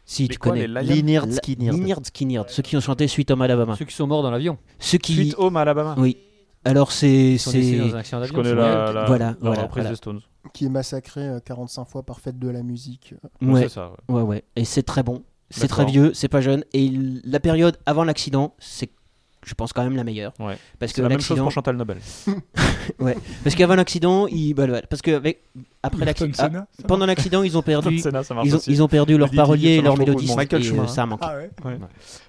S1: si
S3: Les
S1: tu
S3: quoi,
S1: connais
S3: les Lions Lynyrd
S1: La-
S3: Skynyrd.
S1: Lynyrd Skynyrd, ceux qui ont chanté Suite Home Alabama.
S3: Ceux
S1: qui sont morts dans l'avion. Ceux qui
S3: Suite Home Alabama.
S1: Oui. Alors c'est
S3: sont
S1: c'est
S3: décédés dans un accident d'avion, Je connais c'est la- vrai. la-
S1: voilà
S3: la
S1: voilà,
S3: reprise
S1: voilà.
S3: des Stones.
S6: Qui est massacré euh, 45 fois par fête de la musique.
S1: Ouais, ouais. ouais, Et c'est très bon. C'est
S6: D'accord.
S1: très vieux, c'est pas jeune. Et il- la période avant l'accident, c'est, je pense, quand même la meilleure. Parce
S3: C'est
S1: que
S3: la même chose
S1: l'accident-
S3: pour Chantal Nobel.
S1: (laughs) ouais. Parce qu'avant l'accident, ils, bah, voilà. parce que avec- après
S3: Ayrton
S1: l'accident,
S3: Senna, ça
S1: Ah, pendant
S3: marche.
S1: l'accident, ils ont perdu,
S3: Ayrton Senna, ça marche
S1: ils ont,
S3: aussi.
S1: ils ont perdu
S3: Le
S1: leur
S3: Didi
S1: parolier
S3: qui
S1: et leur
S3: change beaucoup de
S1: mélodiste.
S3: monde. Michael
S1: et, euh,
S3: Schumacher.
S1: ça a manqué.
S3: Ah ouais. Ouais.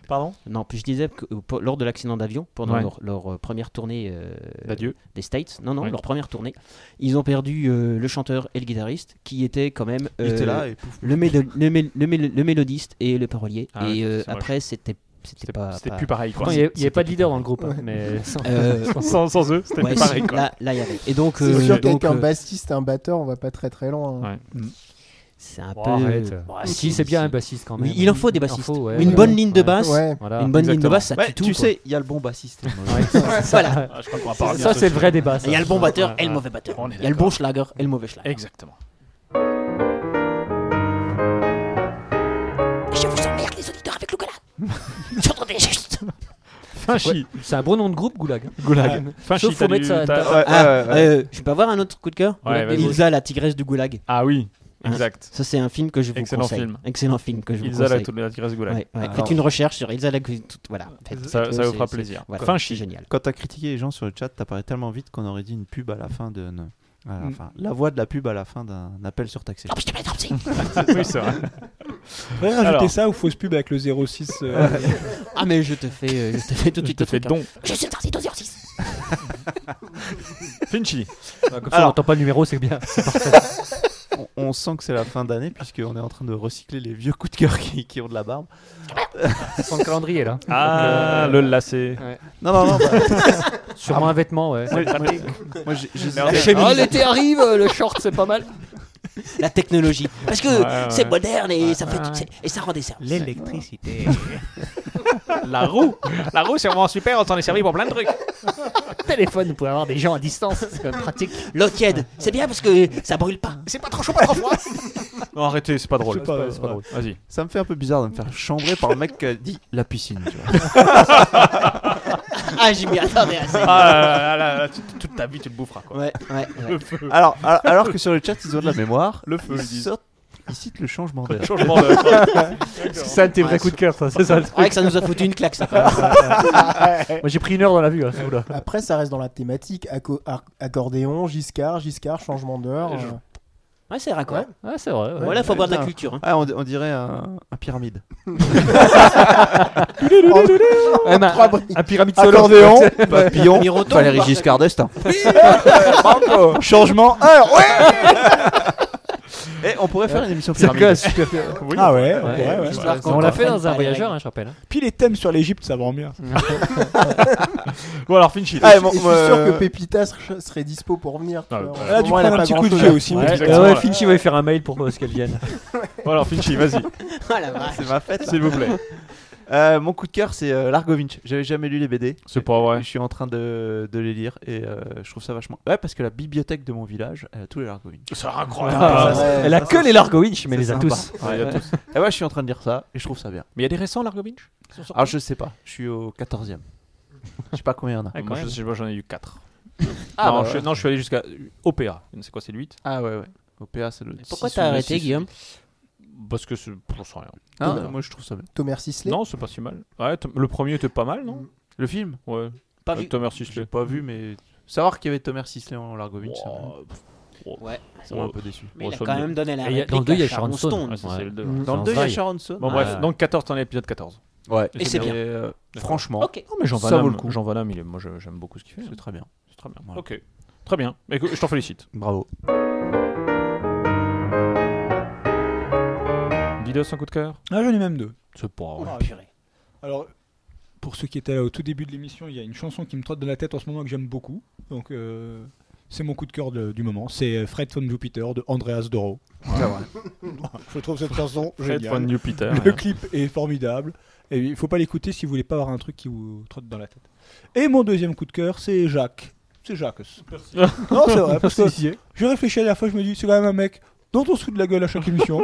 S3: Pardon
S1: Non, puis je disais que euh, pour- lors de l'accident d'avion, pendant
S3: Ouais.
S1: leur, leur, euh, première tournée euh,
S3: D'adieu.
S1: des States, non non,
S3: Ouais.
S1: leur première tournée, ils ont perdu euh, le chanteur et le guitariste qui étaient quand même euh,
S2: Ils étaient là et pouf, pouf.
S1: le, mélo- le mél- le mél- le mélodiste et le parolier.
S3: Ah ouais,
S1: et euh,
S3: c'est moche.
S1: après, c'était c'était pas
S3: c'était
S1: pas-
S3: plus pareil, quoi.
S1: Pourtant,
S3: C'était-
S1: avait
S3: c'était
S1: leader
S3: plus pareil. Ouais. hein, Sans-
S1: (laughs) Euh,
S3: sans eux, c'était
S1: ouais,
S3: plus
S1: si,
S3: pareil, quoi.
S1: Là, là, il y avait. Et donc,
S6: C'est
S1: euh,
S6: sûr
S1: donc,
S6: qu'avec un
S1: euh,
S6: bassiste, un batteur, on va pas très très loin. hein.
S1: C'est un
S6: Bon,
S1: peu.
S6: arrête.
S1: Bon,
S6: Si, c'est
S1: bien un
S6: bassiste quand
S1: Oui,
S6: même.
S1: il en faut des
S6: Il en
S1: bassistes.
S6: faut, ouais,
S1: une
S6: voilà.
S1: bonne ligne de
S6: Ouais.
S1: basse,
S6: Ouais.
S1: une bonne ligne de basse, ça
S2: Ouais,
S1: tue tout.
S2: Tu
S1: quoi.
S2: sais, il y a le bon bassiste.
S1: Ouais. voilà.
S2: Ah, je
S3: crois qu'on va
S2: pas revenir
S1: Ça,
S2: sur
S1: c'est
S2: ce
S1: le vrai
S2: sujet.
S1: débat. ça. Il y a le bon batteur et le
S3: Ouais.
S1: mauvais batteur.
S3: On est
S1: Il y a le
S3: d'accord.
S1: bon schlager et le mauvais schlager.
S3: Exactement.
S1: Je vous emmerde, les auditeurs, avec Lucas
S12: (laughs)
S1: J'entendais juste.
S3: Finchi.
S5: C'est un bon nom de groupe, Goulag.
S3: Goulag. Finchi,
S5: Sauf faut
S3: t'as
S5: mettre
S3: du-
S5: ça.
S3: t'as-
S5: t'as-
S3: Ouais,
S1: Ah,
S3: ouais, ouais.
S1: euh, je peux avoir un autre coup de cœur
S3: Ouais,
S1: Goulag
S3: vas-y.
S1: Ilsa, la tigresse du goulag.
S3: Ah oui,
S1: Hein,
S3: exact.
S1: Ça, c'est un film que je vous
S3: Excellent
S1: conseille.
S3: film.
S1: Excellent film que je vous
S3: Ilsa, la
S1: conseille.
S3: tou- la tigresse du goulag.
S1: Ouais, ouais.
S3: Ah,
S1: Faites
S3: non.
S1: une recherche sur Ilsa, la tout- Voilà. Faites-
S3: Ça- ça vous
S1: c'est-
S3: fera
S1: c'est-
S3: plaisir.
S1: Voilà,
S3: Fin
S1: c'est
S3: chi.
S1: génial.
S2: Quand t'as critiqué les gens sur le chat, t'apparais tellement vite qu'on aurait dit une pub à la fin de. à la
S3: Mm.
S2: fin- la voix de la pub à la fin d'un appel surtaxé.
S1: Oh, je te mets dans le psy.
S3: (laughs) Oui, c'est vrai.
S4: Faudrait rajouter ça ou fausse pub avec le 06 euh, (laughs)
S1: Ah, mais je te fais, euh, je te fais tout de
S4: Je
S1: suite.
S4: te
S1: le
S4: fais
S1: truc, hein.
S4: don.
S1: Je suis le Tarzito
S2: (laughs)
S1: 06.
S3: Finchi.
S5: Comme ça, on n'entend pas le numéro, c'est bien.
S2: (laughs)
S5: C'est parfait.
S2: on, on sent que c'est la fin d'année puisqu'on est en train de recycler les vieux coups de cœur qui, qui ont de la barbe.
S5: Ça sent le calendrier, là.
S3: Ah,
S5: Donc, euh,
S3: le lacet.
S5: ouais.
S2: Non, non, non. bah-
S5: (laughs)
S1: (laughs)
S5: Sûrement un vêtement, ouais.
S2: Moi, moi, j'ai-
S1: Ah,
S2: j'ai-
S5: La chemise. Oh, l'été arrive, le short, c'est pas mal.
S1: La technologie. Parce que
S5: Ouais,
S1: c'est
S5: ouais.
S1: moderne et,
S5: Ouais,
S1: ça
S5: ouais,
S1: fait,
S5: ouais.
S1: c'est- et ça rend des services. (laughs)
S3: L'électricité. La roue. La roue, c'est vraiment super. On s'en est servi pour plein de trucs.
S5: (laughs) Téléphone pour avoir des gens à distance, c'est quand même pratique.
S1: L'eau tiède, c'est bien parce que ça brûle pas. C'est pas trop chaud, pas trop
S2: (laughs)
S1: froid.
S3: Non, arrêtez, c'est pas drôle.
S2: C'est pas-
S3: c'est pas drôle. Vas-y.
S2: Ça me fait un peu bizarre de me faire chambrer par le mec qui a dit la piscine. Tu vois.
S1: ah, j'y m'y
S2: (laughs)
S1: attendais assez.
S3: Ah, là, là, là, tu- toute ta vie, tu le boufferas. Quoi.
S1: Ouais, ouais, ouais.
S3: Le feu.
S2: Alors, alors, alors que sur le chat, ils ont de la mémoire.
S3: Le feu,
S2: ils
S3: ils disent.
S2: sortent- ils citent le changement d'heure.
S3: Le changement
S2: (laughs)
S3: d'heure.
S5: C'est ça de tes vrais coups de cœur, ça,
S6: (laughs)
S5: c'est ça le truc.
S1: Ouais, que ça nous a foutu une claque, ça.
S2: (laughs)
S5: Moi, j'ai pris une heure dans la vue, hein, oula.
S6: Après, ça reste dans la thématique acco- ar- accordéon, Giscard, Giscard, changement d'heure. euh. (laughs)
S1: Ouais, c'est raccord.
S5: Ouais, Ah, c'est vrai.
S1: ouais. Voilà, faut avoir de la culture, hein.
S2: Ah, on, on dirait un, un
S1: (laughs)
S2: pyramide.
S5: Eh Ouais, mais ben, un- un pyramide solo.
S2: Accordéon, (laughs)
S5: Ouais.
S2: papillon,
S5: Miroton,
S2: Valérie
S5: quoi.
S2: Giscard d'Estaing.
S4: (laughs)
S2: (laughs)
S5: Banco.
S2: Changement heure,
S1: (laughs)
S2: ouais Et on pourrait faire une émission
S5: C'est
S2: pyramide.
S5: quoi, super-
S4: Oui. Ah ouais,
S5: Ouais,
S4: on pourrait, ouais.
S5: histoire qu'on On l'a fait dans un voyageur, hein, je rappelle.
S4: Puis les thèmes sur l'Egypte, ça (laughs) vend bien.
S3: Bon, alors, Finchi.
S6: Et
S4: Ah,
S6: je, et je suis sûr que Pépita serait serait dispo pour venir. tu vois.
S4: Là, euh, Ah, tu
S6: Moi, elle a
S4: prends un
S6: pas
S4: petit coup de
S6: grand-chose.
S4: vieux aussi.
S5: Ouais,
S6: Ah,
S4: mais-
S5: Ah ouais, ouais, Finchi va
S1: (laughs)
S5: lui faire un mail pour euh, ce qu'elle vienne.
S3: (laughs) Bon, alors, Finchi, vas-y.
S1: Ah la vache.
S2: C'est ma fête.
S3: S'il vous plaît.
S2: Euh, mon coup de cœur, c'est euh, Largo Winch. J'avais jamais lu les BD.
S3: C'est pas vrai.
S2: Je suis en train de, de les lire et euh, je trouve ça vachement. Ouais, parce que la bibliothèque de mon village, elle a tous les Largo Ah, Winch.
S3: C'est incroyable. Elle a que les Largo Winch, mais
S2: C'est
S3: les a
S2: sympa.
S3: tous.
S2: Ouais,
S3: Elle les a tous.
S2: Et ouais, je suis en train de lire ça et je trouve ça bien.
S3: Mais il y a des récents Largo Winch qui sont sortis
S2: Alors, je sais pas. Je suis au 14 e Je sais pas combien il y en a.
S3: Ah, quand je sais pas, j'en ai eu 4.
S2: Ah,
S3: non,
S2: bah,
S3: je,
S2: ouais.
S3: non, je suis allé jusqu'à euh, OPA. C'est quoi, c'est le 8
S2: Ah ouais, ouais. OPA, c'est le
S1: Pourquoi
S2: six
S1: t'as
S2: ou le
S1: arrêté,
S2: six.
S1: Guillaume
S3: Parce que c'est. J'en sais rien.
S2: Ah, Thomas- moi, je trouve ça bien.
S6: Thomas Sisley
S3: Non, c'est pas si mal. Ouais, Tom- le premier était pas mal, non
S2: Le film
S3: Ouais.
S2: Pas
S3: Avec
S2: vu.
S3: Thomas Sisley.
S2: Mm. Pas vu, mais savoir qu'il y avait Thomas Sisley en Largo Winch. ça m'a-
S3: Oh,
S1: Ouais.
S2: Ça m'a un peu déçu. Mm.
S1: Mais il a quand même donné la
S3: Et il y a-
S1: réplique
S3: dans le deux,
S1: à
S3: il y a
S1: Sharon
S3: Sharon
S1: Stone.
S3: Stone. Ouais, ça, c'est le deux. hein.
S2: Dans le deux, il y a Sharon Stone.
S3: Bon, bref,
S2: Ouais.
S3: donc 14, t'en es à l'épisode 14.
S2: Ouais.
S1: Et c'est bien.
S3: euh,
S2: Franchement,
S1: Ok.
S3: Non, mais Jean
S2: ça
S3: Van Damme-
S2: vaut le coup.
S3: Jean Van Damme, il est- moi je- j'aime beaucoup ce qu'il fait. hein.
S2: C'est très bien.
S3: C'est très bien.
S2: Voilà.
S3: Ok. Très bien. Écoute, je t'en félicite.
S2: Bravo.
S3: Didos, un coup de cœur
S4: Ah, j'en ai même deux.
S3: C'est pas.
S4: Ah, Alors, pour ceux qui étaient là au tout début de l'émission, il y a une chanson qui me trotte de la tête en ce moment que j'aime beaucoup. Donc, euh, c'est mon coup de cœur de- du moment. C'est euh, Fred von Jupiter de Andreas Doro.
S6: Ah ouais.
S4: (laughs) Je trouve cette chanson
S3: Fred
S4: géniale.
S3: von Jupiter,
S4: Le
S3: ouais.
S4: clip est formidable. Et il faut pas l'écouter si vous voulez pas avoir un truc qui vous trotte dans la tête. Et mon deuxième coup de cœur, c'est Jacques. C'est Jacques. Non, c'est (laughs) vrai, parce que je réfléchis à la fois, je me dis, c'est quand même un mec dont on se fout de la gueule à chaque (laughs) émission.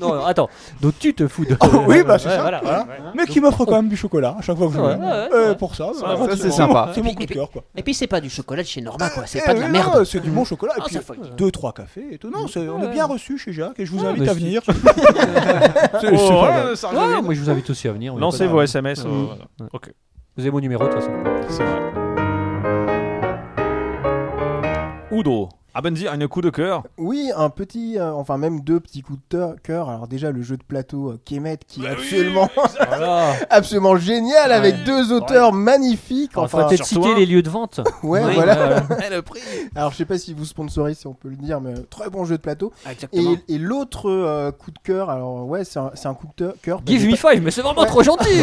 S5: Non, attends, donc tu te fous de.
S4: Oh, oui, bah c'est
S5: Ah Ouais,
S4: ça.
S5: voilà,
S4: voilà.
S5: ouais, ouais.
S4: Mais qui m'offre quand même du chocolat à chaque fois que je
S5: Ouais,
S4: viens.
S5: ouais, ouais,
S4: Euh,
S5: ouais.
S4: Pour ça,
S1: Ça, ça,
S4: voilà, voilà.
S1: c'est sympa.
S4: C'est
S1: Et
S4: mon
S1: puis-
S4: coup de
S1: puis-
S4: cœur, quoi.
S1: Et puis c'est pas du chocolat de chez Norma, quoi. C'est
S4: Eh
S1: pas de
S4: oui,
S1: la
S4: non,
S1: merde.
S4: C'est du bon chocolat. Et
S1: Ah,
S4: puis,
S1: ça fait-
S4: deux, trois cafés et tout. Non, c'est- on est bien reçu chez Jacques et je vous
S3: Ouais,
S4: invite
S3: mais
S4: à (laughs)
S3: si-
S4: venir.
S3: (laughs) C'est-
S4: Oh,
S3: c'est pas grave.
S5: Oh, Ouais, moi je vous invite aussi à venir. on est
S3: Lancez
S5: pas- Mm.
S3: vos SMS.
S5: Ouais.
S3: euh, voilà. Ok.
S5: Vous avez mon numéro de toute façon.
S3: C'est vrai. Udo, Abenzi a un coup de cœur.
S6: Oui, un petit, euh, enfin même deux petits coups de teu- cœur. Alors déjà le jeu de plateau euh, Kemet qui est absolument, (laughs) absolument génial avec deux auteurs magnifiques.
S5: Il
S6: Enfin,
S5: faut peut-être citer les lieux de vente.
S6: (laughs) Ouais,
S5: Oui,
S6: voilà.
S5: ouais, ouais.
S6: Alors, je sais pas si vous sponsorisez, si on peut le dire, mais euh, très bon jeu de plateau.
S5: Exactement.
S6: Et, et l'autre euh, coup de cœur, alors ouais, c'est un, c'est un coup de te- cœur.
S5: Give
S6: j'ai
S5: me five, mais c'est vraiment
S6: (laughs)
S5: trop gentil.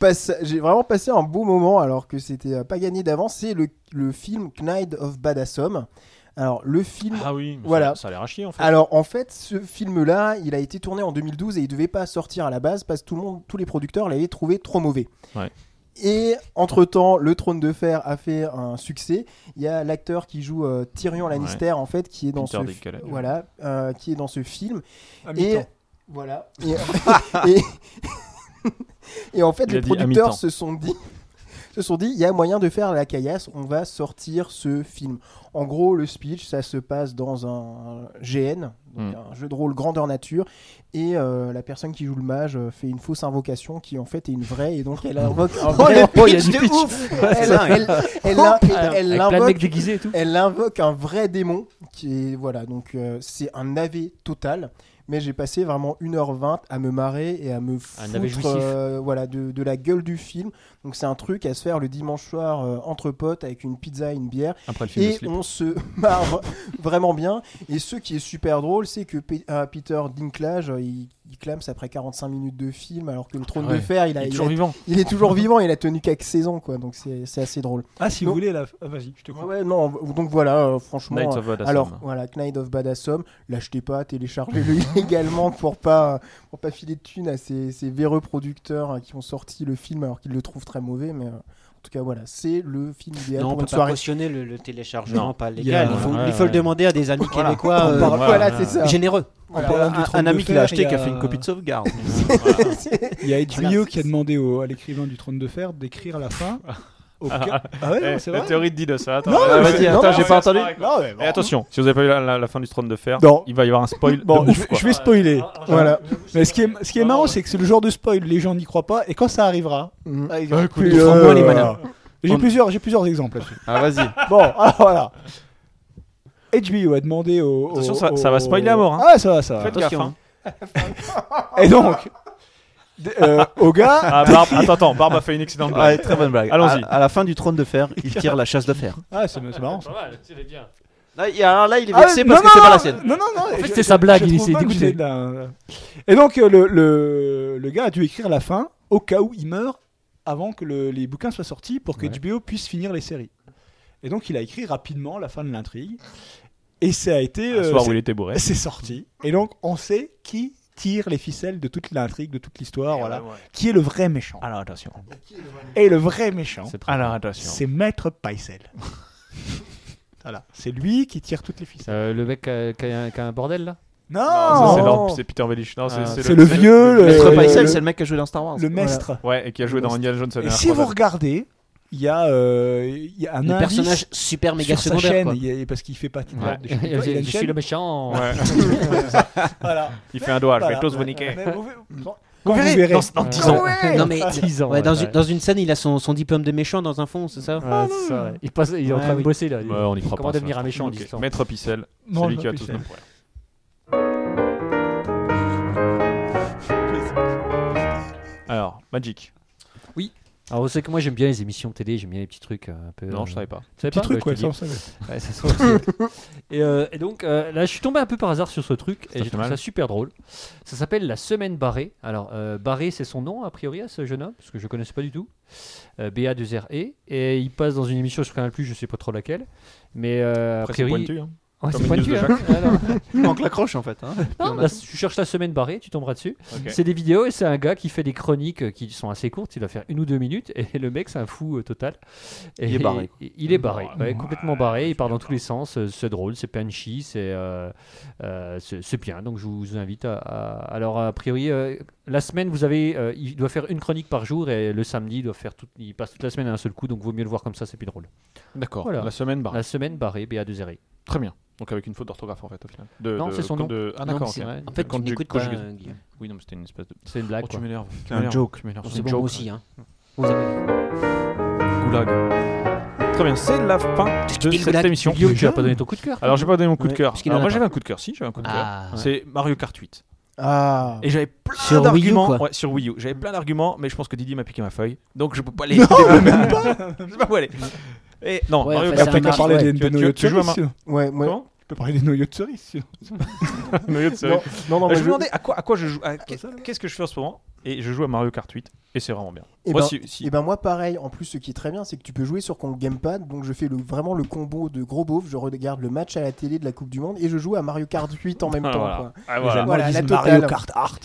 S6: Passe- J'ai vraiment passé un beau moment alors que c'était euh, pas gagné d'avance. C'est le, le film Knight of Badassom. Alors, le film.
S3: Ah oui, mais
S6: voilà.
S3: ça- ça a l'air à chier, en fait.
S6: Alors, en fait, ce film-là, il a été tourné en 2012 et il devait pas sortir à la base parce que tout le monde, tous les producteurs l'avaient trouvé trop mauvais.
S3: Ouais.
S6: Et entre-temps, le trône de fer a fait un succès. Il y a l'acteur qui joue euh, Tyrion Lannister en fait qui est dans
S3: Peter
S6: ce
S3: Dinklage, ouais.
S6: voilà, euh, qui est dans ce film
S4: À
S6: et
S4: mi-temps.
S6: voilà et,
S3: (laughs)
S6: et- et en fait
S3: Il a
S6: les
S3: dit à
S6: producteurs
S3: mi-temps.
S6: se sont dit (laughs) se sont dit il y a moyen de faire la caillasse, on va sortir ce film. En gros, le speech, ça se passe dans un GN, donc
S3: Mm.
S6: un jeu de rôle grandeur nature, et euh, la personne qui joue le mage euh, fait une fausse invocation qui en fait est une vraie, et donc elle invoque un
S5: Oh,
S6: vrai
S5: le pitch
S6: pitch
S5: de
S6: de
S5: ouf.
S6: ouf.
S5: Ouais,
S6: Elle-
S5: c'est dingue.
S6: elle- elle-
S5: Hop.
S6: elle-
S5: Avec
S6: Elle
S5: plein de mecs
S6: invoque-
S5: déguisés et tout.
S6: elle invoque un vrai démon qui est voilà donc euh, c'est un navet total. Mais j'ai passé vraiment 1h20 à me marrer et à me
S5: Un
S6: foutre
S5: navet jouissif.
S6: euh, voilà de, de la gueule du film. Donc c'est un truc à se faire le dimanche soir euh, entre potes avec une pizza et une bière.
S3: Après le film de
S6: et
S3: Slip.
S6: on se (laughs) marre vraiment bien. Et ce qui est super drôle, c'est que Pe- euh, Peter Dinklage, euh, il, il clame après 45 minutes de film, alors que le trône de
S3: Ouais.
S6: fer, il, a,
S3: Il est toujours
S6: a-
S3: vivant.
S6: Il est toujours vivant. Il a tenu quelques saisons, quoi. Donc c'est c'est assez drôle.
S4: Ah, si
S6: Donc-
S4: vous voulez, la... ah, vas-y, je te coupe.
S6: Ouais, non, v- donc voilà, euh, franchement.
S3: Knights
S6: euh,
S3: of Badassum.
S6: alors, voilà, Knight of Badassum, l'achetez pas, téléchargez-le (laughs) illégalement pour pas, pour pas filer de thunes à ces, ces véreux producteurs hein, qui ont sorti le film alors qu'ils le trouvent très mauvais, mais. euh, en tout cas, voilà, c'est le film idéal
S1: Non, on
S6: pour
S1: peut
S6: une
S1: pas
S6: soirée.
S1: cautionner le, le téléchargement
S6: Non.
S1: pas
S6: Il y a-
S1: légal. Il faut,
S6: ouais,
S1: il faut le
S6: ouais.
S1: demander à des amis
S6: Voilà.
S1: québécois
S6: On
S1: euh,
S6: parle- voilà, c'est
S5: Ah.
S6: ça.
S1: généreux.
S6: Voilà.
S1: On parle-
S6: Voilà.
S2: Un-
S4: trône
S2: un
S4: de
S2: ami qui
S4: fer,
S2: l'a
S4: il
S2: acheté,
S4: y
S2: qui a
S4: a-
S2: fait une copie de sauvegarde.
S4: Il y a HBO qui a demandé au- à l'écrivain du Trône de Fer d'écrire à la fin. Au ca- Ah ouais, non,
S3: Eh,
S4: c'est
S3: La
S4: vrai.
S3: théorie de Didos, ça, attends.
S4: Non,
S3: Ah,
S4: mais
S3: vas-y,
S4: c'est- non,
S3: attends,
S4: mais
S3: j'ai
S4: c'est
S3: pas entendu.
S4: vrai,
S2: Ah
S4: quoi. Non, mais bon.
S3: Ah, Et attention, si vous avez pas eu la, la- la fin du trône de fer,
S4: Non.
S3: il va y avoir un spoil.
S4: Bon,
S3: de ouf,
S4: je,
S3: quoi.
S4: je vais spoiler. Voilà. Mais ce qui est, ce qui est marrant, c'est que c'est le genre de spoil, les gens n'y croient pas, et quand ça arrivera,
S3: Mm.
S6: Mhm.
S4: ah, ils
S6: Bah,
S4: ont
S6: écoute,
S4: plus,
S6: ils sont
S4: euh,
S6: moins les
S4: voilà.
S6: malins.
S4: J'ai
S6: On-
S4: plusieurs, j'ai plusieurs exemples là-dessus.
S2: (laughs) Ah, vas-y.
S4: Bon, (laughs) alors voilà. HBO a demandé au. au-
S3: Attention, ça- ça va spoiler à mort, hein.
S4: Ah, ça va, ça va.
S3: Faites gaffe, Attention.
S4: Et donc, d- euh, au gars. Ah,
S3: Ah,
S6: (laughs)
S3: Barbe, attends, attends, Barbe a fait une excellente blague.
S2: Ouais, très bonne blague.
S3: Allons-y.
S2: À, à la fin du trône
S3: (laughs)
S2: de fer, il tire la chasse de fer.
S4: Ah, c'est c'est marrant. ça.
S2: Là, il- alors là, il est
S4: Ah,
S2: vexé
S4: non,
S2: parce
S4: non,
S2: que c'est pas
S4: non,
S2: la sienne.
S4: Non, non, non.
S2: En fait,
S4: je-
S2: c'est sa
S4: je-
S2: blague,
S4: je
S2: il
S4: trouve
S2: s'est
S4: pas que
S2: dégoûté.
S4: j'ai de la- Et donc, euh, le, le, le gars a dû écrire la fin au cas où il meurt avant que le- les bouquins soient sortis pour que HBO puisse finir les séries. Et donc, il a écrit rapidement la fin de l'intrigue. Et ça a été. euh,
S3: Un soir où
S4: c'est-
S3: il était bourré.
S4: C'est sorti. Et donc, on sait qui tire les ficelles de toute l'intrigue, de toute l'histoire. Voilà.
S3: ouais.
S4: Qui est le vrai méchant
S3: Alors attention.
S4: Ah, Et le vrai méchant.
S3: C'est très Alors, bien. attention.
S4: C'est Maître
S3: (laughs)
S4: Paisel. voilà. C'est lui qui tire toutes les ficelles.
S5: Euh, le mec qui a, qui a un- qui a un bordel là
S4: Non, Non.
S3: Ah, Ça, c'est leur- c'est Peter Velich. Non,
S5: Ah,
S4: c'est le vieux, Euh, le-
S2: Maître Paisel, c'est le mec qui a joué dans Star Wars.
S4: Le maître.
S3: Ouais, et qui a joué dans Indiana Jones. la
S4: Et
S3: dernière
S4: si
S3: fois,
S4: vous
S3: là.
S4: regardez, il y a, euh, il y a un
S3: Le
S4: indice
S3: personnage super méga
S4: sur sa
S3: secondaire,
S4: chaîne,
S3: quoi.
S4: il y a- parce qu'il fait pas.
S3: Ouais.
S4: de- de-
S3: Il faisait,
S4: a une
S3: je
S4: chaîne.
S3: suis le méchant. Ouais.
S4: (laughs) Voilà.
S3: Il fait un doigt, je vais
S4: Voilà.
S3: tous Eh, vous niquer.
S4: Mais vous-
S5: Mm.
S4: Ah
S3: Quand vous verrez. Dans- dans
S1: Ouais.
S3: 10 ans.
S1: Ah Ouais. Non,
S3: (laughs)
S1: mais,
S3: Dans 10 ans,
S1: ouais, dans,
S3: ouais,
S1: une-
S3: ouais.
S1: dans une scène, il a son, son diplôme de méchant dans un fond, c'est ça, Ah,
S5: Ouais, c'est ça, ouais. Il passe- il est en train de bosser, là. Il-
S3: Ouais, on y croit
S5: comment
S3: pas, ça.
S5: devenir un méchant,
S3: Ok.
S5: dis-donc.
S3: Maître Picel, c'est
S5: Non,
S3: lui qui a
S5: Maître
S3: tous nos
S5: Picel.
S3: problèmes. Alors, Magic.
S5: Oui. Alors, vous savez que moi j'aime bien les émissions de télé, j'aime bien les petits trucs euh, un peu.
S3: Non,
S5: euh,
S3: je savais pas.
S5: Tu savais
S3: Petits
S5: pas
S3: trucs,
S5: Ouais, je
S3: ouais,
S5: te
S3: ça, on
S5: dis.
S3: savait.
S5: Ouais, ça se voit aussi. (laughs) et, euh, et donc euh, là, je suis tombé un peu par hasard sur ce truc
S3: Ça
S5: et
S3: fait
S5: j'ai trouvé
S3: mal.
S5: ça super drôle. Ça s'appelle La Semaine Barrée. Alors, euh, Barré, c'est son nom a priori à ce jeune homme, parce que je ne connaissais pas du tout. Euh, BA2RE. E. Et il passe dans une émission sur Canal, je ne sais pas trop laquelle. Mais euh, a
S3: Après, c'est
S5: priori.
S3: pointu, hein.
S5: Ouais,
S3: Comme
S5: c'est
S3: une news
S5: pointu.
S3: de
S5: hein.
S3: Jacques.
S5: (laughs) Alors-
S2: Il manque la croche, en fait, hein. Puis
S5: Non, bah,
S2: on
S5: là,
S2: attend.
S5: tu cherches la semaine barrée, tu tomberas dessus.
S2: Ok.
S5: C'est des vidéos et c'est un gars qui fait des chroniques euh, qui sont assez courtes. Il doit faire une ou deux minutes et le mec, c'est un fou euh, total. Et
S2: Il est barré, quoi.
S5: Il, est barré, ouais, complètement barré. Il part dans tous les sens. euh, C'est drôle, c'est punchy, c'est euh, euh, c'est c'est bien. Donc je vous invite à. à- Alors a priori, euh, la semaine, vous avez, euh, il doit faire une chronique par jour et le samedi, il doit faire tout- il passe toute la semaine à un seul coup. Donc vaut mieux le voir comme ça, c'est plus drôle.
S3: D'accord,
S5: Voilà.
S3: la semaine barrée.
S5: La semaine barrée, BA2RE.
S3: Très bien. Donc avec une faute d'orthographe en fait au final. De-
S5: Non,
S3: de-
S5: c'est son
S3: comme
S5: nom.
S3: de- Ah
S5: Non,
S3: d'accord.
S5: c'est
S3: ok.
S5: vrai.
S3: De
S5: En fait, tu
S3: conju-
S5: n'écoutes pas,
S3: conjugaison.
S5: euh, Guillaume.
S3: Oui, non, mais c'était une espèce de.
S5: C'est une blague,
S3: Oh, tu
S5: quoi.
S3: m'énerves. tu
S5: C'est un
S3: m'énerves,
S5: joke.
S3: Tu m'énerves.
S5: Bon,
S3: c'est
S5: c'est
S3: une
S5: bon,
S3: joke,
S5: moi aussi,
S3: ouais.
S5: hein. Vous avez-
S3: Goulag. Très bien, c'est la fin de
S5: piles
S3: cette
S5: Goulag.
S3: émission.
S5: Guillaume, tu as pas donné ton coup de cœur, quand
S3: Alors, j'ai
S5: même.
S3: pas donné mon coup de
S5: Ouais,
S3: cœur.
S5: parce qu'il en
S3: Alors,
S5: a
S3: moi,
S5: pas.
S3: j'avais un coup de cœur. Si, j'avais un coup de
S5: Ah.
S3: cœur. C'est Mario Kart 8.
S4: Ah.
S3: Et j'avais plein
S4: Sur Wii U,
S3: d'arguments.
S4: quoi.
S3: Ouais, sur Wii U. J'avais plein d'arguments, mais je pense que Didier m'a piqué ma feuille. Donc, je peux pas les.
S4: Non,
S3: développer.
S4: mais même pas.
S3: (laughs) Je sais pas où aller. Et non,
S4: Ouais,
S3: Mario
S4: enfin,
S3: Kart
S4: c'est un
S3: 8.
S4: marché, ouais.
S3: tu-
S4: Tu-
S3: tu-
S4: tu- tu
S3: tu joues à ma-
S4: Ouais,
S3: Comment
S4: ouais. Tu peux parler des noyaux de cerise, sinon.
S3: (laughs) Noyau de cerise.
S4: Non, non,
S3: Euh,
S4: mais
S3: je me
S4: je-
S3: demandais à quoi, à quoi je joue. à qu'est- Qu'est-ce que je fais en ce moment Et je joue à Mario Kart 8 et c'est vraiment bien.
S6: Et
S3: Moi,
S6: ben,
S3: si- si-
S6: eh ben moi pareil, en plus ce qui est très bien c'est que tu peux jouer sur ton gamepad, donc je fais le, vraiment le combo de gros beauf, je regarde le match à la télé de la Coupe du Monde et je joue à Mario Kart 8 en même
S3: Ah,
S6: temps.
S3: voilà.
S6: quoi.
S3: Ah, voilà.
S6: la
S4: Mario
S6: totale.
S4: Kart Art.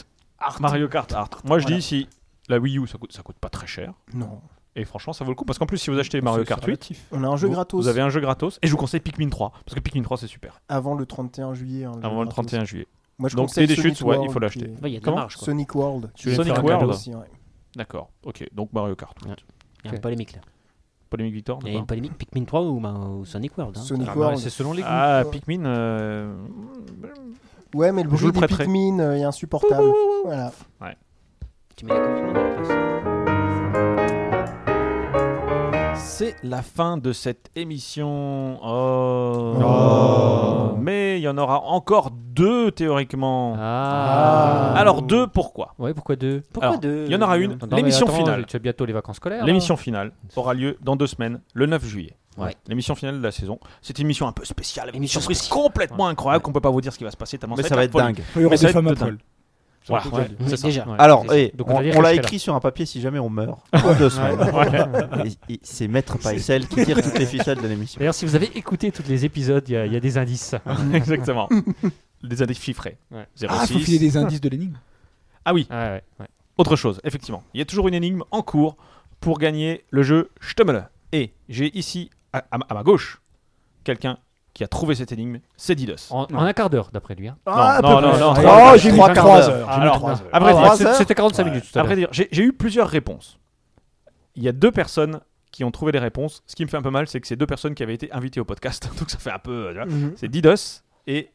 S3: Mario Kart Art. Moi, je dis si la Wii U ça coûte, ça coûte pas très cher.
S6: Non.
S3: Et franchement, ça vaut le coup parce qu'en plus, si vous achetez Mario
S6: C'est
S3: Kart 8,
S6: relatif. On a un jeu
S3: vous-
S6: gratos.
S3: Vous avez un jeu gratos et je vous conseille Pikmin 3 parce que Pikmin 3 c'est super.
S6: Avant le 31 juillet. hein,
S3: Avant le
S6: gratos.
S3: 31 juillet.
S6: Moi je
S3: Donc,
S6: conseille
S3: des
S6: Sonic
S3: chutes, ouais, il
S6: World
S3: faut
S6: qui
S3: l'acheter.
S6: est-
S3: Comment
S6: Sonic World.
S3: Sonic
S6: Sonic
S3: World.
S6: aussi, ouais.
S3: D'accord. Ok. Donc Mario Kart.
S1: Il y a une polémique là.
S3: Polémique Victor.
S1: Il y a une polémique Pikmin 3 ou, ben, ou Sonic World. hein.
S6: Sonic
S3: bah. Ah,
S6: World.
S3: ouais, c'est selon les goûts.
S6: Ah,
S3: Ah, Pikmin. euh,
S6: Ouais, mais le
S3: Je vous
S6: bruit
S3: le
S6: des
S3: prêterai.
S6: Pikmin euh, est insupportable. Voilà.
S3: Ouais.
S1: Tu mets la Coupe du Monde à la place.
S3: C'est la fin de cette émission. Oh.
S2: Oh.
S3: Mais il y en aura encore deux théoriquement. Ah. Alors deux pourquoi
S5: Ah. Ouais, pourquoi deux
S3: Pourquoi deux Il y en aura une.
S5: Non, mais
S3: L'émission
S5: attends,
S3: finale.
S5: Tu as bientôt les vacances scolaires. hein.
S3: L'émission finale aura lieu dans deux semaines, le 9 juillet.
S5: Ouais.
S3: L'émission finale de la saison. C'est une émission un peu spéciale, avec une
S5: Émission
S3: surprise
S5: spéciale.
S3: complètement incroyable qu'on peut pas vous dire ce qui va se passer. tellement
S2: Mais ça va
S3: la
S2: être
S3: folie.
S2: dingue.
S3: Mais
S2: Il y aura
S3: ça
S2: des
S3: va être
S2: femmes à
S3: de dingue.
S2: poil.
S3: Voilà,
S2: Surtout
S3: ouais,
S2: que-
S3: c'est ça. Ouais.
S2: Alors,
S3: C'est
S2: eh,
S3: ça. Donc,
S2: on,
S3: va dire
S2: on
S3: que
S2: l'a
S3: je serai
S2: écrit
S3: là.
S2: sur un papier si jamais on meurt. Dans
S3: (laughs)
S2: deux semaines.
S5: Ouais.
S2: Et- et C'est Maître Paisel qui tire toutes les ficelles de l'émission.
S5: D'ailleurs, si vous avez écouté tous les épisodes, il y, a- il y a des indices.
S3: (laughs) Exactement. Des indices chiffrés.
S5: Ah. Ouais.
S3: 06.
S4: Ah, faut filer des indices de l'énigme.
S3: Ah oui. Autre chose, effectivement. Il y a toujours une énigme en cours pour gagner le jeu Stummel. Et j'ai ici, à, à ma- à ma gauche, quelqu'un qui a trouvé cette énigme, c'est Didos.
S5: En, en un quart d'heure, d'après lui. hein.
S3: Non, non, non, non.
S5: Trois- trois quarts d'heure. Oh, J'ai mis
S3: Alors,
S5: trois heures.
S3: à vrai
S5: Ah,
S3: dire,
S5: c'est- C'était 45 minutes. tout à
S3: À vrai
S5: l'heure.
S3: dire, j'ai j'ai eu plusieurs réponses. Il y a deux personnes qui ont trouvé les réponses. Ce qui me fait un peu mal, c'est que c'est deux personnes qui avaient été invitées au podcast. (laughs) Donc ça fait un peu. euh, tu vois.
S4: Mhm.
S3: C'est Didos et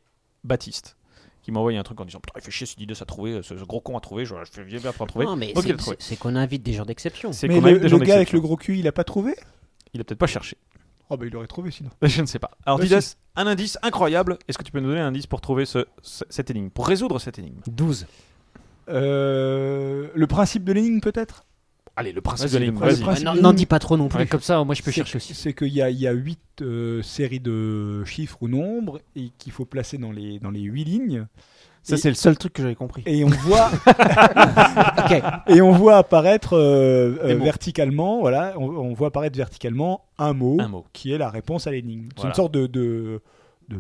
S3: Baptiste qui m'a envoyé un truc en disant Putain, il fait chier si Didos a trouvé, euh, ce, ce gros con a trouvé, je, je fais bien pour trouver.
S1: Non, mais
S3: Donc, il
S1: c'est-
S3: a trouvé.
S1: c'est c'est qu'on invite des gens d'exception.
S3: C'est
S4: Mais
S3: qu'on a
S4: le,
S3: eu des
S4: le
S3: gens
S4: gars avec
S3: d'exception.
S4: le gros cul, il a pas trouvé
S3: Il a peut-être pas cherché. (laughs)
S4: Oh, bah il l'aurait trouvé sinon.
S3: Je ne sais pas. Alors,
S4: Ouais,
S3: Didas,
S4: Bah, si.
S3: un indice incroyable. Est-ce que tu peux nous donner un indice pour trouver ce- ce- cette énigme Pour résoudre cette énigme
S5: 12.
S4: Euh, le principe de l'énigme, peut-être
S3: Allez, le principe
S5: Vas-y,
S3: de
S5: le
S3: l'énigme.
S5: principe.
S3: vas-y.
S5: Ouais,
S4: Principe
S5: non-
S4: de l'énigme.
S5: n'en dis pas trop non plus. Ouais, comme ça, moi, je peux
S4: C'est-
S5: chercher aussi.
S4: C'est qu'il y a, il y a 8 séries de chiffres ou nombres et qu'il faut placer dans les, dans les 8 lignes.
S2: Ça,
S4: Et-
S2: c'est le seul truc que j'avais compris.
S4: Et on
S5: (laughs)
S4: voit, (laughs) et on voit apparaître euh, euh,
S2: Des mots.
S4: verticalement, voilà, on, on voit apparaître verticalement un mot,
S3: Un mot.
S4: qui est la réponse à l'énigme. C'est
S3: Voilà.
S4: une sorte de, de, de,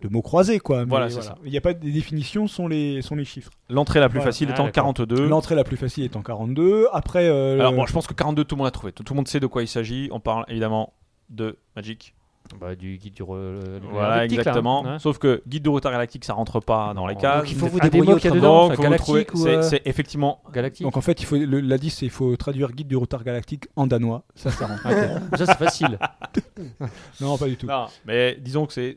S4: de mots croisés, quoi. Ah, Mais
S3: Voilà, c'est ça.
S4: Il n'y a pas des définitions, sont les, sont les chiffres.
S3: L'entrée la plus facile étant 42.
S4: L'entrée la plus facile étant 42. Après. euh,
S3: Alors bon, je pense que 42, tout le monde a trouvé. Tout tout le monde sait de quoi il s'agit. On parle évidemment de Magic.
S16: Bah, du guide du
S3: Voilà,
S16: galactique, là,
S3: exactement.
S16: hein.
S3: Sauf que guide du retard galactique, ça rentre pas dans les cases.
S16: donc il faut vous
S3: Ah, des
S16: débrouiller
S3: mots qu'il y a
S16: autrement.
S3: dedans, faut vous trouver.
S16: Galactique ou,
S3: C'est-
S16: euh,
S3: C'est effectivement
S16: galactique.
S4: Donc en fait, il faut, le- la 10, c'est il faut traduire guide du retard galactique en danois. Ça, ça rentre.
S3: (laughs) Ok. Ça, c'est facile.
S4: (laughs) non, pas du tout.
S3: Non, mais disons que c'est.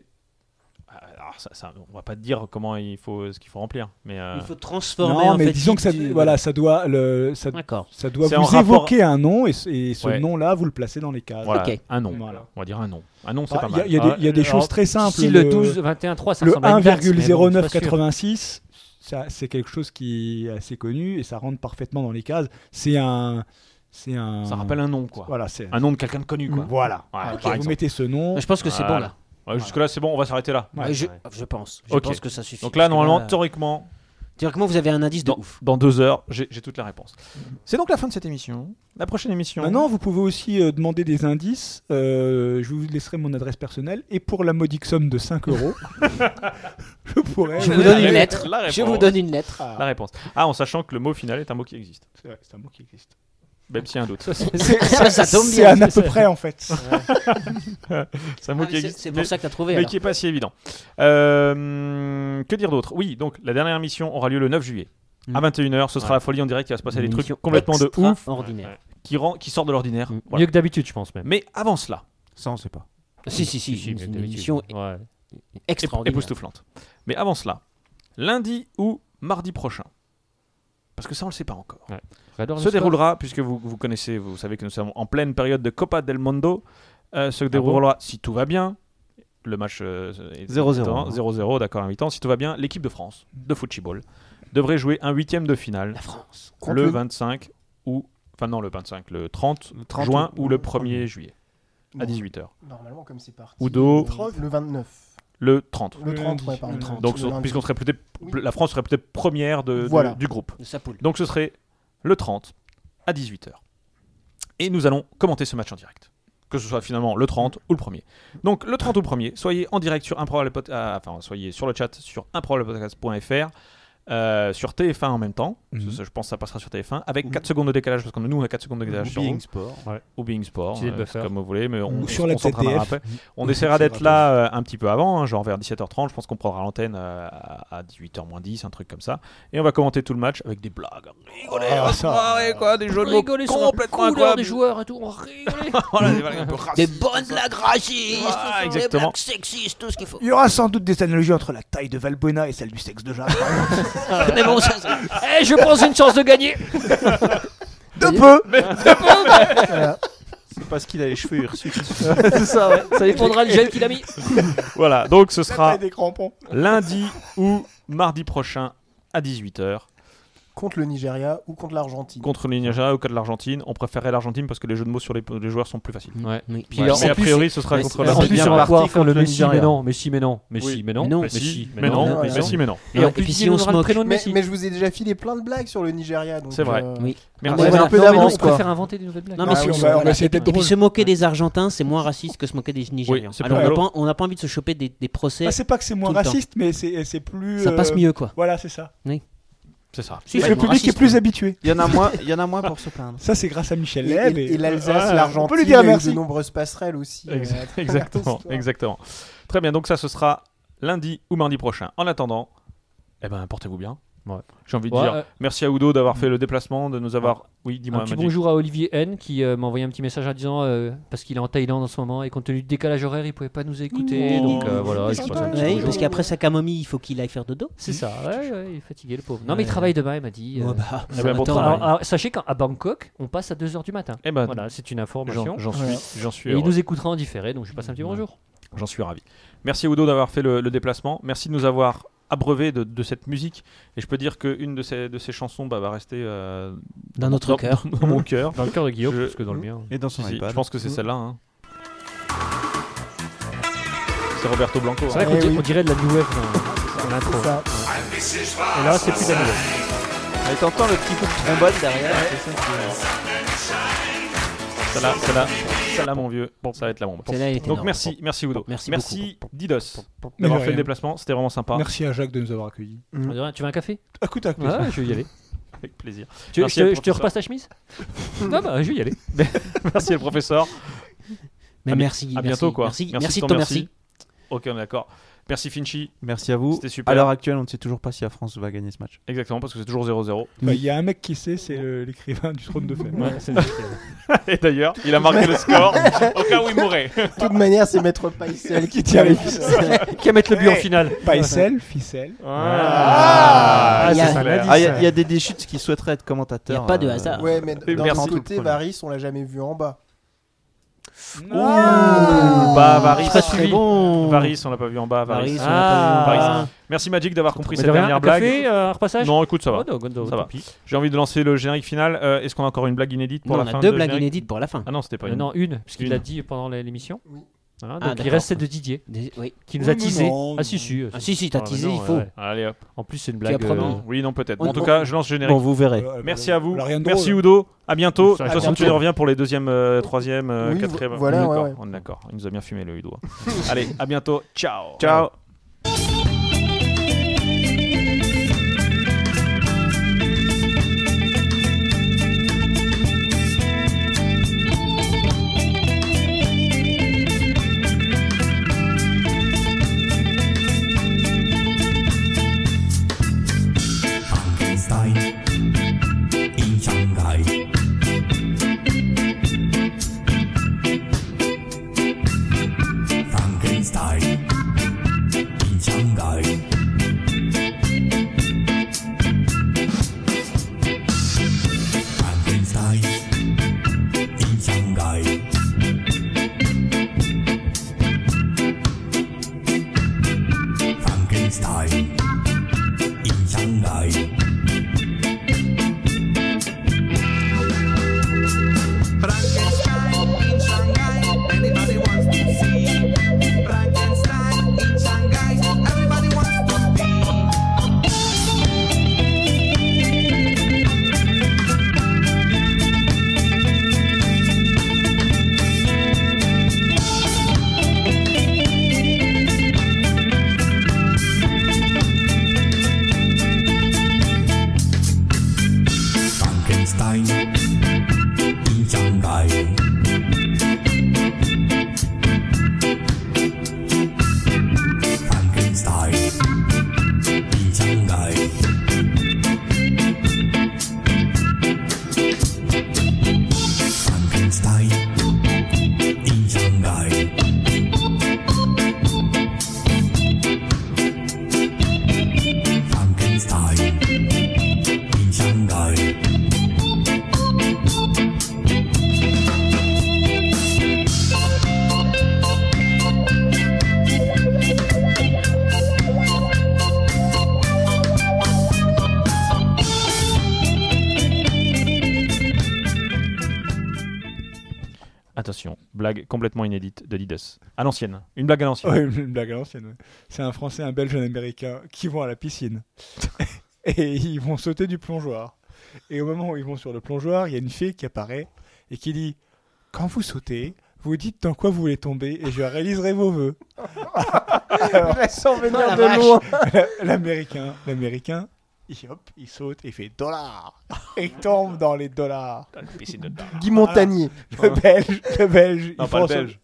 S3: Alors, ça, ça- on va pas te dire comment il faut, ce qu'il faut remplir. Mais euh,
S1: Il faut transformer
S4: Non,
S1: en
S4: mais
S1: fait,
S4: disons que ça,
S1: tu-
S4: voilà, ça doit, le, ça,
S1: D'accord.
S4: ça doit
S3: C'est en
S4: vous
S3: rapport-
S4: évoquer un nom et, ce- et ce
S3: Ouais.
S4: nom-là, vous le placez dans les cases.
S3: Voilà,
S4: Ok.
S3: un nom.
S4: Voilà.
S3: On va dire un nom. Un nom, c'est
S4: Ah,
S3: pas
S4: il y a-
S3: mal.
S4: Il y a des, il y a des
S3: Alors,
S4: choses très simples.
S16: si le 12, 21, 3, ça
S4: le
S16: ressemble à une garce, mais bon, c'est pas sûr.
S4: 1,0986, ça, c'est quelque chose qui est assez connu et ça rentre parfaitement dans les cases. C'est un. C'est un...
S3: Ça rappelle un nom, quoi.
S4: Voilà, c'est
S3: Un nom de quelqu'un de connu, quoi.
S4: Voilà.
S3: Ouais,
S4: Ok,
S3: par
S4: vous
S3: exemple.
S4: mettez ce nom.
S3: Voilà. Ouais, Jusque-là, c'est bon, on va s'arrêter là.
S2: Euh,
S1: Ouais, je, je pense. Je
S3: Ok.
S1: pense que ça suffit.
S3: Donc là,
S1: Parce que
S3: normalement, théoriquement,
S1: Théoriquement, vous avez un indice de
S3: Dans-
S1: ouf.
S3: Dans deux heures, j'ai j'ai toute la réponse. C'est donc la fin de cette émission. La prochaine émission.
S4: Maintenant, vous pouvez aussi euh, demander des indices. Euh, je vous laisserai mon adresse personnelle. Et pour la modique somme de 5 euros, (laughs) je pourrais.
S1: Je vous donne une
S3: La
S1: lettre.
S3: réponse.
S1: Je vous donne une lettre.
S3: La réponse. Ah, en sachant que le mot final est un mot qui existe.
S4: C'est vrai, c'est un mot qui existe.
S3: Même s'il y a un doute.
S4: (laughs) C'est- ça- Ça tombe c'est bien. un à peu près, en fait.
S3: Ouais. (laughs) c'est un mot
S1: Ah,
S3: qui
S1: c'est-
S3: existe.
S1: c'est pour
S3: mais-
S1: ça que t'as trouvé,
S3: Mais
S1: alors.
S3: qui est pas si évident. Euh, que dire d'autre Oui, donc la dernière émission aura lieu le 9 juillet.
S1: Mm.
S3: À 21h, ce sera
S16: Ouais.
S3: la folie en direct. Il va se passer
S16: Une
S3: des trucs
S16: émission
S3: complètement de ouf.
S1: extraordinaire.
S3: Ouais. Qui, rend, qui sort de l'ordinaire.
S16: Mm. Mieux que d'habitude, je pense même.
S3: Mais avant cela.
S2: Ça, on sait pas.
S1: Si, si, si, une-
S16: mais
S1: une
S16: d'habitude.
S1: émission
S16: Ouais.
S1: extraordinaire.
S3: époustouflante. Mais avant cela, lundi ou mardi prochain, parce que ça on le sait pas encore,
S16: Red Orchestra.
S3: se déroulera, puisque vous, vous connaissez, vous savez que nous sommes en pleine période de Copa del Mondo, euh,
S16: Ah
S3: se déroulera, si tout va bien, le match euh, est-
S2: 0-0.
S3: 0-0, d'accord, invitant, si tout va bien, l'équipe de France de football devrait jouer un huitième de finale
S2: Contre
S3: le
S2: le-
S3: 25 ou, enfin non, le 25, le 30,
S2: 30
S3: juin
S2: ou-
S3: ou le 1er juillet,
S6: Non.
S3: à 18h.
S6: Normalement, comme c'est parti.
S3: Udo,
S6: Le 29.
S3: le 30.
S6: Le 30, ouais, pardon. Le 30,
S3: Donc,
S6: le
S3: sur-
S6: lundi.
S3: puisqu'on serait peut-être, la France serait peut-être première de, de-
S6: Voilà.
S3: du groupe.
S1: De sa poule.
S3: Donc, ce serait le 30 à 18h. Et nous allons commenter ce match en direct. Que ce soit finalement le 30 ou le premier. Donc, le 30 ou le premier, soyez en direct sur improbable Pod- ah, enfin, soyez sur le chat sur improbablepodcast.fr. euh, sur TF1 en même temps, Parce que
S2: Mhm.
S3: ça, je pense que ça passera sur TF1 avec 4 secondes de décalage parce qu'on nous on a 4 secondes de décalage
S2: Ou
S3: sur
S2: Being
S3: vous.
S2: Sport.
S16: Ouais.
S3: ou Being Sport
S2: Petit
S3: euh,
S2: buffer.
S3: c'est comme vous voulez mais on,
S2: Ou sur la
S3: on s'entraînera
S2: TTF.
S3: après. on
S2: Mmh.
S3: essaiera
S2: (laughs) C'est
S3: d'être
S2: rapide.
S3: là euh, un petit peu avant, hein, genre vers 17h30. Je pense qu'on prendra l'antenne euh, à à 18h moins 10, un truc comme ça. Et on va commenter tout le match avec des blagues. Rigoler,
S13: Ah,
S3: on va se
S13: ça.
S3: marrer, Oh, quoi, des jeux de mots
S13: Rigoler sur la
S3: complètement
S13: couleur
S3: incroyables.
S13: des joueurs et tout, on rigolait.
S3: (laughs) Voilà, des blagues un peu
S1: Des
S3: racistes.
S1: bonnes blagues racistes,
S3: Ah,
S1: des
S3: exactement.
S1: blagues sexistes, tout ce qu'il faut.
S4: Il y aura sans doute des analogies entre la taille de Valbuena et celle du sexe de Jacques.
S1: Mais bon, ça, ça-
S13: Eh, je pense une chance de gagner.
S4: (laughs) De peu
S13: Mais de peu, mais-
S2: C'est parce qu'il a les cheveux
S4: (laughs)
S2: hirsutes.
S13: C'est ça, ouais. Ça dépendra du gel qu'il a mis.
S3: (laughs) voilà, donc ce
S4: La
S3: sera
S4: taille des crampons.
S3: lundi ou mardi prochain à 18h.
S6: Contre le Nigeria ou contre l'Argentine.
S3: Contre le Nigeria ou cas de l'Argentine, on préférerait l'Argentine parce que les jeux de mots sur les, les joueurs sont plus faciles.
S16: Ouais.
S3: Mais,
S16: Puis alors, en
S3: a
S16: plus,
S3: priori,
S16: c'est-
S3: ce sera
S16: mais
S3: contre
S16: c'est-
S3: la
S16: on
S3: Nigeria.
S16: part
S3: Parti
S16: contre le Messi, mais
S3: Nigeria.
S16: non, mais si, mais non, mais
S3: Oui.
S16: si, mais non, mais si,
S3: mais non, mais
S16: mais
S3: si, mais non.
S16: Et en plus, il nous donnera le prénom de
S6: mais,
S16: Messi.
S6: mais je vous ai déjà filé plein de blagues sur le Nigeria. donc,
S3: C'est vrai.
S6: euh,
S3: Oui.
S6: on
S4: Ah,
S3: Merci.
S6: avait
S3: Voilà.
S6: un peu
S3: Non, mais non,
S6: d'avance,
S3: on
S6: quoi.
S3: préfère
S16: inventer des nouvelles blagues.
S1: Non, mais
S6: Ah
S1: c'est-
S6: oui, on
S1: c'est-
S6: va- on va
S1: voilà.
S6: essayer
S1: et, puis-
S6: d'être
S1: et puis
S6: drôle.
S1: se moquer des Argentins, c'est moins raciste que se moquer des Nigérians.
S3: c'est
S1: Alors,
S3: plus
S1: on n'a pas-
S3: drôle.
S1: on n'a pas envie de se choper des, des procès.
S4: Ah, c'est pas que c'est moins
S1: tout le temps.
S4: raciste, mais c'est c'est plus.
S1: Ça passe mieux, quoi.
S4: Voilà, c'est ça.
S1: Oui.
S3: euh, C'est ça.
S1: Si, c'est
S4: le
S1: moins
S4: public
S1: raciste,
S4: est plus
S1: hein.
S4: habitué.
S2: Il y en a moins, il y en a moins pour se plaindre.
S4: Ça, c'est grâce à Michel
S6: Et,
S4: Leb.
S6: et- et l'Alsace,
S4: Ouais,
S6: l'Argentine,
S4: On peut lui dire
S6: il y a eu
S4: merci.
S6: de nombreuses passerelles aussi. euh, à
S3: (laughs) Exact-
S6: travers
S3: exactement,
S6: l'histoire.
S3: exactement. Très bien, donc ça ce sera lundi ou mardi prochain. En attendant, eh ben portez-vous bien. J'ai envie de
S16: Ouais,
S3: dire
S16: euh,
S3: merci à Udo d'avoir fait le déplacement, de nous avoir. Oui, dis-moi.
S16: Un petit
S3: Magic.
S16: bonjour à Olivier N qui euh, m'a envoyé un petit message en disant euh, parce qu'il est en Thaïlande en ce moment et compte tenu du décalage horaire, il pouvait pas nous écouter.
S1: Oh.
S16: donc euh, voilà, je passe un petit
S1: Ouais,
S16: bonjour.
S1: parce qu'après sa camomille, il faut qu'il aille faire dodo.
S16: C'est ça, ouais, ouais, il est fatigué le pauvre. Non, mais
S1: Ouais.
S16: il travaille demain, il m'a dit.
S1: Ouais, bah,
S3: Eh ben, bon
S16: Attends,
S3: travail.
S16: alors, alors, sachez qu'à Bangkok, on passe à 2h du matin.
S3: Eh ben,
S16: voilà, c'est une information.
S3: j'en- j'en suis-
S16: Voilà.
S3: j'en suis
S16: Et il
S3: heureux.
S16: nous écoutera en différé, donc je lui passe un petit bonjour.
S3: J'en suis ravi. Merci Udo d'avoir fait le, le déplacement. Merci de nous avoir abreuvé de, de cette musique. Et je peux dire qu'une de ces, de ces chansons bah, va rester euh,
S1: Dans notre cœur.
S3: Dans, mon
S16: (laughs)
S3: cœur.
S16: Dans le cœur de Guillaume,
S3: Je-
S16: plus que dans le mien.
S2: Et dans son
S3: Si, si,
S2: iPad.
S3: Je pense que c'est
S2: Mm.
S3: celle-là. hein. C'est Roberto Blanco.
S16: C'est vrai
S3: hein.
S16: qu'on di- on dirait de la New Wave dans, dans l'intro. Et là, c'est plus de la New Wave.
S12: Et t'entends le petit coup de trombone derrière, c'est ça qui est-
S3: Celle-là, celle-là. ça là, mon vieux. Bon, ça va être la bombe.
S4: Celle-là, elle était
S3: Donc
S4: énorme.
S3: merci, merci Udo.
S4: Merci Mais de
S3: Didos d'avoir fait
S4: rien.
S3: le déplacement. C'était vraiment sympa. Ah,
S4: Merci à Jacques de nous avoir accueillis.
S5: De rien, Tu veux un café
S4: Mm. Ah, Écoute, avec plaisir.
S5: Ouais, je vais y aller.
S3: Avec plaisir.
S5: Tu, veux-
S3: Merci à
S5: je, te-
S3: le
S5: je te repasse ta
S3: professeur.
S5: chemise
S3: (laughs)
S5: Non, bah, je vais y aller.
S3: merci le professeur.
S1: Mais
S3: À bi-
S1: merci,
S3: À
S1: merci,
S3: bientôt quoi.
S1: merci, merci de
S3: ton
S1: ton
S3: Ok, on est d'accord. Merci Finchi.
S2: Merci à vous.
S3: C'était
S2: À
S3: super.
S2: l'heure actuelle, on ne sait toujours pas si la France va gagner ce match.
S3: Exactement, parce que c'est toujours 0-0.
S4: Bah, Il y a un mec qui sait, c'est euh, l'écrivain du trône de fer.
S3: Ouais,
S4: (laughs)
S3: c'est Et d'ailleurs, il a marqué le score au cas où il mourrait.
S6: De toute manière, c'est Maître Paisel qui tient
S4: tire les
S6: les
S4: ficelles.
S6: ficelles.
S4: (laughs) Qui va mettre le but
S6: Eh,
S4: en finale.
S6: Paisel,
S4: ficelle.
S2: Ah,
S6: Ah,
S2: il y
S6: c'est
S2: a-
S6: ça,
S2: ah,
S6: l'a dit,
S2: il y, a-
S6: ça.
S2: il y a des déchutes qui souhaiteraient être commentateurs.
S1: Il y a pas de
S2: euh,
S1: hasard.
S6: Ouais, mais
S2: Et
S6: d'un
S2: merci
S6: autre
S2: pour le
S6: côté,
S2: premier.
S6: Varis, on l'a jamais vu en bas.
S1: Ah.
S3: Bah, Varis,
S6: Très, très bon.
S3: Varis, on l'a pas vu en bas. Varis, Ah.
S5: Varis, on l'a pas vu en bas.
S3: Varis. Merci Magic d'avoir compris
S5: Mais
S3: cette
S5: de rien,
S3: dernière
S5: un
S3: blague.
S5: café, euh, un repassage
S3: Non, écoute, ça va.
S5: Oh, non, non,
S3: Ça va.
S5: tant pis.
S3: J'ai envie de lancer le générique final. Euh, Est-ce qu'on a encore une blague inédite pour
S1: Non, on
S3: la
S1: a
S3: fin
S1: deux
S3: de
S1: blagues
S3: générique
S1: inédites pour la fin.
S3: Ah non, c'était pas
S5: Euh,
S3: une.
S5: non, une, puisqu'il
S3: Une.
S5: l'a dit pendant la- l'émission. Hein,
S1: Ah,
S5: donc il
S1: d'accord.
S5: reste celle de Didier.
S1: Des- oui.
S5: Qui
S1: Oui,
S5: nous a
S1: mais
S5: teasé.
S1: non,
S5: ah si, si. euh,
S1: Ah, si, si, t'as
S5: Ah,
S1: teasé,
S5: non,
S1: il faut.
S5: ouais.
S3: Allez hop.
S5: En plus, c'est une
S3: Tu as
S5: blague.
S3: promis.
S5: euh,
S3: Oui, non, peut-être.
S5: on-
S3: en tout
S5: on-
S3: cas, je lance le générique.
S2: Bon, vous verrez.
S3: Euh, Merci à vous.
S2: Rien de
S3: Merci
S2: drôle.
S3: Udo. À bientôt. De
S2: Ça,
S3: toute
S2: à
S3: façon, tu
S2: bientôt.
S3: reviens pour les deuxième, euh, troisième, euh,
S2: Oui, vo-
S3: quatrième.
S2: voilà,
S3: on est
S2: ouais,
S3: d'accord,
S2: ouais.
S3: On est d'accord. Il nous a bien fumé le Udo.
S2: (laughs)
S3: Allez, à bientôt. Ciao.
S2: Ciao.
S13: Frankenstein in Shanghai. Frankenstein in Shanghai. Frankenstein in Shanghai. Frankenstein in Shanghai.
S17: Frankenstein in Shanghai, anybody wants to see. Frankenstein in Shanghai, everybody wants to be.
S13: Frankenstein in Shanghai. Frankenstein in Shanghai. Frankenstein in Shanghai. Frankenstein in Shanghai.
S3: Attention, blague complètement inédite de Didos. À l'ancienne. Une blague à l'ancienne.
S4: Ouais, une blague à l'ancienne. ouais. C'est un Français, un Belge, un Américain qui vont à la
S3: (laughs)
S4: piscine. et ils vont sauter du plongeoir. Et au moment où ils vont sur le plongeoir, il y a une fille qui apparaît et qui dit Quand vous sautez, vous dites dans quoi vous voulez tomber et je réaliserai vos vœux. Alors,
S6: (laughs) Je la sens venir Oh, la de vache. loin.
S4: L'américain, l'américain, il, hop, il saute et il fait dollar. Et il tombe dans les dollars.
S3: piscine de dollars.
S6: Guy Montagnier.
S4: Voilà. Le belge, le belge.
S3: Non,
S4: il
S3: pas le
S4: pense-
S3: belge.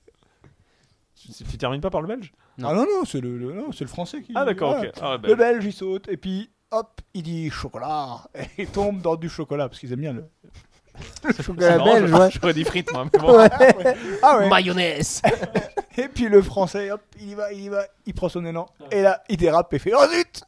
S3: Tu, tu termines pas par le belge
S4: Ah non, non, c'est le, le- non, c'est le français qui.
S3: Ah, d'accord,
S4: ouais.
S3: ok. Ah, bah,
S4: le belge, il saute, et puis hop, il dit chocolat, et il tombe dans du chocolat, parce qu'ils aiment bien le. le
S6: (laughs) chocolat belge, ouais.
S3: J'aurais dit frites, moi.
S4: Ah
S3: mais bon.
S4: ouais. Ah ouais.
S1: Mayonnaise.
S4: et puis le français, hop, (laughs) il y va, il y va, il prend son élan, et là, il dérape et fait Oh zut